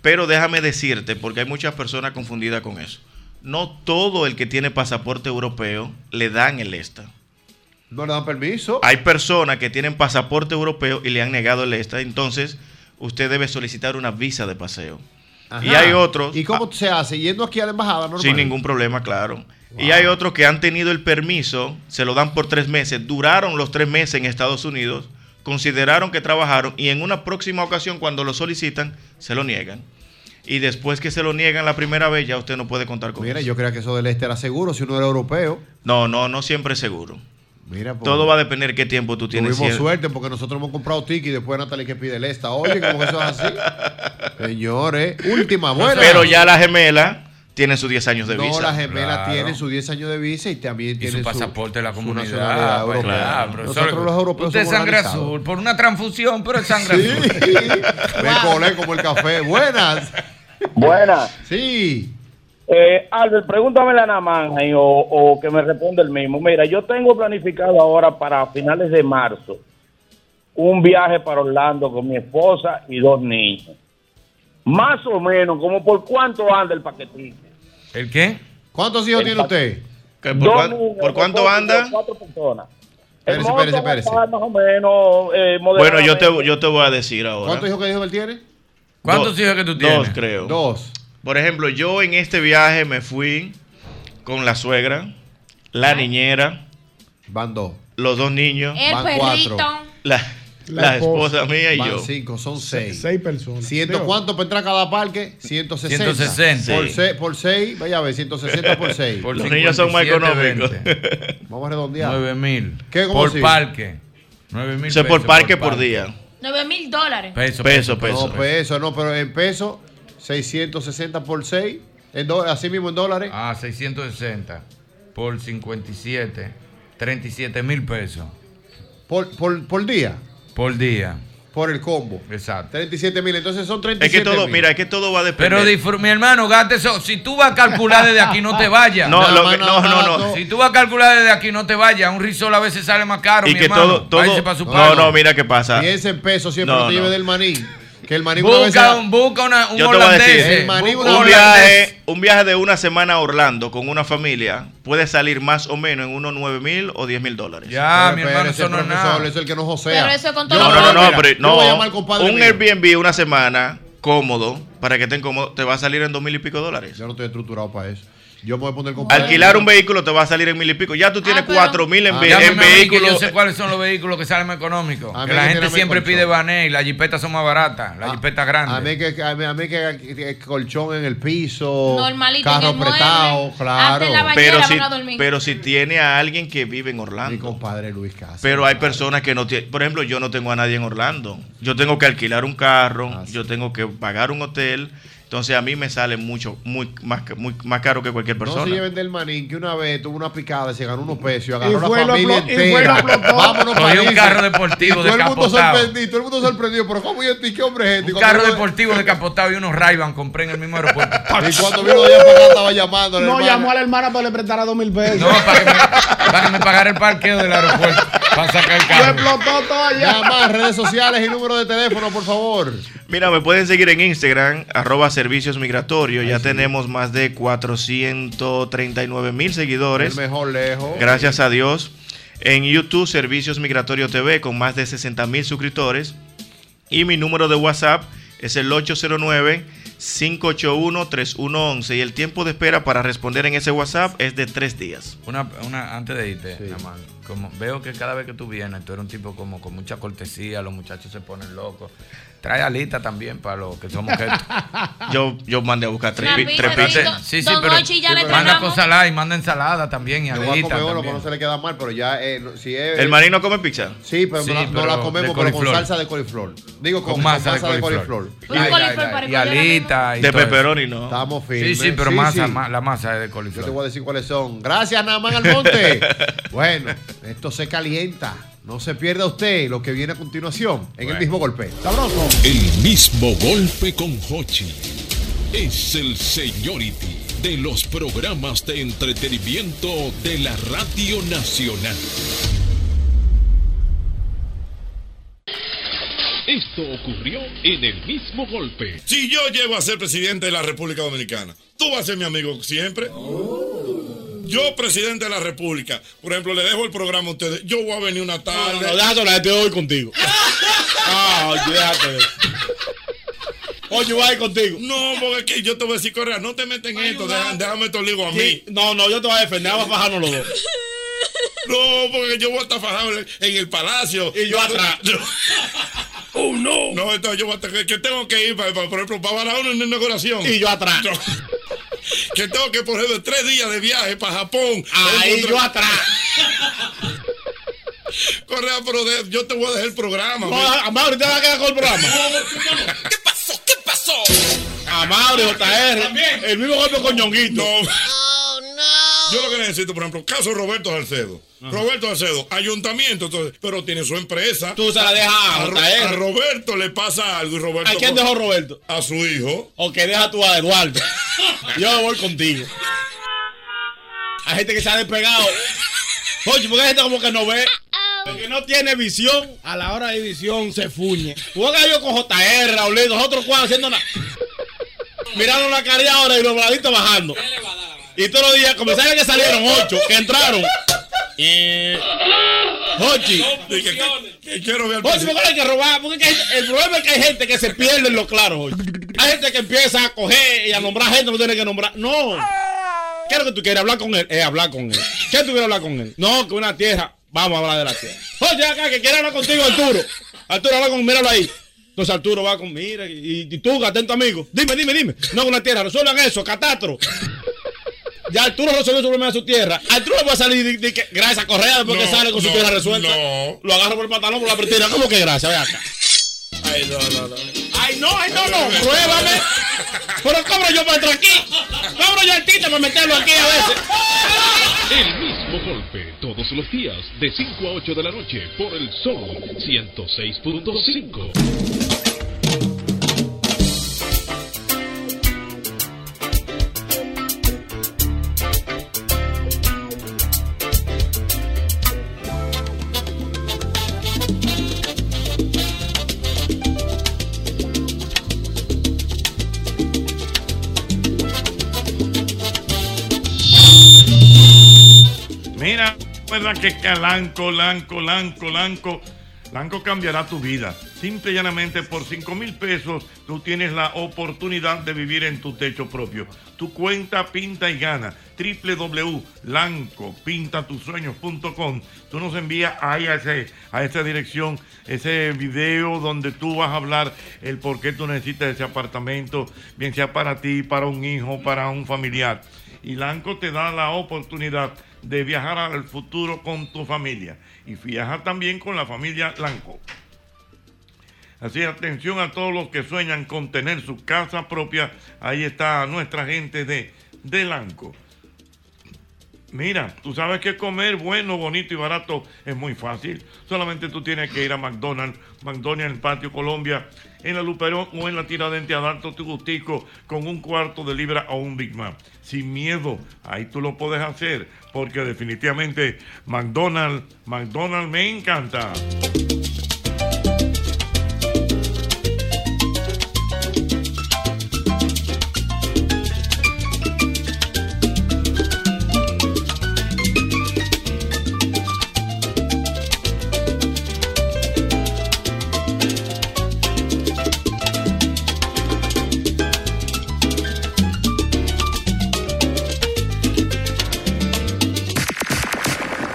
[SPEAKER 15] Pero déjame decirte, porque hay muchas personas confundidas con eso. No todo el que tiene pasaporte europeo le dan el ESTA.
[SPEAKER 12] No le dan permiso.
[SPEAKER 15] Hay personas que tienen pasaporte europeo y le han negado el ESTA, entonces usted debe solicitar una visa de paseo. Y
[SPEAKER 12] Ajá.
[SPEAKER 15] hay otros,
[SPEAKER 12] ¿Y cómo se hace? Yendo aquí a la embajada normal.
[SPEAKER 15] sin ningún problema, claro. Y hay otros que han tenido el permiso, se lo dan por tres meses, duraron los tres meses en Estados Unidos, consideraron que trabajaron y en una próxima ocasión cuando lo solicitan, se lo niegan. Y después que se lo niegan la primera vez, ya usted no puede contar con
[SPEAKER 12] Mira,
[SPEAKER 15] eso.
[SPEAKER 12] yo creía que eso del este era seguro si uno era europeo.
[SPEAKER 15] No, no, no siempre es seguro.
[SPEAKER 12] Mira, pues,
[SPEAKER 15] Todo va a depender qué tiempo tú tienes.
[SPEAKER 12] Tuvimos
[SPEAKER 15] si-
[SPEAKER 12] suerte porque nosotros hemos comprado tickets y después Natalie que pide el esta. Oye, como eso es así. Señores, última buena.
[SPEAKER 15] Pero ya la gemela tiene sus 10 años de
[SPEAKER 12] No,
[SPEAKER 15] visa.
[SPEAKER 12] la gemela tiene sus 10 años de visa y también tiene
[SPEAKER 16] su pasaporte de la comunidad.
[SPEAKER 12] nacionalidad
[SPEAKER 16] pues,
[SPEAKER 12] europea.
[SPEAKER 16] claro, profesor.
[SPEAKER 12] Nosotros los europeos
[SPEAKER 16] Usted es
[SPEAKER 12] somos
[SPEAKER 16] sangre
[SPEAKER 12] organizados.
[SPEAKER 16] azul, por una transfusión, pero es sangre
[SPEAKER 12] Sí.
[SPEAKER 16] azul.
[SPEAKER 12] Me colé como el café. Buenas.
[SPEAKER 8] Buenas.
[SPEAKER 12] Sí.
[SPEAKER 8] Eh, Albert, pregúntame la Namanja y- o, o que me responda el mismo. Mira, yo tengo planificado ahora para finales de marzo un viaje para Orlando con mi esposa y dos niños. Más o menos, como por cuánto anda el paquetito.
[SPEAKER 16] ¿El qué?
[SPEAKER 12] ¿Cuántos hijos
[SPEAKER 8] El
[SPEAKER 12] tiene usted?
[SPEAKER 16] Eh,
[SPEAKER 15] ¿Por,
[SPEAKER 8] Dos niños, dos niños, Cuatro personas. El
[SPEAKER 15] Espérese,
[SPEAKER 8] monto
[SPEAKER 15] espérese, espérese.
[SPEAKER 8] va a estar Más o menos, eh,
[SPEAKER 15] Bueno, yo te,
[SPEAKER 8] moderadamente.
[SPEAKER 15] yo te voy a decir ahora.
[SPEAKER 12] ¿Cuántos hijos que dijo él tiene?
[SPEAKER 15] ¿Cuántos
[SPEAKER 16] hijos que tú
[SPEAKER 15] Dos,
[SPEAKER 16] tienes?
[SPEAKER 15] creo.
[SPEAKER 12] Dos.
[SPEAKER 15] Por ejemplo, yo en este viaje me fui con la suegra, la niñera.
[SPEAKER 12] Ah. Van dos.
[SPEAKER 15] Los dos niños.
[SPEAKER 12] El Van perrito. cuatro.
[SPEAKER 15] La, la esposa mía y
[SPEAKER 12] Van
[SPEAKER 15] yo.
[SPEAKER 12] cinco, son seis.
[SPEAKER 6] Seis personas.
[SPEAKER 12] ¿Ciento cuánto para entrar a cada parque? 160.
[SPEAKER 15] 160.
[SPEAKER 12] Por,
[SPEAKER 15] Sí.
[SPEAKER 12] se- por seis, vaya a ver, 160 por seis.
[SPEAKER 15] Los niños son más económicos.
[SPEAKER 12] Vamos a redondear.
[SPEAKER 16] 9 mil.
[SPEAKER 12] ¿Qué, cómo
[SPEAKER 16] Por
[SPEAKER 12] así?
[SPEAKER 16] parque. 9 mil.
[SPEAKER 15] Eso es por parque por día.
[SPEAKER 7] 9 mil dólares.
[SPEAKER 16] Peso,
[SPEAKER 15] peso,
[SPEAKER 12] No, pues. peso, no, pero en peso, 660 por 6. En do- así mismo en dólares.
[SPEAKER 16] Ah, 660 por 57, 37 mil pesos.
[SPEAKER 12] Por, por, por día.
[SPEAKER 16] Por día.
[SPEAKER 12] Por el combo.
[SPEAKER 16] Exacto.
[SPEAKER 12] 37 mil. Entonces son 37
[SPEAKER 15] Es que todo, mira, es que todo va a depender.
[SPEAKER 16] Pero disfr- mi hermano, gaste eso. Si tú vas a calcular desde aquí, no te vayas.
[SPEAKER 15] No, Nada lo más, que- nada no, no, más, no.
[SPEAKER 16] Si tú vas a calcular desde aquí, no te vayas. Un risol a veces sale más caro.
[SPEAKER 15] y
[SPEAKER 16] mi
[SPEAKER 15] que
[SPEAKER 16] hermano.
[SPEAKER 15] todo, todo.
[SPEAKER 16] Váyase pa' su
[SPEAKER 15] No,
[SPEAKER 16] palo.
[SPEAKER 15] no, mira qué pasa.
[SPEAKER 12] Piensa en pesos siempre,
[SPEAKER 15] No,
[SPEAKER 12] no, te
[SPEAKER 15] no.
[SPEAKER 12] lleves del maní. Que el maní una vez.
[SPEAKER 16] Busca,
[SPEAKER 12] era-
[SPEAKER 16] un, busca una- un
[SPEAKER 15] Yo te voy a
[SPEAKER 16] holandés.
[SPEAKER 15] decir,
[SPEAKER 12] El maní
[SPEAKER 15] un-
[SPEAKER 12] una
[SPEAKER 15] un,
[SPEAKER 12] vez era-
[SPEAKER 15] viaje, un viaje de una semana a Orlando con una familia puede salir más o menos en unos 9 mil o 10 mil dólares.
[SPEAKER 16] Ya, mi hermano,
[SPEAKER 12] Ese
[SPEAKER 16] eso no es
[SPEAKER 12] profesor,
[SPEAKER 16] nada.
[SPEAKER 12] ese es el que no josea.
[SPEAKER 7] Pero eso con todo
[SPEAKER 15] No, no, no, no,
[SPEAKER 12] Mira,
[SPEAKER 15] pero
[SPEAKER 12] yo voy a llamar al
[SPEAKER 15] no.
[SPEAKER 12] compadre
[SPEAKER 15] Un
[SPEAKER 12] mío.
[SPEAKER 15] Airbnb una semana cómodo para que estén cómodos te va a salir en dos mil y pico dólares.
[SPEAKER 12] Yo no estoy estructurado para eso. Yo me voy a poner compadre.
[SPEAKER 15] Alquilar un vehículo te va a salir en mil y pico. Ya tú tienes
[SPEAKER 7] Ah,
[SPEAKER 15] cuatro mil
[SPEAKER 12] Ah,
[SPEAKER 15] en, ve-
[SPEAKER 16] Llámame
[SPEAKER 15] en
[SPEAKER 16] a mí, que Yo
[SPEAKER 15] vehículos.
[SPEAKER 16] sé cuáles son los vehículos que salen más económicos.
[SPEAKER 12] A mí
[SPEAKER 16] Que la
[SPEAKER 12] que
[SPEAKER 16] gente
[SPEAKER 12] tiene
[SPEAKER 16] siempre
[SPEAKER 12] colchón.
[SPEAKER 16] pide vané y las jipetas son más baratas. Las jipetas
[SPEAKER 12] A
[SPEAKER 16] grandes.
[SPEAKER 12] mí que, a mí, a mí que, que colchón en el piso,
[SPEAKER 7] Normalito,
[SPEAKER 12] carro
[SPEAKER 7] en el mueble,
[SPEAKER 12] apretado, claro.
[SPEAKER 7] hasta en la bañera
[SPEAKER 15] Pero
[SPEAKER 7] van
[SPEAKER 15] si,
[SPEAKER 7] a dormir.
[SPEAKER 15] pero si tiene a alguien que vive en Orlando. Mi
[SPEAKER 12] compadre Luis Casas.
[SPEAKER 15] Pero hay personas que no tienen. Por ejemplo, yo no tengo a nadie en Orlando. Yo tengo que alquilar un carro,
[SPEAKER 12] Ah,
[SPEAKER 15] yo tengo que pagar un hotel. Entonces a mí me sale mucho, muy más, que- muy más caro que cualquier
[SPEAKER 12] No se
[SPEAKER 15] persona.
[SPEAKER 12] lleven del manín que una vez tuvo una picada, se ganó unos pesos y agarró
[SPEAKER 15] Y
[SPEAKER 12] la
[SPEAKER 15] fue y lo
[SPEAKER 12] familia
[SPEAKER 15] aplo- y fue y lo
[SPEAKER 12] entera.
[SPEAKER 15] aplotó.
[SPEAKER 12] Vámonos
[SPEAKER 15] Cogió
[SPEAKER 12] para
[SPEAKER 15] un
[SPEAKER 12] Disney.
[SPEAKER 15] carro deportivo
[SPEAKER 12] Y todo el mundo
[SPEAKER 16] descapotado.
[SPEAKER 12] sorprendido, todo el mundo sorprendido, pero cómo yo estoy qué hombre es este? Y
[SPEAKER 16] Un
[SPEAKER 12] cuando
[SPEAKER 16] carro
[SPEAKER 12] vino-
[SPEAKER 16] deportivo decapotado y unos ray compré en el mismo aeropuerto.
[SPEAKER 12] Y cuando vino de allá para acá estaba llamando.
[SPEAKER 6] No, llamó a la hermana para que le prestara dos mil pesos.
[SPEAKER 16] Para que me pagara el parqueo del aeropuerto. Para sacar el
[SPEAKER 6] Lo
[SPEAKER 16] carro.
[SPEAKER 6] explotó todo allá.
[SPEAKER 12] Nada más, redes sociales y número de teléfono, por favor.
[SPEAKER 15] Mira, me pueden seguir en Instagram, arroba servicios migratorios. Ya tenemos más de 439 mil seguidores.
[SPEAKER 12] El mejor lejos.
[SPEAKER 15] Gracias a Dios. En YouTube, Servicios Migratorio TV, con más de 60 mil suscriptores. Y mi número de WhatsApp es el 809-581-3111. Y el tiempo de espera para responder en ese WhatsApp es de tres días.
[SPEAKER 16] Una, una, antes de irte, Namán, como veo que cada vez que tú vienes, tú eres un tipo como con mucha cortesía, los muchachos se ponen locos. Trae alita también para los que somos que
[SPEAKER 15] Yo, yo mandé a buscar tres, pi- tres pizzas.
[SPEAKER 16] Sí, sí,
[SPEAKER 26] Don
[SPEAKER 16] pero
[SPEAKER 26] Ochi, ya le
[SPEAKER 16] manda
[SPEAKER 26] entregamos.
[SPEAKER 16] cosas y manda ensalada también y
[SPEAKER 12] Yo voy a
[SPEAKER 16] alita
[SPEAKER 12] comer uno,
[SPEAKER 16] también.
[SPEAKER 12] pero no se le queda mal, pero ya eh, no- si es...
[SPEAKER 15] ¿El marino come pizza?
[SPEAKER 12] Sí, pero,
[SPEAKER 16] Sí,
[SPEAKER 12] no, la- no
[SPEAKER 16] pero
[SPEAKER 12] la
[SPEAKER 16] de
[SPEAKER 12] comemos, pero con
[SPEAKER 16] coliflor.
[SPEAKER 12] salsa de coliflor. Digo, con,
[SPEAKER 16] Con
[SPEAKER 12] con
[SPEAKER 16] masa
[SPEAKER 12] masa,
[SPEAKER 16] de
[SPEAKER 12] de
[SPEAKER 16] coliflor.
[SPEAKER 12] coliflor.
[SPEAKER 16] Una Ay, coliflor ay, ay. para Y coliflor, alita y
[SPEAKER 15] De
[SPEAKER 16] todo eso.
[SPEAKER 15] pepperoni, no.
[SPEAKER 12] Estamos
[SPEAKER 16] Sí,
[SPEAKER 12] firmes.
[SPEAKER 16] sí, pero
[SPEAKER 12] Sí,
[SPEAKER 16] masa,
[SPEAKER 12] sí.
[SPEAKER 16] ma- la masa es de coliflor.
[SPEAKER 12] Yo te voy a decir cuáles son. Gracias, Namán Almonte. bueno, esto se calienta. No se pierda usted lo que viene a continuación en el mismo golpe. ¡Sabroso!
[SPEAKER 25] El mismo golpe con Hochi es el seniority de los programas de entretenimiento de la Radio Nacional. Esto ocurrió en el mismo golpe.
[SPEAKER 4] Si yo llego a ser presidente de la República Dominicana, tú vas a ser mi amigo siempre. Yo, presidente de la República, por ejemplo, le dejo el programa a ustedes. Yo voy a venir una tarde.
[SPEAKER 9] No, déjate hablar, te voy contigo.
[SPEAKER 4] Ah, olvídate de eso. Oye, voy a ir contigo. No, porque es que yo te voy a decir, Correa, no te metes en esto. Déjame, déjame estos ligos a mí.
[SPEAKER 9] Sí, No, no, yo te voy a defender, vamos a fajarnos los dos.
[SPEAKER 4] No, porque yo voy a estar fajado en en el palacio. Y yo atrás. Oh, no. No, entonces yo voy a tener que tengo que ir, para, para- por ejemplo, para Barahona en una inauguración. Y yo atrás. que tengo que, por ejemplo, tres días de viaje para Japón.
[SPEAKER 9] Ahí yo
[SPEAKER 4] atrás. Correa, pero de- yo te voy a dejar el programa.
[SPEAKER 9] No, Amado, ahorita va a quedar con el programa.
[SPEAKER 4] ¿Qué pasó? ¿Qué pasó?
[SPEAKER 9] Amado, JR,
[SPEAKER 4] El mismo golpe con Ñonguito. Yo lo que necesito, por ejemplo, caso Roberto Salcedo. Roberto Salcedo, ayuntamiento, entonces, pero tiene su empresa.
[SPEAKER 9] Tú se la dejas a
[SPEAKER 4] Ro-
[SPEAKER 9] JR.
[SPEAKER 4] a Roberto le pasa algo y Roberto.
[SPEAKER 9] ¿A quién
[SPEAKER 4] co-
[SPEAKER 9] dejó Roberto?
[SPEAKER 4] A su hijo.
[SPEAKER 9] Ok, deja tú a Eduardo. Yo voy contigo. Hay gente que se ha despegado. Oye, porque hay gente como que no ve. El que no tiene visión, a la hora de visión se fuñe. Juega yo con JR, Raulito, nosotros cuatro haciendo nada. Mirando la cara ahora y los bladitos bajando. Y todos los días, comenzar que salieron ocho, que entraron. Eh, Jochi.
[SPEAKER 4] quiero ver
[SPEAKER 9] Jochi, porque hay que robar. Porque es que hay- el problema es que hay gente que se pierde en lo claro, Jochi. Hay gente que empieza a coger y a nombrar gente que no tiene que nombrar. No. ¿Qué es lo que tú quieres? Hablar con él. Eh, hablar con él. ¿Qué tú quieres hablar con él? No, que una tierra. Vamos a hablar de la tierra. Oye, acá, que quiere hablar contigo, Arturo. Arturo, habla con, míralo ahí. Entonces Arturo va con, mira, y, y tú, atento amigo. Dime, dime, dime. No, que una tierra. Resuelvan eso, catastro. Ya Arturo resolvió su problema de su tierra. Arturo va a salir de, de que- gracias a Correa después que
[SPEAKER 4] No,
[SPEAKER 9] sale con su
[SPEAKER 4] no,
[SPEAKER 9] tierra resuelta.
[SPEAKER 4] no.
[SPEAKER 9] Lo agarro por el pantalón, por la pretira. ¿Cómo que gracias? Ve acá.
[SPEAKER 4] Ay, no, no, no.
[SPEAKER 9] Ay, no, ay, no, no. Pruébame. Pero cobro yo para entrar aquí. Cobro yo artista para meterlo aquí a veces.
[SPEAKER 25] El mismo golpe todos los días de 5 a 8 de la noche por el Sol 106.5.
[SPEAKER 2] Mira, recuerda que Calanco, Lanco, Lanco, Lanco, Lanco cambiará tu vida. Simple y llanamente, por 5 mil pesos, tú tienes la oportunidad de vivir en tu techo propio. Tu cuenta pinta y gana. www.lancopintatusueños.com. Tú nos envías ahí a, ese, a esa dirección ese video donde tú vas a hablar el por qué tú necesitas ese apartamento, bien sea para ti, para un hijo, para un familiar y Lanco te da la oportunidad de viajar al futuro con tu familia y viajar también con la familia Lanco. Así, atención a todos los que sueñan con tener su casa propia. Ahí está nuestra gente de, de Lanco. Mira, tú sabes que comer bueno, bonito y barato es muy fácil. Solamente tú tienes que ir a McDonald's, McDonald's en el Patio Colombia, en la Luperón o en la Tiradente a darte tu gustico con un cuarto de libra o un Big Mac. Sin miedo, ahí tú lo puedes hacer, porque definitivamente McDonald's, McDonald's me encanta.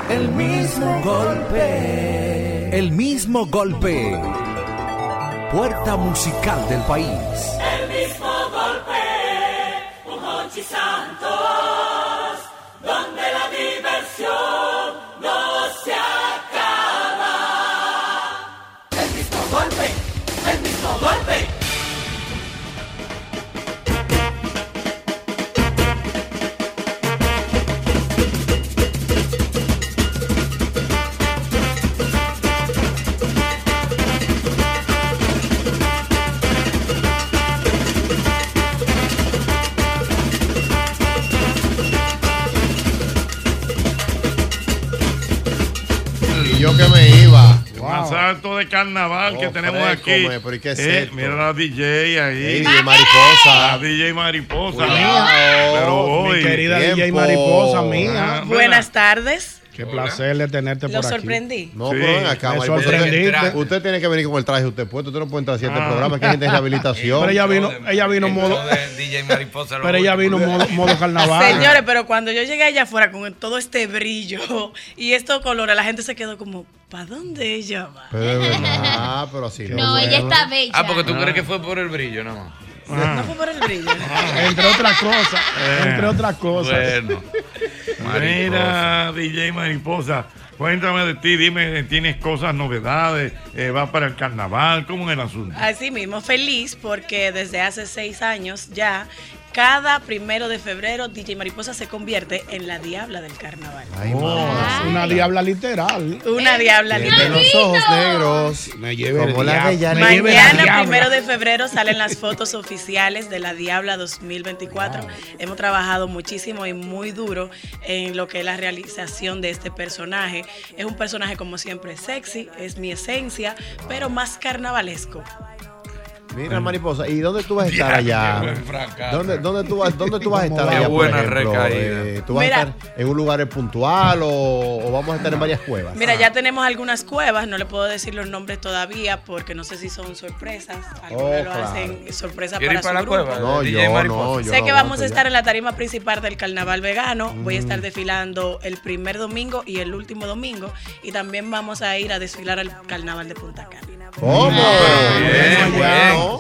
[SPEAKER 3] El mismo golpe.
[SPEAKER 27] El mismo golpe.
[SPEAKER 3] puerta musical del país.
[SPEAKER 4] El mismo golpe, un Hochi Santos, donde la diversión no se acaba. El mismo golpe, el mismo golpe.
[SPEAKER 12] Y yo que me iba. Oh,
[SPEAKER 2] El más alto de carnaval que tenemos aquí.
[SPEAKER 12] hombre, pero ¿y qué es
[SPEAKER 2] Eh,
[SPEAKER 12] esto?
[SPEAKER 2] mira la DJ ahí.
[SPEAKER 12] Ey, DJ Mariposa.
[SPEAKER 2] La DJ Mariposa.
[SPEAKER 12] Cuidado.
[SPEAKER 2] Pero hoy. Ah.
[SPEAKER 6] Mi querida DJ Mariposa mía.
[SPEAKER 22] Buenas tardes.
[SPEAKER 6] Qué placer de tenerte
[SPEAKER 22] Lo
[SPEAKER 6] por aquí.
[SPEAKER 22] sorprendí.
[SPEAKER 12] No, pero ven acá,
[SPEAKER 6] me
[SPEAKER 12] mariposa,
[SPEAKER 6] sorprendiste.
[SPEAKER 12] usted, usted tiene que venir con el traje usted puesto. Usted no puede entrar a siete
[SPEAKER 6] Ah.
[SPEAKER 12] programas, que hay gente de rehabilitación.
[SPEAKER 6] Pero ella vino, ella vino modo. Pero ella vino modo, modo carnaval.
[SPEAKER 22] Señores, pero cuando yo llegué allá afuera con todo este brillo y estos colores, la gente se quedó como, ¿para dónde ella va?
[SPEAKER 12] Pero es verdad, Ah, pero así no.
[SPEAKER 22] No, ella está bella.
[SPEAKER 16] Ah, porque tú
[SPEAKER 22] Ah.
[SPEAKER 16] crees que fue por el brillo, nada más. Ah.
[SPEAKER 22] No fue por el brillo.
[SPEAKER 6] Entre otras cosas.
[SPEAKER 2] Eh,
[SPEAKER 6] Entre otras cosas.
[SPEAKER 2] Bueno. Mira, DJ Mariposa. Cuéntame de ti, dime, ¿tienes cosas, novedades? Eh, ¿Vas para el carnaval? ¿Cómo es el asunto?
[SPEAKER 22] Así mismo, feliz porque desde hace seis años ya, cada primero de febrero, DJ Mariposa se convierte en la diabla del carnaval.
[SPEAKER 6] Oh, una diabla literal.
[SPEAKER 22] Una diabla
[SPEAKER 12] Tiene
[SPEAKER 22] literal.
[SPEAKER 12] los ojos negros.
[SPEAKER 6] Me lleve
[SPEAKER 12] como
[SPEAKER 6] el
[SPEAKER 12] la
[SPEAKER 6] diablo.
[SPEAKER 12] de Yanira.
[SPEAKER 6] Me lleve la
[SPEAKER 22] Mañana,
[SPEAKER 6] diabla.
[SPEAKER 22] primero de febrero, salen las fotos oficiales de la Diabla 2024. Hemos trabajado muchísimo y muy duro en lo que es la realización de este personaje. Es un personaje, como siempre, sexy, es mi esencia, pero más carnavalesco.
[SPEAKER 12] Mira, mariposa, ¿y dónde tú vas a estar allá?
[SPEAKER 16] qué buen fracaso.
[SPEAKER 12] ¿Dónde, dónde tú vas, dónde tú vas a estar
[SPEAKER 16] Qué
[SPEAKER 12] allá? por
[SPEAKER 16] buena
[SPEAKER 12] ejemplo?
[SPEAKER 16] recaída.
[SPEAKER 12] Eh, ¿Tú vas
[SPEAKER 22] Mira.
[SPEAKER 12] a estar en un lugar puntual o, o vamos a estar en varias cuevas?
[SPEAKER 22] Mira, ya tenemos algunas cuevas, no le puedo decir los nombres todavía porque no sé si son sorpresas. Algunas
[SPEAKER 12] Oh,
[SPEAKER 22] lo
[SPEAKER 12] claro.
[SPEAKER 22] hacen sorpresa para,
[SPEAKER 12] ¿Quieres ir para
[SPEAKER 22] su
[SPEAKER 12] la
[SPEAKER 22] grupo.
[SPEAKER 12] cueva? No, DJ yo Mariposa? no, yo
[SPEAKER 22] sé
[SPEAKER 12] no
[SPEAKER 22] que vamos
[SPEAKER 12] aguanto
[SPEAKER 22] a estar
[SPEAKER 12] ya.
[SPEAKER 22] en la tarima principal del carnaval vegano. Voy a estar
[SPEAKER 12] Mm.
[SPEAKER 22] desfilando el primer domingo y el último domingo. Y también vamos a ir a desfilar al carnaval de Punta Cana.
[SPEAKER 12] ¿Cómo?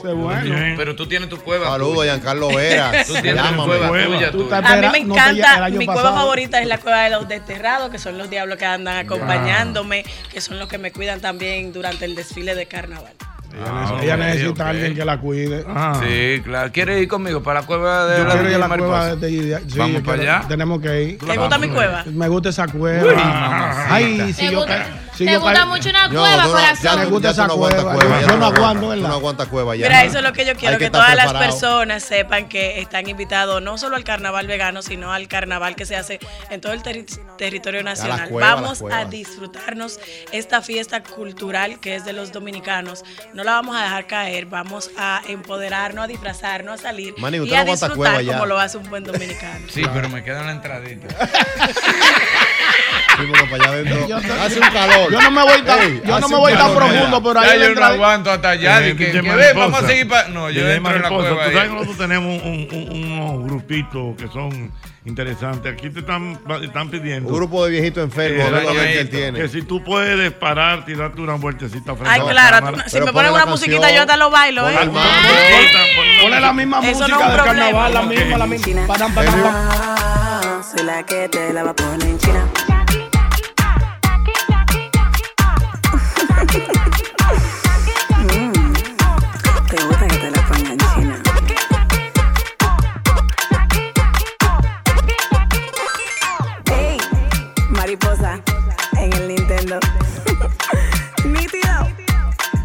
[SPEAKER 16] Bien,
[SPEAKER 12] Bueno.
[SPEAKER 16] bien. Pero tú tienes tu cueva.
[SPEAKER 12] Saludos, Giancarlo Vera.
[SPEAKER 16] Tú tienes tu cueva tuya, tuya.
[SPEAKER 22] A mí me
[SPEAKER 16] no te llega- el
[SPEAKER 22] encanta,
[SPEAKER 16] año
[SPEAKER 22] mi
[SPEAKER 16] pasado.
[SPEAKER 22] cueva favorita es la cueva de los desterrados, que son los diablos que andan acompañándome, que son los que me cuidan también durante el desfile de carnaval.
[SPEAKER 16] Ah,
[SPEAKER 6] Ella
[SPEAKER 16] ok,
[SPEAKER 6] necesita
[SPEAKER 16] ok.
[SPEAKER 6] a alguien que la cuide. Ah.
[SPEAKER 16] Sí, claro. ¿Quieres ir conmigo para la cueva de
[SPEAKER 6] Yo
[SPEAKER 16] la
[SPEAKER 6] quiero ir a la
[SPEAKER 16] Mariposa?
[SPEAKER 6] cueva de este- de- sí,
[SPEAKER 16] Vamos
[SPEAKER 6] yo
[SPEAKER 16] para
[SPEAKER 6] quiero-
[SPEAKER 16] allá.
[SPEAKER 6] Tenemos que ir.
[SPEAKER 16] ¿Te gusta mi cueva?
[SPEAKER 6] Me gusta esa
[SPEAKER 16] Uy,
[SPEAKER 6] cueva.
[SPEAKER 16] mamacita.
[SPEAKER 6] Ay, si
[SPEAKER 7] ¿Te
[SPEAKER 6] yo
[SPEAKER 7] gusta-
[SPEAKER 6] ca- si
[SPEAKER 7] te
[SPEAKER 6] yo
[SPEAKER 7] gusta
[SPEAKER 6] ca-
[SPEAKER 7] mucho una cueva,
[SPEAKER 12] ya
[SPEAKER 7] corazón?
[SPEAKER 12] no-
[SPEAKER 6] Me gusta
[SPEAKER 12] ya tú
[SPEAKER 6] esa
[SPEAKER 12] no aguantas
[SPEAKER 6] cueva.
[SPEAKER 12] cueva, ya
[SPEAKER 6] Yo
[SPEAKER 12] tú
[SPEAKER 6] no aguanto,
[SPEAKER 12] aguantas, tú no aguantas cueva ya.
[SPEAKER 22] Mira, eso es lo que yo quiero,
[SPEAKER 12] Hay
[SPEAKER 22] que,
[SPEAKER 12] estar
[SPEAKER 22] todas las
[SPEAKER 12] preparado.
[SPEAKER 22] personas sepan que están invitados no solo al carnaval vegano, sino al carnaval que se hace en todo el terri- territorio nacional.
[SPEAKER 23] cuevas, las
[SPEAKER 22] vamos a
[SPEAKER 23] cuevas.
[SPEAKER 22] disfrutarnos esta fiesta cultural que es de los dominicanos. No la vamos a dejar caer, vamos a empoderarnos, a disfrazarnos, a salir
[SPEAKER 16] Manny,
[SPEAKER 22] y
[SPEAKER 16] usted
[SPEAKER 22] a
[SPEAKER 16] no aguanta cueva ya.
[SPEAKER 22] disfrutar como lo hace un buen dominicano.
[SPEAKER 16] Sí, pero me queda la entradita.
[SPEAKER 12] Hace un calor.
[SPEAKER 6] Yo no me voy tan-
[SPEAKER 16] Ey,
[SPEAKER 6] yo no
[SPEAKER 16] hace
[SPEAKER 6] me voy
[SPEAKER 16] un
[SPEAKER 6] tan
[SPEAKER 16] calor,
[SPEAKER 6] profundo,
[SPEAKER 16] mira.
[SPEAKER 6] pero ahí
[SPEAKER 16] Ya yo
[SPEAKER 6] en la
[SPEAKER 16] no
[SPEAKER 6] entrada-
[SPEAKER 16] aguanto hasta allá.
[SPEAKER 2] Eh,
[SPEAKER 16] de que,
[SPEAKER 2] DJ
[SPEAKER 16] que ven,
[SPEAKER 2] Mariposa.
[SPEAKER 16] vamos a seguir para. No, yo
[SPEAKER 2] DJ
[SPEAKER 16] entro en la
[SPEAKER 2] Mariposa,
[SPEAKER 16] cueva.
[SPEAKER 2] Tú sabes que
[SPEAKER 16] ahí.
[SPEAKER 2] nosotros tenemos un- un- unos grupitos que son interesantes. Aquí te están, están pidiendo.
[SPEAKER 12] Un grupo de viejitos enfermos,
[SPEAKER 2] Eh,
[SPEAKER 12] ve la mente que él
[SPEAKER 2] que
[SPEAKER 12] tiene.
[SPEAKER 2] si tú puedes pararte y darte una vueltecita frente
[SPEAKER 22] Ay,
[SPEAKER 2] a la
[SPEAKER 22] claro,
[SPEAKER 2] cámara.
[SPEAKER 22] tú- si me ponen una musiquita yo hasta lo bailo, ¿eh?
[SPEAKER 6] Ponle la misma música
[SPEAKER 22] Eso no es un
[SPEAKER 6] del
[SPEAKER 22] problema.
[SPEAKER 6] carnaval, la misma, la misma. Padam, padam,
[SPEAKER 28] Yo soy la que te la va a poner en China. Mm, Te gusta que te la ponga en China. Ey, mariposa en el Nintendo. Nítido.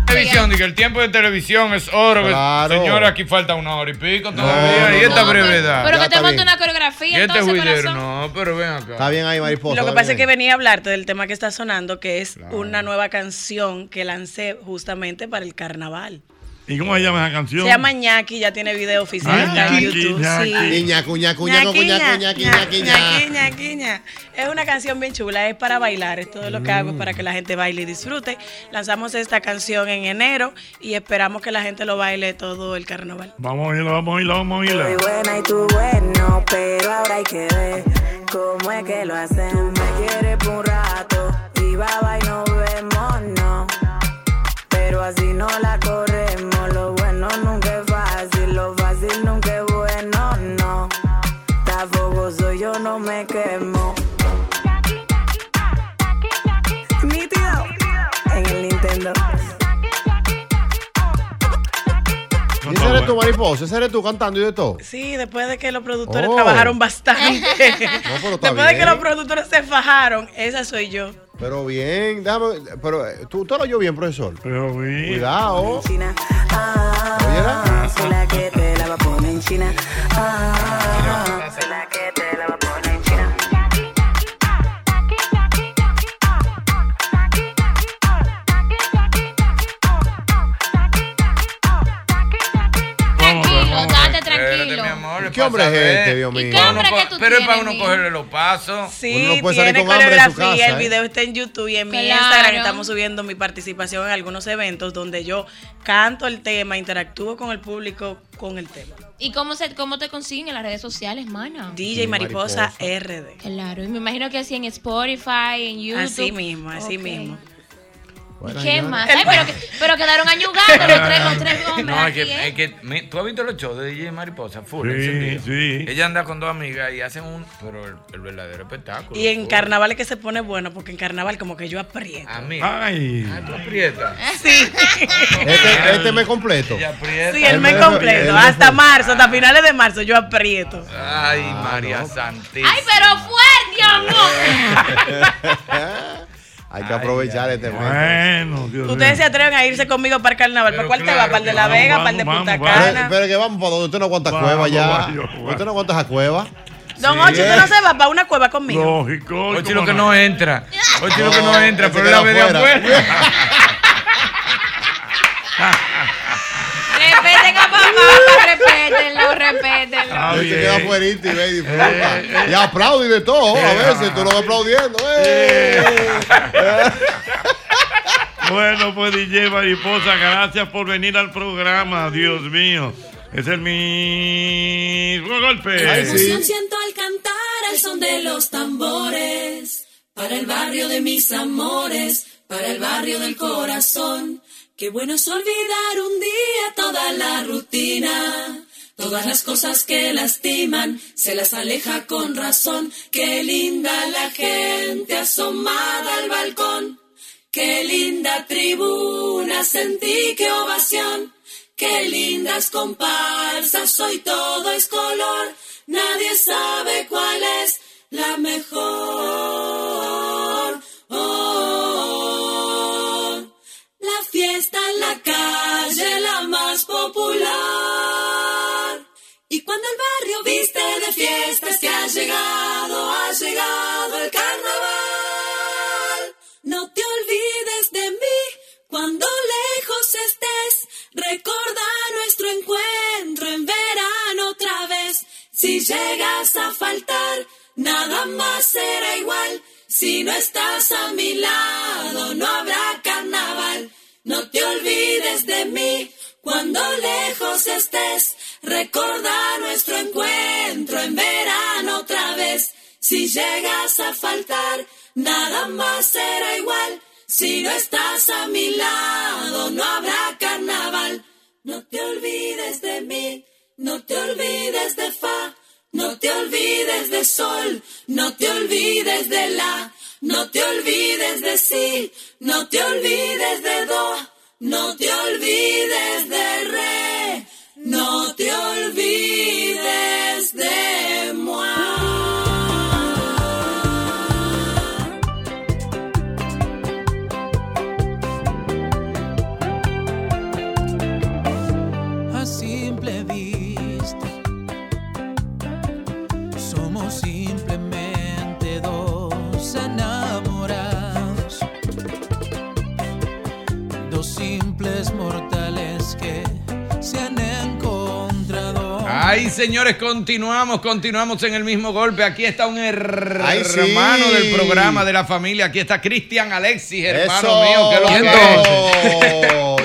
[SPEAKER 16] Televisión, digo, el tiempo de televisión es oro. que-
[SPEAKER 12] Claro.
[SPEAKER 16] Señora, aquí falta una hora y pico todavía.
[SPEAKER 12] no,
[SPEAKER 16] y esta
[SPEAKER 12] no,
[SPEAKER 6] Ah,
[SPEAKER 16] brevedad.
[SPEAKER 7] Pero
[SPEAKER 12] Ya
[SPEAKER 7] que te
[SPEAKER 12] está
[SPEAKER 7] monte
[SPEAKER 12] bien.
[SPEAKER 7] una coreografía,
[SPEAKER 16] Y este
[SPEAKER 7] entonces,
[SPEAKER 16] juillero,
[SPEAKER 7] corazón.
[SPEAKER 16] no, pero ven acá.
[SPEAKER 12] Está bien ahí, mariposa.
[SPEAKER 22] Lo que
[SPEAKER 12] está
[SPEAKER 22] pasa es
[SPEAKER 12] bien
[SPEAKER 22] que
[SPEAKER 12] ahí.
[SPEAKER 22] venía a hablarte del tema que está sonando, que es una nueva canción que lancé justamente para el carnaval.
[SPEAKER 2] ¿Y cómo se llama esa
[SPEAKER 22] Se
[SPEAKER 2] canción?
[SPEAKER 22] llama Ñaki, ya tiene video oficial está en
[SPEAKER 2] Ñaki,
[SPEAKER 22] YouTube.
[SPEAKER 2] Ñaki.
[SPEAKER 22] sí.
[SPEAKER 12] Ñacu, ñacu, ñacu,
[SPEAKER 22] Ñaqui,
[SPEAKER 12] ñacu,
[SPEAKER 22] Ña,
[SPEAKER 12] ñaqui,
[SPEAKER 22] Ña,
[SPEAKER 12] ñaqui, ña.
[SPEAKER 22] Ñaqui, Ñaqui, Ña. Es una canción bien chula, es para bailar, es todo lo que hago para que la gente baile y disfrute. Lanzamos esta canción en enero y esperamos que la gente lo baile todo el carnaval.
[SPEAKER 2] Vamos a oírla, vamos a oírla, vamos a
[SPEAKER 28] Muy
[SPEAKER 2] oírla.
[SPEAKER 28] buena y tú bueno, pero ahora hay que ver cómo es que lo hacen. Me quieres por un rato y baba y no vemos, no. Pero así no la corremos.
[SPEAKER 12] eres tú, mariposa. Ese eres tú cantando y de todo.
[SPEAKER 22] Sí, después de que los productores
[SPEAKER 12] Oh.
[SPEAKER 22] trabajaron bastante.
[SPEAKER 12] está
[SPEAKER 22] después de que
[SPEAKER 12] bien.
[SPEAKER 22] los productores se fajaron, esa soy yo.
[SPEAKER 12] Pero bien, déjame. Pero eh, tú, tú lo oyó bien, profesor.
[SPEAKER 2] Pero bien.
[SPEAKER 12] Cuidado.
[SPEAKER 21] Ah, soy la que te la va a poner en China. Ah, soy la que te la va a poner en China.
[SPEAKER 7] Tranquilo, date
[SPEAKER 16] Espérate,
[SPEAKER 7] tranquilo.
[SPEAKER 16] mi amor, es
[SPEAKER 12] ¿Qué
[SPEAKER 16] para
[SPEAKER 12] hombre es
[SPEAKER 16] saber.
[SPEAKER 12] este, Dios mío?
[SPEAKER 16] Pero
[SPEAKER 12] qué
[SPEAKER 16] uno
[SPEAKER 22] hombre
[SPEAKER 16] pa-
[SPEAKER 22] que tú
[SPEAKER 16] Pero es para
[SPEAKER 22] tienes,
[SPEAKER 16] uno
[SPEAKER 22] mijo?
[SPEAKER 16] cogerle los pasos.
[SPEAKER 22] Sí, tiene coreografía,
[SPEAKER 12] ¿eh?
[SPEAKER 22] el video está en YouTube y en mi
[SPEAKER 7] Claro.
[SPEAKER 22] Instagram estamos subiendo mi participación en algunos eventos donde yo canto el tema, interactúo con el público con el tema.
[SPEAKER 7] ¿Y cómo, se, cómo te consiguen en las redes sociales, mana?
[SPEAKER 22] DJ Mariposa, RD.
[SPEAKER 7] Claro, y me imagino que así en Spotify, en YouTube.
[SPEAKER 22] Así mismo, así
[SPEAKER 7] Ok.
[SPEAKER 22] mismo.
[SPEAKER 7] ¿Qué
[SPEAKER 22] señora.
[SPEAKER 7] más? Ay, pero, que- pero quedaron añugados los tres, los tres hombres.
[SPEAKER 16] No, es
[SPEAKER 7] aquí, ¿eh?
[SPEAKER 16] que, es que me- tú has visto los shows de DJ Mariposa, full.
[SPEAKER 2] Sí,
[SPEAKER 16] encendido. Ella anda con dos amigas y hacen un, pero el, el verdadero espectáculo.
[SPEAKER 22] Y en
[SPEAKER 16] full.
[SPEAKER 22] carnavales que se pone bueno, porque en carnaval como que yo aprieto.
[SPEAKER 16] A mí.
[SPEAKER 2] Ay.
[SPEAKER 16] Ah, tú aprietas.
[SPEAKER 22] Sí.
[SPEAKER 12] Este, este me completo.
[SPEAKER 22] Sí, el mes completo. Hasta marzo, hasta finales de marzo yo aprieto.
[SPEAKER 16] Ay, María Santísima.
[SPEAKER 7] Ay, pero fuerte, amor.
[SPEAKER 12] Hay que aprovechar este momento.
[SPEAKER 2] Bueno,
[SPEAKER 22] Ustedes se atreven a irse conmigo para el carnaval. ¿Para cuál te va? ¿Para el de La Vega? ¿Para el de Punta Cana?
[SPEAKER 12] Pero, pero que vamos para donde usted no aguanta
[SPEAKER 2] Vamos,
[SPEAKER 12] cueva ya.
[SPEAKER 2] vamos,
[SPEAKER 12] Usted no aguanta esa cueva.
[SPEAKER 22] Don Ocho, usted no se va para una cueva conmigo.
[SPEAKER 2] Lógico.
[SPEAKER 16] Oye, lo que no entra. Oye, lo que no entra,
[SPEAKER 12] ese
[SPEAKER 16] pero la
[SPEAKER 12] queda
[SPEAKER 16] media
[SPEAKER 12] afuera.
[SPEAKER 16] afuera.
[SPEAKER 7] Respeten a papá, respétenlo, respétenlo.
[SPEAKER 12] Usted
[SPEAKER 2] bien.
[SPEAKER 12] queda afuerita y ve y disfruta. Y aplaude y de todo. A veces tú lo ves aplaudiendo. ¡eh!
[SPEAKER 2] Bueno, pues DJ Mariposa, gracias por venir al programa, Dios mío. Es el mismo golpe.
[SPEAKER 5] Emoción siento al cantar al son de los tambores. Para el barrio de mis amores, para el barrio del corazón. Qué bueno es olvidar un día toda la rutina. Todas las cosas que lastiman, se las aleja con razón. Qué linda la gente asomada al balcón. Qué linda tribuna, sentí que ovación. Qué lindas comparsas, hoy todo es color. Nadie sabe cuál es la mejor. Oh, oh, oh. La fiesta en la calle, la más popular. Y cuando el barrio viste de fiestas que ha llegado, ha llegado el carnaval. No te olvides de mí cuando lejos estés. Recuerda nuestro encuentro en verano otra vez. Si llegas a faltar, nada más será igual. Si no estás a mi lado, no habrá carnaval. No te olvides de mí cuando lejos estés. Recuerda nuestro encuentro en verano otra vez. Si llegas a faltar, nada más será igual. Si no estás a mi lado, no habrá carnaval. No te olvides de mí, no te olvides de fa, no te olvides de sol, no te olvides de la, no te olvides de si, no te olvides de do, no te olvides de re, no te olvides de moi.
[SPEAKER 14] a simple vista. Somos simplemente dos enamorados, dos simples mortales que se han encontrado.
[SPEAKER 16] Ay, señores, continuamos, continuamos en el mismo golpe. Aquí está un her-
[SPEAKER 14] Ay, sí.
[SPEAKER 16] hermano del programa de la familia. Aquí está Cristian Alexis, hermano
[SPEAKER 12] Eso,
[SPEAKER 16] mío, que lo
[SPEAKER 12] vamos.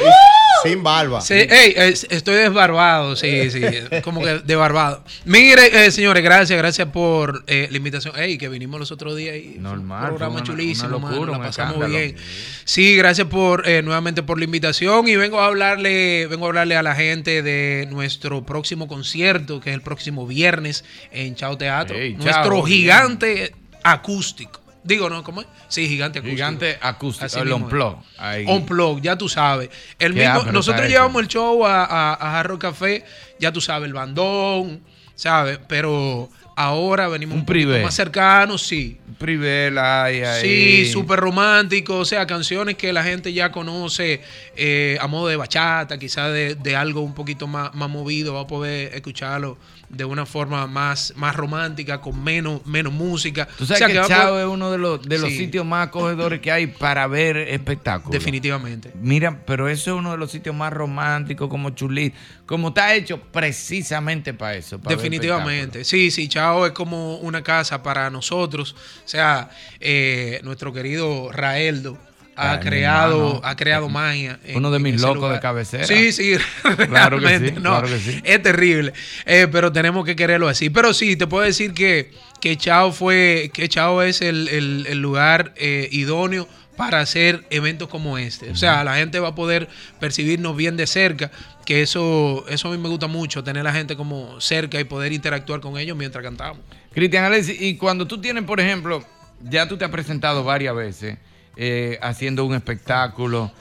[SPEAKER 12] Sin barba.
[SPEAKER 29] Sí, ey, eh, estoy desbarbado, sí, sí, como que desbarbado. Mire, eh, señores, gracias, gracias por eh, la invitación. Ey, que vinimos los otros días y fue
[SPEAKER 16] Normal,
[SPEAKER 29] un
[SPEAKER 16] fue
[SPEAKER 29] programa
[SPEAKER 16] una-
[SPEAKER 29] chulísimo,
[SPEAKER 16] una
[SPEAKER 29] mano,
[SPEAKER 16] locura, un
[SPEAKER 29] la pasamos
[SPEAKER 16] escándalo.
[SPEAKER 29] bien. Sí, gracias por eh, nuevamente por la invitación y vengo a hablarle, vengo a hablarle a la gente de nuestro próximo concierto, que es el próximo viernes en Chao Teatro,
[SPEAKER 16] Ey,
[SPEAKER 29] nuestro
[SPEAKER 16] Chao, bien.
[SPEAKER 29] gigante acústico. Digo, no, ¿cómo es? Sí, gigante acústico.
[SPEAKER 16] Gigante acústico.
[SPEAKER 29] Así
[SPEAKER 16] el
[SPEAKER 29] mismo es.
[SPEAKER 16] Unplug. Ahí.
[SPEAKER 29] Unplug, ya tú sabes. El
[SPEAKER 16] Qué
[SPEAKER 29] mismo,
[SPEAKER 16] ápero
[SPEAKER 29] nosotros
[SPEAKER 16] está eso.
[SPEAKER 29] llevamos el show a, a, a Jarro Café, ya tú sabes, el bandón, ¿sabes? Pero ahora venimos un, poquito
[SPEAKER 16] privé.
[SPEAKER 29] más cercanos, sí.
[SPEAKER 16] Privé, la hay ahí.
[SPEAKER 29] Sí, súper romántico, o sea, canciones que la gente ya conoce eh, a modo de bachata, quizás de, de algo un poquito más, más movido, va a poder escucharlo de una forma más, más romántica, con menos, menos música.
[SPEAKER 16] Tú sabes
[SPEAKER 29] O sea,
[SPEAKER 16] que
[SPEAKER 29] va a
[SPEAKER 16] Chao
[SPEAKER 29] poder-
[SPEAKER 16] es uno de los, de los
[SPEAKER 29] Sí.
[SPEAKER 16] sitios más acogedores que hay para ver espectáculos.
[SPEAKER 29] Definitivamente.
[SPEAKER 16] Mira, pero eso es uno de los sitios más románticos, como chulí, como está hecho precisamente para eso. para ver
[SPEAKER 29] Definitivamente, sí, sí, Chao es como una casa para nosotros. O sea, eh, nuestro querido Raeldo ha
[SPEAKER 16] Ay, mi
[SPEAKER 29] creado,
[SPEAKER 16] hermano.
[SPEAKER 29] ha creado magia. en-
[SPEAKER 16] Uno de
[SPEAKER 29] en
[SPEAKER 16] mis
[SPEAKER 29] ese
[SPEAKER 16] locos
[SPEAKER 29] lugar.
[SPEAKER 16] de cabecera.
[SPEAKER 29] Sí, sí,
[SPEAKER 16] Claro que sí,
[SPEAKER 29] realmente, no,
[SPEAKER 16] claro que sí.
[SPEAKER 29] es terrible. Eh, pero tenemos que quererlo así. Pero sí, te puedo decir que, que Chao fue, que Chao es el, el- el lugar eh, idóneo para hacer eventos como este. O sea, la gente va a poder percibirnos bien de cerca, que eso, eso a mí me gusta mucho, tener a la gente como cerca y poder interactuar con ellos mientras cantamos.
[SPEAKER 16] Cristian Alexis, y cuando tú tienes, por ejemplo, ya tú te has presentado varias veces eh, haciendo un espectáculo,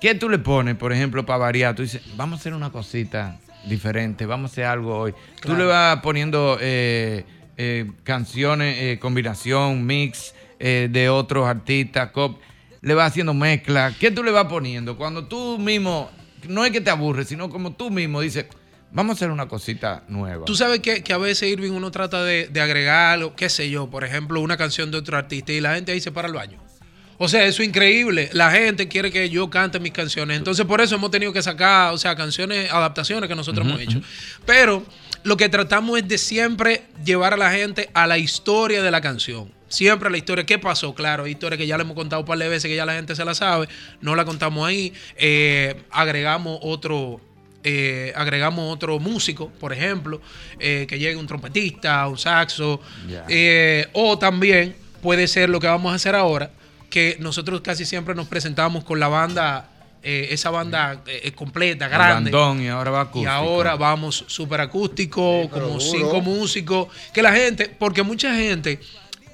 [SPEAKER 16] ¿qué tú le pones, por ejemplo, para variar? Tú dices, vamos a hacer una cosita diferente, vamos a hacer algo hoy. Tú
[SPEAKER 29] Claro.
[SPEAKER 16] le vas poniendo eh, eh, canciones, eh, combinación, mix eh, de otros artistas, cop, le vas haciendo mezcla. ¿Qué tú le vas poniendo? Cuando tú mismo, no es que te aburres, sino como tú mismo dices, vamos a hacer una cosita nueva.
[SPEAKER 29] Tú sabes que, que a veces Irving uno trata de, de agregar, o qué sé yo, por ejemplo, una canción de otro artista y la gente ahí se para al baño. O sea, eso es increíble. La gente quiere que yo cante mis canciones. Entonces, por eso hemos tenido que sacar, o sea, canciones, adaptaciones que nosotros
[SPEAKER 14] Ujú,
[SPEAKER 29] hemos hecho. Pero lo que tratamos es de siempre llevar a la gente a la historia de la canción. Siempre a la historia. ¿Qué pasó? Claro, hay historias que ya le hemos contado un par de veces, que ya la gente se la sabe. No la contamos ahí. Eh, agregamos otro. eh, agregamos otro músico, por ejemplo, eh, que llegue un trompetista, un saxo, eh, o también puede ser lo que vamos a hacer ahora, que nosotros casi siempre nos presentamos con la banda, eh, esa banda eh, eh, completa,
[SPEAKER 16] El
[SPEAKER 13] grande.
[SPEAKER 16] bandón, y ahora va
[SPEAKER 29] y
[SPEAKER 16] acústico.
[SPEAKER 29] ahora vamos súper acústico, como
[SPEAKER 16] duro.
[SPEAKER 29] cinco músicos. Que la gente, porque mucha gente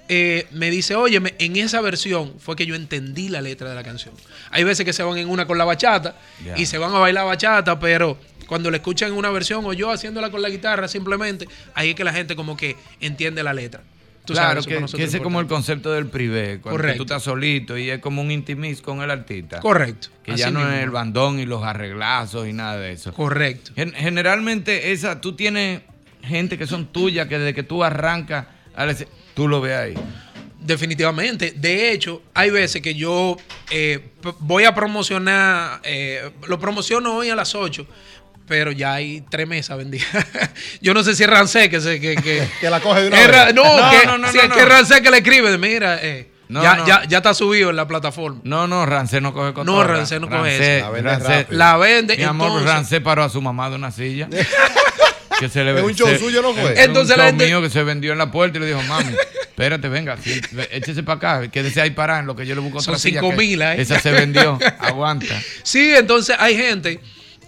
[SPEAKER 29] eh, me dice, óyeme, en esa versión fue que yo entendí la letra de la canción. Hay veces que se van en una con la bachata
[SPEAKER 14] Ya.
[SPEAKER 29] y se van a bailar bachata, pero cuando la escuchan en una versión o yo haciéndola con la guitarra simplemente, ahí es que la gente como que entiende la letra. Tú
[SPEAKER 16] claro,
[SPEAKER 29] sabes, eso
[SPEAKER 16] que,
[SPEAKER 29] para
[SPEAKER 16] que
[SPEAKER 29] nosotros
[SPEAKER 16] ese es
[SPEAKER 29] es
[SPEAKER 16] como el concepto del privé, cuando
[SPEAKER 29] Correcto.
[SPEAKER 16] tú estás solito y es como un intimis con el artista.
[SPEAKER 29] Correcto,
[SPEAKER 16] Que
[SPEAKER 29] así
[SPEAKER 16] ya no es
[SPEAKER 29] mismo.
[SPEAKER 16] el bandón y los arreglazos y nada de eso.
[SPEAKER 29] Correcto.
[SPEAKER 16] Gen- generalmente esa, tú tienes gente que son tuyas, que desde que tú arrancas, a veces, tú lo ves ahí.
[SPEAKER 29] Definitivamente. De hecho, hay veces que yo eh, p- voy a promocionar, eh, lo promociono hoy a las 8, pero ya hay tres mesas vendidas. yo no sé si es Rancé que se... Que, que,
[SPEAKER 12] Que la coge de una
[SPEAKER 29] Es Ra-
[SPEAKER 12] vez.
[SPEAKER 29] no, que, si es que
[SPEAKER 16] no.
[SPEAKER 29] Rancé que le escribe, mira, eh,
[SPEAKER 16] No,
[SPEAKER 29] ya,
[SPEAKER 16] no.
[SPEAKER 29] Ya, ya está subido en la plataforma.
[SPEAKER 16] No, no, Rancé no coge
[SPEAKER 29] No, Rancé no coge
[SPEAKER 16] La
[SPEAKER 29] eso. La vende
[SPEAKER 16] vende.
[SPEAKER 29] rápido. La vende,
[SPEAKER 16] Mi amor,
[SPEAKER 29] entonces-
[SPEAKER 16] Rancé paró a su mamá de una silla. que se le
[SPEAKER 29] Es un show
[SPEAKER 16] se-
[SPEAKER 29] suyo, ¿no fue?
[SPEAKER 16] es
[SPEAKER 29] Entonces
[SPEAKER 16] un
[SPEAKER 29] la
[SPEAKER 16] show
[SPEAKER 29] gente-
[SPEAKER 16] mío que se vendió en la puerta y le dijo, mami, espérate, venga, sí, ve- échese para acá, quédese ahí parada en lo que yo le busco
[SPEAKER 29] Son
[SPEAKER 16] otra silla.
[SPEAKER 29] cinco
[SPEAKER 16] que
[SPEAKER 29] mil, ¿eh?
[SPEAKER 16] Esa se vendió, aguanta.
[SPEAKER 29] Sí, entonces hay gente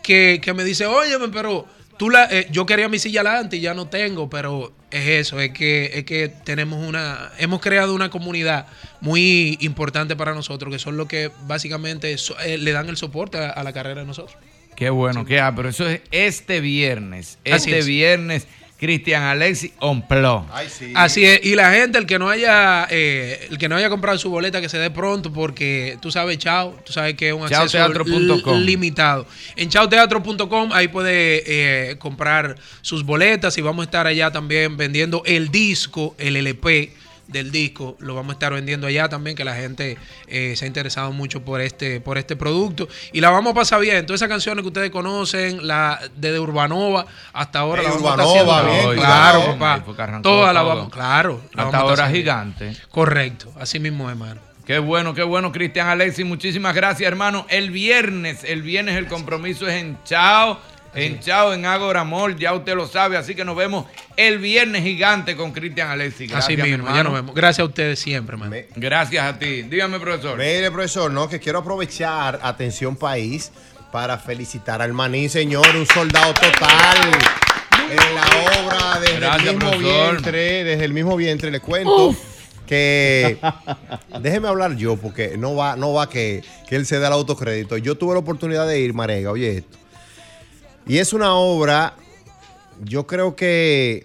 [SPEAKER 29] que, que me dice, óyeme, pero tú la, eh, yo quería mi silla adelante y ya no tengo, pero es eso, es que, es que tenemos una, hemos creado una comunidad muy importante para nosotros, que son los que básicamente so- eh, le dan el soporte a, a la carrera de nosotros.
[SPEAKER 16] Qué bueno, qué ah, pero eso es este viernes,
[SPEAKER 29] Así
[SPEAKER 16] este
[SPEAKER 29] es.
[SPEAKER 16] viernes, Cristian Alexis Onpló.
[SPEAKER 29] Así es, y la gente, el que no haya, eh, el que no haya comprado su boleta, que se dé pronto, porque tú sabes, chao, tú sabes que es un acceso
[SPEAKER 16] Chaoteatro.com.
[SPEAKER 29] li- limitado. En chaoteatro.com ahí puede eh, comprar sus boletas y vamos a estar allá también vendiendo el disco, el LP del disco, lo vamos a estar vendiendo allá también, que la gente eh, se ha interesado mucho por este, por este producto y la vamos a pasar bien. Todas esas canciones que ustedes conocen, la desde Urbanova hasta ahora,
[SPEAKER 16] Ey,
[SPEAKER 29] la vamos a estar
[SPEAKER 16] Urbanova,
[SPEAKER 29] haciendo.
[SPEAKER 16] bien,
[SPEAKER 29] claro,
[SPEAKER 16] cuidado.
[SPEAKER 29] papá,
[SPEAKER 16] Ahí fue que arrancó
[SPEAKER 29] todas las
[SPEAKER 16] todo.
[SPEAKER 29] vamos, claro, la
[SPEAKER 16] Hasta
[SPEAKER 29] vamos a estar
[SPEAKER 16] ahora
[SPEAKER 29] haciendo.
[SPEAKER 16] gigante.
[SPEAKER 29] Correcto, así mismo, hermano.
[SPEAKER 16] Qué bueno, qué bueno, Cristian Alexis. Muchísimas gracias, hermano. El viernes, el viernes el compromiso es en Chao. En Chao, en Ágora Mall, ya usted lo sabe. Así que nos vemos el viernes gigante con Cristian Alexis. Gracias, mi
[SPEAKER 29] así mismo, ya
[SPEAKER 16] hermano.
[SPEAKER 29] nos vemos. Gracias a ustedes siempre, hermano.
[SPEAKER 16] Gracias a ti. Dígame, profesor.
[SPEAKER 12] Mire, profesor, no, que quiero aprovechar, atención país, para felicitar al maní, señor, un soldado total. En la obra desde
[SPEAKER 16] Gracias,
[SPEAKER 12] el mismo
[SPEAKER 16] profesor.
[SPEAKER 12] vientre, desde el mismo vientre, le cuento. que déjeme hablar yo, porque no va, no va que, que él se dé el autocrédito. Yo tuve la oportunidad de ir, Marega, oye esto. Y es una obra, yo creo que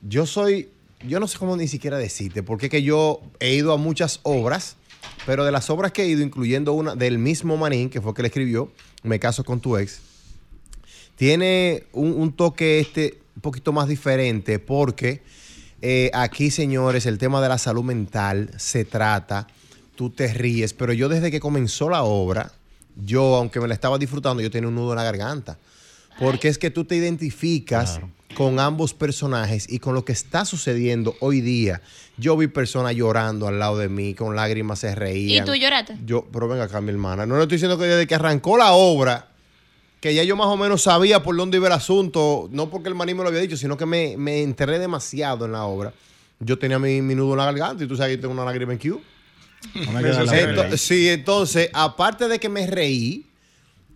[SPEAKER 12] yo soy, yo no sé cómo ni siquiera decirte, porque es que yo he ido a muchas obras, pero de las obras que he ido, incluyendo una del mismo Manín, que fue que le escribió, Me caso con tu ex, tiene un, un toque este un poquito más diferente, porque eh, aquí, señores, el tema de la salud mental se trata, tú te ríes, pero yo desde que comenzó la obra, yo, aunque me la estaba disfrutando, yo tenía un nudo en la garganta. Porque es que tú te identificas con ambos personajes y con lo que está sucediendo hoy día. Yo vi personas llorando al lado de mí, con lágrimas se
[SPEAKER 7] ¿Y
[SPEAKER 12] reían.
[SPEAKER 7] tú lloraste?
[SPEAKER 12] Yo, pero venga acá, mi hermana. No le estoy diciendo que desde que arrancó la obra, que ya yo más o menos sabía por dónde iba el asunto, no porque el maní me lo había dicho, sino que me, me enterré demasiado en la obra. Yo tenía mi, mi nudo en la garganta y tú sabes que yo tengo una lágrima en Q.
[SPEAKER 11] me queda la
[SPEAKER 12] Ento-
[SPEAKER 11] pena ahí.
[SPEAKER 12] sí, entonces, aparte de que me reí,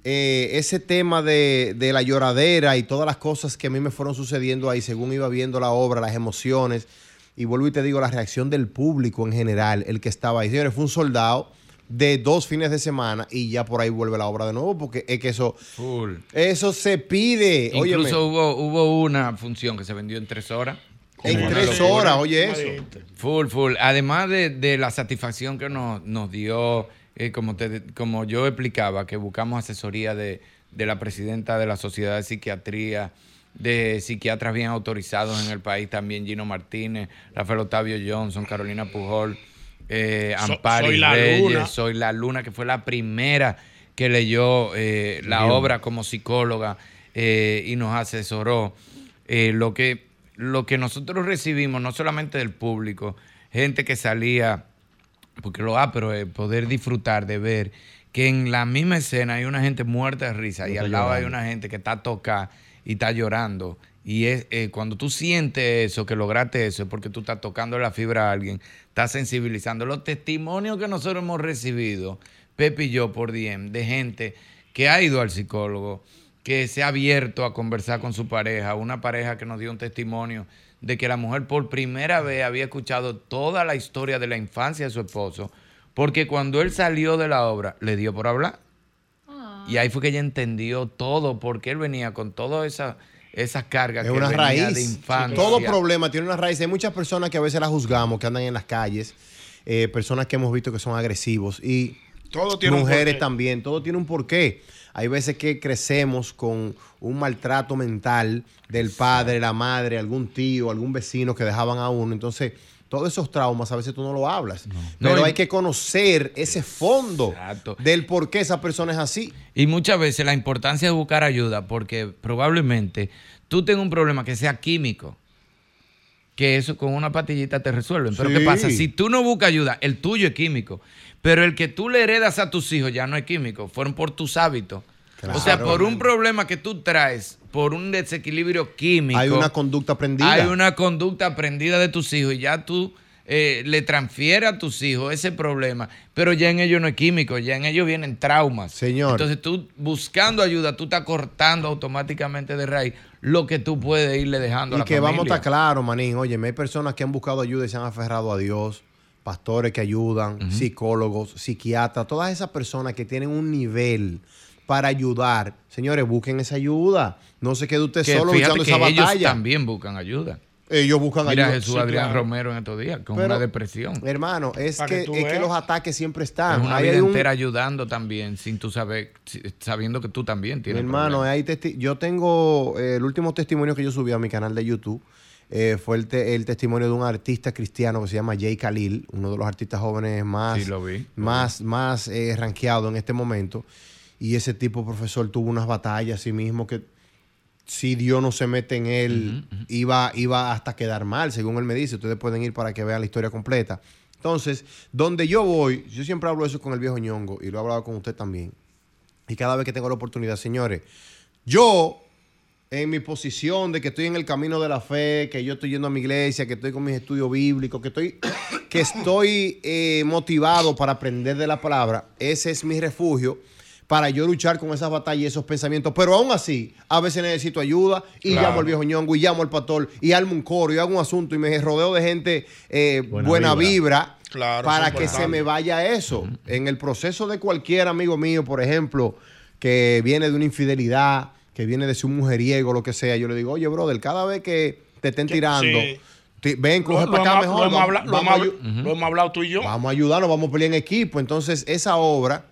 [SPEAKER 12] eh, ese tema de, de la lloradera y todas las cosas que a mí me fueron sucediendo ahí según iba viendo la obra, las emociones, y vuelvo y te digo, la reacción del público en general, el que estaba ahí. Señores, fue un soldado de dos fines de semana y ya por ahí vuelve la obra de nuevo, porque es que eso,
[SPEAKER 16] Full.
[SPEAKER 12] eso se pide. eh, Óyeme.
[SPEAKER 16] Incluso hubo, hubo una función que se vendió en tres horas.
[SPEAKER 12] En
[SPEAKER 16] Una
[SPEAKER 12] tres
[SPEAKER 16] locura.
[SPEAKER 12] horas, oye eso.
[SPEAKER 16] Full, full. Además de, de la satisfacción que nos, nos dio, eh, como, te, como yo explicaba, que buscamos asesoría de, de la presidenta de la Sociedad de Psiquiatría, de psiquiatras bien autorizados en el país también, Gino Martínez, Rafael Otavio Johnson, Carolina Pujol, eh,
[SPEAKER 9] So-
[SPEAKER 16] Amparo
[SPEAKER 9] Soy la
[SPEAKER 16] Reyes,
[SPEAKER 9] Luna.
[SPEAKER 16] Soy la Luna, que fue la primera que leyó eh, la
[SPEAKER 9] Bien.
[SPEAKER 16] obra como psicóloga eh, y nos asesoró. Eh, lo, que, lo que nosotros recibimos, no solamente del público, gente que salía, porque lo ha, pero eh, poder disfrutar de ver que en la misma escena hay una gente muerta de risa y
[SPEAKER 9] Está
[SPEAKER 16] al lado hay
[SPEAKER 9] llorando.
[SPEAKER 16] una gente que está tocada y está llorando. Y es eh, cuando tú sientes eso, que lograste eso, es porque tú estás tocando la fibra a alguien, estás sensibilizando. Los testimonios que nosotros hemos recibido, Pepe y yo por DM, de gente que ha ido al psicólogo, que se ha abierto a conversar con su pareja, una pareja que nos dio un testimonio de que la mujer por primera vez había escuchado toda la historia de la infancia de su esposo, porque cuando él salió de la obra, le dio por hablar. Y ahí fue que ella entendió todo, porque él venía con todas esas esas cargas
[SPEAKER 12] Es
[SPEAKER 16] que
[SPEAKER 12] una
[SPEAKER 16] venía
[SPEAKER 12] raíz.
[SPEAKER 16] de infancia.
[SPEAKER 12] Todo problema tiene una raíz. Hay muchas personas que a veces las juzgamos, que andan en las calles, eh, personas que hemos visto que son agresivos y
[SPEAKER 6] Todo tiene un
[SPEAKER 12] mujeres
[SPEAKER 6] porqué.
[SPEAKER 12] también. Todo tiene un porqué. Hay veces que crecemos con un maltrato mental del padre, la madre, algún tío, algún vecino que dejaban a uno. Entonces, todos esos traumas a veces tú no lo hablas. Pero
[SPEAKER 16] No, y-
[SPEAKER 12] hay que conocer ese fondo del por qué esa persona es así.
[SPEAKER 16] Y muchas veces la importancia de buscar ayuda, porque probablemente tú tengas un problema que sea químico, que eso con una patillita te resuelven. Pero ¿qué
[SPEAKER 9] Sí.
[SPEAKER 16] pasa? Si tú no buscas ayuda, el tuyo es químico, pero el que tú le heredas a tus hijos ya no es químico, fueron por tus hábitos. O sea, por un problema que tú traes, por un desequilibrio químico.
[SPEAKER 12] Hay una conducta aprendida.
[SPEAKER 16] Hay una conducta aprendida de tus hijos y ya tú eh, le transfieres a tus hijos ese problema, pero ya en ellos no es químico, ya en ellos vienen traumas.
[SPEAKER 12] Señor.
[SPEAKER 16] Entonces tú buscando ayuda, tú estás cortando automáticamente de raíz lo que tú puedes irle dejando a
[SPEAKER 12] Y
[SPEAKER 16] la
[SPEAKER 12] que vamos a
[SPEAKER 16] familia.
[SPEAKER 12] estar claros, manín. Oye, hay personas que han buscado ayuda y se han aferrado a Dios, pastores que ayudan, psicólogos, psiquiatras, todas esas personas que tienen un nivel para ayudar. Señores, busquen esa ayuda. No se quede usted
[SPEAKER 16] Que
[SPEAKER 12] solo
[SPEAKER 16] fíjate
[SPEAKER 12] luchando
[SPEAKER 16] que
[SPEAKER 12] esa
[SPEAKER 16] ellos
[SPEAKER 12] batalla.
[SPEAKER 16] también buscan ayuda.
[SPEAKER 12] Ellos buscan
[SPEAKER 16] Mira
[SPEAKER 12] ayuda.
[SPEAKER 16] Jesús
[SPEAKER 12] Sí,
[SPEAKER 16] Adrián
[SPEAKER 12] claro.
[SPEAKER 16] Romero en estos días con
[SPEAKER 12] Pero,
[SPEAKER 16] una depresión.
[SPEAKER 12] Hermano, es,
[SPEAKER 16] Para
[SPEAKER 12] que,
[SPEAKER 16] que tú
[SPEAKER 12] es que
[SPEAKER 16] veas.
[SPEAKER 12] los ataques siempre
[SPEAKER 16] Es
[SPEAKER 12] están.
[SPEAKER 16] una
[SPEAKER 12] Ahí
[SPEAKER 16] vida
[SPEAKER 12] hay un-
[SPEAKER 16] entera ayudando también sin tú saber, si- sabiendo que tú también
[SPEAKER 12] Mi
[SPEAKER 16] tienes
[SPEAKER 12] hermano, hay testi- yo tengo eh, el último testimonio que yo subí a mi canal de YouTube. eh, fue el, te- el testimonio de un artista cristiano que se llama Jay Khalil, uno de los artistas jóvenes más,
[SPEAKER 16] Sí, lo vi.
[SPEAKER 12] más, más eh, rankeado en este momento. Y ese tipo, profesor, tuvo unas batallas a sí mismo que si Dios no se mete en él, iba, iba hasta quedar mal, según él me dice. Ustedes pueden ir para que vean la historia completa. Entonces, donde yo voy, yo siempre hablo eso con el viejo ñongo y lo he hablado con usted también. Y cada vez que tengo la oportunidad, señores, yo, en mi posición de que estoy en el camino de la fe, que yo estoy yendo a mi iglesia, que estoy con mis estudios bíblicos, que estoy, que estoy eh, motivado para aprender de la palabra, ese es mi refugio. para yo luchar con esas batallas y esos pensamientos. Pero aún así, a veces necesito ayuda y
[SPEAKER 11] Claro.
[SPEAKER 12] llamo al viejo ñongo y llamo al pastor y armo un coro y hago un asunto y me rodeo de gente eh, buena, vibra.
[SPEAKER 18] Claro,
[SPEAKER 12] para
[SPEAKER 18] eso es
[SPEAKER 12] que se
[SPEAKER 18] importante.
[SPEAKER 12] me vaya eso. En el proceso de cualquier amigo mío, por ejemplo, que viene de una infidelidad, que viene de su mujeriego, lo que sea, yo le digo, oye, brother, cada vez que te estén tirando,
[SPEAKER 18] sí.
[SPEAKER 12] ti- ven, coge
[SPEAKER 18] Lo-
[SPEAKER 12] para
[SPEAKER 18] lo
[SPEAKER 12] acá
[SPEAKER 18] hemos- lo
[SPEAKER 12] mejor.
[SPEAKER 18] hemos
[SPEAKER 12] va-
[SPEAKER 18] habla- lo
[SPEAKER 12] vamos a
[SPEAKER 18] hemos
[SPEAKER 12] ayu-
[SPEAKER 18] habla- lo hemos hablado tú y yo.
[SPEAKER 12] Vamos a ayudarnos, vamos a pelear en equipo. Entonces, esa obra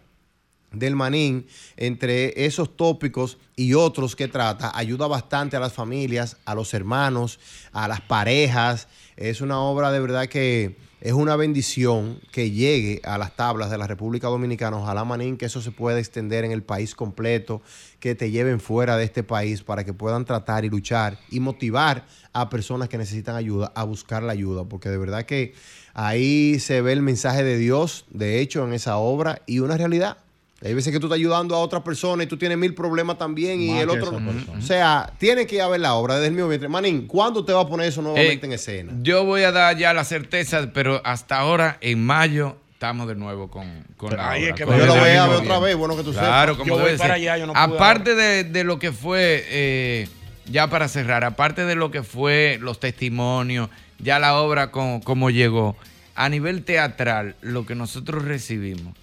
[SPEAKER 12] del manín, entre esos tópicos y otros que trata, ayuda bastante a las familias, a los hermanos, a las parejas. Es una obra de verdad que es una bendición que llegue a las tablas de la República Dominicana. Ojalá, manín, que eso se pueda extender en el país completo, que te lleven fuera de este país para que puedan tratar y luchar y motivar a personas que necesitan ayuda a buscar la ayuda, porque de verdad que ahí se ve el mensaje de Dios, de hecho, en esa obra y una realidad. Hay veces que tú estás ayudando a otra persona y tú tienes mil problemas también y
[SPEAKER 18] Más
[SPEAKER 12] el
[SPEAKER 18] que
[SPEAKER 12] otro...
[SPEAKER 18] esa persona.
[SPEAKER 12] O sea, tiene que haber la obra desde el mismo vientre. Manín, ¿cuándo te va a poner eso nuevamente
[SPEAKER 16] Eh,
[SPEAKER 12] en escena?
[SPEAKER 16] Yo voy a dar ya la certeza, pero hasta ahora, en mayo, estamos de nuevo con, con la
[SPEAKER 12] Ahí
[SPEAKER 16] obra,
[SPEAKER 12] es que
[SPEAKER 16] con
[SPEAKER 12] me- Yo
[SPEAKER 16] el
[SPEAKER 12] lo voy a
[SPEAKER 16] mismo
[SPEAKER 12] ver otra
[SPEAKER 16] bien.
[SPEAKER 12] vez, bueno que tú sepas.
[SPEAKER 16] Claro, como
[SPEAKER 12] Yo voy
[SPEAKER 16] debe
[SPEAKER 12] para
[SPEAKER 16] ser.
[SPEAKER 12] allá, yo no pude
[SPEAKER 16] aparte de, de lo que fue, eh, ya para cerrar, aparte de lo que fue los testimonios, ya la obra como, como llegó, a nivel teatral, lo que nosotros recibimos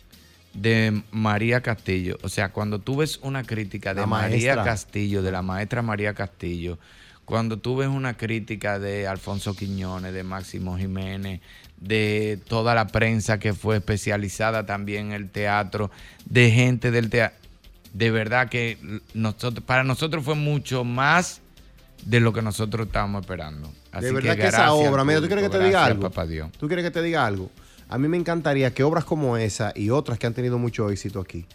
[SPEAKER 16] de María Castillo, o sea, cuando tú ves una crítica de
[SPEAKER 12] La
[SPEAKER 16] María
[SPEAKER 12] maestra.
[SPEAKER 16] Castillo, de la maestra María Castillo, cuando tú ves una crítica de Alfonso Quiñones, de Máximo Jiménez, de toda la prensa que fue especializada también en el teatro, de gente del teatro, de verdad que nosotros, para nosotros fue mucho más de lo que nosotros estábamos esperando. Así
[SPEAKER 12] de verdad que,
[SPEAKER 16] gracias
[SPEAKER 12] esa obra,
[SPEAKER 16] al
[SPEAKER 12] mira, ¿tú quieres que
[SPEAKER 16] público,
[SPEAKER 12] te diga
[SPEAKER 16] gracias,
[SPEAKER 12] algo?
[SPEAKER 16] Papá Dios.
[SPEAKER 12] ¿Tú quieres que te diga algo? A mí me encantaría que obras como esa y otras que han tenido mucho éxito aquí,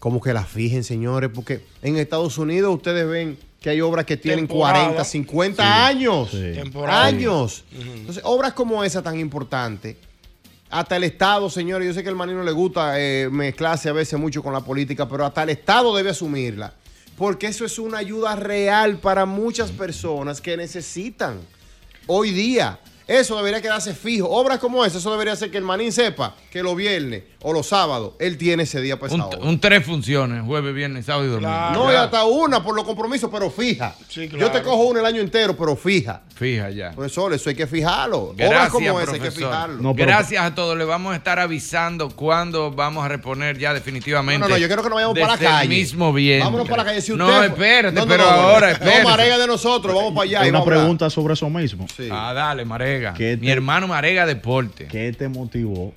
[SPEAKER 12] como que las fijen, señores, porque en Estados Unidos ustedes ven que hay obras que tienen
[SPEAKER 18] Temporada.
[SPEAKER 12] 40, 50
[SPEAKER 18] Sí.
[SPEAKER 12] años.
[SPEAKER 18] Sí. Temporada.
[SPEAKER 12] Años. Entonces, obras como esa tan importante. Hasta el Estado, señores, yo sé que el manino le gusta eh, mezclarse a veces mucho con la política, pero hasta el Estado debe asumirla. Porque eso es una ayuda real para muchas personas que necesitan hoy día. Eso debería quedarse fijo. Obras como esa, eso debería ser que el manín sepa que los viernes o los sábados él tiene ese día para esa
[SPEAKER 16] Un,
[SPEAKER 12] obra.
[SPEAKER 16] un tres funciones, jueves, viernes, sábado y domingo.
[SPEAKER 12] No, y
[SPEAKER 16] Ya,
[SPEAKER 12] hasta una por los compromisos, pero fija.
[SPEAKER 16] claro.
[SPEAKER 12] Yo te cojo una el año entero, pero fija.
[SPEAKER 16] Fija ya.
[SPEAKER 12] Profesor, eso hay que fijarlo. Obras
[SPEAKER 16] Gracias,
[SPEAKER 12] como esa hay que
[SPEAKER 16] profesor.
[SPEAKER 12] fijarlo.
[SPEAKER 16] Gracias a todos. Le vamos a estar avisando cuándo vamos a reponer ya definitivamente.
[SPEAKER 12] No, no, no, yo quiero que nos vayamos para la
[SPEAKER 16] desde el
[SPEAKER 12] calle.
[SPEAKER 16] mismo bien.
[SPEAKER 12] Vámonos para la calle. Si usted
[SPEAKER 16] No,
[SPEAKER 12] fue-
[SPEAKER 16] espérate,
[SPEAKER 12] No, no,
[SPEAKER 16] pero
[SPEAKER 12] no, no.
[SPEAKER 16] ahora,
[SPEAKER 12] No,
[SPEAKER 16] espérate.
[SPEAKER 12] marega de nosotros, vamos para allá. y
[SPEAKER 17] una
[SPEAKER 12] vamos a hablar.
[SPEAKER 17] pregunta sobre eso mismo.
[SPEAKER 16] Ah, dale, Marega. Mi hermano Marega Deporte.
[SPEAKER 17] ¿Qué te motivó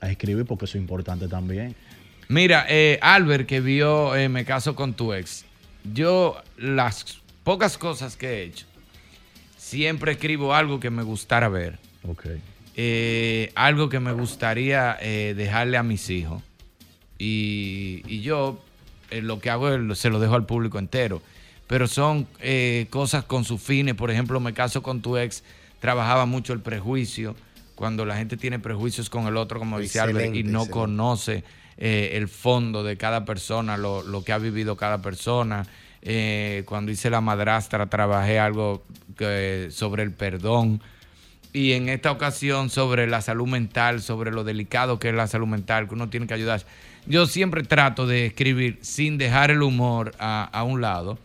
[SPEAKER 17] a escribir? Porque eso es importante también.
[SPEAKER 16] Mira, eh, Albert que vio eh, Me caso con tu ex. Yo las pocas cosas que he hecho, siempre escribo algo que me gustara ver. Eh, algo que me gustaría eh, dejarle a mis hijos. Y, y yo eh, lo que hago es lo- se lo dejo al público entero. Pero son eh, cosas con sus fines. Por ejemplo, me caso con tu ex, trabajaba mucho el prejuicio. Cuando la gente tiene prejuicios con el otro, como dice
[SPEAKER 11] Excelente,
[SPEAKER 16] Albert, y no
[SPEAKER 11] excelente.
[SPEAKER 16] conoce eh, el fondo de cada persona, lo, lo que ha vivido cada persona. Eh, cuando hice la madrastra, trabajé algo que- sobre el perdón. Y en esta ocasión sobre la salud mental, sobre lo delicado que es la salud mental, que uno tiene que ayudar. Yo siempre trato de escribir sin dejar el humor a, a un lado,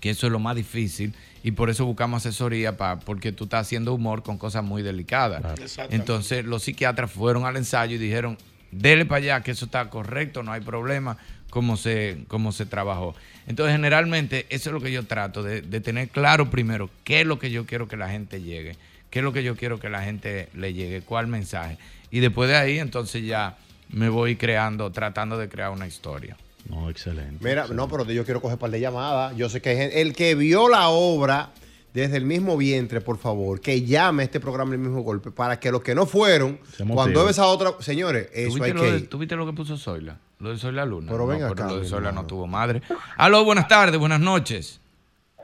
[SPEAKER 16] que eso es lo más difícil, y por eso buscamos asesoría, pa- porque tú estás haciendo humor con cosas muy delicadas.
[SPEAKER 11] Exactamente.
[SPEAKER 16] Entonces los psiquiatras fueron al ensayo y dijeron, dele para allá, que eso está correcto, no hay problema, como se, como se trabajó. Entonces generalmente eso es lo que yo trato, de, de tener claro primero qué es lo que yo quiero que la gente llegue, qué es lo que yo quiero que la gente le llegue, cuál mensaje. Y después de ahí entonces ya me voy creando, tratando de crear una historia.
[SPEAKER 17] No, excelente.
[SPEAKER 12] Mira, no, pero yo quiero coger par de llamadas. Yo sé que hay gente- el que vio la obra desde el mismo vientre, por favor, que llame a este programa el mismo golpe para que los que no fueron,
[SPEAKER 16] motiven.
[SPEAKER 12] cuando ves a otra, señores, eso hay
[SPEAKER 16] ¿Tuviste
[SPEAKER 12] que
[SPEAKER 16] lo, de-
[SPEAKER 12] ir.
[SPEAKER 16] tú viste lo que puso Zoila? Lo de Zoila Luna.
[SPEAKER 12] Pero
[SPEAKER 16] No,
[SPEAKER 12] ven acá,
[SPEAKER 16] lo de
[SPEAKER 12] mi
[SPEAKER 16] Zoila no
[SPEAKER 12] hermano.
[SPEAKER 16] tuvo madre. Aló, buenas tardes, buenas noches.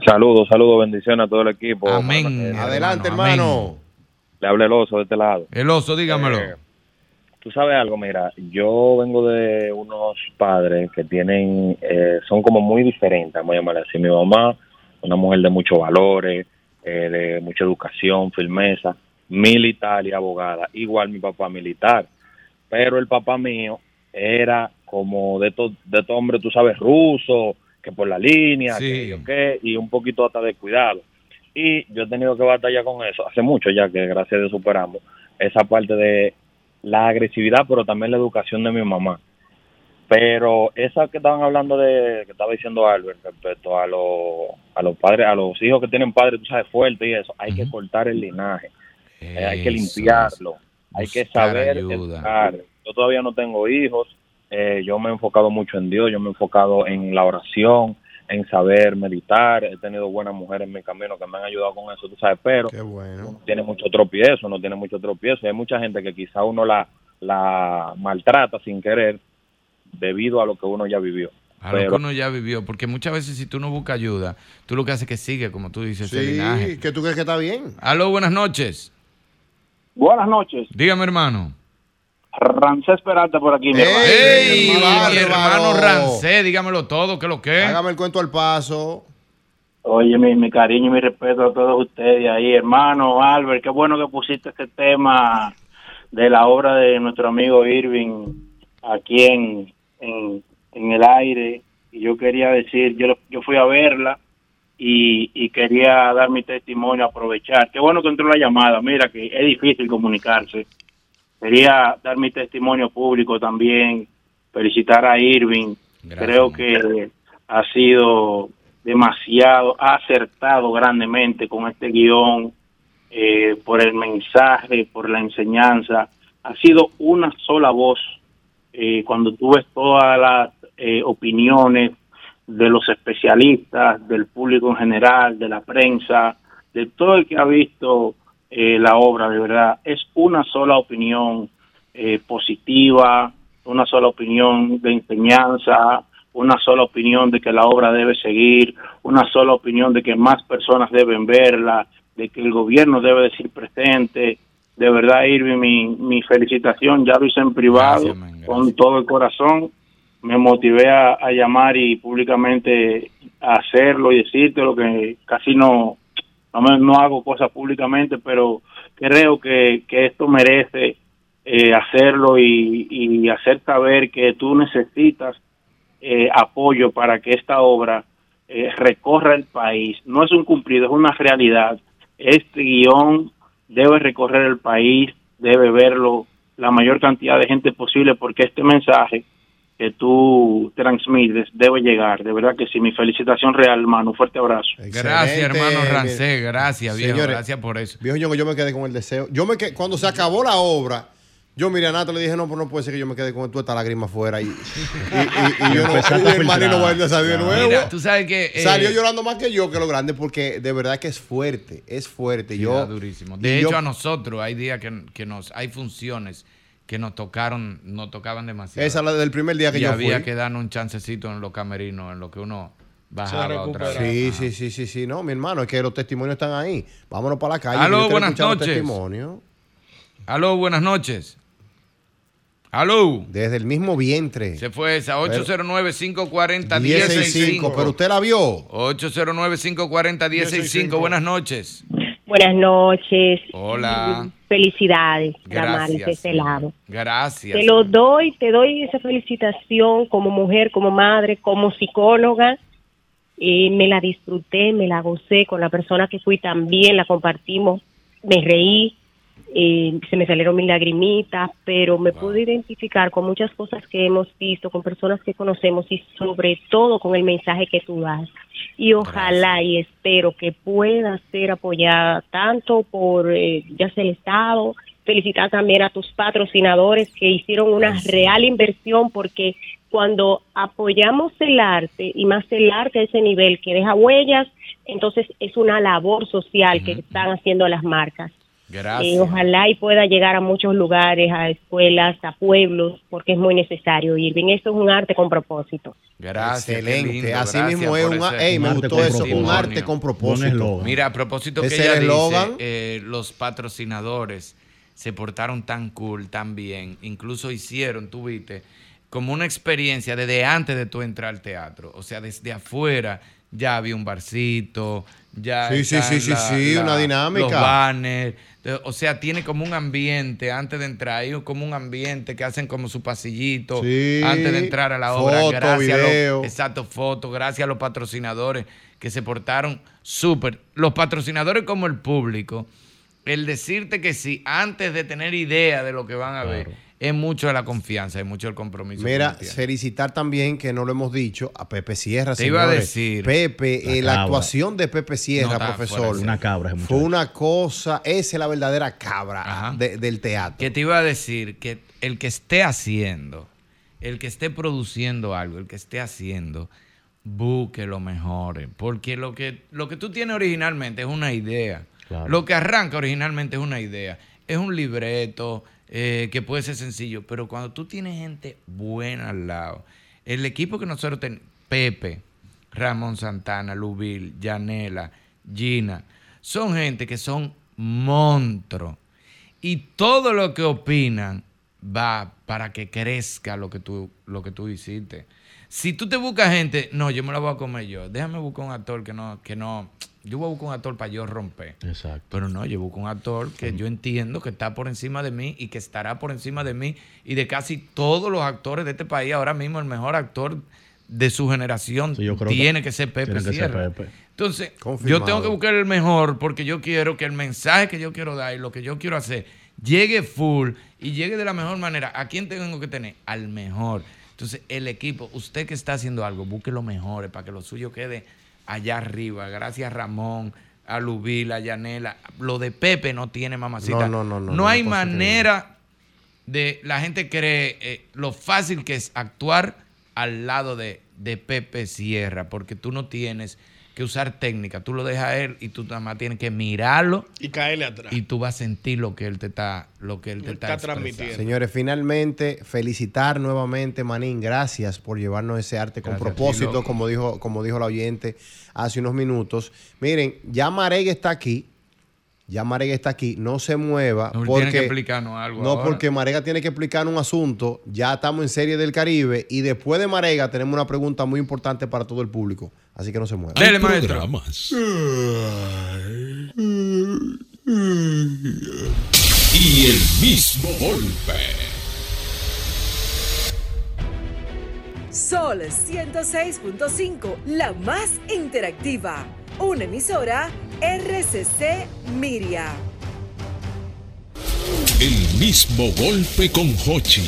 [SPEAKER 19] Saludos, saludos, bendiciones a todo el equipo. Amén.
[SPEAKER 12] Adelante, hermano.
[SPEAKER 19] Le habla el oso de este lado.
[SPEAKER 16] El oso, dígamelo.
[SPEAKER 19] Eh, Tú sabes algo, mira, yo vengo de unos padres que tienen, eh, son como muy diferentes, voy a llamarle así. Mi mamá, una mujer de muchos valores, eh, de mucha educación, firmeza, militar y abogada. Igual mi papá militar. Pero el papá mío era como de estos de estos hombres, tú sabes, rusos, que por la línea,
[SPEAKER 16] Sí.
[SPEAKER 19] que yo qué, y un poquito hasta descuidado. Y yo he tenido que batallar con eso, hace mucho ya que gracias a Dios superamos esa parte de la agresividad, pero también la educación de mi mamá. Pero esa que estaban hablando de, que estaba diciendo Albert respecto a, los a los padres, a los hijos que tienen padres, tú sabes, fuertes y eso, hay que cortar el linaje, Eh, hay que
[SPEAKER 16] Eso es.
[SPEAKER 19] limpiarlo, hay que
[SPEAKER 16] Buscar
[SPEAKER 19] saber
[SPEAKER 16] ayuda.
[SPEAKER 19] educar. Yo todavía no tengo hijos, eh, yo me he enfocado mucho en Dios, yo me he enfocado en la oración, en saber meditar, he tenido buenas mujeres en mi camino que me han ayudado con eso, tú sabes, pero uno tiene mucho tropiezo, no tiene mucho tropiezo, hay mucha gente que quizá uno la, la maltrata sin querer debido a lo que uno ya vivió.
[SPEAKER 16] A lo
[SPEAKER 19] Pero-
[SPEAKER 16] que uno ya vivió, porque muchas veces si tú no buscas ayuda, tú lo que haces es que sigue, como tú dices, ese linaje.
[SPEAKER 12] Sí, que tú crees que está bien.
[SPEAKER 16] Aló, buenas noches.
[SPEAKER 11] Buenas noches.
[SPEAKER 16] Dígame, hermano.
[SPEAKER 11] Rancés Peralta por aquí, mi hermano.
[SPEAKER 16] ¡Ey! mi
[SPEAKER 11] Bárbaro.
[SPEAKER 16] hermano Rancé, dígamelo todo, que lo que es.
[SPEAKER 11] Hágame el cuento al paso. Oye, mi, mi cariño y mi respeto a todos ustedes ahí, hermano Albert, qué bueno que pusiste este tema de la obra de nuestro amigo Irving aquí en, en, en el aire. Y yo quería decir, yo, yo fui a verla y, y quería dar mi testimonio, aprovechar. Qué bueno que entró la llamada, mira que es difícil comunicarse. Quería dar mi testimonio público también, felicitar a Irving. Creo que ha sido demasiado, ha acertado grandemente con este guión, eh, por el mensaje, por la enseñanza. Ha sido una sola voz. eh, cuando tú ves todas las eh, opiniones de los especialistas, del público en general, de la prensa, de todo el que ha visto eh, la obra, de verdad, es una sola opinión eh, positiva, una sola opinión de enseñanza, una sola opinión de que la obra debe seguir, una sola opinión de que más personas deben verla, de que el gobierno debe decir presente. De verdad, Irving, mi, mi felicitación, ya lo hice en privado, con todo el corazón. Me motivé a, a llamar y públicamente a hacerlo y decirte lo que casi no, no, me- no hago cosas públicamente, pero creo que, que esto merece eh, hacerlo y, y hacer saber que tú necesitas eh, apoyo para que esta obra eh, recorra el país. No es un cumplido, es una realidad. Este guión debe recorrer el país, debe verlo la mayor cantidad de gente posible porque este mensaje que tú transmites debe llegar. De verdad que sí, mi felicitación real, hermano. Un fuerte abrazo.
[SPEAKER 16] Gracias, hermano
[SPEAKER 12] Excelente.
[SPEAKER 16] Rancé. Gracias, viejo.
[SPEAKER 12] Señores.
[SPEAKER 16] Gracias por eso.
[SPEAKER 12] Viejo Ñongo, yo me quedé con el deseo. Yo me quedé- cuando se acabó la obra, yo miré a Nata le dije, no, pues no puede ser que yo me quede con toda esta lágrima afuera. Y, y, y- y
[SPEAKER 30] Y
[SPEAKER 12] yo no,
[SPEAKER 30] empezaste
[SPEAKER 12] y
[SPEAKER 30] a
[SPEAKER 12] el maní no va a salir de
[SPEAKER 30] filtrar.
[SPEAKER 12] nuevo.
[SPEAKER 30] Mira,
[SPEAKER 16] tú sabes que, eh,
[SPEAKER 12] Salió llorando más que yo, que lo grande, porque de verdad que es fuerte, es fuerte.
[SPEAKER 16] Sí,
[SPEAKER 12] yo,
[SPEAKER 16] da durísimo. De
[SPEAKER 12] y yo-
[SPEAKER 16] hecho, a nosotros hay días que, que nos, hay funciones que nos tocaron, nos tocaban demasiado.
[SPEAKER 12] Esa es la del primer día que
[SPEAKER 16] y
[SPEAKER 12] yo
[SPEAKER 16] había
[SPEAKER 12] fui.
[SPEAKER 16] que darnos un chancecito en los camerinos, en lo que uno bajaba otra vez.
[SPEAKER 12] Sí, sí, sí, sí, sí, no, mi hermano, es que los testimonios están ahí. Vámonos para la calle.
[SPEAKER 16] Aló,
[SPEAKER 12] que yo quiero
[SPEAKER 16] buenas
[SPEAKER 12] escuchar los
[SPEAKER 16] noches.
[SPEAKER 12] testimonios.
[SPEAKER 16] Aló, buenas noches. Aló.
[SPEAKER 12] Desde el mismo vientre.
[SPEAKER 16] Se fue esa,
[SPEAKER 12] Pero-
[SPEAKER 16] 809-540-1065.
[SPEAKER 12] pero usted la vio.
[SPEAKER 16] 809-540-1065. Buenas noches.
[SPEAKER 31] Buenas noches.
[SPEAKER 16] Hola.
[SPEAKER 31] Felicidades,
[SPEAKER 16] Ah, Gracias,
[SPEAKER 31] Damaris, de este
[SPEAKER 16] señora.
[SPEAKER 31] lado.
[SPEAKER 16] Gracias.
[SPEAKER 31] Te lo doy, te doy esa felicitación como mujer, como madre, como psicóloga. Eh, me la disfruté, me la gocé con la persona que fui también, la compartimos, me reí, eh, se me salieron mis lagrimitas, pero me pude identificar con muchas cosas que hemos visto, con personas que conocemos y sobre todo con el mensaje que tú das. Y ojalá y espero que pueda ser apoyada tanto por eh, ya sea el Estado, felicitar también a tus patrocinadores que hicieron una real inversión porque cuando apoyamos el arte y más el arte a ese nivel que deja huellas, entonces es una labor social que están haciendo las marcas. Eh,
[SPEAKER 16] Gracias.
[SPEAKER 31] ojalá y pueda llegar a muchos lugares, a escuelas, a pueblos, porque es muy necesario, Irving. Esto es un arte con propósito.
[SPEAKER 16] Gracias. qué
[SPEAKER 12] Excelente.
[SPEAKER 16] lindo,
[SPEAKER 12] Así
[SPEAKER 16] gracias
[SPEAKER 12] mismo es
[SPEAKER 16] por
[SPEAKER 12] un a-
[SPEAKER 16] ese
[SPEAKER 12] ey, me gustó eso, un
[SPEAKER 16] testimonio.
[SPEAKER 12] arte con propósito. Buen eslogan.
[SPEAKER 16] Mira, a propósito que
[SPEAKER 12] Ese
[SPEAKER 16] ella dice,
[SPEAKER 12] eslogan.
[SPEAKER 16] eh, los patrocinadores se portaron tan cool, tan bien, incluso hicieron, tuviste, como una experiencia desde antes de tú entrar al teatro, o sea, desde afuera ya había un barcito, ya.
[SPEAKER 12] Sí, sí, sí,
[SPEAKER 16] están
[SPEAKER 12] sí, sí, una dinámica.
[SPEAKER 16] Los banners. Entonces, O sea, tiene como un ambiente antes de entrar, hay como un ambiente que hacen como su pasillito
[SPEAKER 12] Sí.
[SPEAKER 16] antes de entrar a la obra.
[SPEAKER 12] Foto,
[SPEAKER 16] gracias a
[SPEAKER 12] video.
[SPEAKER 16] los, exacto, fotos, gracias a los patrocinadores que se portaron súper. Los patrocinadores como el público, el decirte que sí, antes de tener idea de lo que van a ver, es mucho de la confianza, es mucho el compromiso. que
[SPEAKER 12] Mira,
[SPEAKER 16] uno tiene.
[SPEAKER 12] felicitar también, que no lo hemos dicho, a Pepe Sierra.
[SPEAKER 16] Te iba a
[SPEAKER 12] señores.
[SPEAKER 16] decir.
[SPEAKER 12] Pepe,
[SPEAKER 16] La
[SPEAKER 12] eh, la
[SPEAKER 16] cabra.
[SPEAKER 12] actuación de Pepe
[SPEAKER 16] No,
[SPEAKER 12] Sierra,
[SPEAKER 16] está fuera
[SPEAKER 12] profesor.
[SPEAKER 16] de serie. Una
[SPEAKER 12] cabra. Fue una cosa, esa es la verdadera cabra de- del teatro.
[SPEAKER 16] Que te iba a decir que el que esté haciendo, el que esté produciendo algo, el que esté haciendo, busque lo mejor. Porque lo que, lo que tú tienes originalmente es una idea. Lo que arranca originalmente es una idea. Es un libreto eh, que puede ser sencillo, pero cuando tú tienes gente buena al lado, el equipo que nosotros tenemos, Pepe, Ramón Santana, Lubil, Yanela, Gina, son gente que son monstruos. Y todo lo que opinan va para que crezca lo que tú, lo que tú hiciste. Si tú te buscas gente, no, yo me la voy a comer yo. Déjame buscar un actor que no, que no. Yo voy a buscar un actor para yo romper.
[SPEAKER 17] Exacto.
[SPEAKER 16] Pero no, yo busco un actor que yo entiendo que está por encima de mí y que estará por encima de mí y de casi todos los actores de este país. Ahora mismo el mejor actor de su generación
[SPEAKER 17] creo
[SPEAKER 16] tiene
[SPEAKER 17] que
[SPEAKER 16] que ser Pepe
[SPEAKER 17] tiene que ser
[SPEAKER 16] Sierra.
[SPEAKER 17] Pepe.
[SPEAKER 16] Entonces,
[SPEAKER 17] Confirmado.
[SPEAKER 16] yo tengo que buscar el mejor porque yo quiero que el mensaje que yo quiero dar y lo que yo quiero hacer llegue full y llegue de la mejor manera. ¿A quién tengo que tener? Al mejor. Entonces, el equipo, usted que está haciendo algo, busque lo mejor para que lo suyo quede allá arriba. Gracias, Ramón, a Lubil, a Yanela. Lo de Pepe no tiene mamacita.
[SPEAKER 12] No, no, no, no,
[SPEAKER 16] No
[SPEAKER 12] no,
[SPEAKER 16] hay
[SPEAKER 12] cosa
[SPEAKER 16] manera de. La gente cree eh, lo fácil que es actuar al lado de, de Pepe Sierra, porque tú no tienes que usar técnica. Tú lo dejas a él y tú nada más tienes que mirarlo
[SPEAKER 6] Y caerle atrás.
[SPEAKER 16] y tú vas a sentir lo que él te está, lo que él te está,
[SPEAKER 6] está
[SPEAKER 16] expresando.
[SPEAKER 6] transmitiendo.
[SPEAKER 12] Señores, finalmente felicitar nuevamente Manín, gracias por llevarnos ese arte con
[SPEAKER 16] Gracias a ti,
[SPEAKER 12] propósito,
[SPEAKER 16] loco.
[SPEAKER 12] como dijo como dijo la oyente hace unos minutos. Miren, ya Marega está aquí. Ya Marega está aquí, no se mueva
[SPEAKER 16] No, él tiene que
[SPEAKER 12] porque
[SPEAKER 16] explicarnos algo.
[SPEAKER 12] no,
[SPEAKER 16] ahora.
[SPEAKER 12] porque Marega tiene que explicar un asunto. Ya estamos en Serie del Caribe y después de Marega tenemos una pregunta muy importante para todo el público. Así que no se mueva.
[SPEAKER 16] Dele, maestro.
[SPEAKER 25] Mm.
[SPEAKER 15] Y el mismo golpe.
[SPEAKER 25] Sol 106.5, la más interactiva. Una emisora RCC Miria.
[SPEAKER 15] El mismo golpe con Hochi.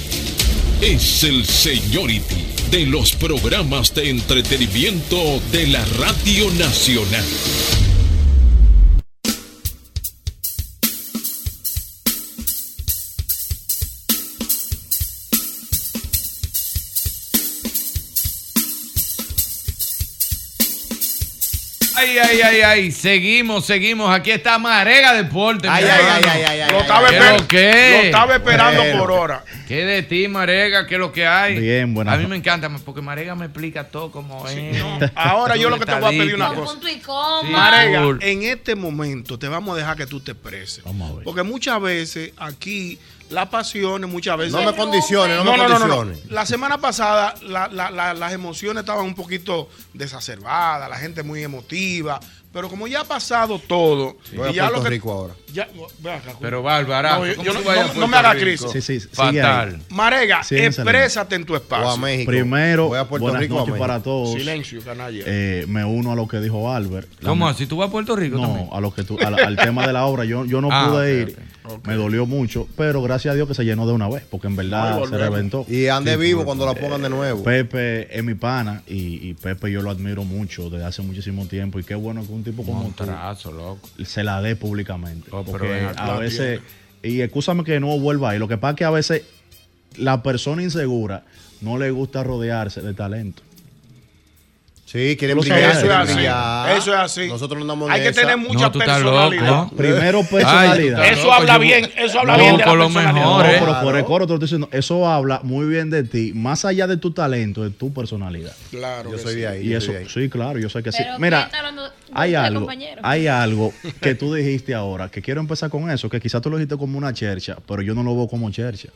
[SPEAKER 15] Es el seniority de los programas de entretenimiento de la Radio Nacional.
[SPEAKER 16] Ay, ay, ay, ay. Seguimos, seguimos. Aquí está Marega Deporte.
[SPEAKER 6] Ay,
[SPEAKER 16] mi
[SPEAKER 6] ay,
[SPEAKER 16] hermano.
[SPEAKER 6] ay, ay, ay, Lo ay, estaba ay. esper- lo estaba esperando
[SPEAKER 16] Bueno.
[SPEAKER 6] por hora.
[SPEAKER 16] ¿Qué de ti, Marega? ¿Qué es lo que hay?
[SPEAKER 17] Bien, buenas-
[SPEAKER 16] A mí me encanta porque Marega me explica todo como es.
[SPEAKER 6] Ahora yo lo que te voy a pedir una
[SPEAKER 16] Estadística.
[SPEAKER 6] cosa.
[SPEAKER 7] Punto y coma.
[SPEAKER 6] Marega, en este momento te vamos a dejar que tú te expreses. Porque muchas veces aquí las pasiones, muchas veces.
[SPEAKER 12] No me condiciones, no me condiciones.
[SPEAKER 6] La semana pasada la- la- la- las emociones estaban un poquito desacerbadas, la gente muy emotiva. Pero como ya ha pasado todo,
[SPEAKER 12] Voy a
[SPEAKER 6] y ya
[SPEAKER 12] Puerto
[SPEAKER 6] lo que-
[SPEAKER 12] Rico ahora.
[SPEAKER 6] ya- ve acá,
[SPEAKER 16] Pero bárbara.
[SPEAKER 6] No, yo-
[SPEAKER 16] ¿cómo
[SPEAKER 6] yo
[SPEAKER 16] tú
[SPEAKER 6] no-
[SPEAKER 16] vas a
[SPEAKER 6] no- no
[SPEAKER 16] Puerto
[SPEAKER 6] me haga
[SPEAKER 16] Rico?
[SPEAKER 6] crisis.
[SPEAKER 17] Sí, sí, sigue
[SPEAKER 16] Fatal.
[SPEAKER 17] ahí.
[SPEAKER 6] Marega,
[SPEAKER 17] Sigue saliendo.
[SPEAKER 6] exprésate en tu espacio.
[SPEAKER 12] O a México.
[SPEAKER 17] Primero,
[SPEAKER 12] Voy a Puerto
[SPEAKER 17] buenas
[SPEAKER 12] Rico,
[SPEAKER 17] noches
[SPEAKER 12] amén.
[SPEAKER 17] para todos.
[SPEAKER 6] Silencio, canalla.
[SPEAKER 17] Eh, me uno a lo que dijo Albert. La-
[SPEAKER 16] ¿Cómo así? ¿Tú vas a Puerto Rico
[SPEAKER 17] No,
[SPEAKER 16] también?
[SPEAKER 17] a lo que tú- al, al tema de la obra. Yo, yo no
[SPEAKER 16] Ah,
[SPEAKER 17] pude
[SPEAKER 16] ok,
[SPEAKER 17] ir. Me dolió mucho, pero gracias a Dios que se llenó de una vez, porque en verdad
[SPEAKER 12] Ay,
[SPEAKER 17] se
[SPEAKER 12] volvemos.
[SPEAKER 17] reventó.
[SPEAKER 12] Y ande
[SPEAKER 17] Sí,
[SPEAKER 12] vivo
[SPEAKER 17] fue-
[SPEAKER 12] cuando la pongan de nuevo.
[SPEAKER 17] Pepe es mi pana y, y Pepe yo lo admiro mucho desde hace muchísimo tiempo y qué bueno que un tipo como
[SPEAKER 16] Montrazo, loco. Oh,
[SPEAKER 17] se la dé públicamente.
[SPEAKER 16] pero
[SPEAKER 17] porque
[SPEAKER 16] ven acá,
[SPEAKER 17] a veces, y escúchame que no vuelva ahí, lo que pasa es que a veces la persona insegura no le gusta rodearse de talento.
[SPEAKER 12] Sí, quieren
[SPEAKER 17] Lo
[SPEAKER 12] brillar,
[SPEAKER 17] sabía.
[SPEAKER 12] quieren
[SPEAKER 17] Eso es
[SPEAKER 12] brillar.
[SPEAKER 17] así,
[SPEAKER 6] eso es así.
[SPEAKER 12] Nosotros no andamos
[SPEAKER 6] Hay
[SPEAKER 12] en
[SPEAKER 6] que
[SPEAKER 12] esa.
[SPEAKER 6] tener mucha No, tú estás Ah,
[SPEAKER 17] personalidad. loco. Primero personalidad.
[SPEAKER 6] Eso habla bien, eso habla bien de la personalidad.
[SPEAKER 17] No, pero por el coro te lo estoy diciendo, eso habla muy bien de ti, más allá de tu talento, de tu personalidad.
[SPEAKER 6] Claro.
[SPEAKER 12] Yo soy de ahí.
[SPEAKER 17] Y
[SPEAKER 12] yo
[SPEAKER 17] eso,
[SPEAKER 12] soy de ahí.
[SPEAKER 17] sí, claro, yo sé que sí.
[SPEAKER 7] Pero ¿qué
[SPEAKER 17] Mira,
[SPEAKER 7] está hablando de
[SPEAKER 17] hay
[SPEAKER 7] usted,
[SPEAKER 17] algo,
[SPEAKER 7] compañero?
[SPEAKER 17] hay algo que tú dijiste ahora, que quiero empezar con eso, que quizás tú lo dijiste como una chercha, pero yo no lo veo como chercha.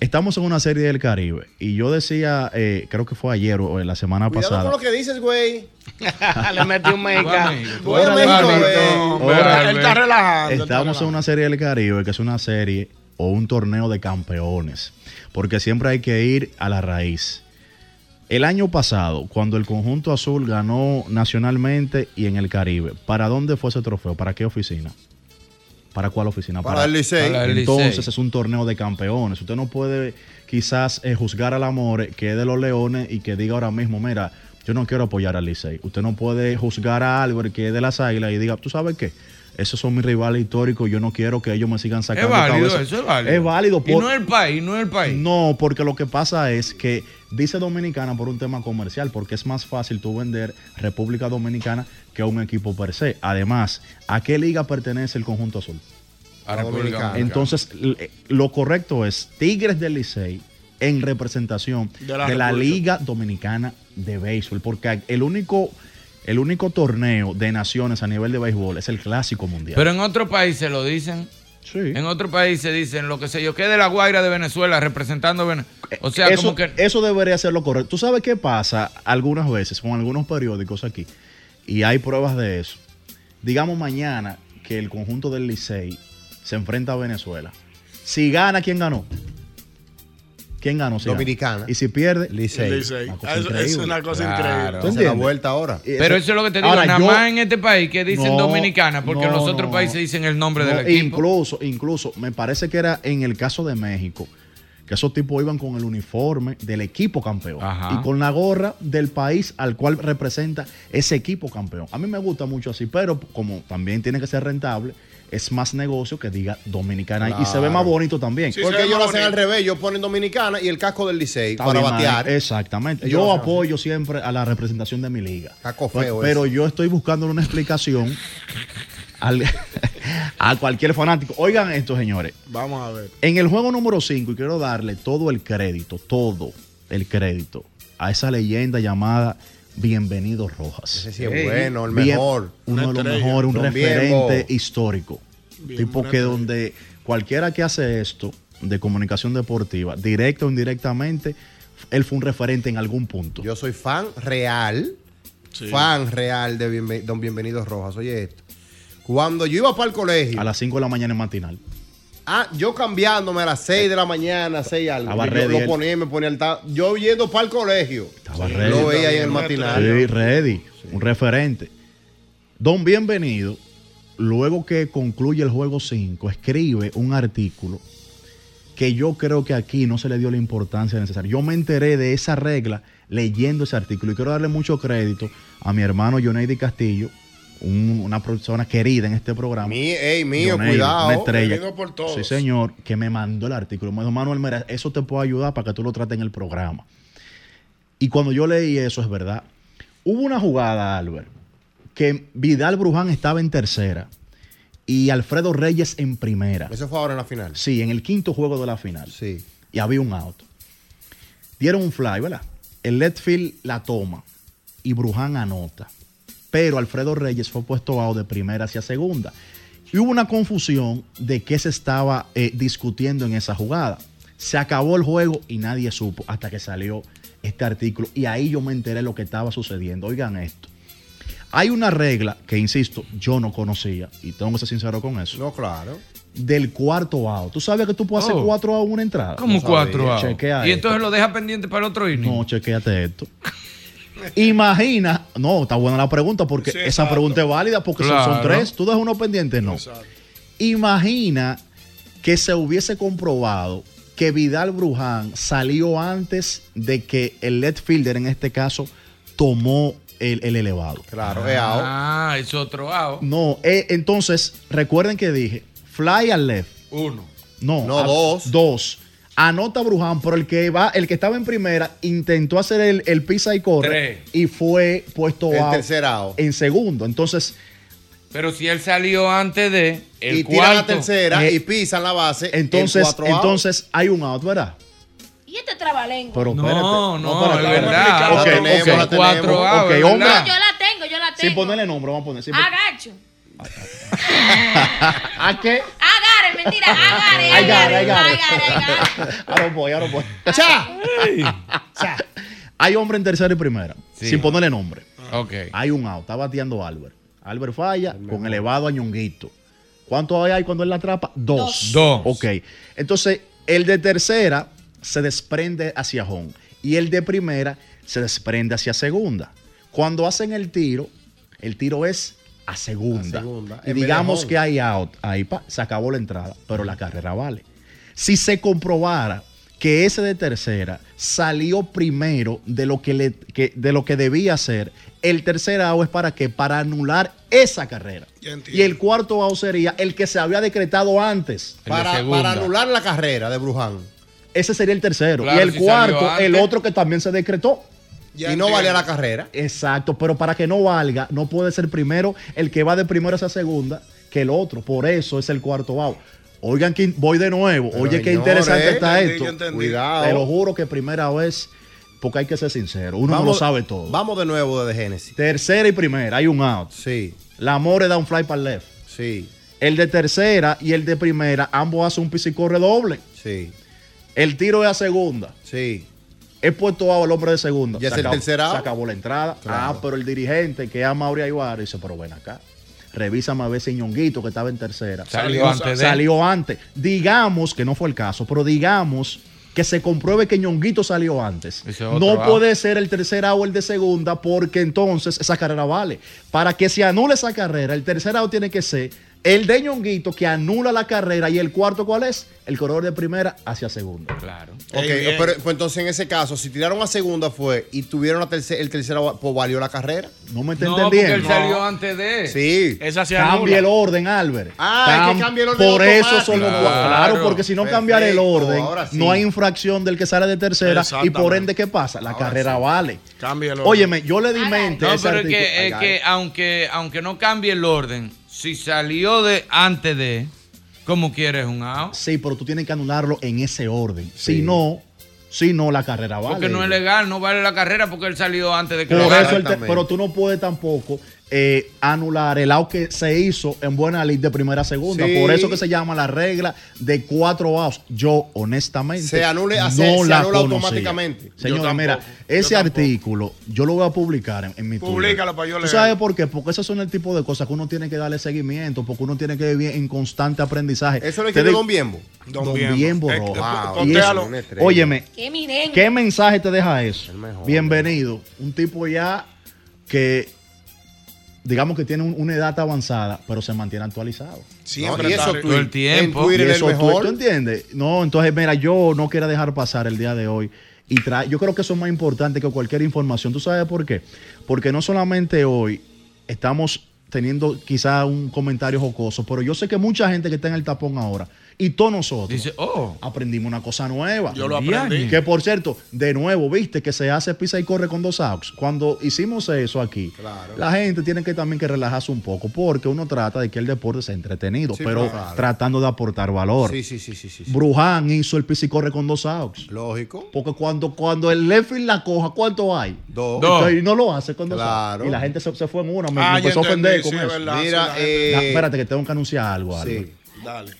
[SPEAKER 17] Estamos en una serie del Caribe y yo decía, eh, creo que fue ayer o en la semana
[SPEAKER 12] Cuidado
[SPEAKER 17] pasada.
[SPEAKER 12] con lo que dices, güey.
[SPEAKER 18] Le metí un mexicano.
[SPEAKER 12] Voy a México, güey.
[SPEAKER 18] Él está relajando, él está
[SPEAKER 17] Estamos en una serie del Caribe, que es una serie o un torneo de campeones, porque siempre hay que ir a la raíz. El año pasado, cuando el conjunto azul ganó nacionalmente y en el Caribe, ¿para dónde fue ese trofeo? ¿Para qué oficina? ¿Para cuál oficina?
[SPEAKER 12] Para el Licey. Para el
[SPEAKER 17] Entonces
[SPEAKER 12] Licey.
[SPEAKER 17] es un torneo de campeones. Usted no puede quizás eh, juzgar al amor que es de los leones y que diga ahora mismo, mira, yo no quiero apoyar al Licey. Usted no puede juzgar a Albert que es de las águilas y diga, ¿tú sabes qué? Esos son mis rivales históricos, yo no quiero que ellos me sigan sacando
[SPEAKER 16] Es válido,
[SPEAKER 17] cabeza".
[SPEAKER 16] eso es válido.
[SPEAKER 17] Es válido.
[SPEAKER 16] Y no es el país, no es el país.
[SPEAKER 17] No, porque lo que pasa es que dice Dominicana por un tema comercial, porque es más fácil tú vender República Dominicana que a un equipo per se. Además, ¿a qué liga pertenece el conjunto azul?
[SPEAKER 16] A República Dominicana.
[SPEAKER 17] Entonces, l- eh, lo correcto es Tigres del Licey en representación
[SPEAKER 16] De
[SPEAKER 17] de
[SPEAKER 16] la
[SPEAKER 17] la,
[SPEAKER 16] República.
[SPEAKER 17] Liga Dominicana de Béisbol, porque el único, el único torneo de naciones a nivel de béisbol es el Clásico Mundial.
[SPEAKER 16] Pero en otro país se lo dicen.
[SPEAKER 17] Sí.
[SPEAKER 16] En otro país se dicen lo que sé yo, que de la Guaira de Venezuela representando Venezuela. O sea,
[SPEAKER 12] Eh,
[SPEAKER 17] eso,
[SPEAKER 16] como que
[SPEAKER 17] eso debería ser lo correcto. ¿Tú sabes qué pasa algunas veces con algunos periódicos aquí? Y hay pruebas de eso. Digamos mañana que el conjunto del Licey se enfrenta a Venezuela. Si gana, ¿quién ganó? ¿Quién ganó? Si gana?
[SPEAKER 12] Dominicana.
[SPEAKER 17] Y si pierde,
[SPEAKER 12] Licey.
[SPEAKER 17] Licey.
[SPEAKER 12] Una
[SPEAKER 16] cosa
[SPEAKER 12] Es
[SPEAKER 16] increíble.
[SPEAKER 12] una cosa
[SPEAKER 16] Claro.
[SPEAKER 12] increíble.
[SPEAKER 16] Esa es la vuelta
[SPEAKER 12] ahora.
[SPEAKER 16] Pero eso es lo que te digo,
[SPEAKER 17] Ahora,
[SPEAKER 16] nada
[SPEAKER 17] yo-
[SPEAKER 16] más en este país que dicen
[SPEAKER 17] No,
[SPEAKER 16] Dominicana, porque en los
[SPEAKER 17] no,
[SPEAKER 16] otros
[SPEAKER 17] no,
[SPEAKER 16] países
[SPEAKER 17] no.
[SPEAKER 16] dicen el nombre
[SPEAKER 17] No,
[SPEAKER 16] del equipo.
[SPEAKER 17] Incluso, incluso, me parece que era en el caso de México, que esos tipos iban con el uniforme del equipo campeón y con la gorra del país al cual representa ese equipo campeón. A mí me gusta mucho así, pero como también tiene que ser rentable, es más negocio que diga dominicana y se ve
[SPEAKER 12] Claro.
[SPEAKER 17] más bonito también.
[SPEAKER 12] Porque ellos lo hacen al revés, ellos ponen Dominicana y el casco del Licey
[SPEAKER 17] Está
[SPEAKER 12] para
[SPEAKER 17] bien,
[SPEAKER 12] batear.
[SPEAKER 17] Mario. Exactamente.
[SPEAKER 12] Ellos lo
[SPEAKER 17] Yo
[SPEAKER 12] hacen
[SPEAKER 17] apoyo siempre a la representación de mi liga.
[SPEAKER 12] feo
[SPEAKER 17] pero pero
[SPEAKER 12] eso.
[SPEAKER 17] yo estoy buscando una explicación al- a cualquier fanático. Oigan esto, señores.
[SPEAKER 6] Vamos a ver.
[SPEAKER 17] En el juego número 5, y quiero darle todo el crédito, todo el crédito a esa leyenda llamada Bienvenido Rojas. Ese
[SPEAKER 12] sí es bueno, el mejor.
[SPEAKER 17] Uno
[SPEAKER 12] Una
[SPEAKER 17] de los
[SPEAKER 12] estrella.
[SPEAKER 17] mejores, un
[SPEAKER 12] Don
[SPEAKER 17] referente
[SPEAKER 12] Diego.
[SPEAKER 17] histórico.
[SPEAKER 12] Bien,
[SPEAKER 17] tipo
[SPEAKER 12] una
[SPEAKER 17] que
[SPEAKER 12] estrella.
[SPEAKER 17] donde cualquiera que hace esto de comunicación deportiva, directa o indirectamente, él fue un referente en algún punto.
[SPEAKER 12] Yo soy fan real, fan real de Bienve- Don Bienvenido Rojas. Oye esto. Cuando yo iba para el colegio,
[SPEAKER 17] A las 5 de la mañana en matinal.
[SPEAKER 12] ah, yo cambiándome a las 6 de la mañana, 6 algo.
[SPEAKER 17] Estaba
[SPEAKER 12] Yo
[SPEAKER 17] ready
[SPEAKER 12] lo
[SPEAKER 17] él.
[SPEAKER 12] ponía y me ponía al ta- Yo yendo para el colegio.
[SPEAKER 17] Ready.
[SPEAKER 12] Lo veía ahí en el matinal.
[SPEAKER 17] Sí, ready, un referente. Don Bienvenido, luego que concluye el juego 5, escribe un artículo que yo creo que aquí no se le dio la importancia necesaria. Yo me enteré de esa regla leyendo ese artículo y quiero darle mucho crédito a mi hermano Joneidi Castillo, un- una persona querida en este programa.
[SPEAKER 12] Mi- ey, mío,
[SPEAKER 17] Joneidi,
[SPEAKER 12] cuidado.
[SPEAKER 17] Una estrella.
[SPEAKER 12] Querido por todos.
[SPEAKER 17] Sí, señor, que me mandó el artículo. Me dijo, Manuel, mira, eso te puede ayudar para que tú lo trates en el programa. Y cuando yo leí eso, es verdad. Hubo una jugada, Albert, que Vidal Bruján estaba en tercera y Alfredo Reyes en primera.
[SPEAKER 12] Eso fue ahora en la final.
[SPEAKER 17] Sí, en el quinto juego de la final.
[SPEAKER 12] Sí.
[SPEAKER 17] Y había un out. Dieron un fly, ¿verdad? El Letfield la toma y Bruján anota. Pero Alfredo Reyes fue puesto out de primera hacia segunda. Y hubo una confusión de qué se estaba eh, discutiendo en esa jugada. Se acabó el juego y nadie supo hasta que salió este artículo. Y ahí yo me enteré lo que estaba sucediendo. Oigan esto. Hay una regla que, insisto, yo no conocía. Y tengo que ser sincero con eso.
[SPEAKER 12] No, claro.
[SPEAKER 17] Del cuarto out. ¿Tú sabes que tú puedes
[SPEAKER 16] Oh.
[SPEAKER 17] hacer cuatro a una entrada?
[SPEAKER 16] Como cuatro out.
[SPEAKER 17] Chequea
[SPEAKER 16] Y
[SPEAKER 17] esto.
[SPEAKER 16] entonces lo deja pendiente para el otro inning.
[SPEAKER 17] No, chequéate esto. Imagina, no, está buena la pregunta porque
[SPEAKER 16] Sí,
[SPEAKER 17] esa
[SPEAKER 16] exacto.
[SPEAKER 17] pregunta es válida porque son- son,
[SPEAKER 16] Claro.
[SPEAKER 17] tres, tú dejas uno pendiente, no. Imagina que se hubiese comprobado que Vidal Bruján salió antes de que el left fielder, en este caso, tomó el, el elevado.
[SPEAKER 12] Claro,
[SPEAKER 16] Ah, es otro out.
[SPEAKER 17] No, eh, entonces, recuerden que dije, fly al left.
[SPEAKER 16] Uno.
[SPEAKER 17] No,
[SPEAKER 16] No,
[SPEAKER 17] a-
[SPEAKER 16] dos.
[SPEAKER 17] Dos. Anota Bruján, pero el que va, el que estaba en primera intentó hacer el, el pisa y corre y fue puesto
[SPEAKER 16] En
[SPEAKER 17] out
[SPEAKER 16] tercerao.
[SPEAKER 17] en segundo. Entonces,
[SPEAKER 16] Pero si él salió antes de el
[SPEAKER 17] Y tira
[SPEAKER 16] cuarto.
[SPEAKER 17] la tercera y
[SPEAKER 12] pisan la base.
[SPEAKER 17] Eh, entonces, entonces hay un out, ¿verdad?
[SPEAKER 7] Y este trabalengo.
[SPEAKER 17] Pero
[SPEAKER 16] No,
[SPEAKER 17] espérate.
[SPEAKER 16] no,
[SPEAKER 17] espérate.
[SPEAKER 16] es verdad. La tenemos, la
[SPEAKER 17] ok,
[SPEAKER 16] tenemos. Ah, ¿verdad?
[SPEAKER 17] hombre.
[SPEAKER 7] Yo la tengo, yo
[SPEAKER 16] pues,
[SPEAKER 7] la
[SPEAKER 17] Sin
[SPEAKER 7] tengo.
[SPEAKER 17] ponerle nombre, vamos a poner. sin pon-
[SPEAKER 7] Agacho.
[SPEAKER 17] ¿A qué?
[SPEAKER 7] Agárreme mentira. Agarre,
[SPEAKER 17] I got it, I
[SPEAKER 7] agarre,
[SPEAKER 17] got
[SPEAKER 7] agarre.
[SPEAKER 17] it. Ahora voy, ahora voy. ¡Cha! ¡Cha! Hay hombre en tercera y primera, sin ponerle nombre.
[SPEAKER 16] Ah. Ok.
[SPEAKER 17] Hay un out, está bateando Albert. Albert falla con elevado a Ñonguito. ¿Cuántos hay cuando él la atrapa? Dos.
[SPEAKER 16] Dos.
[SPEAKER 17] Ok. Entonces, el de tercera se desprende hacia home y el de primera se desprende hacia segunda. Cuando hacen el tiro, el tiro es a segunda. Y
[SPEAKER 12] Ah, en vez de
[SPEAKER 17] digamos
[SPEAKER 12] home.
[SPEAKER 17] que hay out, ahí pa, se acabó la entrada, pero la carrera vale. Si se comprobara que ese de tercera salió primero de lo que, le, que- de lo que debía hacer, el tercer out es para que para anular esa carrera. Y el cuarto out sería el que se había decretado antes.
[SPEAKER 12] El de Para- segunda. para anular
[SPEAKER 17] la carrera de Bruján. Ese sería el tercero.
[SPEAKER 12] Claro,
[SPEAKER 17] y el
[SPEAKER 12] si salió
[SPEAKER 17] cuarto,
[SPEAKER 12] antes.
[SPEAKER 17] el otro que también se decretó.
[SPEAKER 12] Ya Y no entiendo. valía la carrera.
[SPEAKER 17] Exacto, pero para que no valga, no puede ser primero el que va de primero hacia segunda que el otro. Por eso es el cuarto out. Oigan, que voy de nuevo. Oye, qué
[SPEAKER 12] señores,
[SPEAKER 17] interesante está
[SPEAKER 12] entendí,
[SPEAKER 17] esto.
[SPEAKER 12] yo entendí. Cuidado.
[SPEAKER 17] Te lo juro que primera vez, porque hay que ser sincero. Uno no lo sabe todo.
[SPEAKER 12] Vamos de nuevo de Génesis.
[SPEAKER 17] Tercera y primera, hay un out. Sí. La More da un fly para el left. Sí. El de tercera y el de primera, ambos hacen un piscicorre doble. Sí. El tiro es a segunda. Sí. He puesto out el hombre de segunda.
[SPEAKER 12] Ya
[SPEAKER 17] Se
[SPEAKER 12] es el
[SPEAKER 17] acabó-
[SPEAKER 12] tercer out.
[SPEAKER 17] Se acabó la entrada. Ah, pero el dirigente, que es Amaury Aybar, dice, pero ven acá. Revísame a ver si Ñonguito, que estaba en tercera.
[SPEAKER 16] Salió antes de-
[SPEAKER 17] Salió antes. Digamos que no fue el caso, pero digamos que se compruebe que Ñonguito salió antes.
[SPEAKER 16] otro
[SPEAKER 17] No
[SPEAKER 16] out.
[SPEAKER 17] puede ser el tercer out o el de segunda, porque entonces esa carrera vale. Para que se anule esa carrera, el tercer out tiene que ser el de Ñonguito que anula la carrera. Y el cuarto, ¿cuál es? El corredor de primera hacia segunda.
[SPEAKER 16] Claro.
[SPEAKER 12] Ok,
[SPEAKER 16] eh.
[SPEAKER 17] bien.
[SPEAKER 12] pero pues entonces en ese caso, si tiraron a segunda fue y tuvieron la terce- el tercero, pues valió la carrera.
[SPEAKER 17] No me
[SPEAKER 12] está
[SPEAKER 16] No, porque él salió antes de.
[SPEAKER 12] Sí.
[SPEAKER 16] Esa
[SPEAKER 17] Cambie el orden, Albert.
[SPEAKER 12] Ah, es que
[SPEAKER 17] Cam-
[SPEAKER 12] cambie el orden
[SPEAKER 17] Por eso son los
[SPEAKER 12] automático.
[SPEAKER 17] cuatro. Claro,
[SPEAKER 12] Claro,
[SPEAKER 17] porque si no cambiar el
[SPEAKER 12] perfecto,
[SPEAKER 17] orden,
[SPEAKER 12] ahora sí.
[SPEAKER 17] no hay infracción del que sale de tercera. Y
[SPEAKER 16] Exactamente.
[SPEAKER 17] por ende, ¿qué pasa? La carrera vale.
[SPEAKER 16] Cambia el
[SPEAKER 17] Óyeme, yo le di mente. a
[SPEAKER 16] No,
[SPEAKER 17] ese
[SPEAKER 16] pero es que, es
[SPEAKER 17] artículo.
[SPEAKER 16] que aunque, aunque no cambie el orden, si salió de antes de, como quieres un out.
[SPEAKER 17] Sí, pero tú tienes que anularlo en ese orden. Si no, si no, la carrera vale.
[SPEAKER 16] Porque no es legal, no vale la carrera porque él salió antes de que
[SPEAKER 17] Por
[SPEAKER 16] lo
[SPEAKER 17] eso el te-
[SPEAKER 16] haga.
[SPEAKER 17] pero tú no puedes tampoco eh, anular el out que se hizo en buena lid de primera a segunda.
[SPEAKER 12] Sí.
[SPEAKER 17] Por eso que se llama la regla de cuatro outs. Yo, honestamente,
[SPEAKER 12] Se anule-
[SPEAKER 17] no
[SPEAKER 12] se- se
[SPEAKER 17] la
[SPEAKER 12] anula
[SPEAKER 17] conocía.
[SPEAKER 12] automáticamente.
[SPEAKER 17] Señora,
[SPEAKER 12] Yo tampoco,
[SPEAKER 17] mira, ese artículo yo lo voy a publicar en, en mi Twitter.
[SPEAKER 9] Publícalo para yo
[SPEAKER 17] ¿Tú
[SPEAKER 9] leer.
[SPEAKER 17] sabes por qué? Porque esos son el tipo de cosas que uno tiene que darle seguimiento, porque uno tiene que vivir en constante aprendizaje.
[SPEAKER 12] Eso lo
[SPEAKER 17] Te
[SPEAKER 12] escribió
[SPEAKER 17] digo-
[SPEAKER 12] Don Biembo.
[SPEAKER 17] Don,
[SPEAKER 12] Don
[SPEAKER 17] Biembo,
[SPEAKER 12] Biembo. Eh,
[SPEAKER 17] Rojas.
[SPEAKER 12] wow.
[SPEAKER 17] Y eso-
[SPEAKER 12] Pontéalo. Una estrella.
[SPEAKER 17] óyeme,
[SPEAKER 7] Qué miren.
[SPEAKER 17] ¿Qué mensaje te deja eso?
[SPEAKER 12] mejor,
[SPEAKER 17] Bienvenido. Un tipo ya que, digamos que tiene un- una edad avanzada, pero se mantiene actualizado.
[SPEAKER 12] No, y eso
[SPEAKER 16] está- todo el
[SPEAKER 12] tweet,
[SPEAKER 16] tiempo.
[SPEAKER 12] En Twitter
[SPEAKER 17] Y
[SPEAKER 12] es
[SPEAKER 17] eso
[SPEAKER 12] el
[SPEAKER 17] tú-
[SPEAKER 12] mejor.
[SPEAKER 17] ¿Tú entiendes? No, entonces, mira, yo no quiero dejar pasar el día de hoy. Y tra- yo creo que eso es más importante que cualquier información. ¿Tú sabes por qué? Porque no solamente hoy estamos teniendo quizá un comentario jocoso, pero yo sé que mucha gente que está en el tapón ahora, y todos nosotros, aprendimos una cosa nueva.
[SPEAKER 9] "Oh, Yo lo aprendí.
[SPEAKER 17] Que por cierto, de nuevo, viste que se hace pisa y corre con dos outs. Cuando hicimos eso aquí, la gente tiene que también que relajarse un poco, porque uno trata de que el deporte sea entretenido,
[SPEAKER 12] Sí,
[SPEAKER 17] pero
[SPEAKER 12] claro.
[SPEAKER 17] tratando de aportar valor.
[SPEAKER 12] Sí, sí, sí, sí, sí. sí.
[SPEAKER 17] Bruján hizo el pisa y corre con dos outs.
[SPEAKER 12] Lógico.
[SPEAKER 17] Porque cuando, cuando el left field la coja, ¿cuánto hay?
[SPEAKER 12] Dos.
[SPEAKER 17] Entonces, y no lo hace con dos
[SPEAKER 12] Claro.
[SPEAKER 17] outs. Y la gente se, se fue en una. Me,
[SPEAKER 12] Ah,
[SPEAKER 17] me
[SPEAKER 12] ya
[SPEAKER 17] empezó a
[SPEAKER 12] entendí,
[SPEAKER 17] ofender con
[SPEAKER 12] sí, es
[SPEAKER 17] eso.
[SPEAKER 12] verdad, Mira, sí, la gente- eh,
[SPEAKER 17] Da- espérate, que tengo que anunciar algo.
[SPEAKER 12] Sí.
[SPEAKER 17] Albert.
[SPEAKER 9] Dale.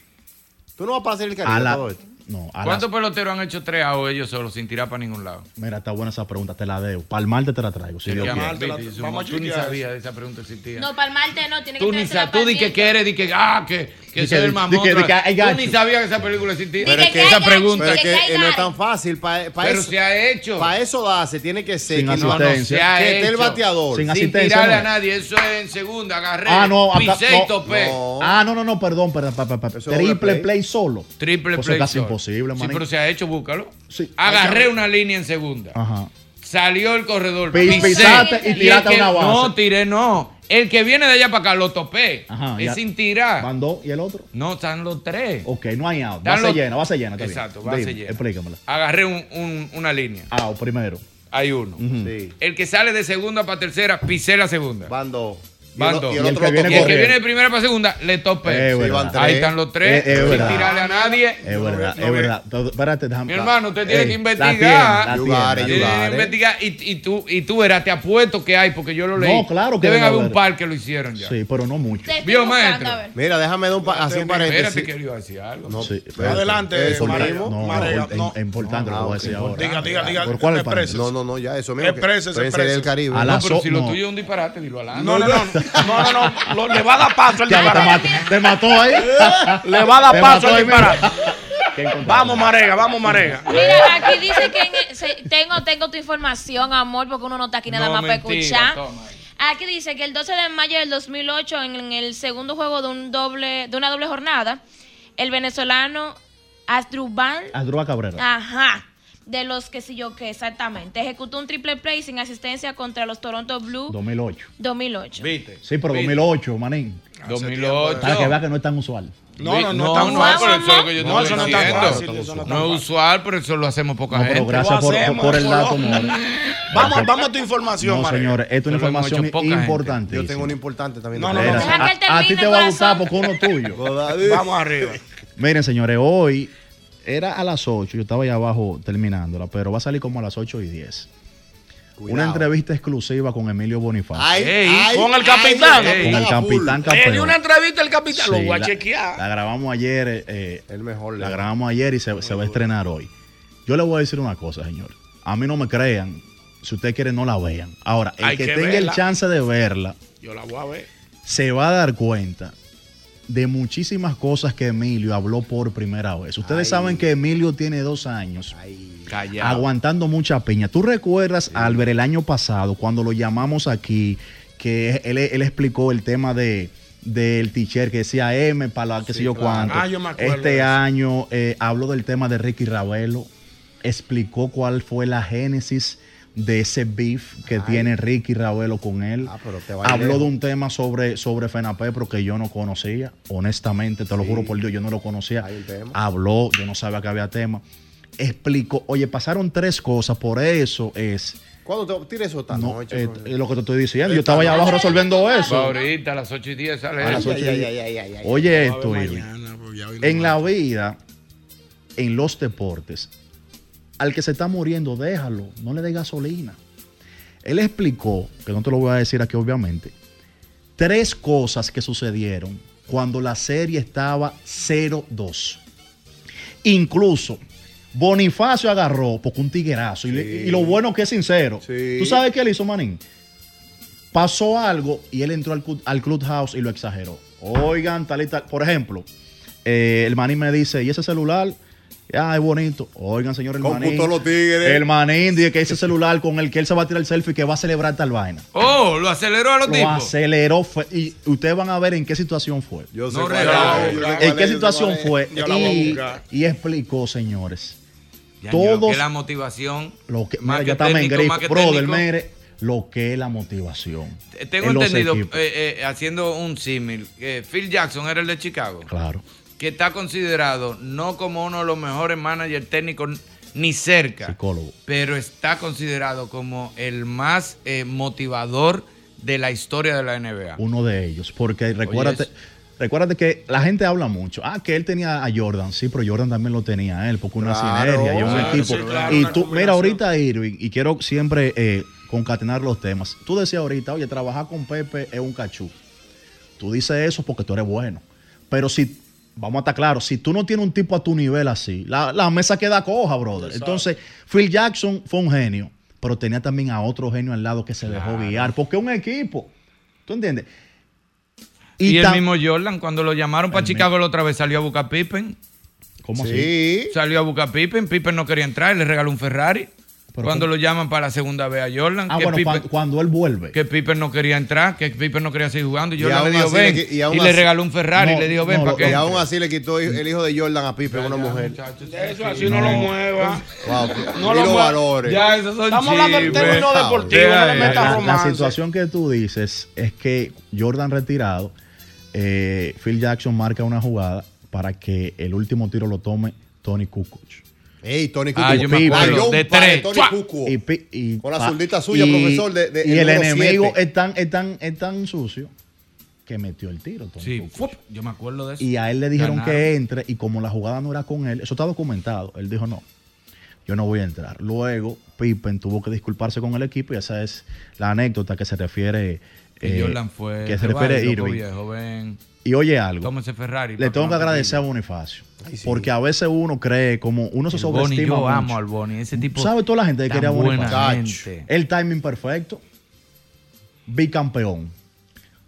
[SPEAKER 12] Tú no vas a pasar el
[SPEAKER 17] A
[SPEAKER 12] cariño
[SPEAKER 17] la-
[SPEAKER 12] todo esto.
[SPEAKER 17] No, a las-
[SPEAKER 16] ¿Cuántos peloteros han hecho tres outs ellos solos sin tirar para ningún lado?
[SPEAKER 17] Mira, está buena esa pregunta, te la debo. Para el martes te la traigo, si
[SPEAKER 16] Te
[SPEAKER 17] Dios
[SPEAKER 16] llaman,
[SPEAKER 17] quiere.
[SPEAKER 16] Viti,
[SPEAKER 9] vamos a
[SPEAKER 16] Tú ni
[SPEAKER 9] chequear
[SPEAKER 16] sabías de esa pregunta existía.
[SPEAKER 7] No, para el martes no, tiene que
[SPEAKER 16] Tú ni
[SPEAKER 7] traerse la
[SPEAKER 16] sabes, tú di que
[SPEAKER 7] paciencia.
[SPEAKER 16] quieres, di que, ah, que, que
[SPEAKER 12] Di
[SPEAKER 16] soy
[SPEAKER 12] que-
[SPEAKER 16] el mamón.
[SPEAKER 12] di que- di que hay
[SPEAKER 16] tú ni
[SPEAKER 12] gacho.
[SPEAKER 16] sabías que esa película existía.
[SPEAKER 12] Pero es que,
[SPEAKER 16] esa pregunta.
[SPEAKER 12] pero es que, eh, no es tan fácil. Para
[SPEAKER 16] Pero
[SPEAKER 12] eso,
[SPEAKER 16] se ha hecho.
[SPEAKER 12] Para eso da, se tiene que ser.
[SPEAKER 17] Sin
[SPEAKER 12] que no-
[SPEAKER 17] asistencia.
[SPEAKER 12] que
[SPEAKER 17] Se ha
[SPEAKER 12] esté el
[SPEAKER 17] hecho.
[SPEAKER 12] bateador.
[SPEAKER 17] Sin
[SPEAKER 16] Sin
[SPEAKER 17] asistencia,
[SPEAKER 16] tirarle
[SPEAKER 17] no.
[SPEAKER 16] a nadie, eso es en segunda, agarré. pues.
[SPEAKER 17] Ah, no, acá-
[SPEAKER 16] pisé y
[SPEAKER 17] no.
[SPEAKER 16] topé.
[SPEAKER 17] No. Ah, no, no, no, perdón, perdón, pa- pa- pa-
[SPEAKER 16] es doble
[SPEAKER 17] Triple play.
[SPEAKER 16] play.
[SPEAKER 17] solo.
[SPEAKER 16] Triple
[SPEAKER 17] Pues Eso
[SPEAKER 16] play.
[SPEAKER 17] es casi
[SPEAKER 16] solo.
[SPEAKER 17] imposible,
[SPEAKER 16] Sí,
[SPEAKER 17] manito.
[SPEAKER 16] pero se ha hecho, búscalo.
[SPEAKER 17] Hay
[SPEAKER 16] Agarré
[SPEAKER 17] que-
[SPEAKER 16] una línea en segunda.
[SPEAKER 17] Ajá.
[SPEAKER 16] Salió el corredor.
[SPEAKER 17] Pis-
[SPEAKER 16] pisé,
[SPEAKER 17] pisaste y
[SPEAKER 16] el
[SPEAKER 17] tiraste
[SPEAKER 16] que-
[SPEAKER 17] una base.
[SPEAKER 16] No, tiré, no. El que viene de allá para acá lo topé.
[SPEAKER 17] Ajá,
[SPEAKER 16] es
[SPEAKER 17] Ah, ya.
[SPEAKER 16] sin tirar.
[SPEAKER 17] Van dos y el otro.
[SPEAKER 16] No, están los tres.
[SPEAKER 17] Ok, no hay out.
[SPEAKER 16] Dan
[SPEAKER 17] Va a
[SPEAKER 16] los-
[SPEAKER 17] ser llena, va a ser llena. está bien.
[SPEAKER 16] Exacto, base
[SPEAKER 17] Dime,
[SPEAKER 16] llena.
[SPEAKER 17] Explícamela.
[SPEAKER 16] Agarré un- un- una línea.
[SPEAKER 17] Out primero.
[SPEAKER 16] Hay uno. El que sale de segunda para tercera, pisé la segunda.
[SPEAKER 12] Van dos.
[SPEAKER 16] Van
[SPEAKER 12] el-
[SPEAKER 16] dos.
[SPEAKER 12] y
[SPEAKER 16] Y
[SPEAKER 12] el
[SPEAKER 16] el,
[SPEAKER 12] otro lo
[SPEAKER 16] que, viene
[SPEAKER 12] tocó.
[SPEAKER 16] de primera para segunda le tope.
[SPEAKER 17] Es verdad.
[SPEAKER 16] Ahí están los
[SPEAKER 17] Es-
[SPEAKER 16] tres.
[SPEAKER 17] es
[SPEAKER 16] sin
[SPEAKER 17] verdad.
[SPEAKER 16] tirarle a nadie.
[SPEAKER 17] Es verdad, es verdad. Todo- Espérate, déjame.
[SPEAKER 16] Mi hermano, usted tiene
[SPEAKER 17] Ey,
[SPEAKER 16] que
[SPEAKER 17] la
[SPEAKER 16] investigar.
[SPEAKER 17] tiene, la tiene,
[SPEAKER 16] Tiene
[SPEAKER 17] la
[SPEAKER 16] que
[SPEAKER 17] tiene.
[SPEAKER 16] investigar. Y, y tú, y tú verás, te apuesto que hay, porque yo lo leí.
[SPEAKER 12] No, claro que
[SPEAKER 16] Deben
[SPEAKER 12] debe
[SPEAKER 16] haber un
[SPEAKER 12] haber.
[SPEAKER 16] par que lo hicieron ya.
[SPEAKER 17] Sí, pero no mucho.
[SPEAKER 16] Vio, maestro.
[SPEAKER 12] Mira, déjame dar un pa- así un paréntesis.
[SPEAKER 16] Espérate, que yo iba a decir algo.
[SPEAKER 12] No, sí, espérate. Eh,
[SPEAKER 17] Adelante,
[SPEAKER 12] Eso,
[SPEAKER 17] Marega,
[SPEAKER 12] primo.
[SPEAKER 17] no,
[SPEAKER 12] Marega,
[SPEAKER 17] es- es importante lo que voy a decir
[SPEAKER 12] ok.
[SPEAKER 17] ahora.
[SPEAKER 12] Diga, diga, diga,
[SPEAKER 17] ¿Por cuál es el
[SPEAKER 12] exprésese.
[SPEAKER 17] paréntesis?
[SPEAKER 12] No, no, no, ya eso. Mira, que-
[SPEAKER 17] Exprésese,
[SPEAKER 12] Prensa
[SPEAKER 17] exprésese.
[SPEAKER 12] del Caribe.
[SPEAKER 17] A la
[SPEAKER 16] no, pero
[SPEAKER 17] so-
[SPEAKER 16] si lo
[SPEAKER 17] no.
[SPEAKER 16] tuyo es un disparate, dilo adelante.
[SPEAKER 17] No, no, no,
[SPEAKER 16] no, no, no,
[SPEAKER 17] le va a dar paso
[SPEAKER 16] el
[SPEAKER 17] Te mató,
[SPEAKER 16] disparate.
[SPEAKER 17] te mató ahí.
[SPEAKER 16] Le va a dar
[SPEAKER 17] Te
[SPEAKER 16] paso
[SPEAKER 17] mató
[SPEAKER 16] el
[SPEAKER 17] ahí, mira.
[SPEAKER 6] Vamos, Marega, vamos, Marega.
[SPEAKER 7] Mira, aquí dice que en el- se- tengo, tengo tu información, amor, porque uno no está aquí nada
[SPEAKER 16] No,
[SPEAKER 7] más para
[SPEAKER 16] mentira,
[SPEAKER 7] escuchar.
[SPEAKER 16] toma.
[SPEAKER 7] Aquí dice que el 12 de mayo del 2008, en, en el segundo juego de un doble de una doble jornada, el venezolano Asdrubal,
[SPEAKER 17] Asdrúbal Cabrera.
[SPEAKER 7] ajá, de los que sí yo que exactamente, ejecutó un triple play sin asistencia contra los Toronto Blue
[SPEAKER 17] 2008.
[SPEAKER 7] 2008.
[SPEAKER 16] ¿Viste?
[SPEAKER 17] Sí, pero 2008, manín.
[SPEAKER 16] 2008.
[SPEAKER 17] Para que vea que no es tan usual.
[SPEAKER 16] No, no, no,
[SPEAKER 17] tan
[SPEAKER 16] no, pero eso es lo que yo
[SPEAKER 17] No,
[SPEAKER 16] estoy
[SPEAKER 17] eso no es tan
[SPEAKER 16] diciendo.
[SPEAKER 17] fácil,
[SPEAKER 16] No
[SPEAKER 17] eso no es
[SPEAKER 16] es usual, pero eso lo hacemos poca
[SPEAKER 17] No,
[SPEAKER 16] gente.
[SPEAKER 17] pero gracias por- por, por el dato, more.
[SPEAKER 6] Vamos, vamos a tu información,
[SPEAKER 17] No,
[SPEAKER 6] Marega.
[SPEAKER 17] señores, esto es una
[SPEAKER 12] Eso lo hemos
[SPEAKER 17] información
[SPEAKER 12] hecho poca gente.
[SPEAKER 17] importante.
[SPEAKER 12] Yo tengo una importante también.
[SPEAKER 17] No, no, no. Espérate, Deja que él a- a ti termine, te va a gustar corazón. porque uno tuyo.
[SPEAKER 12] Vamos arriba.
[SPEAKER 17] Miren, señores, hoy era a las 8, yo estaba allá abajo terminándola, pero va a salir como a las 8 y 10. Una entrevista exclusiva con Emilio Bonifacio.
[SPEAKER 6] con el capitán.
[SPEAKER 17] Con el capitán
[SPEAKER 6] Le dio
[SPEAKER 17] campeón.
[SPEAKER 6] una entrevista al capitán. lo
[SPEAKER 17] Sí,
[SPEAKER 6] voy a
[SPEAKER 17] la-
[SPEAKER 6] chequear.
[SPEAKER 17] La grabamos ayer. eh, eh, La grabamos ayer y se, se va a estrenar hoy. Yo les voy a decir una cosa, señor. A mí no me crean. Si ustedes quieren, no la vean. Ahora, el
[SPEAKER 6] Hay
[SPEAKER 17] que,
[SPEAKER 6] que
[SPEAKER 17] tenga
[SPEAKER 6] verla.
[SPEAKER 17] el chance de verla,
[SPEAKER 6] Yo la voy a ver.
[SPEAKER 17] se va a dar cuenta de muchísimas cosas que Emilio habló por primera vez. Ustedes saben que Emilio tiene dos años aguantando mucha piña. ¿Tú recuerdas, Albert, el año pasado, cuando lo llamamos aquí, que él, él explicó el tema de del teacher que decía M para la que sé yo
[SPEAKER 6] claro.
[SPEAKER 17] cuánto.
[SPEAKER 6] Ah, yo me acuerdo de
[SPEAKER 17] este
[SPEAKER 6] eso.
[SPEAKER 17] año eh, habló del tema de Ricky Ravelo, explicó cuál fue la génesis de ese beef que tiene Ricky Ravelo con él.
[SPEAKER 6] Ah,
[SPEAKER 12] va
[SPEAKER 17] Habló
[SPEAKER 12] lejos.
[SPEAKER 17] de un tema sobre, sobre FENAPEPRO que yo no conocía, honestamente, te lo juro por Dios, yo no lo conocía. Habló, yo no sabía que había tema. Explicó, oye, pasaron tres cosas, por eso es
[SPEAKER 12] ¿Cuándo te tira eso esta
[SPEAKER 17] no,
[SPEAKER 12] noche?
[SPEAKER 17] eh, es lo que te estoy diciendo. Yo estaba allá abajo resolviendo
[SPEAKER 16] Va
[SPEAKER 17] eso.
[SPEAKER 16] Ahorita a las 8 y 10 sale
[SPEAKER 17] A las
[SPEAKER 16] eso.
[SPEAKER 17] ocho y diez. Oye, esto, Irving. En la vida, en los deportes, al que se está muriendo, déjalo, no le dé gasolina. Él explicó, que no te lo voy a decir aquí obviamente, tres cosas que sucedieron cuando la serie estaba 0-2. Incluso Bonifacio agarró, porque un tiguerazo, y, le- y lo bueno que es sincero. ¿Tú sabes qué le hizo Manín? Pasó algo y él entró al, cu- al clubhouse y lo exageró. Oigan, tal y tal. Por ejemplo, eh, el Manín me dice, ¿y ese celular? Ah, es bonito. Oigan, señor, el Manín.
[SPEAKER 12] Computó los tigres.
[SPEAKER 17] El Manín dice que ese celular con el que él se va a tirar el selfie que va a celebrar tal vaina.
[SPEAKER 16] Oh, lo aceleró a los
[SPEAKER 17] Lo
[SPEAKER 16] tipos.
[SPEAKER 17] aceleró fue- y ustedes van a ver en qué situación fue.
[SPEAKER 12] Yo
[SPEAKER 16] sé No, cuál es, relajo, yo sé cuál
[SPEAKER 17] en
[SPEAKER 16] es,
[SPEAKER 17] qué
[SPEAKER 16] yo sé
[SPEAKER 17] situación
[SPEAKER 16] cuál es.
[SPEAKER 17] fue.
[SPEAKER 16] Yo la voy a
[SPEAKER 17] Y,
[SPEAKER 16] buscar.
[SPEAKER 17] y explicó, señores.
[SPEAKER 16] Ya, yo,
[SPEAKER 17] todos
[SPEAKER 16] que la motivación.
[SPEAKER 17] lo que,
[SPEAKER 16] más
[SPEAKER 17] mira,
[SPEAKER 16] que
[SPEAKER 17] ya estamos en
[SPEAKER 16] técnico,
[SPEAKER 17] grip,
[SPEAKER 16] más que
[SPEAKER 17] brother,
[SPEAKER 16] técnico.
[SPEAKER 17] mire, lo que es la motivación.
[SPEAKER 16] Eh, Tengo
[SPEAKER 17] en los
[SPEAKER 16] entendido,
[SPEAKER 17] equipos.
[SPEAKER 16] eh, eh, haciendo un símil, que Phil Jackson era el de Chicago,
[SPEAKER 17] Claro.
[SPEAKER 16] que está considerado no como uno de los mejores managers técnicos ni cerca,
[SPEAKER 17] Psicólogo.
[SPEAKER 16] pero está considerado como el más eh, motivador de la historia de la NBA.
[SPEAKER 17] Uno de ellos. Porque recuérdate,
[SPEAKER 16] eso.
[SPEAKER 17] recuérdate que la gente habla mucho. Ah, que él tenía a Jordan. Sí, pero Jordan también lo tenía a él. Porque una
[SPEAKER 12] Claro,
[SPEAKER 17] sinergia y un
[SPEAKER 12] claro,
[SPEAKER 17] equipo.
[SPEAKER 12] sí, claro,
[SPEAKER 17] y
[SPEAKER 12] una
[SPEAKER 17] tú, mira, ahorita, Irving, y quiero siempre eh, concatenar los temas. Tú decías ahorita, oye, trabajar con Pepe es un cachú. Tú dices eso porque tú eres bueno. Pero si, vamos a estar claros, si tú no tienes un tipo a tu nivel así, la, la mesa queda coja, brother. Entonces, Phil Jackson fue un genio, pero tenía también a otro genio al lado que se dejó guiar, porque es un equipo. ¿Tú entiendes?
[SPEAKER 16] Y, el
[SPEAKER 17] tam-
[SPEAKER 16] mismo Jordan, cuando lo llamaron para Chicago la otra vez, salió a buscar a Pippen.
[SPEAKER 17] ¿Cómo
[SPEAKER 12] así?
[SPEAKER 16] Salió a buscar a Pippen, Pippen no quería entrar, le regaló un Ferrari. cuando lo llaman para la segunda vez a Jordan,
[SPEAKER 17] Ah,
[SPEAKER 16] que
[SPEAKER 17] bueno,
[SPEAKER 16] Pippen-
[SPEAKER 17] cuan- cuando él vuelve.
[SPEAKER 16] que Piper no quería entrar, que Piper no quería seguir jugando. Yo
[SPEAKER 12] aún
[SPEAKER 16] le digo,
[SPEAKER 12] así
[SPEAKER 16] ven.
[SPEAKER 12] qui-
[SPEAKER 16] Y,
[SPEAKER 12] aún
[SPEAKER 16] le
[SPEAKER 12] así-
[SPEAKER 16] regaló un Ferrari.
[SPEAKER 12] No,
[SPEAKER 16] le digo,
[SPEAKER 12] no,
[SPEAKER 16] ven,
[SPEAKER 12] lo-
[SPEAKER 16] ¿para qué?
[SPEAKER 12] Y aún así le quitó hi- el hijo de Jordan a Pipe, una mujer.
[SPEAKER 6] Eso así no, lo mueva.
[SPEAKER 12] Wow.
[SPEAKER 6] No
[SPEAKER 12] y
[SPEAKER 6] lo
[SPEAKER 12] los
[SPEAKER 6] mueva.
[SPEAKER 12] valores.
[SPEAKER 6] Ya, esos son Estamos hablando del chismes. término deportivo,
[SPEAKER 12] Deja
[SPEAKER 6] no le
[SPEAKER 12] eso.
[SPEAKER 17] La- la, la situación que tú dices es que Jordan retirado, eh, Phil Jackson marca una jugada para que el último tiro lo tome Tony Kukoc.
[SPEAKER 12] Ey, Tony Kukoc.
[SPEAKER 17] Ah, yo me acuerdo,
[SPEAKER 12] Falló un
[SPEAKER 17] de
[SPEAKER 12] par
[SPEAKER 17] tres.
[SPEAKER 12] Tony
[SPEAKER 17] ¡Fua!
[SPEAKER 12] Kukoc.
[SPEAKER 17] Y pi- y
[SPEAKER 12] Con la
[SPEAKER 17] pa-
[SPEAKER 12] zurdita suya, profesor, de- de-
[SPEAKER 17] y
[SPEAKER 12] el
[SPEAKER 17] el,
[SPEAKER 12] número
[SPEAKER 17] enemigo
[SPEAKER 12] siete.
[SPEAKER 17] es tan, es tan- es tan sucio que metió el tiro. Tom
[SPEAKER 3] Sí,
[SPEAKER 17] Cook.
[SPEAKER 3] fup, yo me acuerdo de eso.
[SPEAKER 17] Y a él le dijeron
[SPEAKER 3] Ganaron.
[SPEAKER 17] que entre y como la jugada no era con él, eso está documentado, él dijo no, yo no voy a entrar. Luego Pippen tuvo que disculparse con el equipo y esa es la anécdota que se refiere...
[SPEAKER 3] Y
[SPEAKER 17] eh,
[SPEAKER 3] Jordan fue.
[SPEAKER 17] que se refiere
[SPEAKER 3] "Vaya, loco
[SPEAKER 17] Irving.
[SPEAKER 3] viejo, ven,
[SPEAKER 17] Y oye algo.
[SPEAKER 3] Tómese Ferrari.
[SPEAKER 17] Le tengo
[SPEAKER 3] papi,
[SPEAKER 17] que
[SPEAKER 3] vamos a
[SPEAKER 17] agradecer a Bonifacio. Porque a veces uno cree como uno se
[SPEAKER 3] El Boni,
[SPEAKER 17] sobreestima.
[SPEAKER 3] yo
[SPEAKER 17] mucho.
[SPEAKER 3] amo al Boni. Ese tipo.
[SPEAKER 17] ¿Sabe toda la gente que
[SPEAKER 3] tan
[SPEAKER 17] quería a
[SPEAKER 3] buena
[SPEAKER 17] Bonifacio?
[SPEAKER 3] gente.
[SPEAKER 17] El timing perfecto. Bicampeón.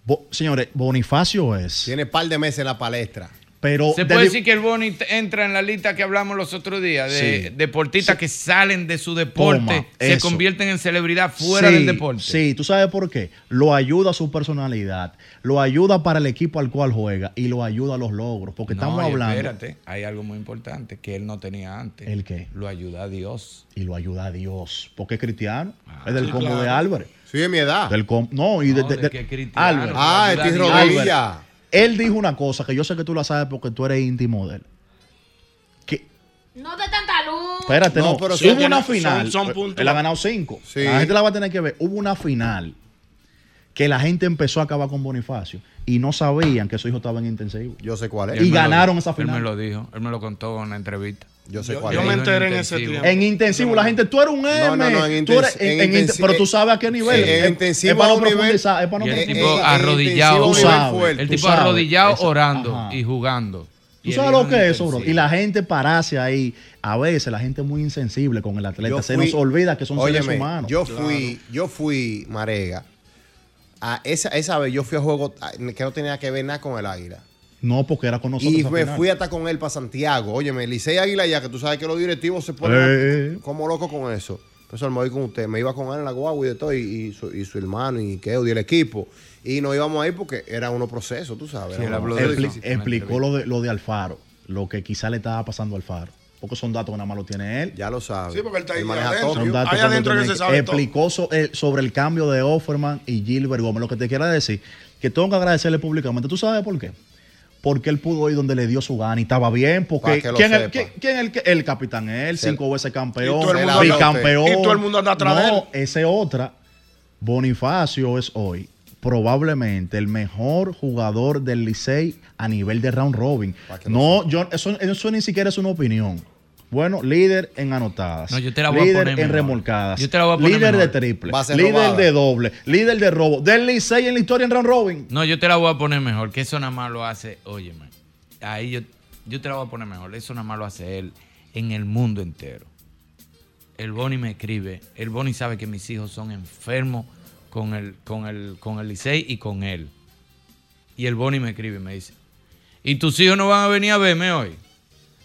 [SPEAKER 17] Bo- señores, Bonifacio es.
[SPEAKER 12] Tiene par de meses en la palestra.
[SPEAKER 17] Pero
[SPEAKER 16] Se
[SPEAKER 17] Eh, de
[SPEAKER 16] puede
[SPEAKER 17] li-
[SPEAKER 16] decir que el Boni t- entra en la lista que hablamos los otros días de
[SPEAKER 17] Sí.
[SPEAKER 16] deportistas que salen de su deporte,
[SPEAKER 17] Toma,
[SPEAKER 16] se
[SPEAKER 17] eso.
[SPEAKER 16] convierten en celebridad fuera
[SPEAKER 17] Sí,
[SPEAKER 16] del deporte.
[SPEAKER 17] Sí, tú sabes por qué. Lo ayuda a su personalidad, lo ayuda para el equipo al cual juega y lo ayuda a los logros. Porque
[SPEAKER 16] No,
[SPEAKER 17] estamos
[SPEAKER 16] y
[SPEAKER 17] hablando.
[SPEAKER 16] Espérate, hay algo muy importante que él no tenía antes.
[SPEAKER 17] ¿El qué?
[SPEAKER 16] Lo ayuda a Dios.
[SPEAKER 17] Y lo ayuda a Dios. Porque es cristiano. es
[SPEAKER 16] Ah, sí,
[SPEAKER 17] del combo
[SPEAKER 16] claro.
[SPEAKER 17] de Álvarez.
[SPEAKER 12] Sí, de mi edad.
[SPEAKER 17] Del com- no, y de,
[SPEAKER 12] No,
[SPEAKER 17] de-
[SPEAKER 12] de
[SPEAKER 17] de-
[SPEAKER 12] que es cristiano,
[SPEAKER 17] Álvarez.
[SPEAKER 12] Ah, el Tis Rodilla.
[SPEAKER 17] Álvarez. Él dijo una cosa que yo sé que tú la sabes porque tú eres íntimo de él.
[SPEAKER 7] No de tanta luz.
[SPEAKER 17] Espérate, no.
[SPEAKER 7] pero
[SPEAKER 17] hubo una final. eh,
[SPEAKER 7] son puntos.
[SPEAKER 17] Él ha ganado cinco. La gente la va a tener que ver. Hubo una final que la gente empezó a acabar con Bonifacio y no sabían que su hijo estaba en intensivo.
[SPEAKER 12] Yo sé cuál
[SPEAKER 16] Él
[SPEAKER 17] Y
[SPEAKER 16] me lo
[SPEAKER 17] ganaron
[SPEAKER 16] dijo,
[SPEAKER 17] esa final.
[SPEAKER 16] Él me lo dijo, él me lo contó en una entrevista.
[SPEAKER 12] Yo sé
[SPEAKER 17] cuál Yo es. me enteré
[SPEAKER 6] en ese
[SPEAKER 16] tiempo.
[SPEAKER 17] En intensivo, la gente, tú eres un M.
[SPEAKER 12] no, no, en
[SPEAKER 17] tú eres-
[SPEAKER 12] intensi- en
[SPEAKER 17] en inten-
[SPEAKER 12] intensi-
[SPEAKER 17] pero tú sabes a qué nivel.
[SPEAKER 12] en
[SPEAKER 17] Es- es
[SPEAKER 12] intensivo
[SPEAKER 17] para
[SPEAKER 12] a
[SPEAKER 17] no
[SPEAKER 12] un nivel-
[SPEAKER 17] profundizar, es para no
[SPEAKER 16] Y
[SPEAKER 12] Eh,
[SPEAKER 16] el
[SPEAKER 17] profundizar.
[SPEAKER 16] tipo arrodillado.
[SPEAKER 17] Tú sabes,
[SPEAKER 16] el
[SPEAKER 17] tú
[SPEAKER 16] tipo
[SPEAKER 17] sabes.
[SPEAKER 16] arrodillado
[SPEAKER 17] Esa-
[SPEAKER 16] orando
[SPEAKER 17] Ajá.
[SPEAKER 16] y jugando.
[SPEAKER 17] ¿Tú
[SPEAKER 16] Y
[SPEAKER 17] sabes
[SPEAKER 16] el
[SPEAKER 17] lo
[SPEAKER 16] hijo
[SPEAKER 17] que
[SPEAKER 16] en
[SPEAKER 17] es eso, bro? Y la gente pararse ahí, a veces la gente es muy insensible con el atleta.
[SPEAKER 12] Yo
[SPEAKER 17] Se
[SPEAKER 12] fui-
[SPEAKER 17] nos olvida que son
[SPEAKER 12] Óyeme,
[SPEAKER 17] seres humanos.
[SPEAKER 12] Yo fui, yo fui, Marega. A esa, esa vez yo fui a juego ah, que no tenía que ver nada con el águila.
[SPEAKER 17] No, porque era con nosotros.
[SPEAKER 12] Y
[SPEAKER 17] esa
[SPEAKER 12] me
[SPEAKER 17] final.
[SPEAKER 12] fui hasta con él para Santiago. Óyeme, Licey Águila, ya que tú sabes que los directivos se ponen
[SPEAKER 17] Eh.
[SPEAKER 12] como locos con eso. Entonces me voy con usted. Me iba con él en la guagua y de todo, y, y su, y su hermano, y que y el equipo. Y nos íbamos ahí porque era uno proceso, tú sabes. era uno proceso.
[SPEAKER 17] Expli- explicó lo de, lo de Alfaro, lo que quizá le estaba pasando a Alfaro. Porque son datos que nada más lo tiene él.
[SPEAKER 12] Ya lo sabe.
[SPEAKER 17] Sí, porque él
[SPEAKER 12] está ahí
[SPEAKER 17] maneja
[SPEAKER 12] adentro.
[SPEAKER 17] todo. Son
[SPEAKER 12] Ahí
[SPEAKER 17] datos que
[SPEAKER 12] adentro
[SPEAKER 17] lo
[SPEAKER 12] que
[SPEAKER 17] tiene
[SPEAKER 12] se sabe todo.
[SPEAKER 17] Explicó so- eh, sobre el cambio de Offerman y Gilbert Gómez. Lo que te quiero decir, que tengo que agradecerle públicamente. ¿Tú sabes por qué? Porque él pudo ir donde le dio su gana y estaba bien.
[SPEAKER 12] Pa'
[SPEAKER 17] Porque
[SPEAKER 12] que lo
[SPEAKER 17] ¿quién, es el,
[SPEAKER 12] sepa.
[SPEAKER 17] quién- quién es el, que- el capitán? es Él,
[SPEAKER 12] Se-
[SPEAKER 17] cinco veces
[SPEAKER 12] Y todo
[SPEAKER 17] campeón,
[SPEAKER 12] el mundo anda-
[SPEAKER 17] bicampeón.
[SPEAKER 12] y todo el mundo anda atrás de
[SPEAKER 17] No, esa es otra. Bonifacio es hoy probablemente el mejor jugador del Licey a nivel de round robin. No, yo, eso, eso ni siquiera es una opinión. Bueno, líder en anotadas.
[SPEAKER 16] No, yo te la voy a
[SPEAKER 17] líder
[SPEAKER 16] poner
[SPEAKER 17] en
[SPEAKER 16] mejor.
[SPEAKER 17] remolcadas.
[SPEAKER 16] Yo te la voy a poner
[SPEAKER 17] líder
[SPEAKER 16] mejor.
[SPEAKER 17] de triple.
[SPEAKER 16] Va a ser
[SPEAKER 17] Líder
[SPEAKER 16] robada.
[SPEAKER 17] de doble. Líder de robo. Del Licey en la historia en round robin.
[SPEAKER 16] No, yo te la voy a poner mejor, que eso nada más lo hace, óyeme, ahí yo, yo te la voy a poner mejor, eso nada más lo hace él en el mundo entero. El Boni me escribe, el Boni sabe que mis hijos son enfermos con el, con el, con el Licey y con él. Y el Boni me escribe y me dice, ¿y tus hijos no van a venir a verme hoy?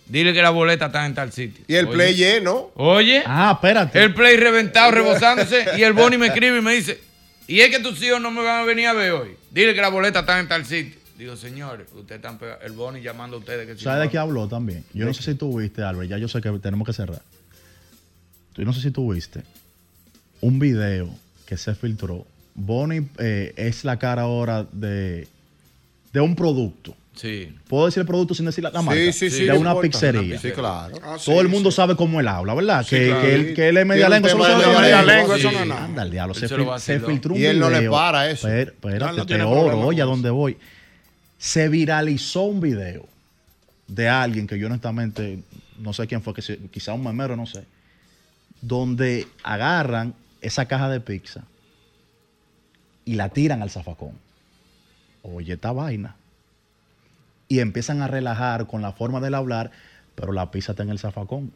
[SPEAKER 16] Dile que la boleta está en tal sitio.
[SPEAKER 12] Y el
[SPEAKER 16] Oye,
[SPEAKER 12] play ¿eh? lleno.
[SPEAKER 16] Oye.
[SPEAKER 17] Ah, espérate.
[SPEAKER 16] El play reventado, rebosándose. y el Boni me escribe y me dice: Y es que tus hijos no me van a venir a ver hoy. Dile que la boleta está en tal sitio. Digo, señores, ustedes están pegados. El Boni llamando a ustedes. Que si
[SPEAKER 17] ¿Sabes
[SPEAKER 16] no-
[SPEAKER 17] de qué habló también? Yo no sé si tú viste, Albert, ya yo sé que tenemos que cerrar. Yo no sé si tú viste un video que se filtró. Bonnie eh, es la cara ahora de, de un producto.
[SPEAKER 16] Sí.
[SPEAKER 17] ¿Puedo decir el producto sin decir la, la
[SPEAKER 12] Sí,
[SPEAKER 17] marca?
[SPEAKER 12] sí, sí,
[SPEAKER 17] de
[SPEAKER 12] no
[SPEAKER 17] una
[SPEAKER 12] importa.
[SPEAKER 17] pizzería.
[SPEAKER 12] Sí, claro. Ah, sí,
[SPEAKER 17] Todo el mundo sabe cómo él habla, ¿verdad?
[SPEAKER 12] Sí,
[SPEAKER 17] que,
[SPEAKER 12] claro.
[SPEAKER 17] que él, que él es media lengua.
[SPEAKER 12] Tiene un
[SPEAKER 17] Eso no
[SPEAKER 12] tema
[SPEAKER 17] se
[SPEAKER 12] de
[SPEAKER 17] lo
[SPEAKER 12] media
[SPEAKER 17] sabe.
[SPEAKER 12] lengua, eso
[SPEAKER 17] Sí.
[SPEAKER 12] no es nada.
[SPEAKER 17] Anda, el diablo.
[SPEAKER 12] Él
[SPEAKER 17] Se,
[SPEAKER 12] se lo
[SPEAKER 17] fil-
[SPEAKER 12] vaciló.
[SPEAKER 17] se filtró un
[SPEAKER 12] Y él no le
[SPEAKER 17] video.
[SPEAKER 12] para eso.
[SPEAKER 17] Per-
[SPEAKER 12] Él no
[SPEAKER 17] Espérate,
[SPEAKER 12] tiene
[SPEAKER 17] te
[SPEAKER 12] problema
[SPEAKER 17] oro,
[SPEAKER 12] con
[SPEAKER 17] oye, a
[SPEAKER 12] eso.
[SPEAKER 17] dónde voy. Se viralizó un video de alguien que yo honestamente no sé quién fue, que se- quizá un memero, no sé, donde agarran esa caja de pizza y la tiran al zafacón. Oye, esta vaina. Y empiezan a relajar con la forma del hablar, pero la pizza está en el zafacón.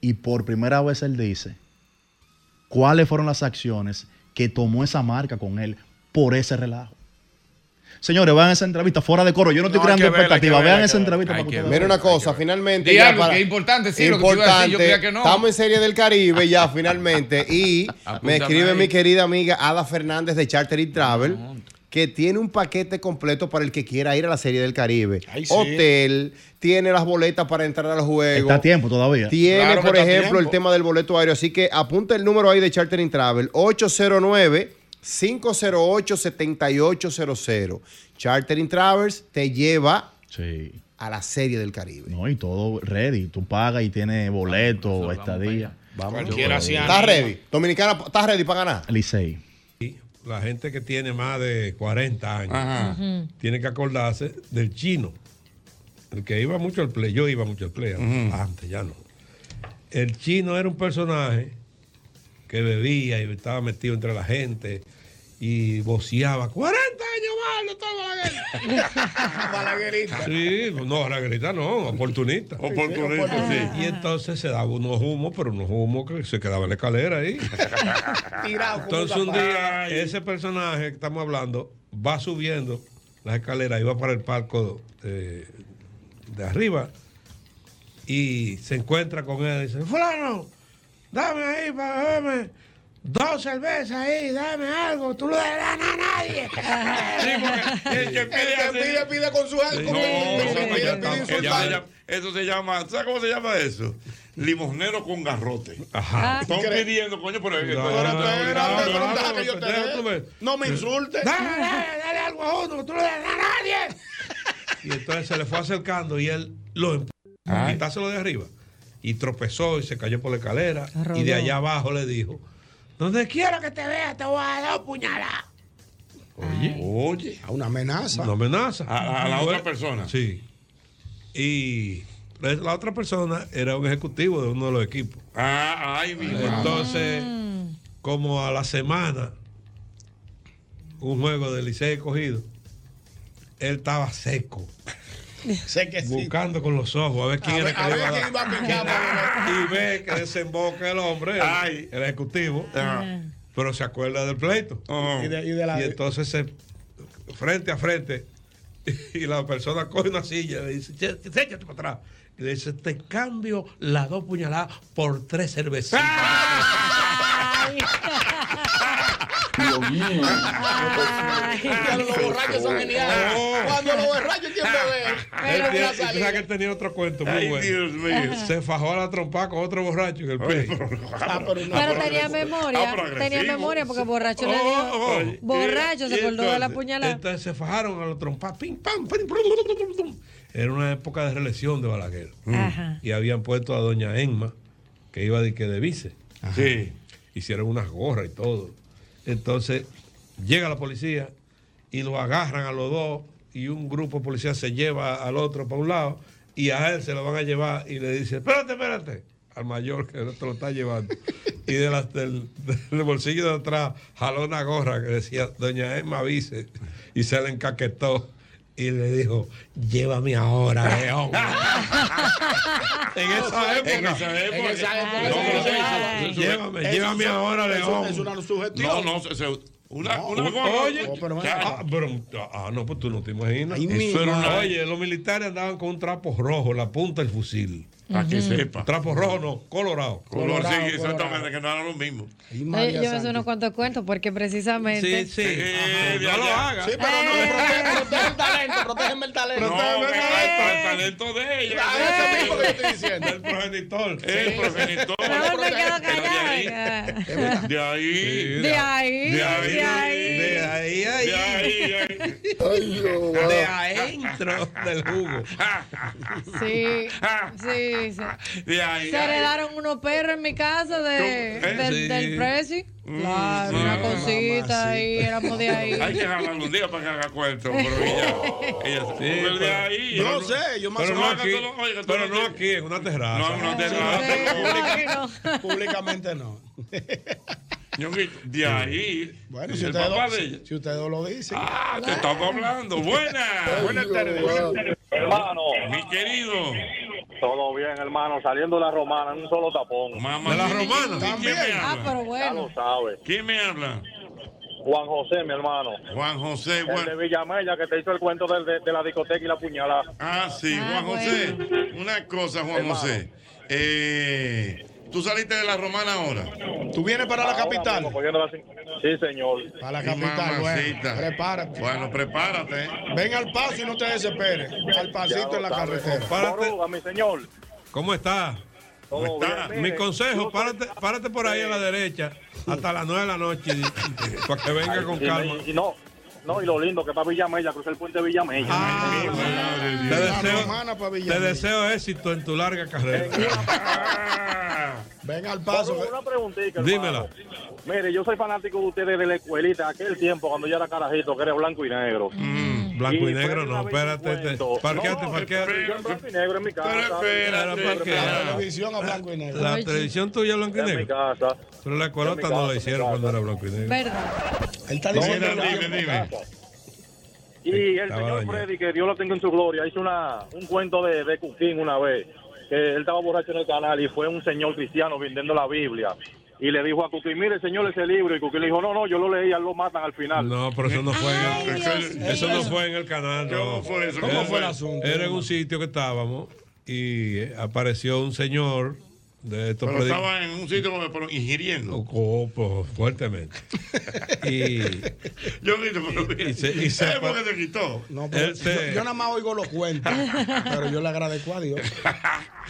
[SPEAKER 17] Y por primera vez él dice cuáles fueron las acciones que tomó esa marca con él por ese relajo. Señores, vean esa entrevista fuera de coro. Yo no estoy
[SPEAKER 12] No, hay
[SPEAKER 17] creando
[SPEAKER 12] que verla, hay que
[SPEAKER 17] expectativas.
[SPEAKER 12] verla,
[SPEAKER 17] Vean
[SPEAKER 12] hay
[SPEAKER 17] esa
[SPEAKER 12] que verla.
[SPEAKER 17] entrevista para que ustedes
[SPEAKER 12] Mira
[SPEAKER 17] vean.
[SPEAKER 12] una cosa, finalmente.
[SPEAKER 17] Di
[SPEAKER 12] ya
[SPEAKER 17] algo que es importante, sí, lo que te iba a decir, yo creía que no.
[SPEAKER 12] Estamos en Serie del Caribe ya, finalmente. Y me escribe
[SPEAKER 17] ahí. Ah,
[SPEAKER 12] mi querida amiga Ada Fernández de Charter y Travel. Que tiene un paquete completo para el que quiera ir a la Serie del Caribe.
[SPEAKER 17] Ay, sí.
[SPEAKER 12] Hotel, tiene las boletas para entrar al juego.
[SPEAKER 17] Está a tiempo todavía.
[SPEAKER 12] Tiene,
[SPEAKER 17] Claro que
[SPEAKER 12] por
[SPEAKER 17] está a
[SPEAKER 12] ejemplo, el
[SPEAKER 17] tiempo.
[SPEAKER 12] tema del boleto aéreo. Así que apunta el número ahí de Chartering Travel, 809-508-7800. Chartering Travels te lleva
[SPEAKER 17] Sí.
[SPEAKER 12] a la serie del Caribe.
[SPEAKER 17] No, y todo ready. Tú pagas y tienes boleto, estadía.
[SPEAKER 12] Vamos.
[SPEAKER 17] Cualquiera se
[SPEAKER 12] ¿Estás
[SPEAKER 17] anima.
[SPEAKER 12] ready? Dominicana, ¿estás ready para ganar?
[SPEAKER 17] Licey.
[SPEAKER 24] la gente que tiene más de 40 años
[SPEAKER 5] Ajá. Ujú.
[SPEAKER 24] tiene que acordarse del chino. El que iba mucho al play, yo iba mucho al play
[SPEAKER 5] Ujú.
[SPEAKER 24] antes, ya no. El chino era un personaje que bebía y estaba metido entre la gente y voceaba 40 años más, no estaba Balaguerista. Sí, no, Balaguerista no, oportunista.
[SPEAKER 9] Oportunista, sí.
[SPEAKER 24] Y entonces se daba unos humos, pero unos humos que se quedaban en la escalera ahí.
[SPEAKER 9] Tirado como
[SPEAKER 24] Entonces un día ese personaje que estamos hablando va subiendo las escaleras, iba para el palco eh, de arriba y se encuentra con él y dice, fulano, dame ahí para beberme dos cervezas ahí, dame algo, tú no le das nada a nadie.
[SPEAKER 9] El que pide, pide, con su alcohol.
[SPEAKER 2] No,
[SPEAKER 9] el que pide, pide
[SPEAKER 2] eso, se
[SPEAKER 9] insultando.
[SPEAKER 2] llama, eso se llama- ¿sabes cómo se llama eso? Limonero con garrote.
[SPEAKER 9] Ajá.
[SPEAKER 2] Están pidiendo, coño, pero.
[SPEAKER 9] No me insultes.
[SPEAKER 24] Dale, dale, dale algo a uno, que tú no le das a nadie. Y entonces se le fue acercando y él lo empujó. Quitárselo de arriba. Y tropezó y se cayó por la escalera. Y de allá abajo le dijo: Donde quiera que te vea, te voy a dar un puñalada. Oye. Oye.
[SPEAKER 6] A una amenaza.
[SPEAKER 24] Una amenaza.
[SPEAKER 6] A- a la otra
[SPEAKER 24] persona. Sí. Y la otra persona era un ejecutivo de uno de los equipos. Ah, ay, mi Entonces, como a la semana, un juego de Licey cogido, él estaba seco. Buscando con los ojos a ver quién
[SPEAKER 9] A
[SPEAKER 24] era
[SPEAKER 9] ver-
[SPEAKER 24] que
[SPEAKER 9] a
[SPEAKER 24] le
[SPEAKER 9] ver
[SPEAKER 24] iba a
[SPEAKER 9] quién
[SPEAKER 24] dar.
[SPEAKER 9] iba a picar,
[SPEAKER 24] Y ve que desemboca el hombre, el,
[SPEAKER 9] Ay.
[SPEAKER 24] el ejecutivo, pero se acuerda del pleito.
[SPEAKER 6] Y de- y de la-
[SPEAKER 24] Ah. Y entonces se, frente a frente, y la persona coge una silla y le dice, "Che, échate para atrás. Y le dice, te cambio las dos puñaladas por tres cervecitas.
[SPEAKER 5] Ah. Dios mío.
[SPEAKER 24] Los borrachos son geniales.
[SPEAKER 9] Cuando los borrachos quieren beber.
[SPEAKER 24] Él
[SPEAKER 9] pero
[SPEAKER 24] tiene-
[SPEAKER 9] una
[SPEAKER 24] tú sabes
[SPEAKER 9] salida.
[SPEAKER 24] que él tenía otro cuento muy
[SPEAKER 9] Ay,
[SPEAKER 24] bueno.
[SPEAKER 9] Dios mío.
[SPEAKER 24] Se fajó a la trompa con otro borracho en el play.
[SPEAKER 10] Pero tenía memoria, tenía memoria porque borracho
[SPEAKER 22] Oh,
[SPEAKER 24] Oh,
[SPEAKER 10] le dijo, borracho se acordó de la puñalada.
[SPEAKER 24] Entonces se fajaron a los trompas, pim, pam, pim, plum, plum, plum, plum, plum. Era una época de reelección de Balaguer.
[SPEAKER 10] Ajá.
[SPEAKER 24] Y habían puesto a doña Enma, que iba de que de vice. Sí. Hicieron unas gorras y todo. Entonces, llega la policía y lo agarran a los dos y un grupo de policías se lleva al otro para un lado y a él se lo van a llevar y le dice, espérate, espérate, al mayor que el otro lo está llevando. y de las- del, del bolsillo de atrás jaló una gorra que decía, doña Emma Vice, y se le encaquetó y le dijo, llévame ahora, león. en esa época.
[SPEAKER 9] En esa época.
[SPEAKER 24] No,
[SPEAKER 9] Eso-
[SPEAKER 24] pero eso-
[SPEAKER 9] eso- eso-
[SPEAKER 24] Llévame,
[SPEAKER 9] eso-
[SPEAKER 24] llévame
[SPEAKER 9] eso-
[SPEAKER 24] ahora,
[SPEAKER 9] eso-
[SPEAKER 24] león.
[SPEAKER 9] Es una sugestión.
[SPEAKER 24] No, no, se- se- una,
[SPEAKER 9] No,
[SPEAKER 24] una
[SPEAKER 9] un-
[SPEAKER 24] gorra.
[SPEAKER 9] oye,
[SPEAKER 24] Oh, pero,
[SPEAKER 9] ya.
[SPEAKER 24] ah, pero- ah, no, pues tú no te imaginas.
[SPEAKER 9] Ay, mi
[SPEAKER 24] Eso era una-
[SPEAKER 9] madre.
[SPEAKER 24] oye, los militares andaban con un trapo rojo, la punta del fusil.
[SPEAKER 2] Pa' que
[SPEAKER 24] Ujú.
[SPEAKER 2] sepa.
[SPEAKER 24] Trapo rojo, no, colorado.
[SPEAKER 2] Color, sí, exactamente, que no era lo mismo.
[SPEAKER 10] Oye, yo me sé unos cuantos cuentos porque precisamente.
[SPEAKER 2] Sí, sí. Eh, de allá.
[SPEAKER 9] Sí, pero no, protege- protege el talento, protégeme el talento.
[SPEAKER 2] No,
[SPEAKER 9] Protégeme el
[SPEAKER 2] que
[SPEAKER 9] talento.
[SPEAKER 2] el talento de ella.
[SPEAKER 9] Eso mismo que yo estoy diciendo.
[SPEAKER 24] El progenitor.
[SPEAKER 2] El progenitor. De ahí.
[SPEAKER 10] De ahí, de ahí,
[SPEAKER 24] De ahí, ahí. De ahí,
[SPEAKER 10] De
[SPEAKER 24] adentro del jugo.
[SPEAKER 10] Sí, sí, sí.
[SPEAKER 2] De ahí.
[SPEAKER 10] Se heredaron unos perros en mi casa de,
[SPEAKER 2] ¿Cómo? Eh,
[SPEAKER 10] del,
[SPEAKER 2] sí. Mm,
[SPEAKER 10] del Prezi. Claro,
[SPEAKER 2] sí.
[SPEAKER 10] una cosita ahí, éramos de ahí.
[SPEAKER 2] Hay que jalar un día para que haga cuento, pero ella. ella porque el de ahí.
[SPEAKER 24] pero- pero no aquí, pero no aquí, en una terraza.
[SPEAKER 2] No, en una terraza.
[SPEAKER 6] Públicamente no.
[SPEAKER 2] Ñonguito, de ahí.
[SPEAKER 6] Bueno,
[SPEAKER 2] el
[SPEAKER 6] si ustedes,
[SPEAKER 2] papá
[SPEAKER 6] dos,
[SPEAKER 2] de
[SPEAKER 6] si,
[SPEAKER 2] ella.
[SPEAKER 6] si ustedes dos lo dicen.
[SPEAKER 2] Ah, te estamos hablando. Buenas.
[SPEAKER 6] Buenas tardes.
[SPEAKER 19] Hermano.
[SPEAKER 2] Mi querido.
[SPEAKER 19] Todo bien, hermano. Saliendo de la romana en un solo tapón.
[SPEAKER 2] ¿De la romana? ¿Quién me habla?
[SPEAKER 19] Ya lo sabes.
[SPEAKER 2] ¿Quién me habla?
[SPEAKER 19] Juan José, mi hermano.
[SPEAKER 2] Juan José,
[SPEAKER 19] El de Villamella, que te hizo el cuento del- de, de la discoteca y la puñalada.
[SPEAKER 2] Ah, sí, Juan José. Una cosa, Juan
[SPEAKER 19] Hermano.
[SPEAKER 2] José. Eh, Tú saliste de la romana ahora.
[SPEAKER 6] ¿Tú vienes para la capital?
[SPEAKER 19] Sí, señor.
[SPEAKER 6] Para la capital, bueno. Prepárate.
[SPEAKER 2] Bueno, prepárate. ¿eh?
[SPEAKER 6] Ven al paso y no te desesperes. Al pasito en la carretera.
[SPEAKER 19] mi señor.
[SPEAKER 24] ¿Cómo está? ¿Cómo está?
[SPEAKER 6] bien,
[SPEAKER 24] Mi
[SPEAKER 6] mire,
[SPEAKER 24] consejo, párate, párate por ahí a la derecha hasta las 9 de la noche y- y- para que venga con
[SPEAKER 19] Y-
[SPEAKER 24] calma.
[SPEAKER 19] Y, no,
[SPEAKER 32] No, y lo lindo que para Villamella, cruzar el puente de Villamella.
[SPEAKER 24] Ah, Te deseo,
[SPEAKER 6] hermana para
[SPEAKER 24] te
[SPEAKER 6] Villamella.
[SPEAKER 24] deseo éxito en tu larga carrera.
[SPEAKER 6] Ven al
[SPEAKER 32] paso. Una preguntita, hermano.
[SPEAKER 24] Dímela.
[SPEAKER 32] Mire, yo soy fanático de ustedes de la escuelita, aquel tiempo cuando yo era carajito, que era blanco y negro.
[SPEAKER 24] Mm, Blanco y
[SPEAKER 32] fue
[SPEAKER 24] negro, no,
[SPEAKER 32] una vez
[SPEAKER 24] espérate. te- Parqueate, parqueate.
[SPEAKER 32] Yo en blanco y negro en mi casa.
[SPEAKER 24] espérate,
[SPEAKER 32] Pero
[SPEAKER 24] porque-
[SPEAKER 32] espérate.
[SPEAKER 6] Televisión a blanco y negro.
[SPEAKER 24] La televisión tuya, blanco y
[SPEAKER 32] En mi
[SPEAKER 24] negro.
[SPEAKER 32] casa.
[SPEAKER 24] Pero la escuelota no la hicieron cuando era blanco y negro.
[SPEAKER 4] Verdad.
[SPEAKER 6] Él está
[SPEAKER 24] diciendo
[SPEAKER 32] Dime,
[SPEAKER 24] que-
[SPEAKER 32] dime, dime. Y el
[SPEAKER 24] Estaba
[SPEAKER 32] señor
[SPEAKER 24] dañado.
[SPEAKER 32] Freddy, que Dios lo tenga en su gloria, hizo una, un cuento de, de Cuquín una vez, que él estaba borracho en el canal y fue un señor cristiano vendiendo la Biblia. Y le dijo a Cuquín, mire señor ese libro. Y Cuquín le dijo, no, no, yo lo leí, a él lo matan al final.
[SPEAKER 24] No, pero eso no fue en el,
[SPEAKER 32] Dios
[SPEAKER 24] eso-
[SPEAKER 32] mío.
[SPEAKER 24] eso no fue en el canal. no.
[SPEAKER 32] ¿Cómo fue eso?
[SPEAKER 24] Era-
[SPEAKER 32] ¿Cómo fue el asunto,
[SPEAKER 24] Era en
[SPEAKER 32] hermano?
[SPEAKER 24] un sitio que estábamos y eh, apareció un señor de estos
[SPEAKER 2] Pero
[SPEAKER 24] predi-
[SPEAKER 2] estaba en un sitio como pero ingiriendo.
[SPEAKER 24] Oh, pues, fuertemente. y,
[SPEAKER 2] Yo grito, pero.
[SPEAKER 24] y se- y se-
[SPEAKER 2] Eh, porque te quitó.
[SPEAKER 6] No, pero
[SPEAKER 24] Él se-
[SPEAKER 6] yo, yo nada más oigo los cuentos, pero yo le agradezco a Dios.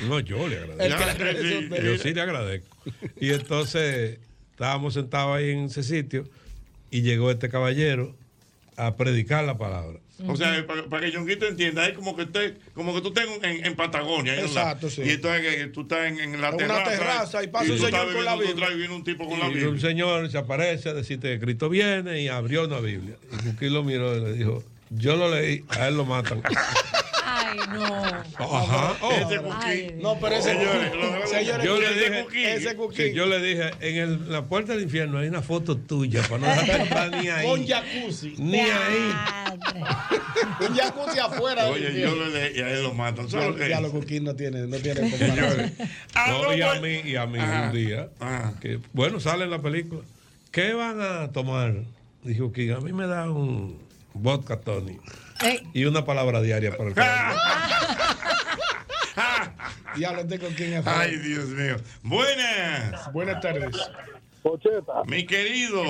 [SPEAKER 24] No, yo le
[SPEAKER 6] El que le
[SPEAKER 24] agradezco.
[SPEAKER 6] agradece a
[SPEAKER 24] Yo,
[SPEAKER 6] usted.
[SPEAKER 24] sí le agradezco. Y entonces estábamos sentados ahí en ese sitio y llegó este caballero a predicar la palabra.
[SPEAKER 2] O sea, para, para que Yonguito entienda, es como que usted, como que tú estás en, en- en Patagonia. en un lado.
[SPEAKER 24] Exacto, sí.
[SPEAKER 2] Y entonces que tú estás en, en la
[SPEAKER 24] En una
[SPEAKER 2] terraza.
[SPEAKER 24] terraza y pasa un
[SPEAKER 2] tú estás
[SPEAKER 24] señor con la
[SPEAKER 2] bebiendo tu
[SPEAKER 24] Biblia.
[SPEAKER 2] trago y viene un tipo con la
[SPEAKER 24] Y un
[SPEAKER 2] Biblia.
[SPEAKER 24] señor se aparece a decirte que Cristo viene y abrió una Biblia. Y Cuquín lo miró y le dijo, yo lo leí, a él lo matan.
[SPEAKER 4] Ay, no.
[SPEAKER 24] Ajá. Oh.
[SPEAKER 6] No, pero ese
[SPEAKER 24] Señores,
[SPEAKER 6] señores,
[SPEAKER 24] yo, le
[SPEAKER 6] ese
[SPEAKER 24] dije,
[SPEAKER 6] Cuquín, ese Cuquín.
[SPEAKER 24] sí, yo le dije, en el- la puerta del infierno hay una foto tuya para no dejarte entrar ni ahí.
[SPEAKER 6] Con jacuzzi.
[SPEAKER 24] Ni ahí.
[SPEAKER 6] Un jacuzzi afuera.
[SPEAKER 2] Oye,
[SPEAKER 6] del
[SPEAKER 2] yo lo
[SPEAKER 6] infierno.
[SPEAKER 2] leí y a él lo matan. ¿Sabes lo
[SPEAKER 6] Ya,
[SPEAKER 2] que
[SPEAKER 6] ya
[SPEAKER 2] es?
[SPEAKER 6] lo Cuquín no tiene, no tiene comparación.
[SPEAKER 24] Ah, No, pues. y a mí, y a mí un día, que, bueno, sale en la película. ¿Qué van a tomar? Dijo que a mí me da un vodka Tony y una palabra diaria para el carajo.
[SPEAKER 6] Diablo, este Cuquín es feo.
[SPEAKER 2] Ay, Dios mío. Buenas.
[SPEAKER 6] Buenas tardes.
[SPEAKER 2] Mi querido.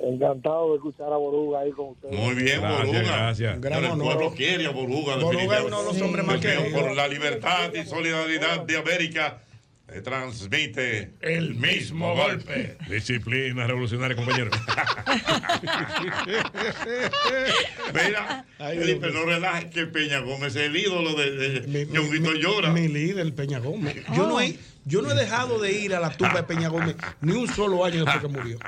[SPEAKER 32] Encantado de escuchar a Boruga ahí con ustedes.
[SPEAKER 2] Muy bien, Boruga.
[SPEAKER 24] Gracias.
[SPEAKER 2] Pero el pueblo quiere a Boruga.
[SPEAKER 6] Boruga es uno de los
[SPEAKER 2] definitivamente.
[SPEAKER 6] hombres más
[SPEAKER 2] Dios mío,
[SPEAKER 6] queridos.
[SPEAKER 2] Por la libertad y solidaridad de América. eh, Transmite el mismo golpe.
[SPEAKER 24] Disciplina revolucionaria, compañero.
[SPEAKER 2] Mira, Felipe, no relajes que Peña Gómez es el ídolo de, de Ñonguito llora.
[SPEAKER 6] Mi líder, Peña Gómez. Yo,
[SPEAKER 4] Oh.
[SPEAKER 6] no he, yo no he dejado de ir a la tumba de Peña Gómez ni un solo año después que murió.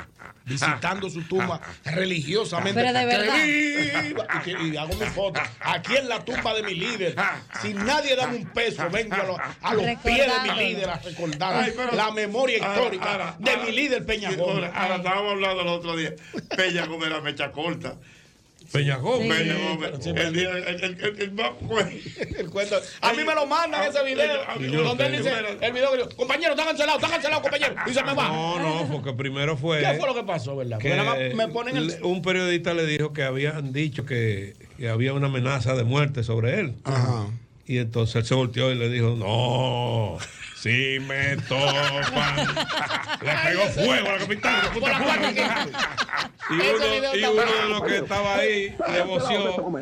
[SPEAKER 6] Visitando su tumba religiosamente.
[SPEAKER 4] Pero de verdad.
[SPEAKER 6] ¡Que viva! Y, que- y hago mi foto. Aquí en la tumba de mi líder.
[SPEAKER 2] Ah.
[SPEAKER 6] Si nadie da un peso, vengo a, los- a los pies de mi
[SPEAKER 2] Recordándolo.
[SPEAKER 6] líder a recordar
[SPEAKER 2] Ay, pero-
[SPEAKER 6] la memoria
[SPEAKER 2] Ahora,
[SPEAKER 6] histórica
[SPEAKER 2] ahora,
[SPEAKER 6] de
[SPEAKER 2] ahora.
[SPEAKER 6] mi líder Peña
[SPEAKER 2] Sí,
[SPEAKER 6] Gómez.
[SPEAKER 2] ahora, ahora estábamos hablando el otro día. Peña Gómez era mecha corta.
[SPEAKER 24] Peña Gómez.
[SPEAKER 2] Peña Gómez. el, día- el, el, el, el más
[SPEAKER 6] El cuento- A mí me lo mandan ese video.
[SPEAKER 2] Ah,
[SPEAKER 24] a mí- yo
[SPEAKER 6] donde él
[SPEAKER 24] sé.
[SPEAKER 6] dice, el video que yo, compañero, está cancelado, está cancelado, compañero. Y se me va.
[SPEAKER 24] No, no, porque primero fue.
[SPEAKER 6] ¿Qué fue lo Pues, que pasó, verdad?
[SPEAKER 24] que
[SPEAKER 6] Porque nada más me ponen el.
[SPEAKER 24] le- Un periodista le dijo que habían dicho que, que había una amenaza de muerte sobre él. Y entonces él se volteó y le dijo, no, si me topan. le pegó fuego a la capital. le puso
[SPEAKER 9] Por la
[SPEAKER 24] fuego.
[SPEAKER 9] cuarta
[SPEAKER 24] Y
[SPEAKER 9] Ese
[SPEAKER 24] uno,
[SPEAKER 9] video
[SPEAKER 24] y
[SPEAKER 9] está
[SPEAKER 24] uno
[SPEAKER 9] bueno.
[SPEAKER 24] de los que estaba ahí le voció.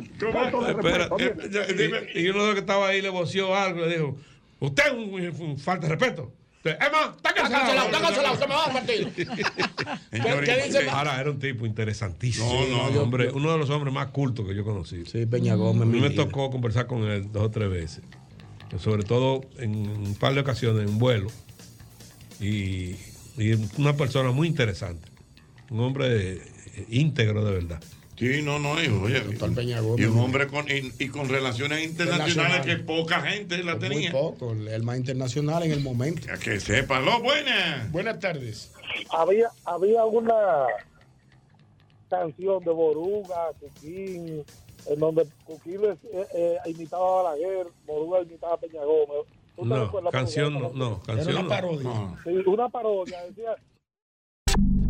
[SPEAKER 24] Espera, eh, y y uno de los que estaba ahí le voció algo, le dijo, usted es un, un falta de respeto. Es más, está
[SPEAKER 6] cancelado, está cancelado, se me va a partido. ¿Qué dice?
[SPEAKER 24] Ahora era un tipo interesantísimo.
[SPEAKER 6] No, no,
[SPEAKER 24] Un
[SPEAKER 6] yo-
[SPEAKER 24] hombre, uno de los hombres más cultos que yo conocí.
[SPEAKER 6] Sí, Peña Gómez,
[SPEAKER 24] A mí
[SPEAKER 6] mi
[SPEAKER 24] me
[SPEAKER 6] líder.
[SPEAKER 24] tocó conversar con él dos o tres veces. Sobre todo en un par de ocasiones en un vuelo. Y, y una persona muy interesante. Un hombre eh, íntegro de verdad.
[SPEAKER 2] Sí, no, no, hijo. Oye, y un hombre con, y, y con relaciones internacionales que
[SPEAKER 6] Internacionales.
[SPEAKER 2] poca gente la
[SPEAKER 6] Muy
[SPEAKER 2] tenía.
[SPEAKER 6] poco, el más internacional en el momento.
[SPEAKER 2] Que sepan, lo buenas.
[SPEAKER 6] Buenas tardes.
[SPEAKER 32] Había, había una canción de Boruga, Cuquín, en donde Cuquín les, eh, eh, imitaba a Balaguer, Boruga imitaba a Peña Gómez. ¿Tú te
[SPEAKER 24] No,
[SPEAKER 32] recuerdas,
[SPEAKER 24] canción
[SPEAKER 32] Boruga?
[SPEAKER 24] no, no, canción no. No.
[SPEAKER 32] Sí, una parodia, decía...